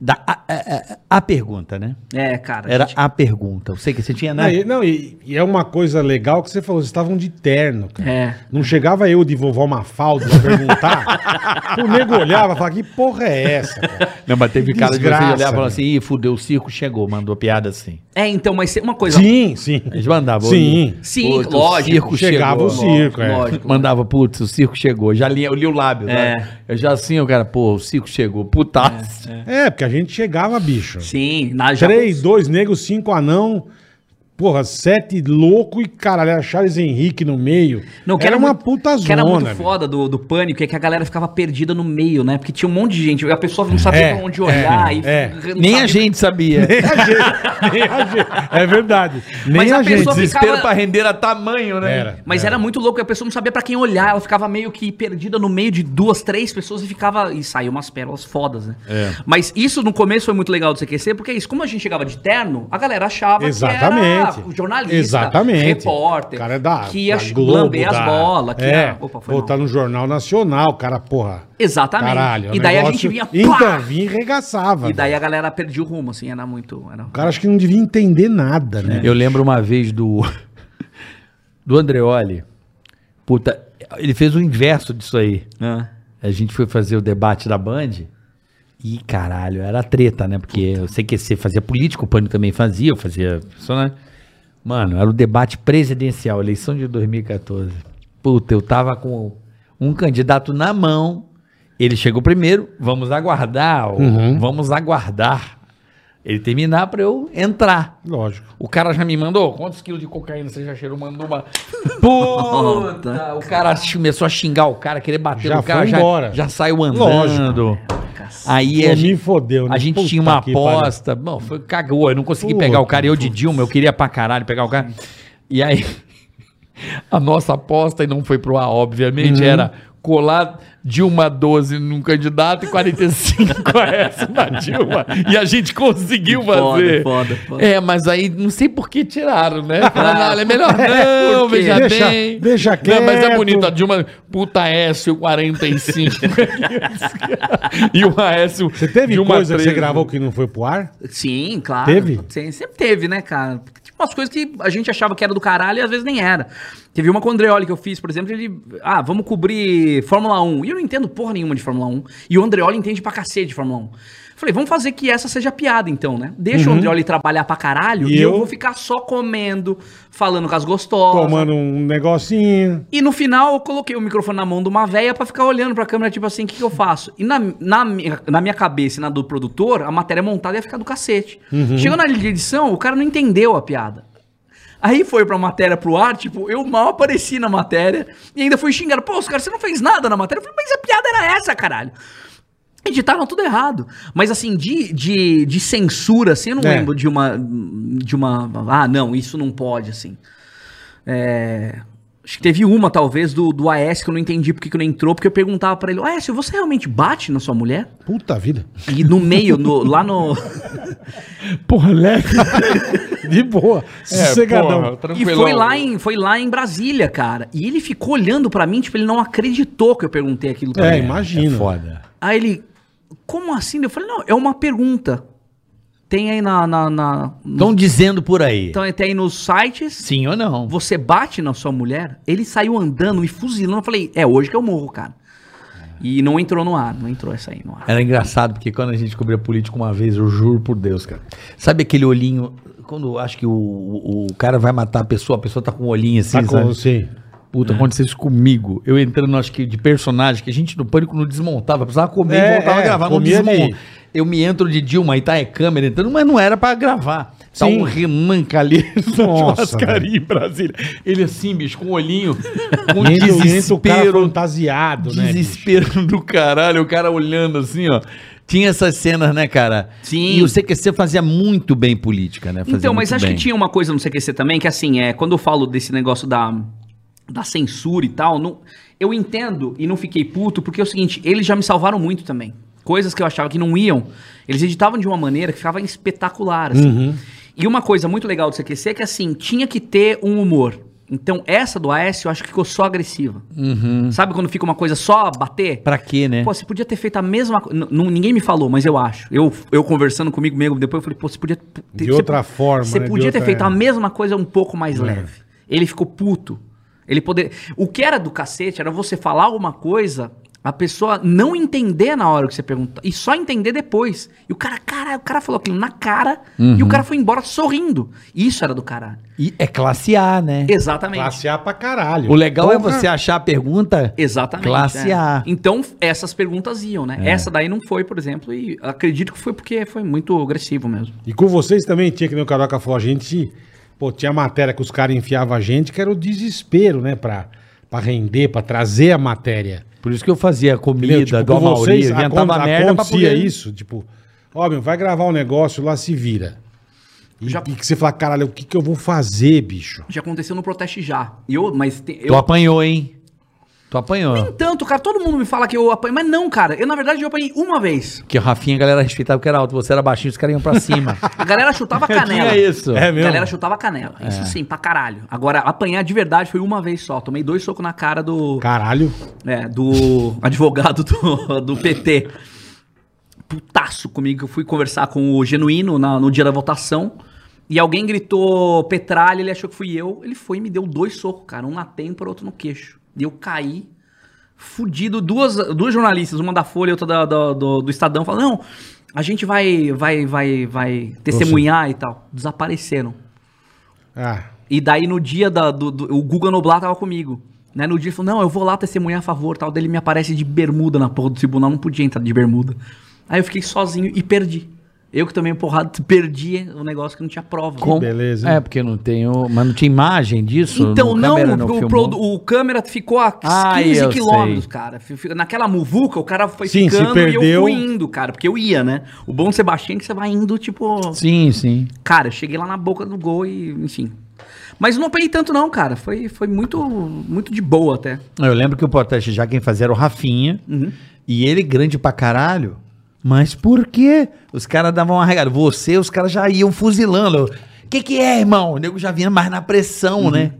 Speaker 3: da, a, a- a- a pergunta, né?
Speaker 6: É, cara,
Speaker 3: Era
Speaker 6: gente,
Speaker 3: a pergunta, eu sei que você tinha,
Speaker 4: Não,
Speaker 3: né?
Speaker 4: e, não, e- e é uma coisa legal que você falou, vocês estavam de terno, cara.
Speaker 6: É.
Speaker 4: Não chegava eu de vovó Mafalda pra perguntar. o nego olhava e falava, que porra é essa, cara?
Speaker 3: Não, mas teve cara de você
Speaker 4: Desgraça,
Speaker 3: olhar e falar
Speaker 4: né?
Speaker 3: assim, ih, fudeu, o circo chegou, mandou piada assim.
Speaker 6: é, então, mas uma coisa...
Speaker 4: Sim, sim.
Speaker 3: Eles mandavam.
Speaker 4: Sim.
Speaker 3: "Ih,
Speaker 6: Sim,
Speaker 3: puta,
Speaker 6: lógico,
Speaker 3: O circo
Speaker 4: Chegava
Speaker 3: chegou.
Speaker 4: o circo, é.
Speaker 6: lógico.
Speaker 3: Mandava, putz, o circo chegou. Já li, eu li o lábio, né? Eu já assim, o cara, pô, o circo chegou. Putaço.
Speaker 6: né?
Speaker 4: É, porque a gente chegava, bicho.
Speaker 6: Sim, na já-
Speaker 4: Três, dois negros, cinco anão. Porra, sete louco e caralho, era Charles Henrique no meio.
Speaker 6: Não, que
Speaker 4: era,
Speaker 6: era,
Speaker 4: uma
Speaker 6: muito,
Speaker 4: puta zona.
Speaker 6: Que era muito
Speaker 4: meu.
Speaker 6: foda do, do pânico, é que a galera ficava perdida no meio, né? Porque tinha um monte de gente, a pessoa não sabia
Speaker 4: É,
Speaker 6: pra onde olhar.
Speaker 4: é,
Speaker 6: e
Speaker 4: é.
Speaker 6: não
Speaker 3: Nem
Speaker 6: sabia-
Speaker 3: a gente sabia.
Speaker 4: Nem a gente, nem a gente. É verdade. Nem
Speaker 6: Mas
Speaker 4: a,
Speaker 6: a
Speaker 4: gente.
Speaker 6: pessoa
Speaker 3: Desespero
Speaker 6: ficava-
Speaker 3: pra render a tamanho, né?
Speaker 4: Era.
Speaker 6: Mas era muito louco, a pessoa não sabia pra quem olhar, ela ficava meio que perdida no meio de duas, três pessoas e ficava. E saiu umas pérolas fodas, né?
Speaker 4: É.
Speaker 6: Mas isso no começo foi muito legal do CQC, porque é isso, como a gente chegava de terno, a galera achava que
Speaker 4: Exatamente.
Speaker 6: era jornalista,
Speaker 4: Exatamente.
Speaker 6: repórter,
Speaker 4: cara é da,
Speaker 6: que ia
Speaker 4: da
Speaker 6: ch-
Speaker 4: Globo,
Speaker 6: lamber as
Speaker 4: da-
Speaker 6: bolas, que
Speaker 4: é,
Speaker 6: ia- Opa, foi
Speaker 4: botar
Speaker 6: mal.
Speaker 4: no Jornal Nacional, cara, porra.
Speaker 6: Exatamente.
Speaker 4: Caralho. é
Speaker 6: e
Speaker 4: um
Speaker 6: daí a gente
Speaker 4: negócio-
Speaker 6: vinha. pá!
Speaker 4: Então, vinha e regaçava.
Speaker 6: E daí a galera perdia o rumo, assim, era muito. Era...
Speaker 4: O cara acho que não devia entender nada, né?
Speaker 6: É.
Speaker 3: Eu lembro uma vez do. Do Andreoli. Puta, ele fez o inverso disso aí. A gente foi fazer o debate da Band. E caralho, era treta, né? Porque eu sei que você fazia político, o Pânico também fazia, eu fazia personagem. Mano, era o debate presidencial, eleição de 2014. Puta, eu tava com um candidato na mão. Ele chegou primeiro, vamos aguardar, o-
Speaker 4: Uhum.
Speaker 3: vamos aguardar. Ele terminar pra eu entrar.
Speaker 4: Lógico.
Speaker 3: O cara já me mandou, quantos quilos de cocaína você já cheirou? Mandou uma. Puta! o cara começou a xingar o cara, querer bater
Speaker 4: Já
Speaker 3: no cara,
Speaker 4: foi
Speaker 3: já,
Speaker 4: embora.
Speaker 3: já saiu andando. Aí
Speaker 4: Pô,
Speaker 3: a
Speaker 4: me
Speaker 3: gente,
Speaker 4: fodeu, né?
Speaker 3: a gente
Speaker 4: Puta
Speaker 3: tinha uma
Speaker 4: que pariu.
Speaker 3: aposta. Bom, foi, cagou, eu não consegui
Speaker 4: Puta
Speaker 3: pegar o cara. E eu de Dilma, eu queria pra caralho pegar o cara. E aí, a nossa aposta, e não foi pro ar,
Speaker 4: Uhum.
Speaker 3: obviamente, era colar Dilma 12 num candidato e 45 a essa na Dilma. E a gente conseguiu fazer.
Speaker 6: foda, foda.
Speaker 3: É, mas aí não sei por que tiraram, né? Falaram, "Não, é melhor não,
Speaker 4: por quê?
Speaker 3: veja
Speaker 4: Deixa-
Speaker 3: bem.
Speaker 4: deixa
Speaker 3: Não, mas é
Speaker 4: quieto.
Speaker 3: bonito, a Dilma, puta Aécio 45. e o Aécio
Speaker 4: Você teve
Speaker 3: Dilma
Speaker 4: coisa que você
Speaker 3: 13.
Speaker 4: gravou que não foi pro ar?
Speaker 6: Sim, claro.
Speaker 4: Teve?
Speaker 6: Sim, sempre teve, né, cara? Porque Tipo, umas coisas que a gente achava que era do caralho e às vezes nem era. Teve uma com o Andreoli que eu fiz, por exemplo, ele. Ah, vamos cobrir Fórmula 1. E eu não entendo porra nenhuma de Fórmula 1. E o Andreoli entende pra cacete de Fórmula 1. Falei, vamos fazer que essa seja piada, então, né? Deixa o Andreoli trabalhar pra caralho
Speaker 4: Uhum. E
Speaker 6: e, eu...
Speaker 4: eu-
Speaker 6: vou ficar só comendo, falando com as gostosas.
Speaker 4: Tomando um negocinho.
Speaker 6: E no final eu coloquei o microfone na mão de uma véia pra ficar olhando pra câmera, tipo assim, o que, que eu faço? E na, na, minha- na minha cabeça e na do produtor, a matéria montada ia ficar do cacete. Chegou na edição, o cara não entendeu a piada. Aí foi pra matéria pro ar, tipo, eu mal apareci na matéria e ainda fui xingado. Pô, os caras, você não fez nada na matéria? Eu falei, mas a piada era essa, caralho. Editaram tudo errado. Mas assim, de, de, de censura, assim, eu não
Speaker 4: É.
Speaker 6: lembro de uma. De uma. Ah, não, isso não pode, assim. É, Acho que teve uma, talvez, do, do Aécio que eu não entendi porque que não entrou, porque eu perguntava pra ele, Aécio, você realmente bate na sua mulher?
Speaker 4: Puta vida.
Speaker 6: E no meio, no- lá no...
Speaker 4: Porra, leve. De
Speaker 3: É,
Speaker 4: boa. Sossegadão.
Speaker 6: E foi lá, em, foi lá em Brasília, cara. E ele ficou olhando pra mim, tipo, ele não acreditou que eu perguntei aquilo pra
Speaker 4: É,
Speaker 6: ele.
Speaker 4: imagina.
Speaker 7: Foda.
Speaker 6: Aí ele, como assim? Eu falei, não, é uma pergunta. Tem aí na... na, na-
Speaker 7: Então-
Speaker 3: Estão dizendo por aí.
Speaker 6: então, tem aí nos sites,
Speaker 3: Sim ou não?
Speaker 6: você bate na sua mulher, ele saiu andando, me fuzilando. Eu falei, é hoje que eu morro, cara. E não entrou no ar, não entrou essa aí no ar.
Speaker 3: Era engraçado, porque quando a gente descobriu a política uma vez, eu juro por Deus, cara. Sabe aquele olhinho, quando acho que o, o, o cara vai matar a pessoa, a pessoa tá com um olhinho assim,
Speaker 4: Tá com é.
Speaker 3: sabe?
Speaker 4: você.
Speaker 7: Puta, aconteceu isso comigo. Eu entrando, acho que de personagem, que a gente no pânico não desmontava. Precisava comer
Speaker 4: É,
Speaker 7: e voltava
Speaker 4: é,
Speaker 7: a gravar. Não
Speaker 4: comia
Speaker 7: desmonta.
Speaker 4: ali.
Speaker 7: Eu me entro de Dilma e tá é câmera entrando, mas não era pra gravar. Tá
Speaker 4: Sim.
Speaker 7: um Renan Calheiros na
Speaker 4: Nossa,
Speaker 7: churrascaria em Brasília. Ele assim, bicho, com o olhinho,
Speaker 3: Um
Speaker 7: com
Speaker 4: Nem do- nem do cara
Speaker 7: desespero.
Speaker 4: fantasiado, né? bicho?
Speaker 7: Desespero do caralho, o cara olhando assim, ó. Tinha essas cenas, né, cara?
Speaker 6: Sim.
Speaker 7: E o CQC fazia muito bem política, né? Fazia
Speaker 6: Então, mas
Speaker 7: muito
Speaker 6: acho
Speaker 7: bem.
Speaker 6: que tinha uma coisa no CQC também, que assim, é, quando eu falo desse negócio da, da censura e tal, não- eu entendo e não fiquei puto, porque é o seguinte, eles já me salvaram muito também. Coisas que eu achava que não iam, eles editavam de uma maneira que ficava espetacular, assim.
Speaker 7: Uhum.
Speaker 6: E uma coisa muito legal do CQC é que, assim, tinha que ter um humor. Então, essa do Aécio, eu acho que ficou só agressiva.
Speaker 7: Uhum.
Speaker 6: Sabe quando fica uma coisa só bater?
Speaker 7: Pra quê,
Speaker 4: É.
Speaker 7: né?
Speaker 6: Pô, você podia ter feito a mesma coisa. Ninguém me falou, mas eu acho. Eu, eu conversando comigo mesmo depois, eu falei, pô, você podia. ter-
Speaker 4: De
Speaker 6: você-
Speaker 4: outra forma,
Speaker 6: Você
Speaker 4: né? De
Speaker 6: podia ter
Speaker 4: outra- É.
Speaker 6: feito a mesma coisa um pouco mais leve. Ele ficou puto. Ele poder... O que era do cacete era você falar alguma coisa, a pessoa não entender na hora que você perguntou, e só entender depois. E o cara, cara, o cara falou aquilo na cara,
Speaker 4: Uhum.
Speaker 6: e o cara foi embora sorrindo. Isso era do caralho.
Speaker 3: E é classe A, né?
Speaker 6: Exatamente.
Speaker 4: Classe A pra caralho.
Speaker 3: O legal é
Speaker 4: Porra.
Speaker 3: você achar a pergunta.
Speaker 6: Exatamente.
Speaker 3: Classe
Speaker 6: é.
Speaker 3: A. É.
Speaker 6: Então, essas perguntas iam, né? Essa daí não foi, por exemplo, e acredito que foi porque foi muito agressivo mesmo.
Speaker 4: E com vocês também tinha que nem o Caroca falou, a gente. Pô, tinha matéria que os caras enfiavam a gente, que era o desespero, né? Pra, pra render, pra trazer a matéria.
Speaker 3: Por isso que eu fazia comida
Speaker 4: Entendeu? Tipo,
Speaker 3: do
Speaker 4: com
Speaker 3: Amaury,
Speaker 4: vocês,
Speaker 3: eu
Speaker 4: acon-
Speaker 3: inventava merda pra
Speaker 4: acontecia
Speaker 3: poder...
Speaker 4: isso, tipo, ó, meu, vai gravar um negócio lá, se vira. E,
Speaker 6: Já-
Speaker 4: e que você fala, caralho, o que, que eu vou fazer, bicho?
Speaker 6: Já aconteceu no protesto já. E eu, mas te-
Speaker 3: Tu
Speaker 6: eu
Speaker 3: apanhou, hein? Tu apanhou.
Speaker 6: tanto, cara, todo mundo me fala que eu apanho, mas não, cara. Eu na verdade eu apanhei uma vez.
Speaker 3: Porque o Rafinha, a galera respeitava porque era alto, você era baixinho, os caras iam pra cima.
Speaker 6: A galera chutava a canela.
Speaker 3: Tinha isso. É.
Speaker 4: É
Speaker 6: A
Speaker 4: mesmo?
Speaker 6: galera chutava a canela. Isso sim, pra caralho. Agora, apanhar de verdade foi uma vez só. Tomei dois socos na cara do.
Speaker 4: Caralho.
Speaker 6: É, do advogado do, do PT. Putaço comigo, que eu fui conversar com o Genuíno na- no dia da votação. E alguém gritou Petralha, ele achou que fui eu. Ele foi e me deu dois socos, cara. Um na têmpora, outro no queixo. E eu caí, fudido. Duas, duas jornalistas, uma da Folha e outra da- da- do, do Estadão, falaram: não, a gente vai, vai, vai, vai testemunhar e tal. Desapareceram.
Speaker 4: Ah,
Speaker 6: E daí no dia da, do, do- O Guga Noblar tava comigo. Né? No dia ele falou: Não, eu vou lá testemunhar a favor tal. Daí ele me aparece de bermuda na porra do tribunal, não podia entrar de bermuda. Aí eu fiquei sozinho e perdi. Eu que tomei porrada, perdi o negócio que não tinha prova.
Speaker 3: Com-
Speaker 4: beleza, hein?
Speaker 3: É, porque não tem. o- Mas não tinha imagem disso?
Speaker 6: Então,
Speaker 3: No-
Speaker 6: não,
Speaker 3: câmera
Speaker 6: o, o
Speaker 3: filmou?
Speaker 6: produ- o câmera ficou a 15
Speaker 3: Ah, eu
Speaker 6: quilômetros,
Speaker 3: sei.
Speaker 6: cara. Fi- fi- Naquela muvuca, o cara foi
Speaker 4: Sim, se
Speaker 6: e eu
Speaker 4: perdeu.
Speaker 6: fui indo, cara. Porque eu ia, né? O bom do Sebastião é que você vai indo, tipo.
Speaker 3: Sim, sim.
Speaker 6: Cara, eu cheguei lá na boca do gol e, enfim. Mas não apanhei tanto, não, cara. Foi, foi muito, muito de boa até.
Speaker 3: Eu lembro que o protesto já quem fazia era o Rafinha.
Speaker 6: Uhum.
Speaker 3: E ele grande pra caralho. Mas por quê? Os caras davam uma regada. Você, os caras já iam fuzilando. O que, que é, irmão? O nego já vinha mais na pressão,
Speaker 6: Uhum.
Speaker 3: né?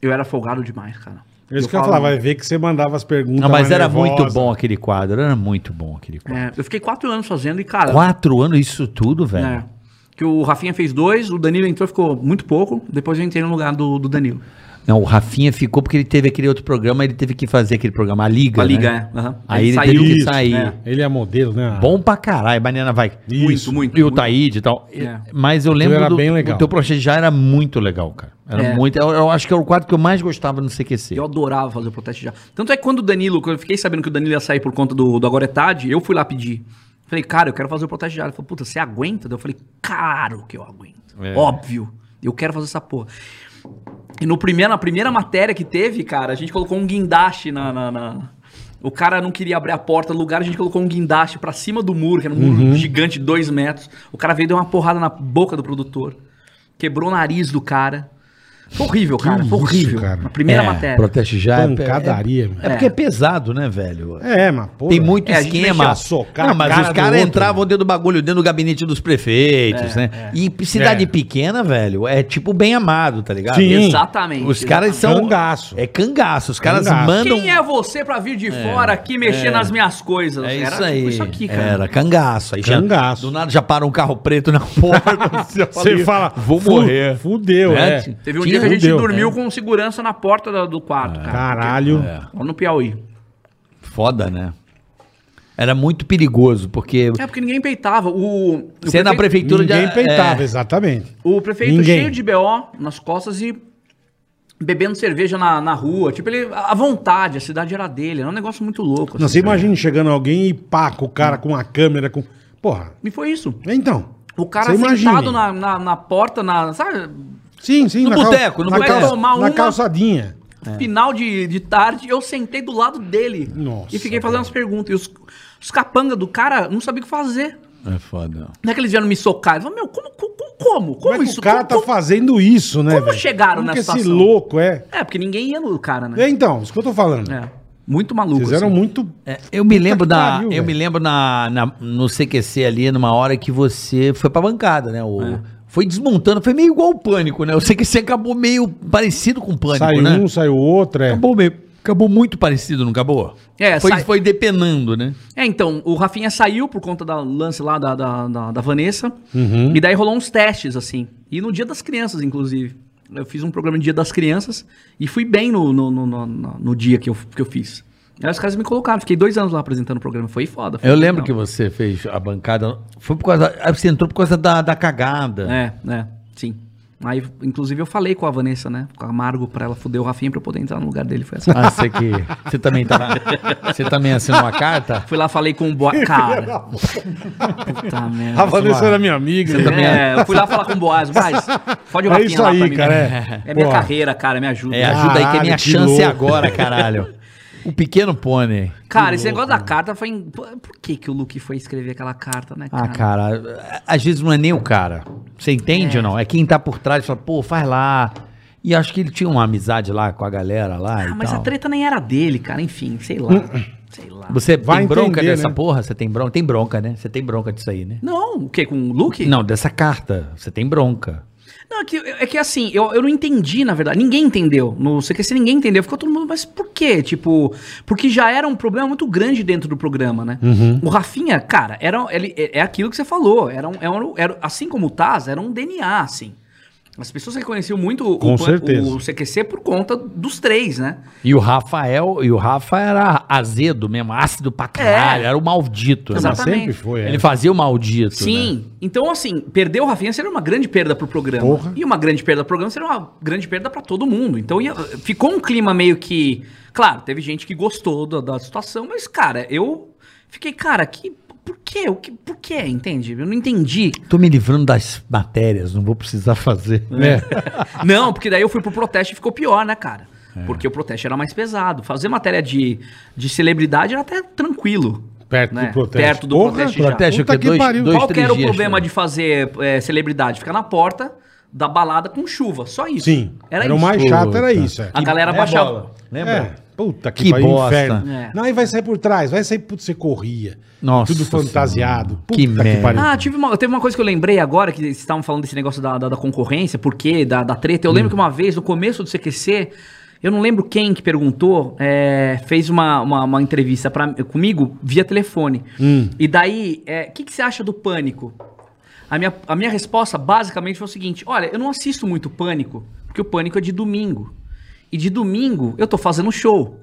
Speaker 6: Eu era folgado demais, cara.
Speaker 4: É isso que eu ia falar, vai ver que você mandava as perguntas.
Speaker 3: Não, Ah, mas
Speaker 4: mais
Speaker 3: era
Speaker 4: nervosa.
Speaker 3: muito bom aquele quadro. Era muito bom aquele quadro.
Speaker 6: É, eu fiquei quatro anos fazendo e, cara.
Speaker 3: Quatro anos, isso tudo, velho.
Speaker 6: né, que o Rafinha fez dois, o Danilo entrou, ficou muito pouco. Depois eu entrei no lugar do, do Danilo.
Speaker 3: Não, o Rafinha ficou porque ele teve aquele outro programa, ele teve que fazer aquele programa, a Liga.
Speaker 6: A Liga,
Speaker 3: né?
Speaker 6: é. aham.
Speaker 3: Aí ele teve que
Speaker 4: Isso,
Speaker 3: sair.
Speaker 6: é.
Speaker 4: Ele é modelo, né?
Speaker 3: Bom pra caralho, Banana vai.
Speaker 4: Isso.
Speaker 6: Muito, muito.
Speaker 3: E o
Speaker 6: muito.
Speaker 3: Taíde e tal.
Speaker 6: É.
Speaker 3: Mas eu lembro
Speaker 4: era
Speaker 3: do,
Speaker 4: bem legal.
Speaker 3: o teu projeto já era muito legal, cara. Era
Speaker 6: É.
Speaker 3: muito. Eu, eu acho que era o quadro que eu mais gostava no CQC.
Speaker 6: Eu adorava fazer o protesto já. Tanto é que quando o Danilo, quando eu fiquei sabendo que o Danilo ia sair por conta do, do Agora é Tarde, eu fui lá pedir. Falei, cara, eu quero fazer o protesto já. Ele falou, puta, você aguenta? Daí Eu falei, claro que eu aguento.
Speaker 4: É.
Speaker 6: Óbvio. Eu quero fazer essa porra. E no primeiro, na primeira matéria que teve, cara, a gente colocou um guindaste na. na- na- O cara não queria abrir a porta do lugar, a gente colocou um guindaste pra cima do muro, que era um
Speaker 4: Uhum.
Speaker 6: muro gigante, de dois metros. O cara veio e deu uma porrada na boca do produtor. Quebrou o nariz do cara. Foi horrível, cara.
Speaker 4: Que
Speaker 6: Foi horrível.
Speaker 4: isso, cara.
Speaker 6: Na primeira
Speaker 3: É,
Speaker 6: matéria.
Speaker 7: Proteste já é-
Speaker 4: Pancadaria,
Speaker 7: É, é
Speaker 4: meu.
Speaker 7: porque é pesado, né, velho?
Speaker 4: É, mas porra.
Speaker 7: Tem muito
Speaker 6: É, a gente
Speaker 7: esquema.
Speaker 4: mexia, socar
Speaker 7: não,
Speaker 4: a
Speaker 7: mas
Speaker 4: cara
Speaker 7: os
Speaker 4: do
Speaker 7: caras
Speaker 4: outro,
Speaker 7: entravam dentro do bagulho, dentro do gabinete dos
Speaker 6: É,
Speaker 7: prefeitos, né? E cidade
Speaker 4: É.
Speaker 7: pequena, velho, é tipo bem amado, tá ligado?
Speaker 4: Sim.
Speaker 6: Exatamente.
Speaker 7: Os caras são.
Speaker 4: Cangaço.
Speaker 7: É cangaço. Os caras
Speaker 4: Cangaço.
Speaker 7: mandam.
Speaker 6: Quem é você pra vir de fora aqui mexer nas minhas coisas?
Speaker 7: É
Speaker 6: Era
Speaker 7: isso
Speaker 6: tipo
Speaker 7: aí.
Speaker 6: isso aqui, cara.
Speaker 7: Era cangaço. Aí já-
Speaker 4: Cangaço.
Speaker 7: do nada já para um carro preto na porta. você
Speaker 4: Você fala,
Speaker 7: vou
Speaker 4: "Fu-
Speaker 7: morrer.
Speaker 4: Fudeu,
Speaker 7: Né?
Speaker 4: é.
Speaker 6: Teve um
Speaker 7: Tinha-
Speaker 6: dia que a gente
Speaker 4: fudeu,
Speaker 7: É.
Speaker 6: dormiu com segurança na porta da- do quarto, cara.
Speaker 4: Caralho.
Speaker 6: Lá no Piauí.
Speaker 7: Foda, né? Era muito perigoso, porque
Speaker 6: É, porque ninguém peitava. O, o,
Speaker 7: você é na
Speaker 6: prefeito,
Speaker 7: prefeitura
Speaker 4: Ninguém
Speaker 7: já-
Speaker 4: peitava,
Speaker 7: é,
Speaker 4: exatamente.
Speaker 6: o prefeito
Speaker 4: Ninguém.
Speaker 6: cheio de BO nas costas e bebendo cerveja na, na rua. Tipo, ele à vontade, a cidade era dele. Era um negócio muito louco.
Speaker 4: Não,
Speaker 6: assim.
Speaker 4: você imagina chegando alguém e pá, com o cara com uma câmera, com... Porra,
Speaker 6: E foi isso.
Speaker 4: então.
Speaker 6: O cara
Speaker 4: Você imagina.
Speaker 6: sentado na, na, na porta, na, sabe,
Speaker 4: Sim, sim.
Speaker 7: No
Speaker 4: na cal-
Speaker 7: boteco, no
Speaker 4: na
Speaker 7: boteco.
Speaker 4: calça-
Speaker 6: Tomar
Speaker 4: Na
Speaker 6: uma-
Speaker 4: calçadinha.
Speaker 6: final de, de tarde, eu sentei do lado dele.
Speaker 4: Nossa,
Speaker 6: e fiquei fazendo umas perguntas. E os, os capanga do cara não sabia o que fazer.
Speaker 7: É foda.
Speaker 6: Não é que eles vieram me socar. Eu falei, meu, como, como, como? Como
Speaker 4: Como é que
Speaker 6: isso?
Speaker 4: o cara
Speaker 6: Como-
Speaker 4: tá
Speaker 6: como-
Speaker 4: fazendo isso, né,
Speaker 6: como
Speaker 4: velho?
Speaker 6: chegaram
Speaker 4: Como que
Speaker 6: nessa
Speaker 4: esse
Speaker 6: situação?
Speaker 4: louco, é?
Speaker 6: É, porque ninguém ia no cara, né?
Speaker 4: É, então, isso que eu tô falando.
Speaker 6: É. Muito maluco.
Speaker 4: Vocês eram
Speaker 6: assim.
Speaker 4: muito...
Speaker 7: É, eu me lembro
Speaker 4: que
Speaker 7: da,
Speaker 4: pariu,
Speaker 7: eu
Speaker 4: velho.
Speaker 7: me lembro na, na- no CQC ali numa hora que você foi pra bancada, né? O, Foi desmontando, foi meio igual o pânico, né? O CQC acabou meio parecido com o
Speaker 6: É
Speaker 7: pânico,
Speaker 4: Saiu
Speaker 7: né?
Speaker 4: um, saiu outro,
Speaker 6: Tá
Speaker 4: é.
Speaker 7: Acabou meio, acabou muito parecido, não acabou?
Speaker 6: É,
Speaker 7: foi,
Speaker 6: sai-
Speaker 7: foi depenando, né?
Speaker 6: É, então, o Rafinha saiu por conta da lance lá da, da, da, da Vanessa.
Speaker 7: Uhum.
Speaker 6: E daí rolou uns testes, assim. E no Dia das Crianças, inclusive. Eu fiz um programa de Dia das Crianças e fui bem no, no, no, no, no- no dia que eu, que eu fiz. Aí os caras me colocaram, fiquei dois anos lá apresentando o programa. Foi foda. foi
Speaker 7: Eu lembro que
Speaker 6: legal.
Speaker 7: você fez a bancada, foi por causa, da- você entrou por causa da, da cagada.
Speaker 6: É, é, sim. Aí, inclusive, eu falei com a Vanessa, né? Com a Margo, pra ela foder o Rafinha pra eu poder entrar no lugar dele. Foi assim.
Speaker 7: Ah, você que, você também tá, na- você também assinou uma carta?
Speaker 6: Fui lá, falei com o Boaz. Cara. Puta merda.
Speaker 4: A Vanessa era minha amiga. né?
Speaker 6: É, eu fui lá falar com o Boaz. Boaz, fode o
Speaker 4: É
Speaker 6: Rafinha
Speaker 4: isso
Speaker 6: lá
Speaker 4: aí,
Speaker 6: pra mim.
Speaker 4: cara,
Speaker 6: né?
Speaker 4: é.
Speaker 6: É, minha
Speaker 4: Pô.
Speaker 6: carreira, cara, me ajuda.
Speaker 7: É, ajuda aí que é minha
Speaker 4: Caralho, que
Speaker 7: chance
Speaker 4: louco.
Speaker 7: é agora, caralho. O Um pequeno pônei.
Speaker 6: Cara, esse negócio da carta foi. em- Por por que, que o Luke foi escrever aquela carta, né, cara?
Speaker 7: Ah, cara, às vezes não é nem o cara. Você entende ou não? É quem tá por trás e fala, pô, faz lá. E acho que ele tinha um- uma amizade lá com a galera lá
Speaker 6: Ah,
Speaker 7: e
Speaker 6: mas
Speaker 7: tal.
Speaker 6: a
Speaker 4: então.
Speaker 6: treta nem era dele, cara. Enfim, sei lá.
Speaker 4: Hum.
Speaker 6: sei lá.
Speaker 7: Você
Speaker 4: Vai
Speaker 7: tem bronca
Speaker 4: entender,
Speaker 7: dessa
Speaker 4: né?
Speaker 7: porra? Você tem bronca? Tem bronca, né? Você tem bronca disso aí, né?
Speaker 6: Não, o quê? Com o Luke?
Speaker 7: Não, dessa carta. Você tem bronca.
Speaker 6: Não, é que, é que assim, eu, eu não entendi, na verdade. Ninguém entendeu. No CQC ninguém entendeu. Ficou todo mundo, mas por quê? Tipo, porque já era um problema muito grande dentro do programa, né?
Speaker 4: Uhum.
Speaker 6: O Rafinha, cara, era, ele, é é aquilo que você falou. Era, um, era, um- era- assim como o Taz, era um DNA, assim. As pessoas reconheciam muito o,
Speaker 4: Com
Speaker 6: o-
Speaker 4: certeza.
Speaker 6: o CQC por conta dos três, né?
Speaker 7: E o Rafael, e o Rafa era azedo mesmo, ácido
Speaker 6: É.
Speaker 7: pra caralho, era o maldito. né?
Speaker 4: Mas
Speaker 6: Exatamente.
Speaker 4: sempre foi, é.
Speaker 7: Ele fazia o maldito. né?
Speaker 6: Sim. Então, assim, perder o Rafinha seria uma grande perda pro programa.
Speaker 4: Porra.
Speaker 6: E uma grande perda pro programa seria uma grande perda pra todo mundo. Então, ia- ficou um clima meio que. Claro, teve gente que gostou da, da situação, mas, cara, eu fiquei, cara, que. Por quê? O que, por quê? Entende? Eu não entendi.
Speaker 7: Tô me livrando das matérias, não vou precisar fazer. É.
Speaker 6: Não, porque daí eu fui pro protesto e ficou pior, né, cara?
Speaker 4: É.
Speaker 6: Porque o protesto era mais pesado. Fazer matéria de, de celebridade era até tranquilo.
Speaker 4: Perto
Speaker 6: né?
Speaker 4: do protesto.
Speaker 6: Perto do
Speaker 4: Porra,
Speaker 6: protesto. já.
Speaker 7: Protesto
Speaker 4: Puta
Speaker 7: que é
Speaker 4: que
Speaker 7: dois,
Speaker 4: pariu.
Speaker 7: dois,
Speaker 6: Qual que
Speaker 7: três
Speaker 6: era o
Speaker 7: dias,
Speaker 6: problema
Speaker 7: né?
Speaker 6: de fazer é, celebridade? Ficar na porta da balada com chuva, só isso.
Speaker 4: Sim.
Speaker 6: Era,
Speaker 4: Era,
Speaker 6: isso.
Speaker 4: o mais chato, era isso. é.
Speaker 6: A galera
Speaker 7: É,
Speaker 6: baixava.
Speaker 7: bola. Lembra?
Speaker 4: É. Puta que,
Speaker 7: Que
Speaker 4: pariu,
Speaker 7: bosta.
Speaker 6: É.
Speaker 4: Não, e vai sair por trás, vai sair, putz, você corria.
Speaker 7: Nossa
Speaker 4: Tudo fantasiado.
Speaker 7: Senhora. Que merda.
Speaker 6: Ah, tive uma, teve uma coisa que eu lembrei agora, que vocês estavam falando desse negócio da, da, da concorrência, por quê, da, da treta. Eu lembro que uma vez, no começo do CQC, eu não lembro quem que perguntou, é, fez uma, uma, uma entrevista pra, comigo via telefone. E daí, é, o que, que você acha do pânico? A minha, a minha resposta basicamente foi o seguinte: olha, eu não assisto muito pânico, porque o pânico é de domingo. E de domingo eu tô fazendo show.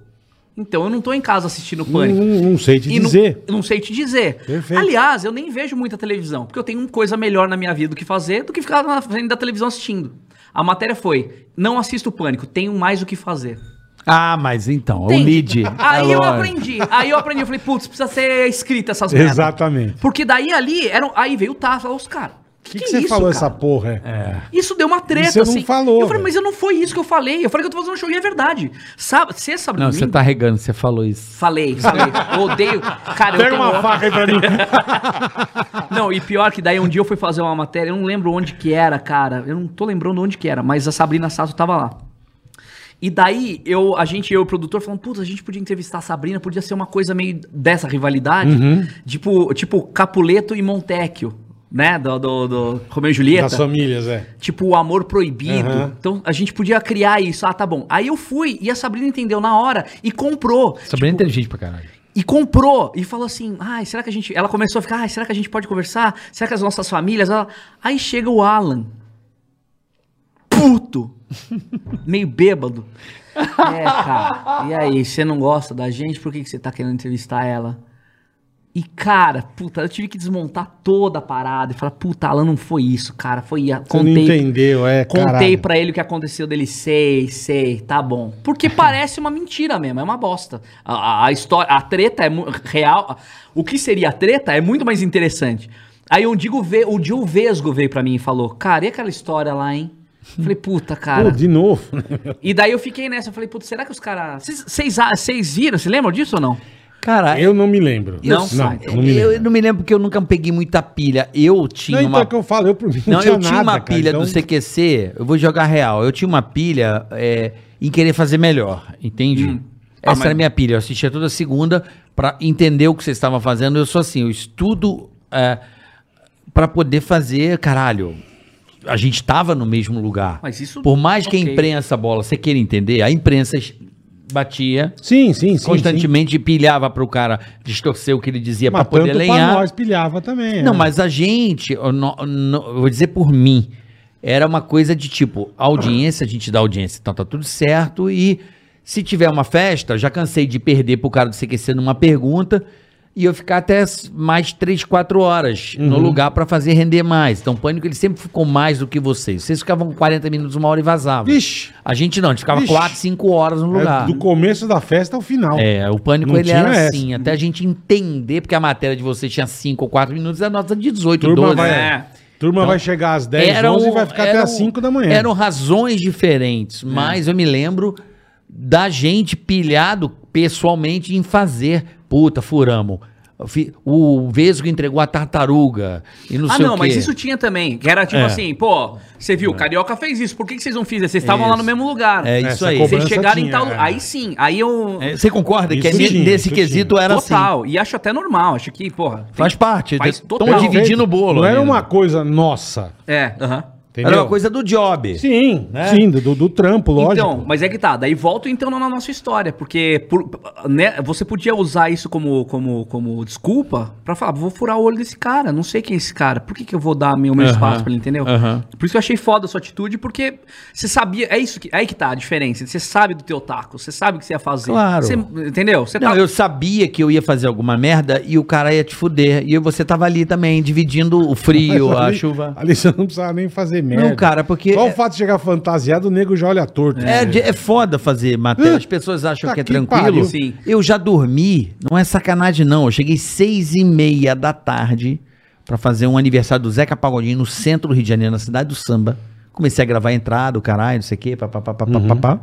Speaker 6: Então eu não tô em casa assistindo
Speaker 4: não,
Speaker 6: pânico.
Speaker 4: não- não sei te
Speaker 6: E não-
Speaker 4: dizer.
Speaker 6: eu não sei te dizer.
Speaker 4: Perfeito.
Speaker 6: Aliás, eu nem vejo muita televisão, porque eu tenho coisa melhor na minha vida do que fazer do que ficar na frente da televisão assistindo. A matéria foi: não assisto o pânico, tenho mais o que fazer.
Speaker 7: Ah, mas então, é o
Speaker 6: Entende?
Speaker 7: lead.
Speaker 6: Aí
Speaker 7: É
Speaker 6: eu
Speaker 7: lógico.
Speaker 6: aprendi. Aí eu aprendi, eu falei, putz, precisa ser escrita essas merdas.
Speaker 4: Exatamente.
Speaker 6: Porque daí ali, eram, aí veio o Taz, falou, os caras.
Speaker 4: O que, que
Speaker 6: que
Speaker 4: você
Speaker 7: é
Speaker 6: isso,
Speaker 4: falou
Speaker 6: cara?
Speaker 4: essa porra? É.
Speaker 6: Isso deu uma treta,
Speaker 4: Você não
Speaker 6: assim.
Speaker 4: falou,
Speaker 6: eu falei,
Speaker 4: velho.
Speaker 6: mas eu não foi isso que eu falei. Eu falei que eu tô fazendo um show e é verdade. Sabe, você sabe
Speaker 7: Não, você tá regando, você falou isso.
Speaker 6: Falei, falei. Eu odeio. Cara, eu
Speaker 4: Pega
Speaker 6: tenho
Speaker 4: uma faca aí pra mim.
Speaker 6: Não, e pior que daí um dia eu fui fazer uma matéria, eu não lembro onde que era, cara. Eu não tô lembrando onde que era, mas a Sabrina Sato tava lá. E daí eu, a gente, eu e o produtor falando, puta, a gente podia entrevistar a Sabrina, podia ser uma coisa meio dessa rivalidade, tipo, tipo Capuleto e Montecchio, né, do, do, do Romeu e Julieta.
Speaker 4: Das famílias, é.
Speaker 6: Tipo, o amor proibido.
Speaker 4: Aham.
Speaker 6: Então, a gente podia criar isso. Ah, tá bom. Aí eu fui e a Sabrina entendeu na hora e comprou.
Speaker 7: Sabrina é inteligente pra caralho.
Speaker 6: E comprou e falou assim: ai, será que a gente. Ela começou a ficar: ai, será que a gente pode conversar? Será que as nossas famílias. Ela- Aí chega o Alan. Puto! Meio bêbado. É, cara. E aí, você não gosta da gente? Por que, que você tá querendo entrevistar ela? E, cara, puta, eu tive que desmontar toda a parada e falar: puta, Alan, não foi isso, cara. Foi. a-
Speaker 4: Você não entendeu, é,
Speaker 6: Contei
Speaker 4: caralho.
Speaker 6: pra ele o que aconteceu dele, sei, sei, tá bom. Porque parece uma mentira mesmo, é uma bosta. A, a- a história, a treta é mu- real. O que seria a treta é muito mais interessante. Aí um digo ve- o Dil Vesgo veio pra mim e falou: "Cara, e aquela história lá, hein?" Eu Falei, puta, cara.
Speaker 4: Pô, de novo.
Speaker 6: E daí eu fiquei nessa, eu falei, puta, será que os caras. Vocês viram? Vocês lembram disso ou não?
Speaker 7: Cara,
Speaker 4: Eu não me lembro.
Speaker 6: Não?
Speaker 4: não,
Speaker 6: Ah,
Speaker 4: eu não me lembro.
Speaker 7: eu não me lembro tá porque eu nunca peguei muita pilha. Eu tinha
Speaker 4: Não,
Speaker 7: uma.
Speaker 4: então é que eu falo, eu por mim não,
Speaker 7: Não,
Speaker 4: tinha
Speaker 7: eu tinha
Speaker 4: nada,
Speaker 7: uma
Speaker 4: cara,
Speaker 7: pilha
Speaker 4: então-
Speaker 7: do CQC, eu vou jogar real. Eu tinha uma pilha é, em querer fazer melhor, entende?
Speaker 4: Hum.
Speaker 7: Essa
Speaker 4: Ah,
Speaker 7: era a minha pilha. Eu assistia toda segunda pra entender o que vocês estavam fazendo. Eu sou assim, eu estudo é, pra poder fazer. Caralho, a gente tava no mesmo lugar.
Speaker 6: Mas isso-
Speaker 7: Por mais que a
Speaker 6: ok.
Speaker 7: imprensa, bola, você queira entender, a imprensa es- batia.
Speaker 4: Sim, sim, sim.
Speaker 7: constantemente pilhava pro cara distorcer o que ele dizia
Speaker 4: sim.
Speaker 7: pra
Speaker 4: Mas
Speaker 7: poder
Speaker 4: tanto pra
Speaker 7: lenhar.
Speaker 4: nós né? pilhava também. é.
Speaker 7: Não, mas a gente, eu, não- não- eu vou dizer por mim, era uma coisa de tipo, audiência, a gente dá audiência, então tá tudo certo. E se tiver uma festa, já cansei de perder pro cara do CQC numa pergunta e eu ficar até s- mais 3, 4 horas no lugar pra fazer render mais. Então, o pânico ele sempre ficou mais do que vocês. Vocês ficavam 40 minutos, uma hora e vazavam.
Speaker 4: Vixe.
Speaker 7: A gente não, a gente ficava
Speaker 4: Vixe.
Speaker 7: 4, 5 horas no
Speaker 4: É
Speaker 7: lugar.
Speaker 4: do começo da festa ao final.
Speaker 7: É, o pânico
Speaker 4: Não
Speaker 7: ele
Speaker 4: tinha
Speaker 7: era
Speaker 4: essa.
Speaker 7: assim, até a gente entender, porque a matéria de vocês tinha 5 ou 4 minutos, a nossa 18,
Speaker 4: Turma
Speaker 7: 12.
Speaker 4: vai,
Speaker 6: É.
Speaker 4: turma
Speaker 7: Então,
Speaker 4: vai chegar às 10, 11 e vai ficar até
Speaker 7: eram-
Speaker 4: às 5 da manhã.
Speaker 7: Eram razões
Speaker 4: É.
Speaker 7: diferentes, mas eu me lembro da gente pilhado pessoalmente em fazer. Puta, furamos. Fi- O Vesgo entregou a tartaruga e não
Speaker 6: ah,
Speaker 7: sei
Speaker 6: não,
Speaker 7: o quê. É.
Speaker 6: mas isso tinha também. Que era tipo assim, pô, você viu, o Carioca fez isso, por que que vocês não fizeram? Vocês estavam lá no mesmo lugar.
Speaker 7: É isso
Speaker 4: Essa
Speaker 7: aí.
Speaker 4: cobrança
Speaker 6: Vocês chegaram em
Speaker 4: tinha,
Speaker 6: tal.
Speaker 4: é.
Speaker 6: Aí sim, aí eu.
Speaker 7: É, Você concorda que
Speaker 4: Isso
Speaker 7: ne-
Speaker 4: tinha,
Speaker 7: nesse
Speaker 4: isso
Speaker 7: quesito era assim?
Speaker 6: total. E acho até normal. Acho que, porra. tem-
Speaker 7: Faz parte. Então,
Speaker 6: Faz
Speaker 7: Estão
Speaker 6: total.
Speaker 7: dividindo o bolo. né?
Speaker 4: Não era
Speaker 7: amigo.
Speaker 4: uma coisa nossa.
Speaker 6: É, aham.
Speaker 4: Entendeu?
Speaker 7: Era uma coisa do job.
Speaker 4: Sim,
Speaker 7: né?
Speaker 4: sim, do, do trampo, lógico.
Speaker 6: Então, mas é que tá. Daí volto então na nossa história. Porque por- né, você podia usar isso como, como, como desculpa pra falar, vou furar o olho desse cara. Não sei quem é esse cara. Por que, que eu vou dar meu, meu espaço pra ele, entendeu? Por isso que eu achei foda a sua atitude, porque você sabia. É isso que. Aí que tá a diferença. Você sabe do teu taco. Você sabe o que você ia fazer.
Speaker 7: Claro.
Speaker 6: Você- entendeu? Você
Speaker 7: Não,
Speaker 6: tá.
Speaker 7: eu sabia que eu ia fazer alguma merda e o cara ia te fuder. E você tava ali também, dividindo o frio, a
Speaker 4: ali-
Speaker 7: chuva.
Speaker 4: Ali você não precisava nem fazer merda.
Speaker 7: Não, cara, porque-
Speaker 4: Só o fato de chegar fantasiado, o nego já olha torto.
Speaker 7: É, de- é foda fazer matéria. As pessoas acham
Speaker 4: Tá
Speaker 7: que é
Speaker 4: que
Speaker 7: tranquilo.
Speaker 4: pariu.
Speaker 6: Sim.
Speaker 7: Eu já dormi, não é sacanagem não. Eu cheguei seis e meia da tarde pra fazer um aniversário do Zeca Pagodinho no centro do Rio de Janeiro, na cidade do samba. Comecei a gravar a entrada, o caralho, não sei o quê, papapá,
Speaker 4: Uhum.
Speaker 7: papapá.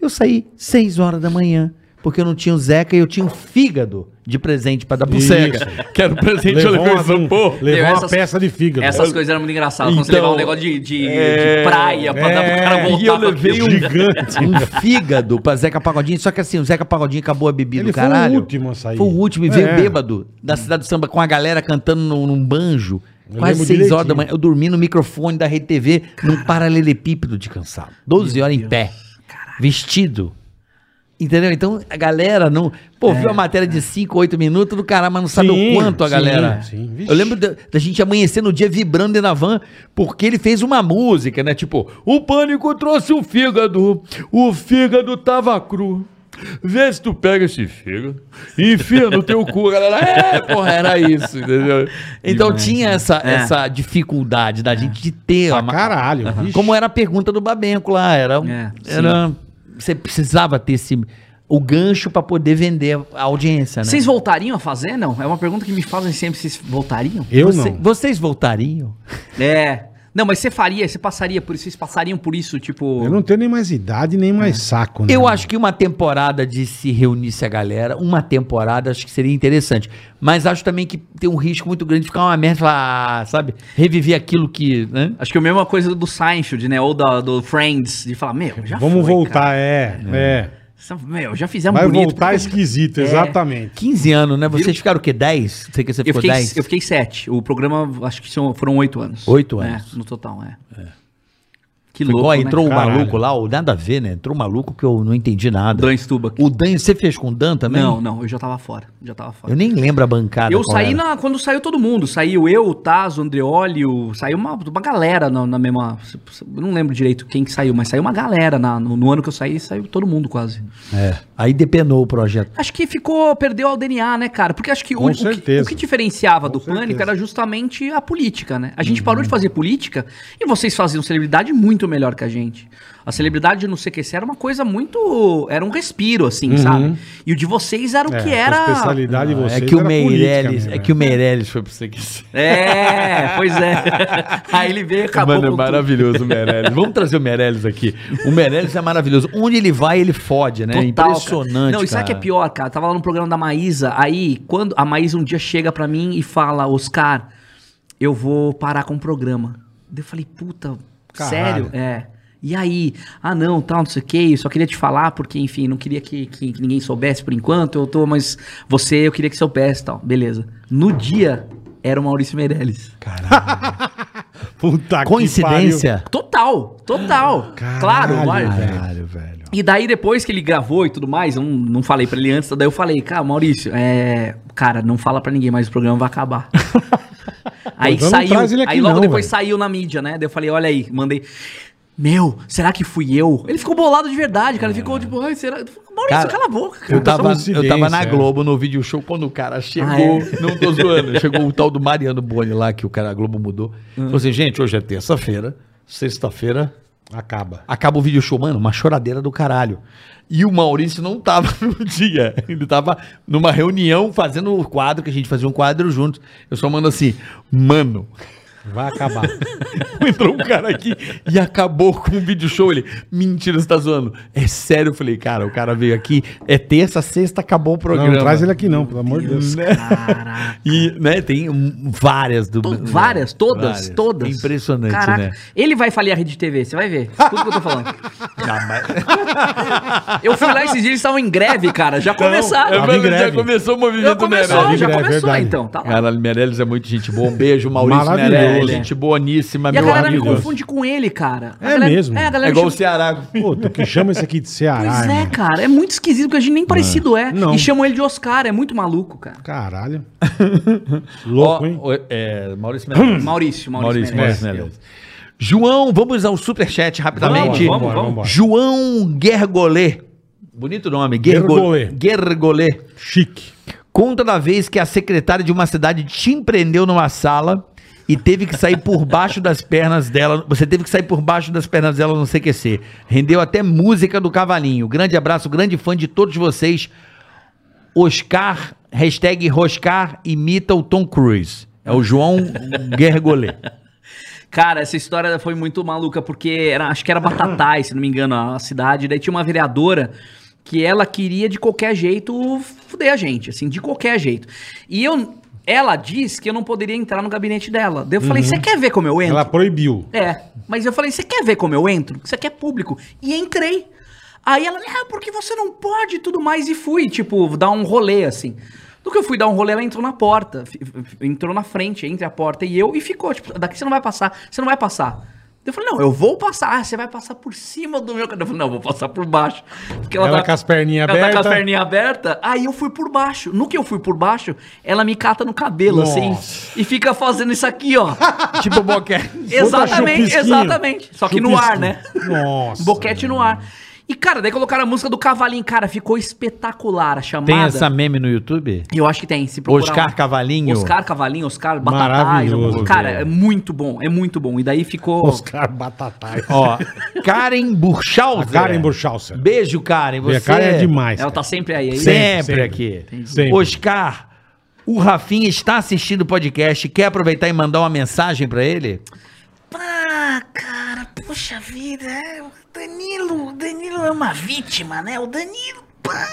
Speaker 7: Eu saí seis horas da manhã. Porque eu não tinha o Zeca e eu tinha um fígado de presente pra dar pro
Speaker 4: Isso.
Speaker 7: Zeca. Que era o presente que eu
Speaker 4: Levou
Speaker 7: levei
Speaker 4: uma,
Speaker 7: pro Sampô.
Speaker 4: levou
Speaker 6: Meu,
Speaker 4: uma
Speaker 6: essas-
Speaker 4: peça de fígado.
Speaker 6: Essas coisas eram muito engraçadas. quando você
Speaker 7: Então,
Speaker 6: levar um negócio de, de, de praia pra dar pro
Speaker 4: é,
Speaker 6: cara voltar
Speaker 7: e eu
Speaker 6: com
Speaker 7: levei
Speaker 6: aquilo.
Speaker 7: um-
Speaker 4: Gigante.
Speaker 7: um fígado pra Zeca Pagodinho. Só que assim, o Zeca Pagodinho acabou a bebida
Speaker 4: Ele
Speaker 7: do
Speaker 4: foi o
Speaker 7: caralho.
Speaker 4: último a sair.
Speaker 7: Foi o último e veio
Speaker 4: É.
Speaker 7: bêbado da cidade do samba com a galera cantando num, num banjo.
Speaker 4: Eu
Speaker 7: Quase
Speaker 4: lembro
Speaker 7: 6 horas
Speaker 4: direitinho.
Speaker 7: da manhã. Eu dormi no microfone da Rede TV num paralelepípedo de cansado. 12 horas em pé. Vestido. Entendeu? Então a galera não. Pô, viu a matéria de 5, 8 minutos do caralho, mas não sabe
Speaker 4: É. Sim,
Speaker 7: o quanto a
Speaker 4: sim,
Speaker 7: galera.
Speaker 4: sim. Vixe.
Speaker 7: Eu lembro da, da gente amanhecer no dia vibrando dentro da van, porque ele fez uma música, né? Tipo, o pânico trouxe o fígado, o fígado tava cru. Vê se tu pega esse fígado e enfia no teu cu, galera. É, porra, era isso, entendeu? Então tinha essa, essa dificuldade da gente de ter.
Speaker 4: Pra
Speaker 7: uma-
Speaker 4: caralho. vixe.
Speaker 7: como era a pergunta do Babenco lá, era,
Speaker 6: É,
Speaker 7: era você precisava ter esse o gancho pra poder vender a audiência, né?
Speaker 6: Vocês voltariam a fazer, não? É uma pergunta que me fazem sempre, vocês voltariam?
Speaker 4: Eu
Speaker 7: Você-
Speaker 4: não.
Speaker 7: Vocês voltariam?
Speaker 6: É. Não, mas você faria, você passaria por isso, vocês passariam por isso, tipo...
Speaker 4: Eu não tenho nem mais idade, nem mais saco, né?
Speaker 7: Eu acho que uma temporada de se reunisse a galera, uma temporada, acho que seria interessante. Mas acho também que tem um risco muito grande de ficar uma merda, e falar, ah, sabe? Reviver aquilo que. Né?
Speaker 6: Acho que é a mesma coisa do Seinfeld, né? Ou da- do Friends, de falar, meu, já
Speaker 4: Vamos
Speaker 6: foi,
Speaker 4: voltar,
Speaker 6: cara.
Speaker 4: é, é.
Speaker 6: Essa- Meu, já fizemos
Speaker 4: Vai
Speaker 6: bonito,
Speaker 4: voltar
Speaker 6: porque- é.
Speaker 4: esquisito, exatamente.
Speaker 7: 15 anos, né? Vocês ficaram o quê? 10? Você que você
Speaker 6: Eu
Speaker 7: ficou
Speaker 6: fiquei,
Speaker 7: 10?
Speaker 6: eu fiquei sete. O programa, acho que são- foram oito anos.
Speaker 7: Oito
Speaker 6: É,
Speaker 7: anos.
Speaker 6: no total, é. Que
Speaker 7: Foi
Speaker 6: louco,
Speaker 7: igual,
Speaker 6: né?
Speaker 7: entrou o
Speaker 4: Caralho.
Speaker 7: maluco lá, o nada a ver, né? Entrou o maluco que eu não entendi nada.
Speaker 6: Dan Stubach.
Speaker 7: O Dan, você fez com o Dan também?
Speaker 6: Não, não, eu já tava fora. Já tava fora.
Speaker 7: Eu nem lembro a bancada.
Speaker 6: Eu
Speaker 7: qual
Speaker 6: saí
Speaker 7: era.
Speaker 6: na, quando saiu todo mundo. Saiu eu, o Taz, o Andreoli, o- saiu uma, uma galera na, na mesma. Eu não lembro direito quem que saiu, mas saiu uma galera. na- no, no ano que eu saí, saiu todo mundo quase.
Speaker 7: É. Aí depenou o projeto.
Speaker 6: Acho que ficou, perdeu ao DNA, né, cara? Porque acho que, o,
Speaker 4: Com
Speaker 6: o que-
Speaker 4: certeza.
Speaker 6: o que diferenciava do
Speaker 4: certeza.
Speaker 6: pânico era justamente a política, né? A
Speaker 7: Uhum.
Speaker 6: gente parou de fazer política e vocês faziam celebridade muito melhor que a gente. A celebridade no CQC era uma coisa muito. Era um respiro,
Speaker 7: Uhum.
Speaker 6: assim, sabe? E o de vocês era o que
Speaker 4: A
Speaker 6: era.
Speaker 4: É, especialidade de
Speaker 7: é
Speaker 4: vocês
Speaker 7: que o
Speaker 4: era política né?
Speaker 7: Meirelles.
Speaker 4: mesmo,
Speaker 7: É que o Meirelles foi pra você que.
Speaker 6: É, pois é. Aí ele veio e acabou
Speaker 7: Mano, é
Speaker 6: com tudo.
Speaker 7: maravilhoso o Meirelles. Vamos trazer o Meirelles aqui. O Meirelles é maravilhoso. Onde ele vai, ele fode, né? É
Speaker 6: Total, cara.
Speaker 7: Impressionante.
Speaker 6: Não, e sabe o que é
Speaker 7: cara.
Speaker 6: pior, cara? Eu tava lá no programa da Maísa, aí quando a Maísa um dia chega pra mim e fala, Oscar, eu vou parar com o programa. Daí eu falei, puta,
Speaker 4: Caralho.
Speaker 6: sério? É. E aí? Ah, não, tal, não sei o que, eu só queria te falar, porque, enfim, não queria que, que- que ninguém soubesse por enquanto, eu tô, mas você, eu queria que soubesse, tal. Beleza. No dia, era o Maurício Meirelles.
Speaker 4: Puta que
Speaker 7: Coincidência.
Speaker 6: Total, total.
Speaker 4: pariu.
Speaker 6: claro,
Speaker 4: Caralho,
Speaker 6: vai.
Speaker 4: Caralho, velho.
Speaker 6: E daí, depois que ele gravou e tudo mais, eu não, não falei pra ele antes, daí eu falei, cara, Maurício, é. Cara, não fala pra ninguém, mas o programa vai acabar. aí
Speaker 4: Então não
Speaker 6: saiu.
Speaker 4: traz ele aqui
Speaker 6: Aí logo
Speaker 4: não,
Speaker 6: depois
Speaker 4: velho.
Speaker 6: saiu na mídia, né? Daí eu falei, olha aí, mandei. Meu, será que fui eu? Ele ficou bolado de verdade, cara. Ele ficou tipo, ai, será. Maurício,
Speaker 7: Cara,
Speaker 6: cala a boca, cara.
Speaker 7: Eu tava, eu
Speaker 4: coincidência,
Speaker 7: tava na
Speaker 4: é.
Speaker 7: Globo no vídeo show quando o cara chegou.
Speaker 6: Ah, é?
Speaker 7: Não tô zoando. Chegou o tal do Mariano Boni lá, que o cara a Globo mudou.
Speaker 6: Ah.
Speaker 7: Falou assim: gente, hoje é terça-feira, sexta-feira,
Speaker 4: Acaba.
Speaker 7: acaba o vídeo show, mano, uma choradeira do caralho. E o Maurício não tava no dia. Ele tava numa reunião fazendo o quadro, que a gente fazia um quadro juntos. Eu só mando assim, mano,
Speaker 4: Vai acabar.
Speaker 7: entrou um cara aqui e acabou com o vídeo show. Ele, mentira, você tá zoando. É sério, eu falei, cara, o cara veio aqui, é terça, sexta, acabou o
Speaker 4: não,
Speaker 7: programa.
Speaker 4: não traz ele aqui não, pelo amor de Deus.
Speaker 7: Né? E, né, tem um- várias do.
Speaker 6: To- várias, todas,
Speaker 7: Várias.
Speaker 6: todas.
Speaker 7: Impressionante,
Speaker 6: Caraca.
Speaker 7: né?
Speaker 6: Ele vai falir a rede TV, você vai ver. Tudo que eu tô falando. eu fui lá esses dias, eles estavam em greve, cara. Já começaram.
Speaker 7: Eu
Speaker 4: Tava em
Speaker 7: falei, É, já
Speaker 4: greve.
Speaker 7: começou o
Speaker 6: Já
Speaker 7: movimento
Speaker 6: começou,
Speaker 7: Meirelles.
Speaker 6: já
Speaker 4: greve,
Speaker 6: começou,
Speaker 4: é verdade.
Speaker 6: então. Tá lá.
Speaker 7: Caralho, Meirelles é muito gente boa. Um beijo, Maurício
Speaker 4: Maravilhoso.
Speaker 7: Meirelles. Gente boníssima,
Speaker 6: E a galera
Speaker 7: amigo.
Speaker 6: me confunde com ele, cara. A
Speaker 4: É
Speaker 6: galera-
Speaker 4: mesmo.
Speaker 6: É, a galera
Speaker 7: É igual o
Speaker 6: chama-
Speaker 7: Ceará.
Speaker 4: Puta, o que chama esse aqui de Ceará,
Speaker 6: Pois é,
Speaker 4: irmão?
Speaker 6: cara. É muito esquisito, porque a gente nem parecido é.
Speaker 4: Não.
Speaker 6: E chamam ele de Oscar, é muito maluco, cara.
Speaker 4: Caralho. Louco, hein?
Speaker 7: Ó, ó, é, Maurício
Speaker 4: Hum.
Speaker 7: Meirelles.
Speaker 6: Maurício, Maurício. Meirelles.
Speaker 7: Maurício, Maurício Meirelles. João, vamos ao superchat rapidamente.
Speaker 6: Vamos, vamos, vamos.
Speaker 4: vamos.
Speaker 7: João Gergolê. Bonito nome, Gergolê.
Speaker 4: Gergolê.
Speaker 7: Gergolê.
Speaker 4: Chique.
Speaker 7: Conta da vez que a secretária de uma cidade te empreendeu numa sala e teve que sair por baixo das pernas dela. Você teve que sair por baixo das pernas dela no CQC. Rendeu até música do Cavalinho. Grande abraço, grande fã de todos vocês. Oscar, hashtag Roscar imita o Tom Cruise. É o João Gergolê.
Speaker 4: É.
Speaker 6: Cara, essa história foi muito maluca, porque era- acho que era Batatais, se não me engano, a cidade. Daí tinha uma vereadora que ela queria de qualquer jeito fuder a gente, assim, de qualquer jeito. E eu, ela diz que eu não poderia entrar no gabinete dela. Daí eu falei, você quer ver como eu entro?
Speaker 4: Uhum. Ela proibiu.
Speaker 6: É, mas eu falei, você quer ver como eu entro? Você quer público? E entrei. Aí ela, ah, porque você não pode e tudo mais, e fui, tipo, dar um rolê, assim. No que eu fui dar um rolê, ela entrou na porta, fi- fi- entrou na frente, entre a porta e eu, e ficou, tipo, daqui você não vai passar, você não vai passar. Eu falei, não, eu vou passar. Ah, você vai passar por cima do meu cabelo. Eu falei, não, eu vou passar por baixo. Porque
Speaker 4: Ela com as perninhas
Speaker 6: ela Ela tá com
Speaker 4: abertas.
Speaker 6: as perninhas abertas. Aí eu fui por baixo. No que eu fui por baixo, ela me cata no cabelo, assim. E fica fazendo isso aqui, ó.
Speaker 7: tipo boquete.
Speaker 6: Exatamente,
Speaker 4: chupisquinho.
Speaker 6: exatamente. Só que no ar, né?
Speaker 4: Nossa.
Speaker 6: Boquete no ar. E, cara, daí colocaram a música do Cavalinho. Cara, ficou espetacular a chamada.
Speaker 7: Tem essa meme no YouTube?
Speaker 6: Eu acho que tem. Se procurar
Speaker 7: Oscar
Speaker 6: um-
Speaker 7: Cavalinho.
Speaker 6: Oscar Cavalinho, Oscar Batatais.
Speaker 4: Maravilhoso,
Speaker 6: alguma- Cara, é muito bom, é muito bom. E daí ficou.
Speaker 4: Oscar Batatai.
Speaker 7: Ó, Karen
Speaker 4: A
Speaker 7: Burchauser.
Speaker 6: é.
Speaker 4: Karen Burchauser.
Speaker 7: Beijo, Karen. Você
Speaker 4: Minha cara é demais. cara.
Speaker 6: Ela tá sempre aí. aí
Speaker 7: Sempre,
Speaker 4: Sempre,
Speaker 7: aqui.
Speaker 4: sempre.
Speaker 7: Oscar, o Rafinha está assistindo o podcast. Quer aproveitar e mandar uma mensagem pra ele?
Speaker 6: Ah,
Speaker 5: Pá, cara, poxa vida, é, o Danilo, o Danilo é uma vítima, né? O Danilo, pá,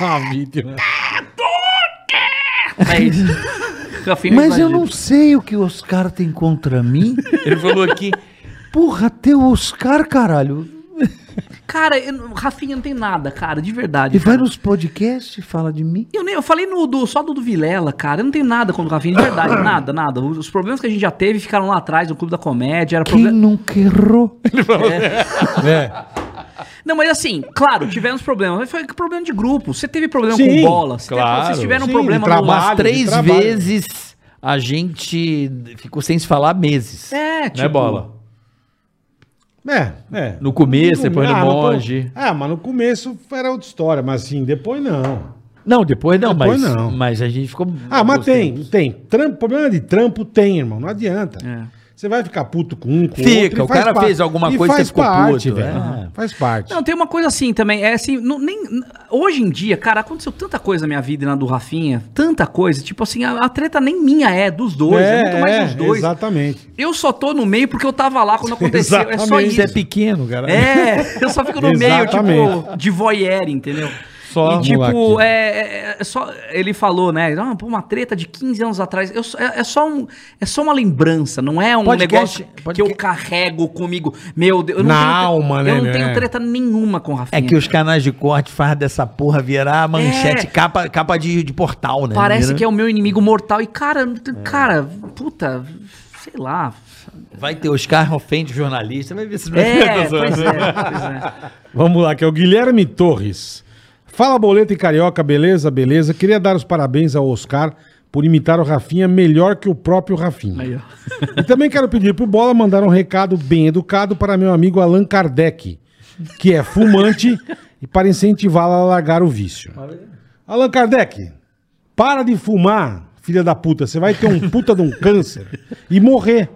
Speaker 4: Ah, vítima.
Speaker 6: né? Mas, É Rafinha exagera.
Speaker 7: sei o que o Oscar tem contra mim. Ele falou aqui. Porra, teu Oscar, caralho.
Speaker 6: Cara, eu, não- Rafinha não tem nada, cara, de verdade. cara.
Speaker 7: nos podcasts e fala de mim.
Speaker 6: Eu, nem, eu falei no, do, só do, do Vilela, cara. Eu não tenho nada contra o Rafinha, de verdade. nada, nada. Os, os problemas que a gente já teve ficaram lá atrás, no Clube da Comédia. Era problema.
Speaker 7: nunca errou?
Speaker 4: É.
Speaker 6: Não, mas assim, claro, tivemos problemas. Mas foi problema de grupo. Você teve problema
Speaker 4: Sim,
Speaker 6: com bola. Você teve-
Speaker 7: claro.
Speaker 6: Vocês tiveram
Speaker 4: Sim,
Speaker 6: um problema
Speaker 4: de trabalho.
Speaker 7: Umas
Speaker 4: de
Speaker 7: três
Speaker 4: trabalho.
Speaker 7: vezes a gente ficou sem se falar meses.
Speaker 6: É,
Speaker 7: Né,
Speaker 6: tipo-
Speaker 7: bola?
Speaker 4: É, é.
Speaker 7: No começo, depois no
Speaker 4: Ah,
Speaker 7: monge.
Speaker 4: co- Ah, mas no começo era outra história, mas assim, depois não.
Speaker 7: Não, depois não,
Speaker 4: Depois
Speaker 7: mas,
Speaker 4: não.
Speaker 7: mas a gente ficou.
Speaker 4: Ah, mas
Speaker 7: alguns
Speaker 4: tem,
Speaker 7: tempos. É.
Speaker 4: tem. Trampo, problema de trampo tem, irmão. Não adianta. Você vai ficar puto com um, com outro. e
Speaker 7: Fica, o
Speaker 4: faz
Speaker 7: cara
Speaker 4: parte-
Speaker 7: fez alguma
Speaker 4: e
Speaker 7: coisa, você
Speaker 4: faz
Speaker 7: ficou
Speaker 4: parte,
Speaker 7: puto,
Speaker 4: velho.
Speaker 7: é.
Speaker 4: Faz parte.
Speaker 6: Não, tem uma coisa assim também. É assim, não, nem, hoje em dia, cara, aconteceu tanta coisa na minha vida e na do Rafinha. Tanta coisa. Tipo assim, a, a treta nem minha é, dos dois. É, muito mais dos dois.
Speaker 4: Exatamente.
Speaker 6: Eu só tô no meio porque eu tava lá quando aconteceu. É só
Speaker 4: Exatamente.
Speaker 6: isso.
Speaker 7: Você é pequeno, cara.
Speaker 6: É, eu só fico no meio, tipo,
Speaker 4: Exatamente.
Speaker 6: de voyeur, entendeu?
Speaker 4: Só
Speaker 6: e, tipo,
Speaker 4: moleque.
Speaker 6: é, é- é só, ele falou, né? Ah, pô, uma treta de 15 anos atrás. Eu só- é, é só um, é só uma lembrança, não é um
Speaker 7: Podcast-
Speaker 6: negócio que
Speaker 7: podcast-
Speaker 6: eu carrego comigo. Meu Deus, eu
Speaker 4: Na
Speaker 6: tenho,
Speaker 4: alma, né,
Speaker 6: Eu não
Speaker 4: né?
Speaker 6: tenho treta nenhuma com o
Speaker 7: É
Speaker 6: Rafinha.
Speaker 7: que os canais de corte fazem dessa porra virar manchete,
Speaker 6: É.
Speaker 7: capa, capa de, de portal, né?
Speaker 6: Parece
Speaker 7: Vira-
Speaker 6: que é o meu inimigo mortal. E, cara, não tem- cara, puta, sei lá.
Speaker 7: Vai ter Oscar ofende jornalista, vai ver se não
Speaker 6: É, pois é, pois é.
Speaker 4: Vamos lá, que é o Guilherme Torres. Fala, Boleta e Carioca, beleza? Beleza. Queria dar os parabéns ao Oscar por imitar o Rafinha melhor que o próprio Rafinha.
Speaker 6: Aí, ó.
Speaker 4: E também quero pedir pro Bola mandar um recado bem educado para meu amigo Allan Kardec, que é fumante, e para incentivá-lo a largar o vício. Allan Kardec, para de fumar, filha da puta. Você vai ter um puta de um câncer e morrer.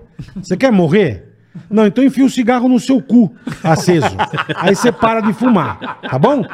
Speaker 4: Você quer morrer? Não, então enfia o cigarro no seu cu, aceso. Aí você para de fumar, tá bom?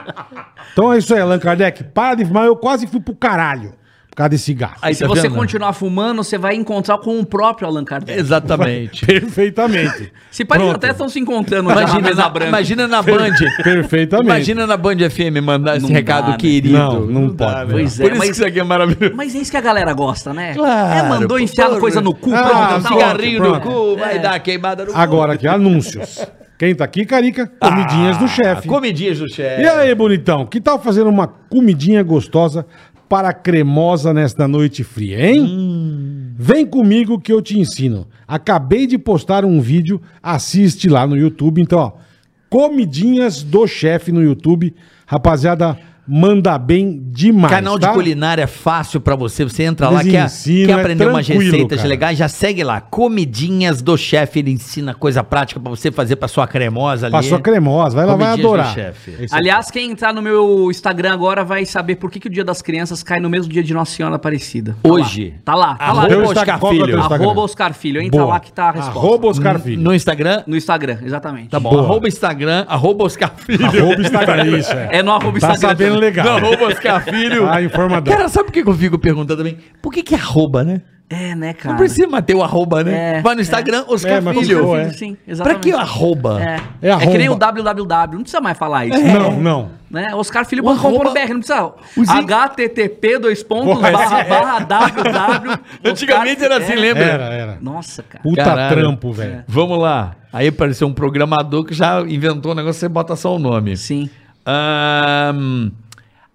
Speaker 4: Então é isso aí, Allan Kardec. Para de fumar. Eu quase fui pro caralho por causa de cigarro.
Speaker 6: E se
Speaker 7: tá
Speaker 6: você continuar fumando, você vai encontrar com o próprio Allan Kardec.
Speaker 7: Exatamente.
Speaker 4: Perfeitamente.
Speaker 6: Se pá, eles
Speaker 4: Pronto.
Speaker 6: até estão se encontrando já na
Speaker 7: Imagina
Speaker 6: mesa
Speaker 7: na,
Speaker 6: branca.
Speaker 7: imagina na Band.
Speaker 4: Perfeitamente.
Speaker 7: Imagina na Band FM mandar esse
Speaker 6: Não
Speaker 7: recado
Speaker 6: dá, né?
Speaker 7: querido.
Speaker 4: Não, não pode,
Speaker 7: velho.
Speaker 4: não.
Speaker 6: Pois é,
Speaker 7: Por isso
Speaker 6: mas-
Speaker 7: que isso aqui é maravilhoso.
Speaker 6: Mas é isso que a galera gosta, né?
Speaker 7: Claro,
Speaker 6: É, mandou enfiar
Speaker 7: porra.
Speaker 6: coisa no É. cu.
Speaker 4: Ah,
Speaker 6: pronto, tá
Speaker 4: um
Speaker 7: Um
Speaker 4: pronto,
Speaker 7: cigarrinho no
Speaker 4: pronto.
Speaker 7: cu, vai dar queimada no
Speaker 4: Agora aqui, anúncios. Quem tá aqui, Carica?
Speaker 7: Ah,
Speaker 4: Comidinhas do chefe.
Speaker 7: cu. Comidinhas do
Speaker 4: É,
Speaker 7: chefe.
Speaker 4: E aí, bonitão, que tal fazer uma comidinha gostosa para a cremosa nesta noite fria, hein?
Speaker 7: Hum.
Speaker 4: Vem comigo que eu te ensino. Acabei de postar um vídeo, assiste lá no YouTube. Então, ó, comidinhas do chefe no YouTube. Rapaziada, manda bem demais.
Speaker 7: Canal de
Speaker 4: tá?
Speaker 7: culinária é fácil pra você. Você entra lá,
Speaker 4: Eles
Speaker 7: quer,
Speaker 4: ensinam,
Speaker 7: quer
Speaker 4: é
Speaker 7: aprender umas
Speaker 4: tranquilo,
Speaker 7: receitas
Speaker 4: cara.
Speaker 7: legais, já segue lá. Comidinhas do chefe. Ele ensina coisa prática pra você fazer pra sua cremosa ali.
Speaker 4: Passou a cremosa, vai lá, vai
Speaker 7: Comidinhas do
Speaker 4: adorar.
Speaker 7: chefe.
Speaker 4: Esse aqui.
Speaker 6: Aliás, quem entrar no meu Instagram agora vai saber por que, que o Dia das Crianças cai no mesmo dia de Nossa Senhora Aparecida. Tá
Speaker 7: Hoje.
Speaker 6: lá, Tá lá, tá lá.
Speaker 7: Arroba
Speaker 4: Teu Instagram-
Speaker 7: Oscar
Speaker 4: qual que é o teu
Speaker 7: Filho.
Speaker 4: Instagram?
Speaker 6: Arroba Oscar Filho. Entra
Speaker 4: Boa.
Speaker 6: lá que tá a resposta.
Speaker 4: Arroba Oscar Filho.
Speaker 7: No Instagram?
Speaker 6: No Instagram, exatamente.
Speaker 7: Tá bom.
Speaker 4: Boa.
Speaker 7: Arroba Instagram, arroba Oscar Filho.
Speaker 4: Arroba Instagram, isso é.
Speaker 6: É no arroba
Speaker 4: Tá
Speaker 6: Instagram.
Speaker 4: sabendo legal.
Speaker 7: Não, arroba Oscar Filho.
Speaker 4: Ah, informador.
Speaker 7: Cara, sabe o que que eu fico perguntando também? Por que que é arroba, né?
Speaker 6: É, né, cara?
Speaker 7: Não precisa manter o arroba, né?
Speaker 6: É,
Speaker 7: Vai no Instagram,
Speaker 4: É,
Speaker 7: Oscar
Speaker 4: mas
Speaker 7: Filho.
Speaker 4: ficou, é.
Speaker 6: Sim,
Speaker 7: Pra
Speaker 6: exatamente.
Speaker 7: que o arroba?
Speaker 6: É.
Speaker 4: É
Speaker 6: É,
Speaker 4: arroba.
Speaker 6: que nem o www, não precisa mais falar isso.
Speaker 4: Não, não.
Speaker 6: Né?
Speaker 7: arroba-
Speaker 6: Oscarfilho.com.br, não precisa.
Speaker 7: Os in-
Speaker 6: http dois pontos
Speaker 4: Porra,
Speaker 6: barra,
Speaker 4: é.
Speaker 6: barra www.
Speaker 7: Antigamente era assim,
Speaker 6: É.
Speaker 7: lembra?
Speaker 4: Era, era.
Speaker 6: Nossa, cara.
Speaker 4: Puta
Speaker 7: Caralho.
Speaker 4: trampo, velho.
Speaker 7: Vamos lá. Aí apareceu um programador que já inventou um negócio, você bota só o nome.
Speaker 6: Sim.
Speaker 7: Ahn,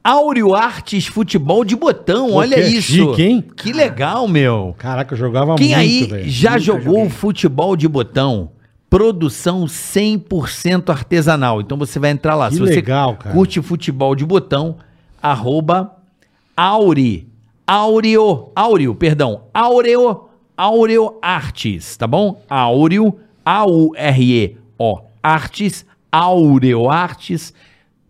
Speaker 7: Áureo Artes Futebol de Botão,
Speaker 4: Pô,
Speaker 7: olha
Speaker 4: que é
Speaker 7: isso.
Speaker 4: chique, hein?
Speaker 7: Que legal, meu.
Speaker 4: Caraca, eu jogava
Speaker 7: Quem
Speaker 4: muito,
Speaker 7: aí
Speaker 4: velho.
Speaker 7: já jogou futebol de botão? Produção 100% artesanal. Então você vai entrar lá.
Speaker 4: Que
Speaker 7: Se você
Speaker 4: legal, cara.
Speaker 7: curte futebol de botão, arroba Auri. Aureo. Aureo, perdão. Aureo. Aureo Artes, tá bom? Aureo. A-U-R-E-O Artes Áureo. Artes.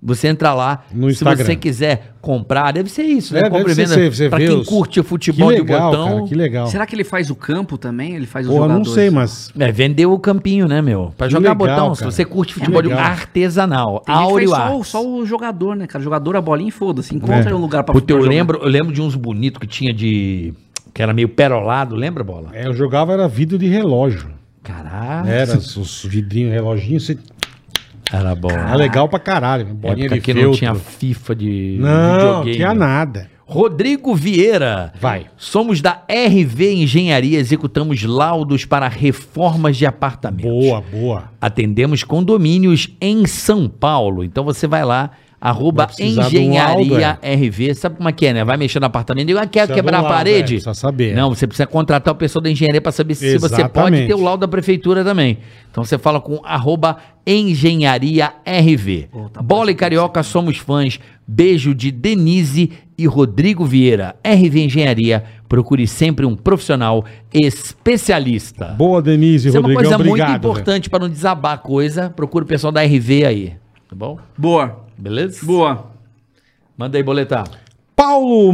Speaker 7: Você entra lá,
Speaker 4: No
Speaker 7: se
Speaker 4: Instagram.
Speaker 7: você quiser comprar, deve ser isso, né?
Speaker 4: É,
Speaker 7: Compra e
Speaker 4: deve
Speaker 7: venda.
Speaker 4: ser, você- você
Speaker 7: pra
Speaker 4: vê
Speaker 7: quem
Speaker 4: os-
Speaker 7: curte futebol
Speaker 4: que legal,
Speaker 7: de botão.
Speaker 4: cara, que legal.
Speaker 6: Será que ele faz o campo também? Ele faz o
Speaker 4: Porra,
Speaker 6: jogador?
Speaker 4: não sei, mas
Speaker 7: É, vendeu o campinho, né, meu? Pra
Speaker 4: Que
Speaker 7: jogar
Speaker 4: legal,
Speaker 7: botão, se
Speaker 4: cara.
Speaker 7: você curte
Speaker 4: Que
Speaker 7: futebol de
Speaker 4: legal.
Speaker 7: artesanal,
Speaker 6: Tem gente que faz
Speaker 7: áureo
Speaker 6: só, o-
Speaker 7: artes.
Speaker 6: só o jogador, né, cara? Jogador, a bolinha e foda-se. Encontra
Speaker 4: É.
Speaker 6: um lugar pra
Speaker 7: Puta, eu
Speaker 6: pra jogar.
Speaker 7: lembro, eu lembro de uns bonitos que tinha de... Que era meio perolado, lembra, Bola?
Speaker 4: é, eu jogava era vidro de relógio.
Speaker 7: Caralho.
Speaker 4: Era os- os vidrinhos, reloginhos. Você...
Speaker 7: Era bom.
Speaker 4: Era legal pra caralho. Bolinha
Speaker 7: Época
Speaker 4: de
Speaker 7: que
Speaker 4: feltro.
Speaker 7: não tinha FIFA de
Speaker 4: Não, tinha nada.
Speaker 7: Rodrigo Vieira.
Speaker 4: Vai.
Speaker 7: Somos da RV Engenharia, executamos laudos para reformas de apartamentos.
Speaker 4: Boa, boa.
Speaker 7: Atendemos condomínios em São Paulo. Então você vai lá, arroba
Speaker 4: Vai precisar de um laudo,
Speaker 7: engenharia RV. Sabe como é que é, né? Vai mexer no apartamento e ah, quer
Speaker 4: Precisa
Speaker 7: quebrar
Speaker 4: de um
Speaker 7: a
Speaker 4: laudo,
Speaker 7: parede?
Speaker 4: é, precisa saber.
Speaker 7: Não, você precisa contratar o pessoal da engenharia para saber se você pode
Speaker 4: Exatamente.
Speaker 7: ter o laudo da prefeitura também. Então você fala com arroba engenharia RV.
Speaker 4: tá
Speaker 7: Bola e Carioca somos fãs. Beijo de Denise e Rodrigo Vieira. RV Engenharia. Procure sempre um profissional especialista.
Speaker 4: Boa, Denise e
Speaker 7: Isso é uma
Speaker 4: Rodrigão.
Speaker 7: coisa
Speaker 4: obrigado.
Speaker 7: muito importante para não desabar a coisa. Procura o pessoal da RV aí. Tá bom?
Speaker 6: Boa,
Speaker 7: Beleza?
Speaker 6: boa.
Speaker 7: Manda aí, boletar.
Speaker 4: velho. Paulo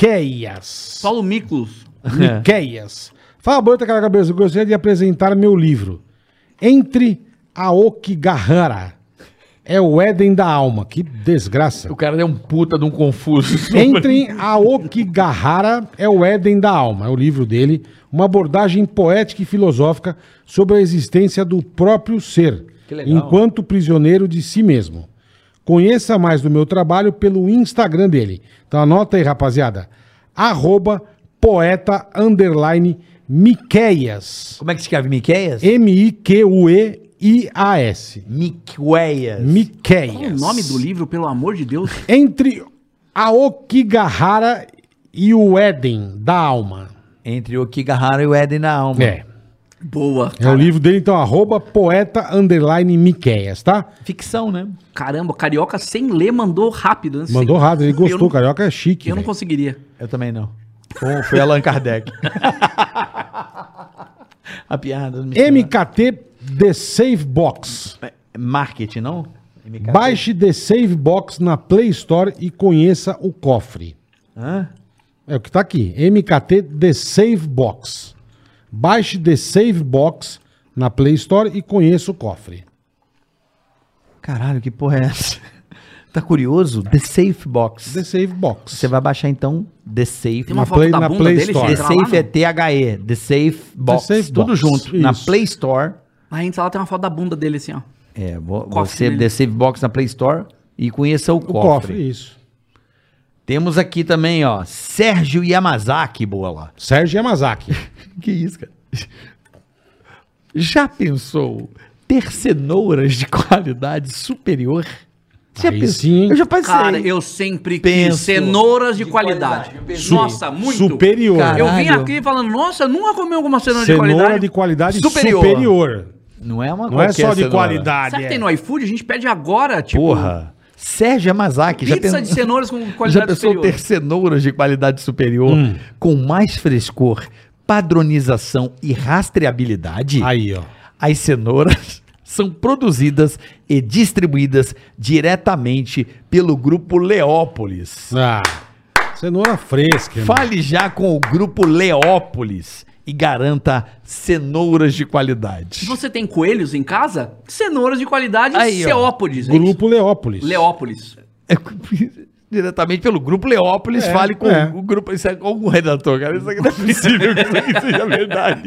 Speaker 4: Miqueias.
Speaker 6: Paulo Miklos.
Speaker 4: Miqueias. Fala, Boita Cara Cabeça. Eu gostaria de apresentar meu livro. Entre a Okigahara. É o Éden da Alma. Que desgraça.
Speaker 7: O cara é um puta de um confuso.
Speaker 4: Entre a Okigahara é o Éden da Alma, é o livro dele, uma abordagem poética e filosófica sobre a existência do próprio ser, enquanto prisioneiro de si mesmo. Conheça mais do meu trabalho pelo Instagram dele. Então anota aí, rapaziada. Arroba poeta underline Miqueias.
Speaker 3: Como é que escreve? Miqueias?
Speaker 4: M-I-Q-U-E-I-A-S.
Speaker 3: Miqueias.
Speaker 4: Miqueias.
Speaker 6: Qual o nome do livro, pelo amor de Deus?
Speaker 4: Entre a Okigahara e o Éden da alma.
Speaker 3: Entre o Kigahara e o Éden na alma.
Speaker 4: É.
Speaker 6: Boa.
Speaker 4: É o livro dele, então, arroba poeta underline Miqueias, tá?
Speaker 7: Ficção, né?
Speaker 6: Caramba, Carioca sem ler mandou rápido. né?
Speaker 4: Mandou rápido, ele
Speaker 6: Eu
Speaker 4: gostou,
Speaker 6: não-
Speaker 4: carioca é chique.
Speaker 6: Eu não
Speaker 4: velho.
Speaker 6: conseguiria.
Speaker 3: Eu também não. Foi- Foi Allan Kardec. a piada. do Miqueias.
Speaker 4: MKT The Save Box.
Speaker 3: Marketing, não? MK.
Speaker 4: Baixe The Save Box na Play Store e conheça o cofre.
Speaker 3: Hã?
Speaker 4: É o que tá aqui. MKT The Save Box. Baixe The Save Box na Play Store e conheça o cofre.
Speaker 3: Caralho, que porra é essa? Tá curioso? The Safe Box.
Speaker 4: The Save Box.
Speaker 3: Você vai baixar então The Safe.
Speaker 6: Tem uma
Speaker 4: Na
Speaker 6: foto
Speaker 4: Play-
Speaker 6: da
Speaker 4: na
Speaker 6: bunda
Speaker 4: Play
Speaker 6: dele,
Speaker 4: Store.
Speaker 6: você
Speaker 3: The
Speaker 6: entra lá,
Speaker 3: Safe é
Speaker 6: não?
Speaker 3: THE. The Safe Box.
Speaker 4: Safe
Speaker 3: tudo
Speaker 4: Box,
Speaker 3: junto. Na
Speaker 4: isso.
Speaker 3: Play Store.
Speaker 6: Aí entra tá lá, tem uma foto da bunda dele assim, ó.
Speaker 3: É, vo-
Speaker 6: Cofre
Speaker 3: você
Speaker 6: dele.
Speaker 3: The Safe Box na Play Store e conheça o,
Speaker 4: O
Speaker 3: cofre.
Speaker 4: cofre, isso.
Speaker 3: Temos aqui também, ó, Sérgio Yamazaki, bola.
Speaker 4: Sérgio Yamazaki.
Speaker 3: Que isso, cara? Já pensou ter cenouras de qualidade superior? Já
Speaker 4: Aí
Speaker 3: pensou?
Speaker 4: sim, hein?
Speaker 3: Eu já pensei.
Speaker 6: Cara, eu sempre
Speaker 3: Penso.
Speaker 6: quis cenouras de,
Speaker 3: De
Speaker 6: qualidade.
Speaker 3: qualidade, eu penso.
Speaker 6: Nossa, muito.
Speaker 4: Superior.
Speaker 3: Cara,
Speaker 6: Eu vim
Speaker 3: Caralho.
Speaker 6: aqui falando, nossa, nunca comi alguma cenoura,
Speaker 4: Cenoura
Speaker 6: de qualidade.
Speaker 4: de qualidade
Speaker 3: Superior.
Speaker 4: superior.
Speaker 3: Não é uma
Speaker 4: Não é
Speaker 3: qualquer
Speaker 4: só de
Speaker 3: cenoura.
Speaker 4: qualidade.
Speaker 6: Será que
Speaker 4: é.
Speaker 6: tem no iFood? A gente pede agora, tipo,
Speaker 3: Porra. Sérgio Yamazaki.
Speaker 6: pizza
Speaker 3: pensou-
Speaker 6: de cenouras com
Speaker 3: Já
Speaker 6: qualidade
Speaker 3: pensou
Speaker 6: superior.
Speaker 3: ter cenouras de qualidade superior com mais frescor, padronização e rastreabilidade?
Speaker 4: Aí, ó.
Speaker 3: As cenouras são produzidas e distribuídas diretamente pelo grupo Leópolis.
Speaker 4: Ah, cenoura fresca. irmão.
Speaker 3: Fale já com o grupo Leópolis e garanta cenouras de
Speaker 6: Se
Speaker 3: qualidade.
Speaker 6: você tem coelhos em casa, cenouras de qualidade
Speaker 3: Aí, ó.
Speaker 6: Ceópolis. é isso?
Speaker 4: Grupo Leópolis.
Speaker 6: Leópolis. tá
Speaker 3: É, Diretamente pelo grupo Leópolis,
Speaker 4: É,
Speaker 3: fale com
Speaker 4: é.
Speaker 3: o grupo. Isso é algum redator, cara. Isso aqui não é possível que isso aqui seja verdade.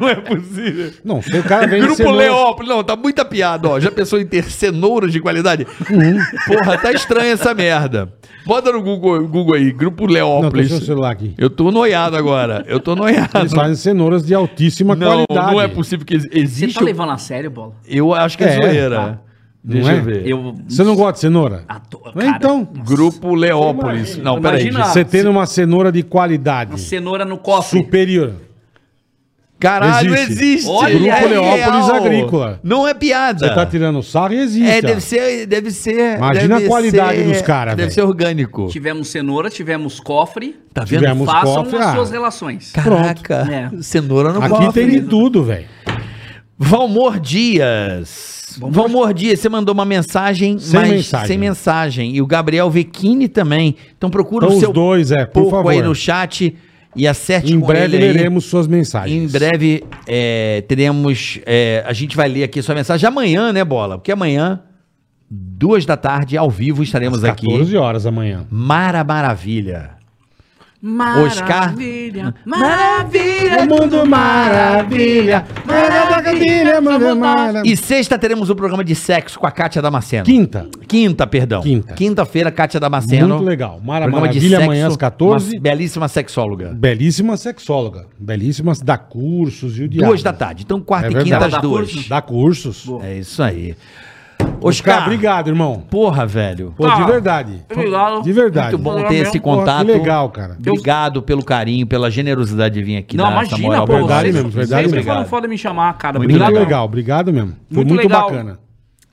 Speaker 3: Não é possível.
Speaker 4: Não, se o cara vem
Speaker 3: Grupo
Speaker 4: cenoura-
Speaker 3: Leópolis. Não, tá muita piada, ó. Já pensou em ter cenouras de qualidade?
Speaker 4: Uhum.
Speaker 3: Porra, tá estranha essa merda. Bota no Google, Google aí, Grupo
Speaker 4: Não, tô sem o
Speaker 3: Leópolis.
Speaker 4: celular aqui.
Speaker 3: Eu tô noiado agora. Eu tô noiado.
Speaker 4: Eles fazem cenouras de altíssima
Speaker 3: Não,
Speaker 4: qualidade.
Speaker 3: não é possível que ex-
Speaker 6: Você
Speaker 3: existe.
Speaker 6: tá levando a sério, Bola?
Speaker 3: Eu acho que é,
Speaker 4: É,
Speaker 3: zoeira.
Speaker 4: Não
Speaker 3: Deixa
Speaker 4: é?
Speaker 3: eu ver.
Speaker 6: Eu...
Speaker 4: Você não gosta de cenoura?
Speaker 6: Ah, tô-
Speaker 4: Não é
Speaker 6: cara,
Speaker 4: então,
Speaker 3: Grupo Leópolis. Não, peraí.
Speaker 6: Imagina-
Speaker 4: você tendo uma cenoura de qualidade
Speaker 6: Cenoura no cofre.
Speaker 4: superior.
Speaker 3: Caralho,
Speaker 4: Existe.
Speaker 3: existe.
Speaker 6: Olha, Grupo
Speaker 3: É
Speaker 4: Leópolis
Speaker 3: real.
Speaker 4: Agrícola.
Speaker 3: Não é piada.
Speaker 4: Você tá tirando sarro e existe.
Speaker 3: É,
Speaker 4: ó.
Speaker 3: deve ser, deve ser.
Speaker 4: Imagina
Speaker 3: deve
Speaker 4: a qualidade
Speaker 3: ser-
Speaker 4: dos caras,
Speaker 3: Deve
Speaker 4: velho.
Speaker 3: ser orgânico.
Speaker 6: Tivemos cenoura, tivemos cofre.
Speaker 3: Tá vendo?
Speaker 4: Tivemos
Speaker 6: Façam
Speaker 4: cofre,
Speaker 6: as
Speaker 4: ah.
Speaker 6: suas relações.
Speaker 3: Caraca.
Speaker 6: Pronto.
Speaker 3: Cenoura no
Speaker 4: Aqui
Speaker 3: cofre.
Speaker 4: tem de tudo, velho.
Speaker 7: Valmor Dias. Valmor Dias, você mandou uma mensagem,
Speaker 4: Sem
Speaker 7: mas
Speaker 4: mensagem.
Speaker 7: sem mensagem. E o Gabriel Vecchini também. Então procura
Speaker 4: Então
Speaker 7: o
Speaker 4: os
Speaker 7: seu
Speaker 4: dois, é, por
Speaker 7: pouco
Speaker 4: favor.
Speaker 7: aí no chat e acerte
Speaker 4: Em
Speaker 7: com
Speaker 4: breve
Speaker 7: ele aí.
Speaker 4: leremos suas mensagens.
Speaker 7: Em breve é, teremos. é, a gente vai ler aqui a sua mensagem amanhã, né, Bola? Porque amanhã, duas da tarde, ao vivo, estaremos
Speaker 4: Às
Speaker 7: aqui.
Speaker 4: 14 horas amanhã.
Speaker 7: Mara Maravilha. Oscar.
Speaker 18: Maravilha, maravilha.
Speaker 4: O É mundo maravilha, maravilha, maravilha.
Speaker 7: E sexta teremos o programa de sexo com a Kátia Damasceno.
Speaker 4: Quinta.
Speaker 7: Quinta, perdão.
Speaker 4: Quinta.
Speaker 7: Quinta-feira, Kátia Damasceno.
Speaker 4: Muito legal. Mara
Speaker 7: Programa de
Speaker 4: Maravilha
Speaker 7: sexo,
Speaker 4: amanhã às 14.
Speaker 7: uma belíssima sexóloga.
Speaker 4: Belíssima sexóloga. Belíssima, dá cursos e o diabo.
Speaker 7: Duas da tarde. Então,
Speaker 4: É
Speaker 7: quarta e
Speaker 4: verdade.
Speaker 7: quinta às
Speaker 4: Dá
Speaker 7: duas.
Speaker 4: cursos? Dá cursos.
Speaker 7: É isso aí.
Speaker 4: Oscar,
Speaker 7: Oscar,
Speaker 4: obrigado, irmão.
Speaker 7: porra, velho.
Speaker 4: Pô, de verdade.
Speaker 6: Ah, Obrigado.
Speaker 4: De verdade.
Speaker 7: Muito bom ter esse
Speaker 4: Porra,
Speaker 7: contato.
Speaker 4: Que legal, cara.
Speaker 7: Obrigado pelo carinho, pela generosidade de vir aqui.
Speaker 6: Não,
Speaker 7: dar essa
Speaker 6: imagina, pô.
Speaker 7: moral pra
Speaker 4: tá Verdade
Speaker 6: vocês-
Speaker 7: vocês.
Speaker 4: mesmo, verdade
Speaker 6: Vocês
Speaker 4: mesmo.
Speaker 6: foram foda me chamar, cara.
Speaker 4: Muito legal.
Speaker 6: Obrigado.
Speaker 4: obrigado mesmo. Foi
Speaker 6: Muito
Speaker 4: muito,
Speaker 6: legal.
Speaker 4: bacana.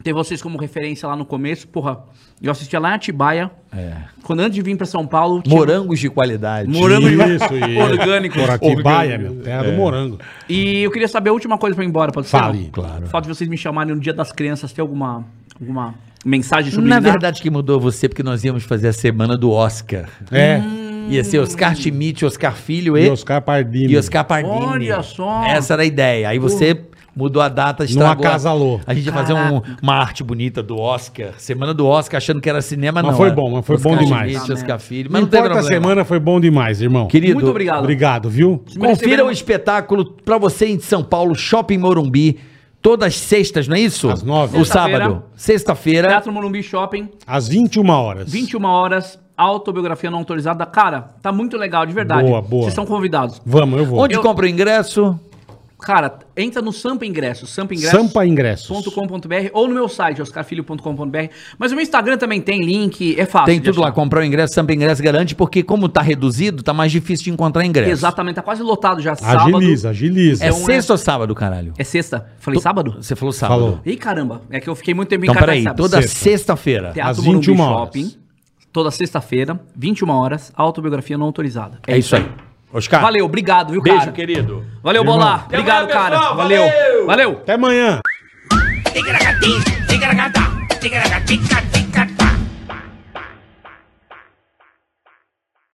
Speaker 6: Ter vocês como referência lá no começo, porra. Eu assistia lá em Atibaia.
Speaker 4: É.
Speaker 6: Quando antes de vir pra São Paulo. tinha- um
Speaker 7: Morangos de qualidade.
Speaker 6: Morango de-
Speaker 4: Isso, isso.
Speaker 6: Orgânico. É.
Speaker 4: Coratibaia, meu. Terra do morango.
Speaker 6: E eu queria saber a última coisa pra ir embora, pode ser?
Speaker 4: Fale, claro.
Speaker 6: O fato de vocês me chamarem no Dia das Crianças, tem alguma, alguma mensagem sobre
Speaker 7: Na é verdade, que mudou você, porque nós íamos fazer a semana do Oscar.
Speaker 4: É.
Speaker 7: Ia
Speaker 6: Hum.
Speaker 7: ser Oscar Schmidt, Oscar Filho
Speaker 4: E
Speaker 7: e,
Speaker 4: Oscar Pardini.
Speaker 7: e Oscar Pardini.
Speaker 6: Olha só.
Speaker 7: Essa era a ideia. Aí você mudou a data, estragou. a-
Speaker 4: acasalou.
Speaker 7: A gente ia fazer um- uma arte bonita do Oscar. Semana do Oscar, achando que era cinema,
Speaker 4: Mas
Speaker 7: não. é.
Speaker 4: foi
Speaker 7: era
Speaker 4: bom, mas foi
Speaker 7: Oscar
Speaker 4: bom demais.
Speaker 7: Schmidt, Oscar Filho.
Speaker 4: né? Não
Speaker 7: Mas não, tem
Speaker 4: importa é a
Speaker 7: problema.
Speaker 4: semana, foi bom demais, irmão.
Speaker 7: Querido,
Speaker 6: Muito obrigado.
Speaker 4: Obrigado, viu?
Speaker 7: Confira o Um espetáculo pra você em São Paulo, Shopping Morumbi, todas as sextas, não é isso?
Speaker 4: Às nove.
Speaker 7: O
Speaker 6: Sexta-feira.
Speaker 7: sábado. Sexta-feira.
Speaker 6: Teatro Morumbi Shopping,
Speaker 4: Às 21 horas.
Speaker 6: 21 horas, autobiografia não autorizada. Cara, tá muito legal, de verdade.
Speaker 4: Boa, boa.
Speaker 6: Vocês são convidados.
Speaker 4: Vamos, eu vou.
Speaker 7: Onde é
Speaker 6: Eu-
Speaker 7: compra o ingresso?
Speaker 6: Cara, entra no Sampa Ingressos, Sampa Ingressos.
Speaker 4: Sampa Ingressos.
Speaker 6: .com.br ou no meu site, oscarfilho.com.br. Mas o meu Instagram também tem link, é
Speaker 4: Ah,
Speaker 6: fácil.
Speaker 7: Tem
Speaker 6: de
Speaker 7: tudo lá,
Speaker 6: achar.
Speaker 7: comprar o ingresso, Sampa Ingresso garante, porque como tá reduzido, tá mais difícil de encontrar ingresso.
Speaker 6: Exatamente, tá quase lotado já. Sábado.
Speaker 4: Agiliza, agiliza.
Speaker 7: É
Speaker 6: Então,
Speaker 7: sexta ou sábado, caralho?
Speaker 6: É sexta. Falei sábado?
Speaker 7: Você falou sábado.
Speaker 4: Falou.
Speaker 6: Ih, caramba. É que eu fiquei muito tempo
Speaker 7: Então, peraí,
Speaker 6: sábado.
Speaker 7: toda
Speaker 4: Sexta.
Speaker 7: sexta-feira.
Speaker 6: Teatro
Speaker 4: Às
Speaker 6: Morumbi
Speaker 4: 21 horas.
Speaker 6: Shopping. Toda sexta-feira, 21 horas, autobiografia não autorizada.
Speaker 7: É isso aí. Oscar.
Speaker 6: Valeu, obrigado, viu, cara?
Speaker 7: Beijo, querido.
Speaker 6: Valeu,
Speaker 4: Irmão.
Speaker 6: Bolar. Obrigado, cara. Valeu. Valeu.
Speaker 4: Até amanhã.
Speaker 2: Ticaracati, ticaracata, ticaracati,